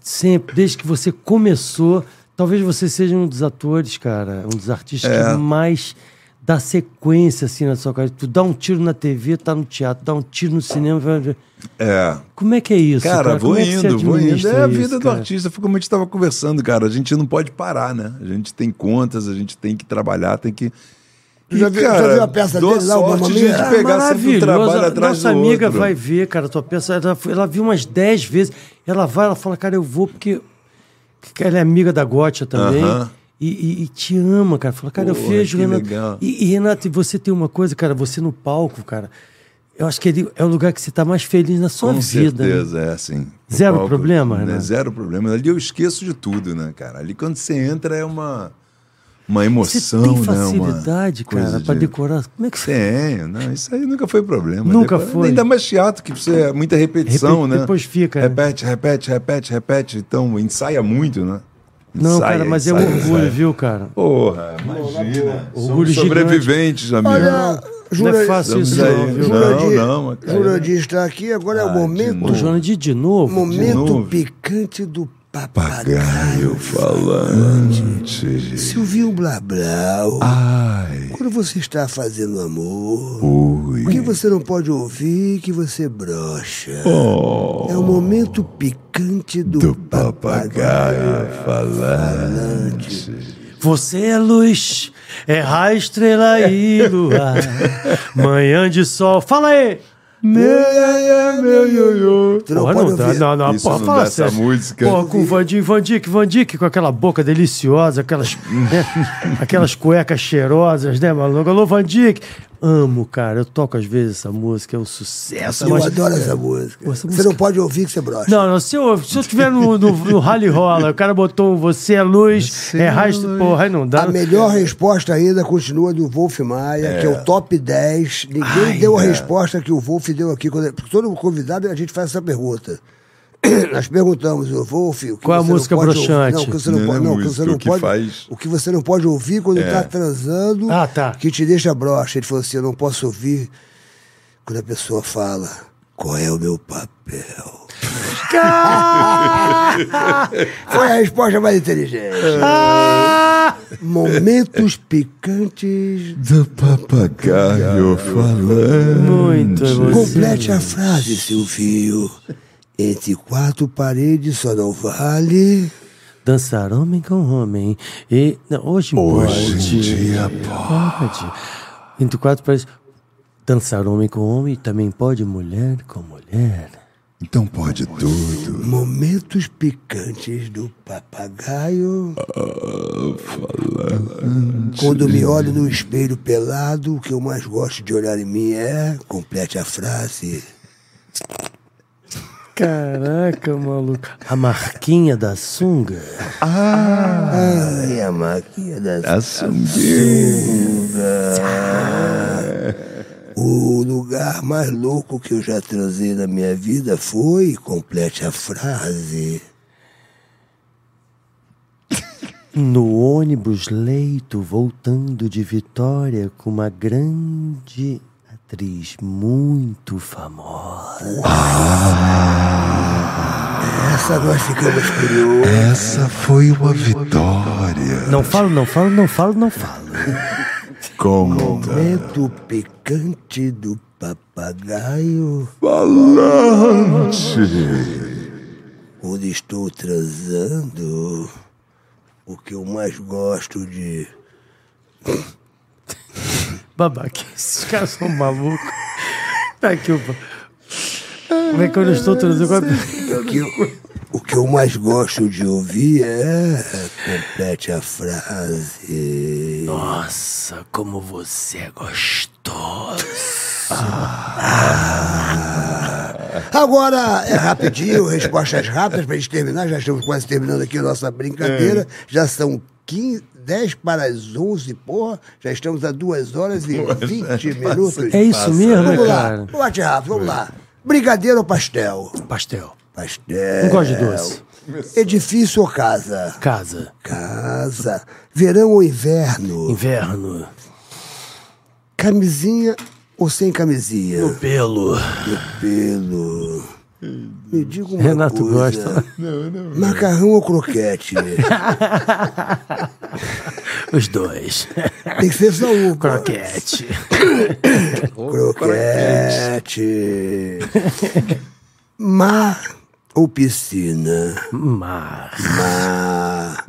Speaker 6: sempre, desde que você começou, talvez você seja um dos atores, cara, um dos artistas
Speaker 4: É.
Speaker 6: que mais dá sequência, assim, na sua carreira. Tu dá um tiro na TV, tá no teatro, dá um tiro no cinema, vai...
Speaker 4: É.
Speaker 6: Como é que é isso?
Speaker 4: Cara,
Speaker 6: Como
Speaker 4: vou
Speaker 6: é que você
Speaker 4: indo, vou indo.
Speaker 6: administra
Speaker 4: É a
Speaker 6: isso,
Speaker 4: vida do
Speaker 6: cara?
Speaker 4: artista. Foi como a gente estava conversando, cara. A gente não pode parar, né? A gente tem contas, a gente tem que trabalhar, tem que.
Speaker 5: Tu já viu- já viu a peça
Speaker 4: dou
Speaker 5: dele lá, o
Speaker 4: sorte
Speaker 5: Mamma
Speaker 4: de
Speaker 5: Mia?
Speaker 4: gente
Speaker 5: Ah,
Speaker 4: pegar sempre um trabalho
Speaker 6: A
Speaker 4: atrás
Speaker 6: Nossa
Speaker 4: do
Speaker 6: amiga
Speaker 4: outro.
Speaker 6: vai ver, cara, tua peça. Ela, foi- ela viu umas 10 vezes. Ela vai, ela fala, cara, eu vou porque. porque Ela é amiga da Gotcha também.
Speaker 4: Aham.
Speaker 6: E, e- e te ama, cara. Fala, cara, eu
Speaker 4: Porra,
Speaker 6: vejo,
Speaker 4: que
Speaker 6: Renato.
Speaker 4: legal.
Speaker 6: E, e, Renato, e você tem uma coisa, cara, você no palco, cara. Eu acho que ele é o lugar que você tá mais feliz na sua
Speaker 4: Com
Speaker 6: vida. né?
Speaker 4: certeza, é assim. O
Speaker 6: Zero problema,
Speaker 4: né?
Speaker 6: Renato?
Speaker 4: Zero problema. Ali eu esqueço de tudo, né, cara? Ali quando você entra é uma, uma emoção,
Speaker 6: você tem
Speaker 4: né? Uma
Speaker 6: facilidade,
Speaker 4: coisa
Speaker 6: cara, pra
Speaker 4: de-
Speaker 6: decorar. Como é que você.
Speaker 4: Tenho, não, isso aí nunca foi problema.
Speaker 6: Nunca
Speaker 4: Depois-
Speaker 6: foi.
Speaker 4: Ainda mais teatro, que você é muita repetição,
Speaker 6: Repe-
Speaker 4: né?
Speaker 6: depois fica, né?
Speaker 4: Repete, repete, repete, repete. Então, ensaia muito, né?
Speaker 6: Não,
Speaker 4: Ensaia,
Speaker 6: cara, mas é um
Speaker 4: ensaia,
Speaker 6: orgulho,
Speaker 4: ensaia.
Speaker 6: viu, cara?
Speaker 4: Porra, imagina. Somos
Speaker 6: Orgulho
Speaker 4: sobreviventes, amigo.
Speaker 5: Olha,
Speaker 6: Não é
Speaker 5: Jura,
Speaker 6: fácil isso,
Speaker 4: Estamos
Speaker 6: não,
Speaker 4: aí.
Speaker 6: viu?
Speaker 5: Jurandir,
Speaker 4: Não, tá não, cara.
Speaker 5: Jurandir está aqui, agora é o
Speaker 4: né? Ah, de
Speaker 5: momento,
Speaker 4: novo.
Speaker 6: O Joana de, de novo.
Speaker 5: momento
Speaker 4: novo.
Speaker 5: picante do
Speaker 4: Papagaio falante.
Speaker 5: Silvio Blablau.
Speaker 4: Ah. Ai.
Speaker 5: Quando você está fazendo amor,
Speaker 4: Ui.
Speaker 5: o que você não pode ouvir que você brocha.
Speaker 4: Oh.
Speaker 5: É o momento picante do,
Speaker 4: Do papagaio falante.
Speaker 6: Você é luz, é raio, estrela e lua. Manhã de sol. Fala aí!
Speaker 4: Meu iaia, meu ioiô.
Speaker 5: Tu não
Speaker 6: Porra,
Speaker 5: pode
Speaker 6: não, tá, dá,
Speaker 5: ouvir.
Speaker 6: não, não,
Speaker 4: Isso
Speaker 6: porra,
Speaker 4: não
Speaker 6: fala
Speaker 4: dá essa
Speaker 6: sério.
Speaker 4: música.
Speaker 6: Porra, com o Vandir, Vandir, que Vandir, que com aquela boca deliciosa, aquelas, né, aquelas cuecas cheirosas, né, maluco? Alô, Vandir. Amo, cara, eu toco às vezes essa música, é um sucesso.
Speaker 5: Eu
Speaker 6: mas-
Speaker 5: adoro essa música.
Speaker 6: Essa
Speaker 5: você
Speaker 6: música-
Speaker 5: não pode ouvir que você brocha.
Speaker 6: Não, não, se eu, se eu tiver no, no, no rally rola, o cara botou um você é luz, é rastro, porra, aí não dá.
Speaker 5: A melhor resposta ainda continua do Wolf Maia, que é o top 10. Ninguém deu a
Speaker 4: é.
Speaker 5: resposta que o Wolf deu aqui. quando- porque Todo convidado a gente faz essa pergunta. Nós perguntamos, o Wolf, o que
Speaker 6: Qual é a
Speaker 5: você não
Speaker 6: música
Speaker 5: pode
Speaker 6: broxante?
Speaker 5: ouvir- Não, o que você não,
Speaker 4: Não é
Speaker 5: pode, não, o que
Speaker 4: música,
Speaker 5: você não
Speaker 4: o que
Speaker 5: pode-
Speaker 4: faz-
Speaker 5: o que você não pode ouvir quando está transando,
Speaker 6: Ah, tá.
Speaker 5: que te deixa broxa. Ele falou assim: eu não posso ouvir quando a pessoa fala, qual é o meu papel? Foi a resposta mais inteligente.
Speaker 6: Ah!
Speaker 5: Momentos picantes.
Speaker 4: Do papagaio falante.
Speaker 6: Muito é emocionante.
Speaker 5: Complete a frase, Silvio. Entre quatro paredes só não vale.
Speaker 6: Dançar homem com homem. E, não, hoje,
Speaker 4: Hoje em
Speaker 6: pode.
Speaker 4: dia
Speaker 6: pode. Entre quatro paredes. Dançar homem com homem e também pode mulher com mulher.
Speaker 4: Então pode tudo.
Speaker 5: Momentos picantes do papagaio. Quando me olho no espelho pelado, o que eu mais gosto de olhar em mim é. Complete a frase.
Speaker 6: Caraca, maluco. A marquinha da sunga.
Speaker 5: Ai, a maquia da
Speaker 4: Assumiu.
Speaker 5: O lugar mais louco que eu já transei na minha vida foi, complete a frase.
Speaker 6: No ônibus leito, voltando de Vitória com uma grande atriz muito famosa.
Speaker 5: Essa nós ficamos curiosos.
Speaker 4: Essa foi uma vitória.
Speaker 6: Não falo, não falo, não falo, não falo.
Speaker 4: Conta.
Speaker 5: Momento É picante do papagaio.
Speaker 4: Falante.
Speaker 5: Onde estou transando, o que eu mais gosto de.
Speaker 6: Babaca, esses caras são malucos. Tá aqui o. Como é que eu não estou transando?
Speaker 5: O que eu, o que eu mais gosto de ouvir é. Complete a frase.
Speaker 6: Nossa, como você é gostoso.
Speaker 5: Agora é rapidinho, respostas rápidas para gente terminar. Já estamos quase terminando aqui a nossa brincadeira. Já são 15, 10 para as 11, porra. Já estamos a 2 horas e 20 minutos.
Speaker 6: É isso mesmo, né,
Speaker 5: Vamos lá,
Speaker 6: cara?
Speaker 5: vamos lá, Thiago, vamos lá. Brigadeiro ou pastel?
Speaker 6: Pastel. Não
Speaker 5: Pastel.
Speaker 6: gosto de doce.
Speaker 5: Edifício ou casa?
Speaker 6: Casa.
Speaker 5: Casa. Verão ou inverno?
Speaker 6: Inverno.
Speaker 5: Camisinha ou sem camisinha?
Speaker 6: No pelo.
Speaker 5: Pelo. Me diga uma
Speaker 6: Renato
Speaker 5: coisa.
Speaker 6: gosta.
Speaker 5: Macarrão ou croquete?
Speaker 6: Os dois.
Speaker 5: Tem que ser só um. pô.
Speaker 6: Croquete.
Speaker 5: Croquete. Mar ou piscina?
Speaker 6: Mar.
Speaker 5: Mar.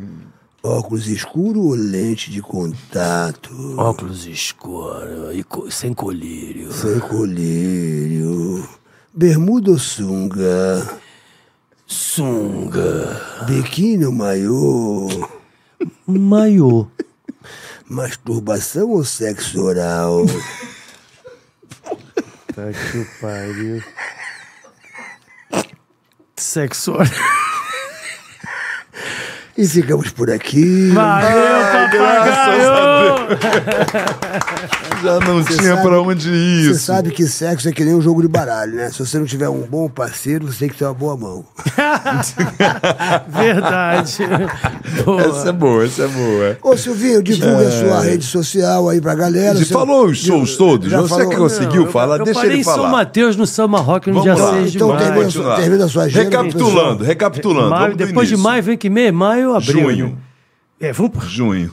Speaker 5: Óculos escuro ou lente de contato?
Speaker 6: Óculos escuro e co- sem colírio.
Speaker 5: Sem colírio. Bermuda ou sunga?
Speaker 6: Sunga.
Speaker 5: Biquíni ou maiô?
Speaker 6: Maiô.
Speaker 5: Masturbação ou sexo oral?
Speaker 6: Tá que o pariu. Sexo oral.
Speaker 5: E ficamos por aqui.
Speaker 6: Valeu,
Speaker 4: Já não
Speaker 5: Você
Speaker 4: tinha
Speaker 5: sabe-
Speaker 4: pra onde ir
Speaker 5: Você
Speaker 4: isso.
Speaker 5: sabe que sexo é que nem um jogo de baralho, né? Se você não tiver um bom parceiro, você tem que ter uma boa mão.
Speaker 6: Verdade. Boa.
Speaker 4: Essa é boa, essa é boa.
Speaker 5: Ô, Silvinho, divulga a sua
Speaker 4: É.
Speaker 5: rede social aí pra galera.
Speaker 4: Ele
Speaker 5: Você-
Speaker 4: falou os shows todos?
Speaker 5: já
Speaker 4: Você
Speaker 5: falou. né?
Speaker 4: que conseguiu
Speaker 6: eu-
Speaker 4: falar?
Speaker 6: eu
Speaker 4: Deixa
Speaker 6: parei
Speaker 4: ele
Speaker 6: em São
Speaker 4: falar.
Speaker 6: Mateus no Samba Rock no
Speaker 4: Vamos
Speaker 6: dia
Speaker 4: lá.
Speaker 6: 6 de
Speaker 5: Então
Speaker 6: maio.
Speaker 5: termina a sua- termina a sua agenda,
Speaker 4: Recapitulando,
Speaker 5: pessoal.
Speaker 4: recapitulando.
Speaker 6: maio,
Speaker 4: Vamos do
Speaker 6: depois de
Speaker 4: início.
Speaker 6: maio vem que mês? Maio, abril.
Speaker 4: Junho.
Speaker 6: né? É, vamos para
Speaker 4: Junho.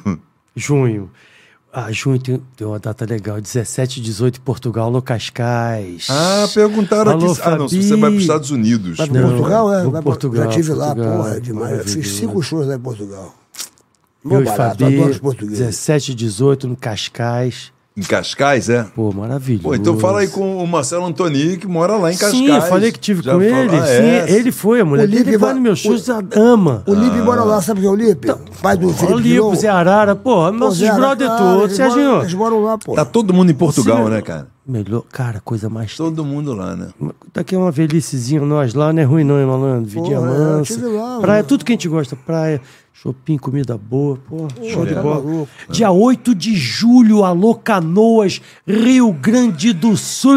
Speaker 6: junho. Ah, junho tem, tem uma data legal, 17 e 18 Portugal, no Cascais.
Speaker 4: Ah, perguntaram
Speaker 6: Alô,
Speaker 4: aqui. Ah, não, se
Speaker 6: Fabi.
Speaker 4: você vai para os Estados Unidos.
Speaker 5: Vai pra
Speaker 6: Não,
Speaker 5: Portugal, é?
Speaker 6: vou
Speaker 5: Vai pra-
Speaker 6: Portugal,
Speaker 5: Já tive lá,
Speaker 6: Portugal,
Speaker 5: porra, é demais. Eu fiz
Speaker 6: maravilhoso.
Speaker 5: cinco shows lá em Portugal.
Speaker 6: Eu
Speaker 5: Bom
Speaker 6: e
Speaker 5: barato,
Speaker 6: Fabi,
Speaker 5: adoro os portugueses.
Speaker 6: 17 e 18 no Cascais.
Speaker 4: Em Cascais, é?
Speaker 6: Pô, maravilhoso.
Speaker 4: Pô, então fala aí com o Marcelo Antoni, que mora lá em Cascais.
Speaker 6: Sim, eu falei que tive
Speaker 4: Já
Speaker 6: com
Speaker 4: fala-
Speaker 6: ele.
Speaker 4: Ah, é?
Speaker 6: Sim, ele foi, a mulher
Speaker 5: O
Speaker 6: dele
Speaker 5: Lipe
Speaker 6: vai
Speaker 5: va-
Speaker 6: no meu shows, ama.
Speaker 5: O Lipe mora lá, sabe quem é o Lipe? Pai do
Speaker 6: Olha
Speaker 5: Felipe
Speaker 6: Então, o Lipo,
Speaker 5: Dilon.
Speaker 6: Zé Arara, pô,
Speaker 5: Pô,
Speaker 6: nossos
Speaker 5: Zé Arara,
Speaker 6: brother
Speaker 5: cara, eles
Speaker 6: todos,
Speaker 5: moram-
Speaker 6: Serginho.
Speaker 5: Eles moram lá, pô.
Speaker 4: Tá todo mundo em Portugal, né, cara?
Speaker 6: Melhor, cara, coisa mais.
Speaker 4: Todo mundo lá, né?
Speaker 6: Daqui é uma velhicezinha nós lá, não é ruim não, hein, malandro? Vidinha
Speaker 5: Porra, eu
Speaker 6: mansa.
Speaker 5: tive lá,
Speaker 6: praia,
Speaker 5: mano.
Speaker 6: tudo que a gente gosta. Praia, shopping, comida boa, pô, show de
Speaker 5: tá
Speaker 6: bola.
Speaker 5: maluco.
Speaker 6: Dia 8 de julho, alô Canoas, Rio Grande do Sul.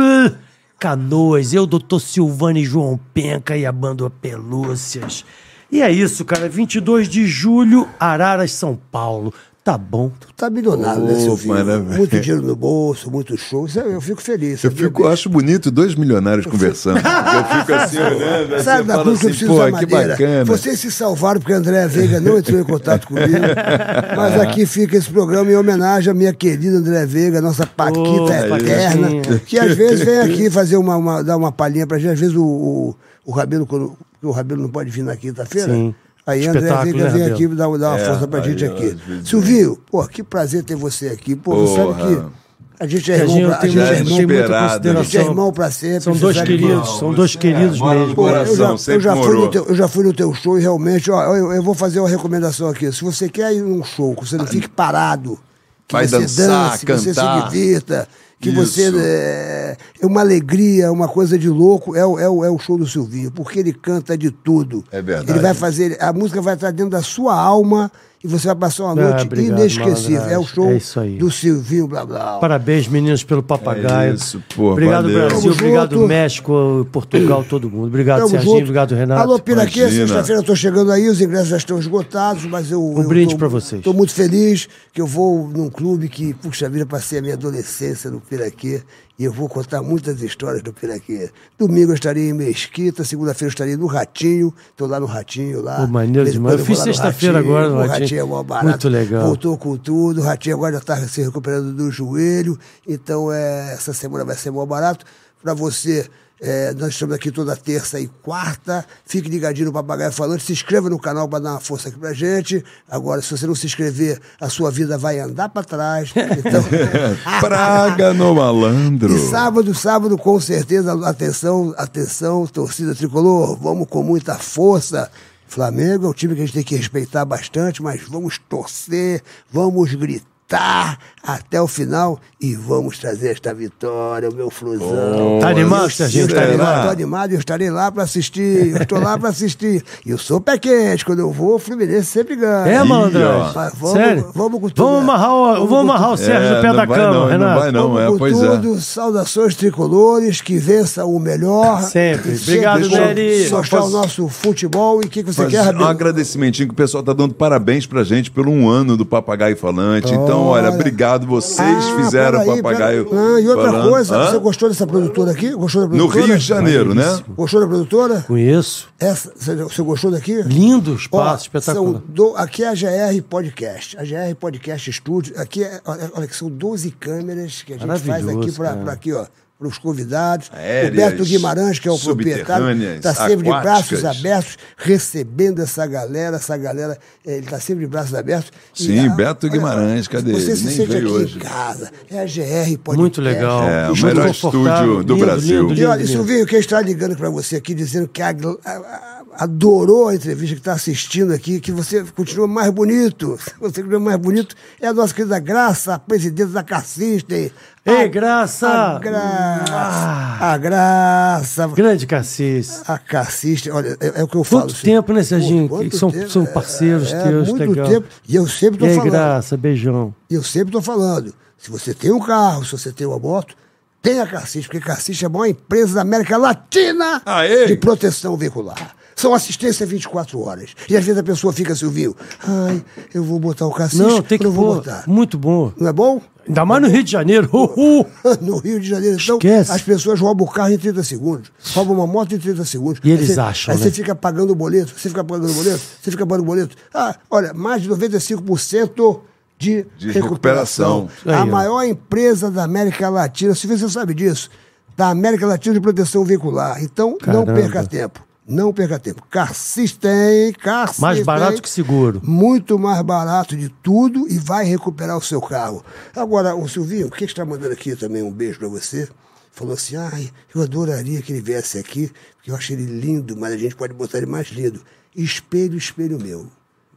Speaker 6: Canoas, eu, doutor Silvani João Penca e a banda Pelúcias. E é isso, cara. 22 de julho, Araras, São Paulo. Tá bom.
Speaker 5: Tá milionário, né,
Speaker 4: Ô,
Speaker 5: Silvinho?
Speaker 4: maravilha.
Speaker 5: Muito dinheiro no bolso, muito show. Isso aí, Eu fico feliz.
Speaker 4: Eu
Speaker 5: sabia,
Speaker 4: fico, eu acho bonito dois milionários conversando. Eu fico assim olhando, aí
Speaker 5: Sabe
Speaker 4: você
Speaker 5: da
Speaker 4: fala
Speaker 5: coisa que eu
Speaker 4: assim,
Speaker 5: preciso da
Speaker 4: pô, que
Speaker 5: madeira?
Speaker 4: bacana.
Speaker 5: Vocês se salvaram porque a Andréa Veiga não entrou em contato comigo. Mas aqui fica esse programa em homenagem à minha querida Andréa Veiga, nossa Paquita
Speaker 6: Ô,
Speaker 5: eterna,
Speaker 6: Paquitinha.
Speaker 5: que às vezes vem aqui fazer uma, uma- dar uma palhinha pra gente. Às vezes o, o, o Rabelo, quando- porque o Rabelo não pode vir na quinta-feira.
Speaker 6: Sim.
Speaker 5: Aí a Andréa
Speaker 6: Espetáculo,
Speaker 5: Veiga
Speaker 6: né,
Speaker 5: vem
Speaker 6: Rabelo?
Speaker 5: aqui dar, dar uma força pra
Speaker 4: É, aí, ó,
Speaker 5: gente
Speaker 4: às
Speaker 5: aqui.
Speaker 4: vezes
Speaker 5: Silvio, pô, que prazer ter você aqui. Pô, você sabe
Speaker 4: Porra.
Speaker 5: que a gente é
Speaker 6: Serginho,
Speaker 5: irmão pra-
Speaker 6: eu
Speaker 5: a
Speaker 6: tenho,
Speaker 5: gente é
Speaker 4: já
Speaker 6: muita-
Speaker 5: irmão-
Speaker 6: tenho muita
Speaker 4: desesperado.
Speaker 5: a gente é
Speaker 6: consideração.
Speaker 5: irmão pra sempre.
Speaker 6: São
Speaker 5: você
Speaker 6: dois
Speaker 5: sabe que-
Speaker 6: queridos, é são dois
Speaker 4: você
Speaker 6: queridos
Speaker 4: é, mora no
Speaker 6: mesmo.
Speaker 5: Pô,
Speaker 4: coração.
Speaker 5: eu, já, eu
Speaker 4: sempre
Speaker 5: já fui
Speaker 4: morou.
Speaker 5: no teu, eu já fui no teu show e realmente, ó, eu, eu vou fazer uma recomendação aqui. Se você quer ir num show, que você não fique parado, que
Speaker 4: Vai
Speaker 5: você
Speaker 4: dançar,
Speaker 5: dance, que você se
Speaker 4: cantar.
Speaker 5: divirta, que
Speaker 4: Isso.
Speaker 5: você. É, é uma alegria, uma coisa de louco, é, o- é, o- é o show do Silvinho, porque ele canta de tudo.
Speaker 4: É verdade.
Speaker 5: Ele vai fazer. A música vai estar dentro da sua alma e você vai passar uma
Speaker 6: Ah,
Speaker 5: noite
Speaker 6: obrigado,
Speaker 5: inesquecível. É o
Speaker 6: malandragem.
Speaker 5: show
Speaker 6: É isso aí.
Speaker 5: do Silvinho, blá blá.
Speaker 6: Parabéns, meninos, pelo papagaio.
Speaker 4: É isso, pô,
Speaker 6: obrigado,
Speaker 4: valeu.
Speaker 6: Brasil.
Speaker 5: Tamo
Speaker 6: obrigado,
Speaker 5: junto.
Speaker 6: México, Portugal, todo mundo. Obrigado,
Speaker 5: Tamo
Speaker 6: Serginho.
Speaker 5: junto.
Speaker 6: Obrigado, Renato.
Speaker 5: Alô, Piraquê,
Speaker 4: Imagina.
Speaker 5: sexta-feira eu tô chegando aí, os ingressos já estão esgotados, mas eu. Um
Speaker 6: brinde pra vocês.
Speaker 5: Tô muito feliz que eu vou num clube que, puxa vida, passei a minha adolescência no Piraquê e eu vou contar muitas histórias do Piraquê. Domingo eu estarei em Mesquita, segunda-feira eu estarei no Ratinho, tô lá no Ratinho lá.
Speaker 6: Pô, maneiro
Speaker 5: De vez em
Speaker 6: demais.
Speaker 5: quando
Speaker 6: Eu fiz
Speaker 5: vou lá no
Speaker 6: sexta-feira
Speaker 5: Ratinho,
Speaker 6: agora no
Speaker 5: O Ratinho
Speaker 6: Ratinho.
Speaker 5: é mó barato.
Speaker 6: Muito legal.
Speaker 5: Voltou com tudo, o Ratinho agora já tá se recuperando do joelho, então é, essa semana vai ser mó barato para você. É, nós estamos aqui toda terça e quarta. Fique ligadinho no Papagaio Falante. Se inscreva no canal para dar uma força aqui pra gente. Agora, se você não se inscrever, a sua vida vai andar para trás. Então,
Speaker 4: É,
Speaker 6: Ah, tá.
Speaker 4: Praga no malandro.
Speaker 5: e sábado, sábado, com certeza, atenção, atenção, torcida tricolor, vamos com muita força. Flamengo é um time que a gente tem que respeitar bastante, mas vamos torcer, vamos gritar até o final e vamos trazer esta vitória, o meu fruzão.
Speaker 6: Tá animado,
Speaker 5: Eu
Speaker 6: Serginho?
Speaker 5: sim,
Speaker 6: Tá
Speaker 5: eu
Speaker 4: animado?
Speaker 5: Tô animado, eu estarei lá para assistir, eu estou lá para assistir. E eu sou pé quente, quando eu vou, o Fluminense sempre ganha.
Speaker 6: É,
Speaker 4: Ih,
Speaker 6: malandragem.
Speaker 4: ó.
Speaker 5: Mas vamos-
Speaker 6: Sério?
Speaker 5: vamos com tudo,
Speaker 6: Vamos
Speaker 5: né?
Speaker 6: amarrar o,
Speaker 5: Vamos
Speaker 6: vamos
Speaker 5: com
Speaker 6: amarrar o Sérgio no
Speaker 4: É,
Speaker 6: pé
Speaker 4: não
Speaker 6: da
Speaker 4: vai
Speaker 6: cama,
Speaker 4: não, não
Speaker 6: Renato.
Speaker 4: vai não.
Speaker 5: Vamos
Speaker 4: é,
Speaker 5: com
Speaker 4: pois é.
Speaker 5: tudo, saudações tricolores, que vença o melhor.
Speaker 6: Sempre.
Speaker 5: E
Speaker 6: Obrigado,
Speaker 5: sempre vamos
Speaker 6: Nery.
Speaker 5: Mostrar
Speaker 4: Posso-
Speaker 5: o nosso futebol e o que, que você
Speaker 4: Mas
Speaker 5: quer,
Speaker 4: um
Speaker 5: Rabelo?
Speaker 4: agradecimentinho que o pessoal tá dando parabéns pra gente pelo um ano do Papagaio Falante. Então, olha,
Speaker 5: Olha. Ah,
Speaker 4: obrigado. Vocês fizeram o
Speaker 5: peraí,
Speaker 4: Papagaio
Speaker 5: peraí. Ah, e outra
Speaker 4: Falante.
Speaker 5: coisa,
Speaker 4: Hã?
Speaker 5: você gostou dessa produtora aqui? Gostou da
Speaker 4: No
Speaker 5: produtora?
Speaker 4: Rio de Janeiro, né?
Speaker 5: Gostou da produtora?
Speaker 6: Conheço.
Speaker 5: Essa, você- você gostou daqui?
Speaker 6: Lindo espaço,
Speaker 5: Ó,
Speaker 6: espetacular.
Speaker 5: são do- aqui é a GR Podcast, a GR Podcast Studio. Aqui é, olha, olha que são 12 câmeras que a gente faz
Speaker 6: Maravilhoso,
Speaker 5: aqui para
Speaker 6: cara.
Speaker 5: aqui, ó. Para os convidados,
Speaker 4: Aéreas,
Speaker 5: Roberto Guimarães, que é o proprietário,
Speaker 4: subterrâneas,
Speaker 5: está sempre de braços
Speaker 4: aquáticas.
Speaker 5: abertos, recebendo essa galera, essa galera, eh, ele está sempre de braços abertos. E,
Speaker 4: Sim,
Speaker 5: ah,
Speaker 4: Beto
Speaker 5: olha,
Speaker 4: Guimarães, cadê
Speaker 5: Você
Speaker 4: ele?
Speaker 5: se
Speaker 4: Nem
Speaker 5: sente
Speaker 4: veio
Speaker 5: aqui
Speaker 4: hoje.
Speaker 5: em casa, é a GR Podcast.
Speaker 6: Muito legal.
Speaker 4: É, o
Speaker 6: Muito
Speaker 4: melhor
Speaker 6: confortável.
Speaker 4: estúdio do
Speaker 6: Lindo,
Speaker 4: Brasil.
Speaker 6: lindo,
Speaker 5: E
Speaker 6: lindo,
Speaker 5: olha,
Speaker 6: lindo.
Speaker 5: Silvinho, quem está ligando para você aqui dizendo que a, gl- a- a- adorou a entrevista que está assistindo aqui, que você continua mais bonito. Você continua mais bonito. É a nossa querida Graça, a presidente da Cassista.
Speaker 6: Ei, Graça! Ah!
Speaker 5: A Graça! A Graça!
Speaker 6: Grande Cassis.
Speaker 5: A Cassista, olha, é, é o que eu falo.
Speaker 6: Quanto
Speaker 5: assim.
Speaker 6: tempo, né, Serginho?
Speaker 5: Pô, quanto
Speaker 6: são,
Speaker 5: tempo,
Speaker 6: são
Speaker 5: é,
Speaker 6: parceiros
Speaker 5: é,
Speaker 6: teus,
Speaker 5: muito
Speaker 6: legal.
Speaker 5: tempo. E eu sempre tô
Speaker 6: Ei,
Speaker 5: falando.
Speaker 6: Graça, beijão.
Speaker 5: E eu sempre estou falando, se você tem um carro, se você tem uma moto, tenha Carcis, porque Carcis é a maior empresa da América Latina de proteção veicular. São assistência 24 horas. E às vezes a pessoa fica, Silvio, ai, eu vou botar o Carcis,
Speaker 6: Não, tem que
Speaker 5: eu vou
Speaker 6: pôr.
Speaker 5: botar.
Speaker 6: Muito bom.
Speaker 5: Não é bom?
Speaker 6: Ainda mais no Rio de Janeiro. Uhul.
Speaker 5: no Rio de Janeiro, então,
Speaker 6: Esquece.
Speaker 5: as pessoas roubam o carro em 30 segundos, roubam uma moto em 30 segundos.
Speaker 6: E eles
Speaker 5: Aí você-
Speaker 6: acham,
Speaker 5: Aí
Speaker 6: né?
Speaker 5: você fica pagando o boleto, você fica pagando o boleto, você fica pagando o boleto. Ah, olha, mais de 95% de,
Speaker 4: De
Speaker 5: recuperação.
Speaker 4: recuperação.
Speaker 6: Aí,
Speaker 5: A
Speaker 6: ó.
Speaker 5: maior empresa da América Latina, se você sabe disso, da América Latina de proteção veicular. Então,
Speaker 6: Caramba.
Speaker 5: não perca tempo. Não perca tempo. Car System, Car
Speaker 6: Mais
Speaker 5: System
Speaker 6: barato que seguro.
Speaker 5: muito mais barato de tudo e vai recuperar o seu carro. Agora, o Silvinho, o que está mandando aqui também um beijo para você? Falou assim: ai, eu adoraria que ele viesse aqui, porque eu achei ele lindo, mas a gente pode botar ele mais lindo. Espelho, espelho meu.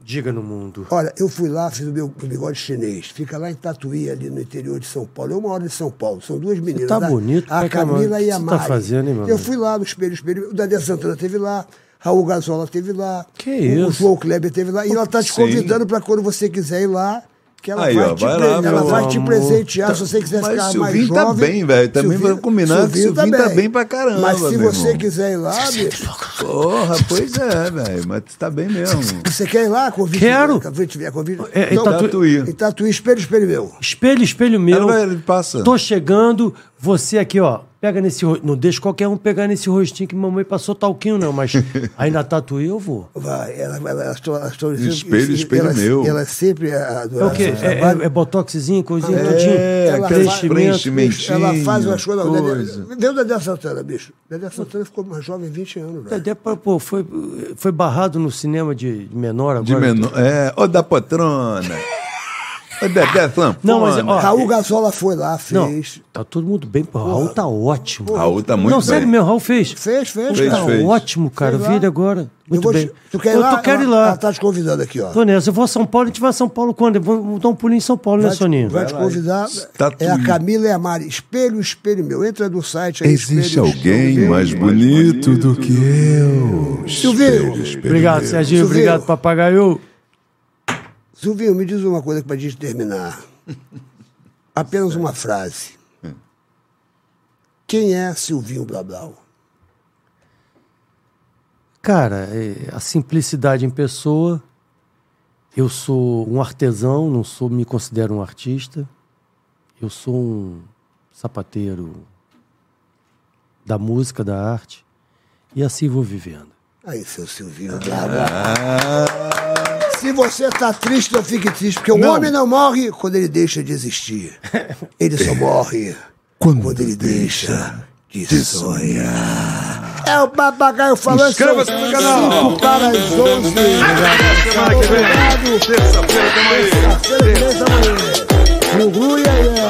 Speaker 6: Diga no mundo.
Speaker 5: Olha, eu fui lá, fiz o meu bigode chinês. Fica lá em Tatuí, ali no interior de São Paulo. É uma hora de São Paulo. São duas meninas.
Speaker 6: tá
Speaker 5: a-
Speaker 6: bonito
Speaker 5: A
Speaker 6: pra caramba.
Speaker 5: Camila
Speaker 6: O que
Speaker 5: e a
Speaker 6: você tá
Speaker 5: Mari.
Speaker 6: fazendo, hein, meu
Speaker 5: Eu
Speaker 6: amigo?
Speaker 5: fui lá no Espelho Espelho. O Dadé Santana teve lá. Raul Gazola teve lá.
Speaker 6: Que
Speaker 5: o
Speaker 6: isso?
Speaker 5: O João Kleber teve lá. E ela tá te
Speaker 4: Sim.
Speaker 5: convidando para quando você quiser ir lá. Que ela
Speaker 4: Aí,
Speaker 5: vai,
Speaker 4: ó,
Speaker 5: te,
Speaker 4: vai
Speaker 5: pre-
Speaker 4: lá,
Speaker 5: ela
Speaker 4: meu
Speaker 5: vai te
Speaker 6: amor.
Speaker 5: presentear
Speaker 4: Tá-
Speaker 5: se você quiser
Speaker 4: mas
Speaker 5: ficar mais
Speaker 4: Silvinho tá
Speaker 5: jovem.
Speaker 4: bem, velho. Também vamos combinar que Silvinho tá bem pra caramba,
Speaker 5: Mas se
Speaker 4: meu
Speaker 5: você
Speaker 4: irmão. tá
Speaker 5: quiser ir lá, bicho,
Speaker 4: Porra, pois é, velho. Mas tu tá bem mesmo.
Speaker 5: você quer ir lá? Convite,
Speaker 6: Quero.
Speaker 5: Convite, é convite.
Speaker 6: É, é
Speaker 5: Então,
Speaker 6: Tatuí.
Speaker 5: Em Tatuí, espelho, espelho meu.
Speaker 6: Espelho, espelho
Speaker 4: Ela
Speaker 6: meu.
Speaker 4: vai- ele passa.
Speaker 6: Tô chegando, você aqui, ó, pega nesse ro- Não deixa qualquer um pegar nesse rostinho que mamãe passou talquinho, não, mas ainda tatuí eu vou.
Speaker 5: Vai, ela, ela, elas estão. Elas estão
Speaker 4: Espelho, espelho
Speaker 5: elas,
Speaker 4: meu.
Speaker 5: Elas sempre adoram.
Speaker 6: É o quê?
Speaker 5: esse
Speaker 6: É,
Speaker 5: trabalho.
Speaker 6: é, é botoxzinho, coisinha,
Speaker 5: É,
Speaker 6: tudinho?
Speaker 5: aquelas
Speaker 4: preenchimento.
Speaker 5: ela faz umas coisas.
Speaker 4: coisa.
Speaker 5: Dedé- Deu o Dedé Santana, bicho. Dedé Santana ficou mais jovem 20 anos. velho.
Speaker 6: Dedé, pô, pô, foi, foi barrado no cinema de de menor agora.
Speaker 4: De menor. É, ô da patrona. Ô Dedé Sampona.
Speaker 6: Não, mas, ó,
Speaker 5: Raul Gazola foi lá,
Speaker 6: é. Não,
Speaker 5: fez.
Speaker 6: tá todo mundo bem, pô. Raul tá ótimo.
Speaker 4: Raul tá muito
Speaker 6: Não,
Speaker 4: bem.
Speaker 6: sério meu, Raul fez.
Speaker 5: Fez, fez,
Speaker 4: Fez,
Speaker 5: cara.
Speaker 6: tá
Speaker 4: fez.
Speaker 6: ótimo, cara.
Speaker 5: Fez
Speaker 6: Vi
Speaker 5: lá.
Speaker 6: ele agora.
Speaker 5: Eu
Speaker 6: Muito
Speaker 5: vou
Speaker 6: bem.
Speaker 5: te- Tu quer ir
Speaker 6: eu
Speaker 5: lá?
Speaker 6: tô, quero ir
Speaker 5: ela,
Speaker 6: lá.
Speaker 5: Ela tá te convidando aqui, ó.
Speaker 6: Tô nessa. Eu vou a São Paulo, a gente vai a São Paulo quando? Vamos dar um pulinho em São Paulo, né,
Speaker 5: Vai te,
Speaker 6: Soninho?
Speaker 5: vai te convidar.
Speaker 4: Tatuí.
Speaker 5: É a Camila e a Mari. Espelho, espelho meu. Entra no site aí.
Speaker 4: Existe
Speaker 5: espelho,
Speaker 4: alguém
Speaker 5: espelho.
Speaker 4: mais bonito do que eu.
Speaker 5: Silvio,
Speaker 6: Obrigado, Serginho.
Speaker 5: Silvio.
Speaker 6: Obrigado, papagaio.
Speaker 5: Silvinho, me diz uma coisa para a gente terminar. Apenas uma frase. Quem é Silvinho Blablau?
Speaker 6: Cara, é, a simplicidade em pessoa. Eu sou um artesão, não sou, me considero um artista. Eu sou um sapateiro da música, da arte. E assim vou vivendo.
Speaker 5: Aí, seu Silvinho Blablau. Se você tá triste, não fique triste, porque o homem não morre quando ele deixa de existir. Ele só morre quando, ele deixa de, sonhar. É o papagaio falando.
Speaker 4: Inscreva-se
Speaker 5: são
Speaker 4: no canal.
Speaker 5: cinco para as 11. Obrigado. Terça-feira, amanhã. Terça-feira, amanhã. Gugu, iaiá.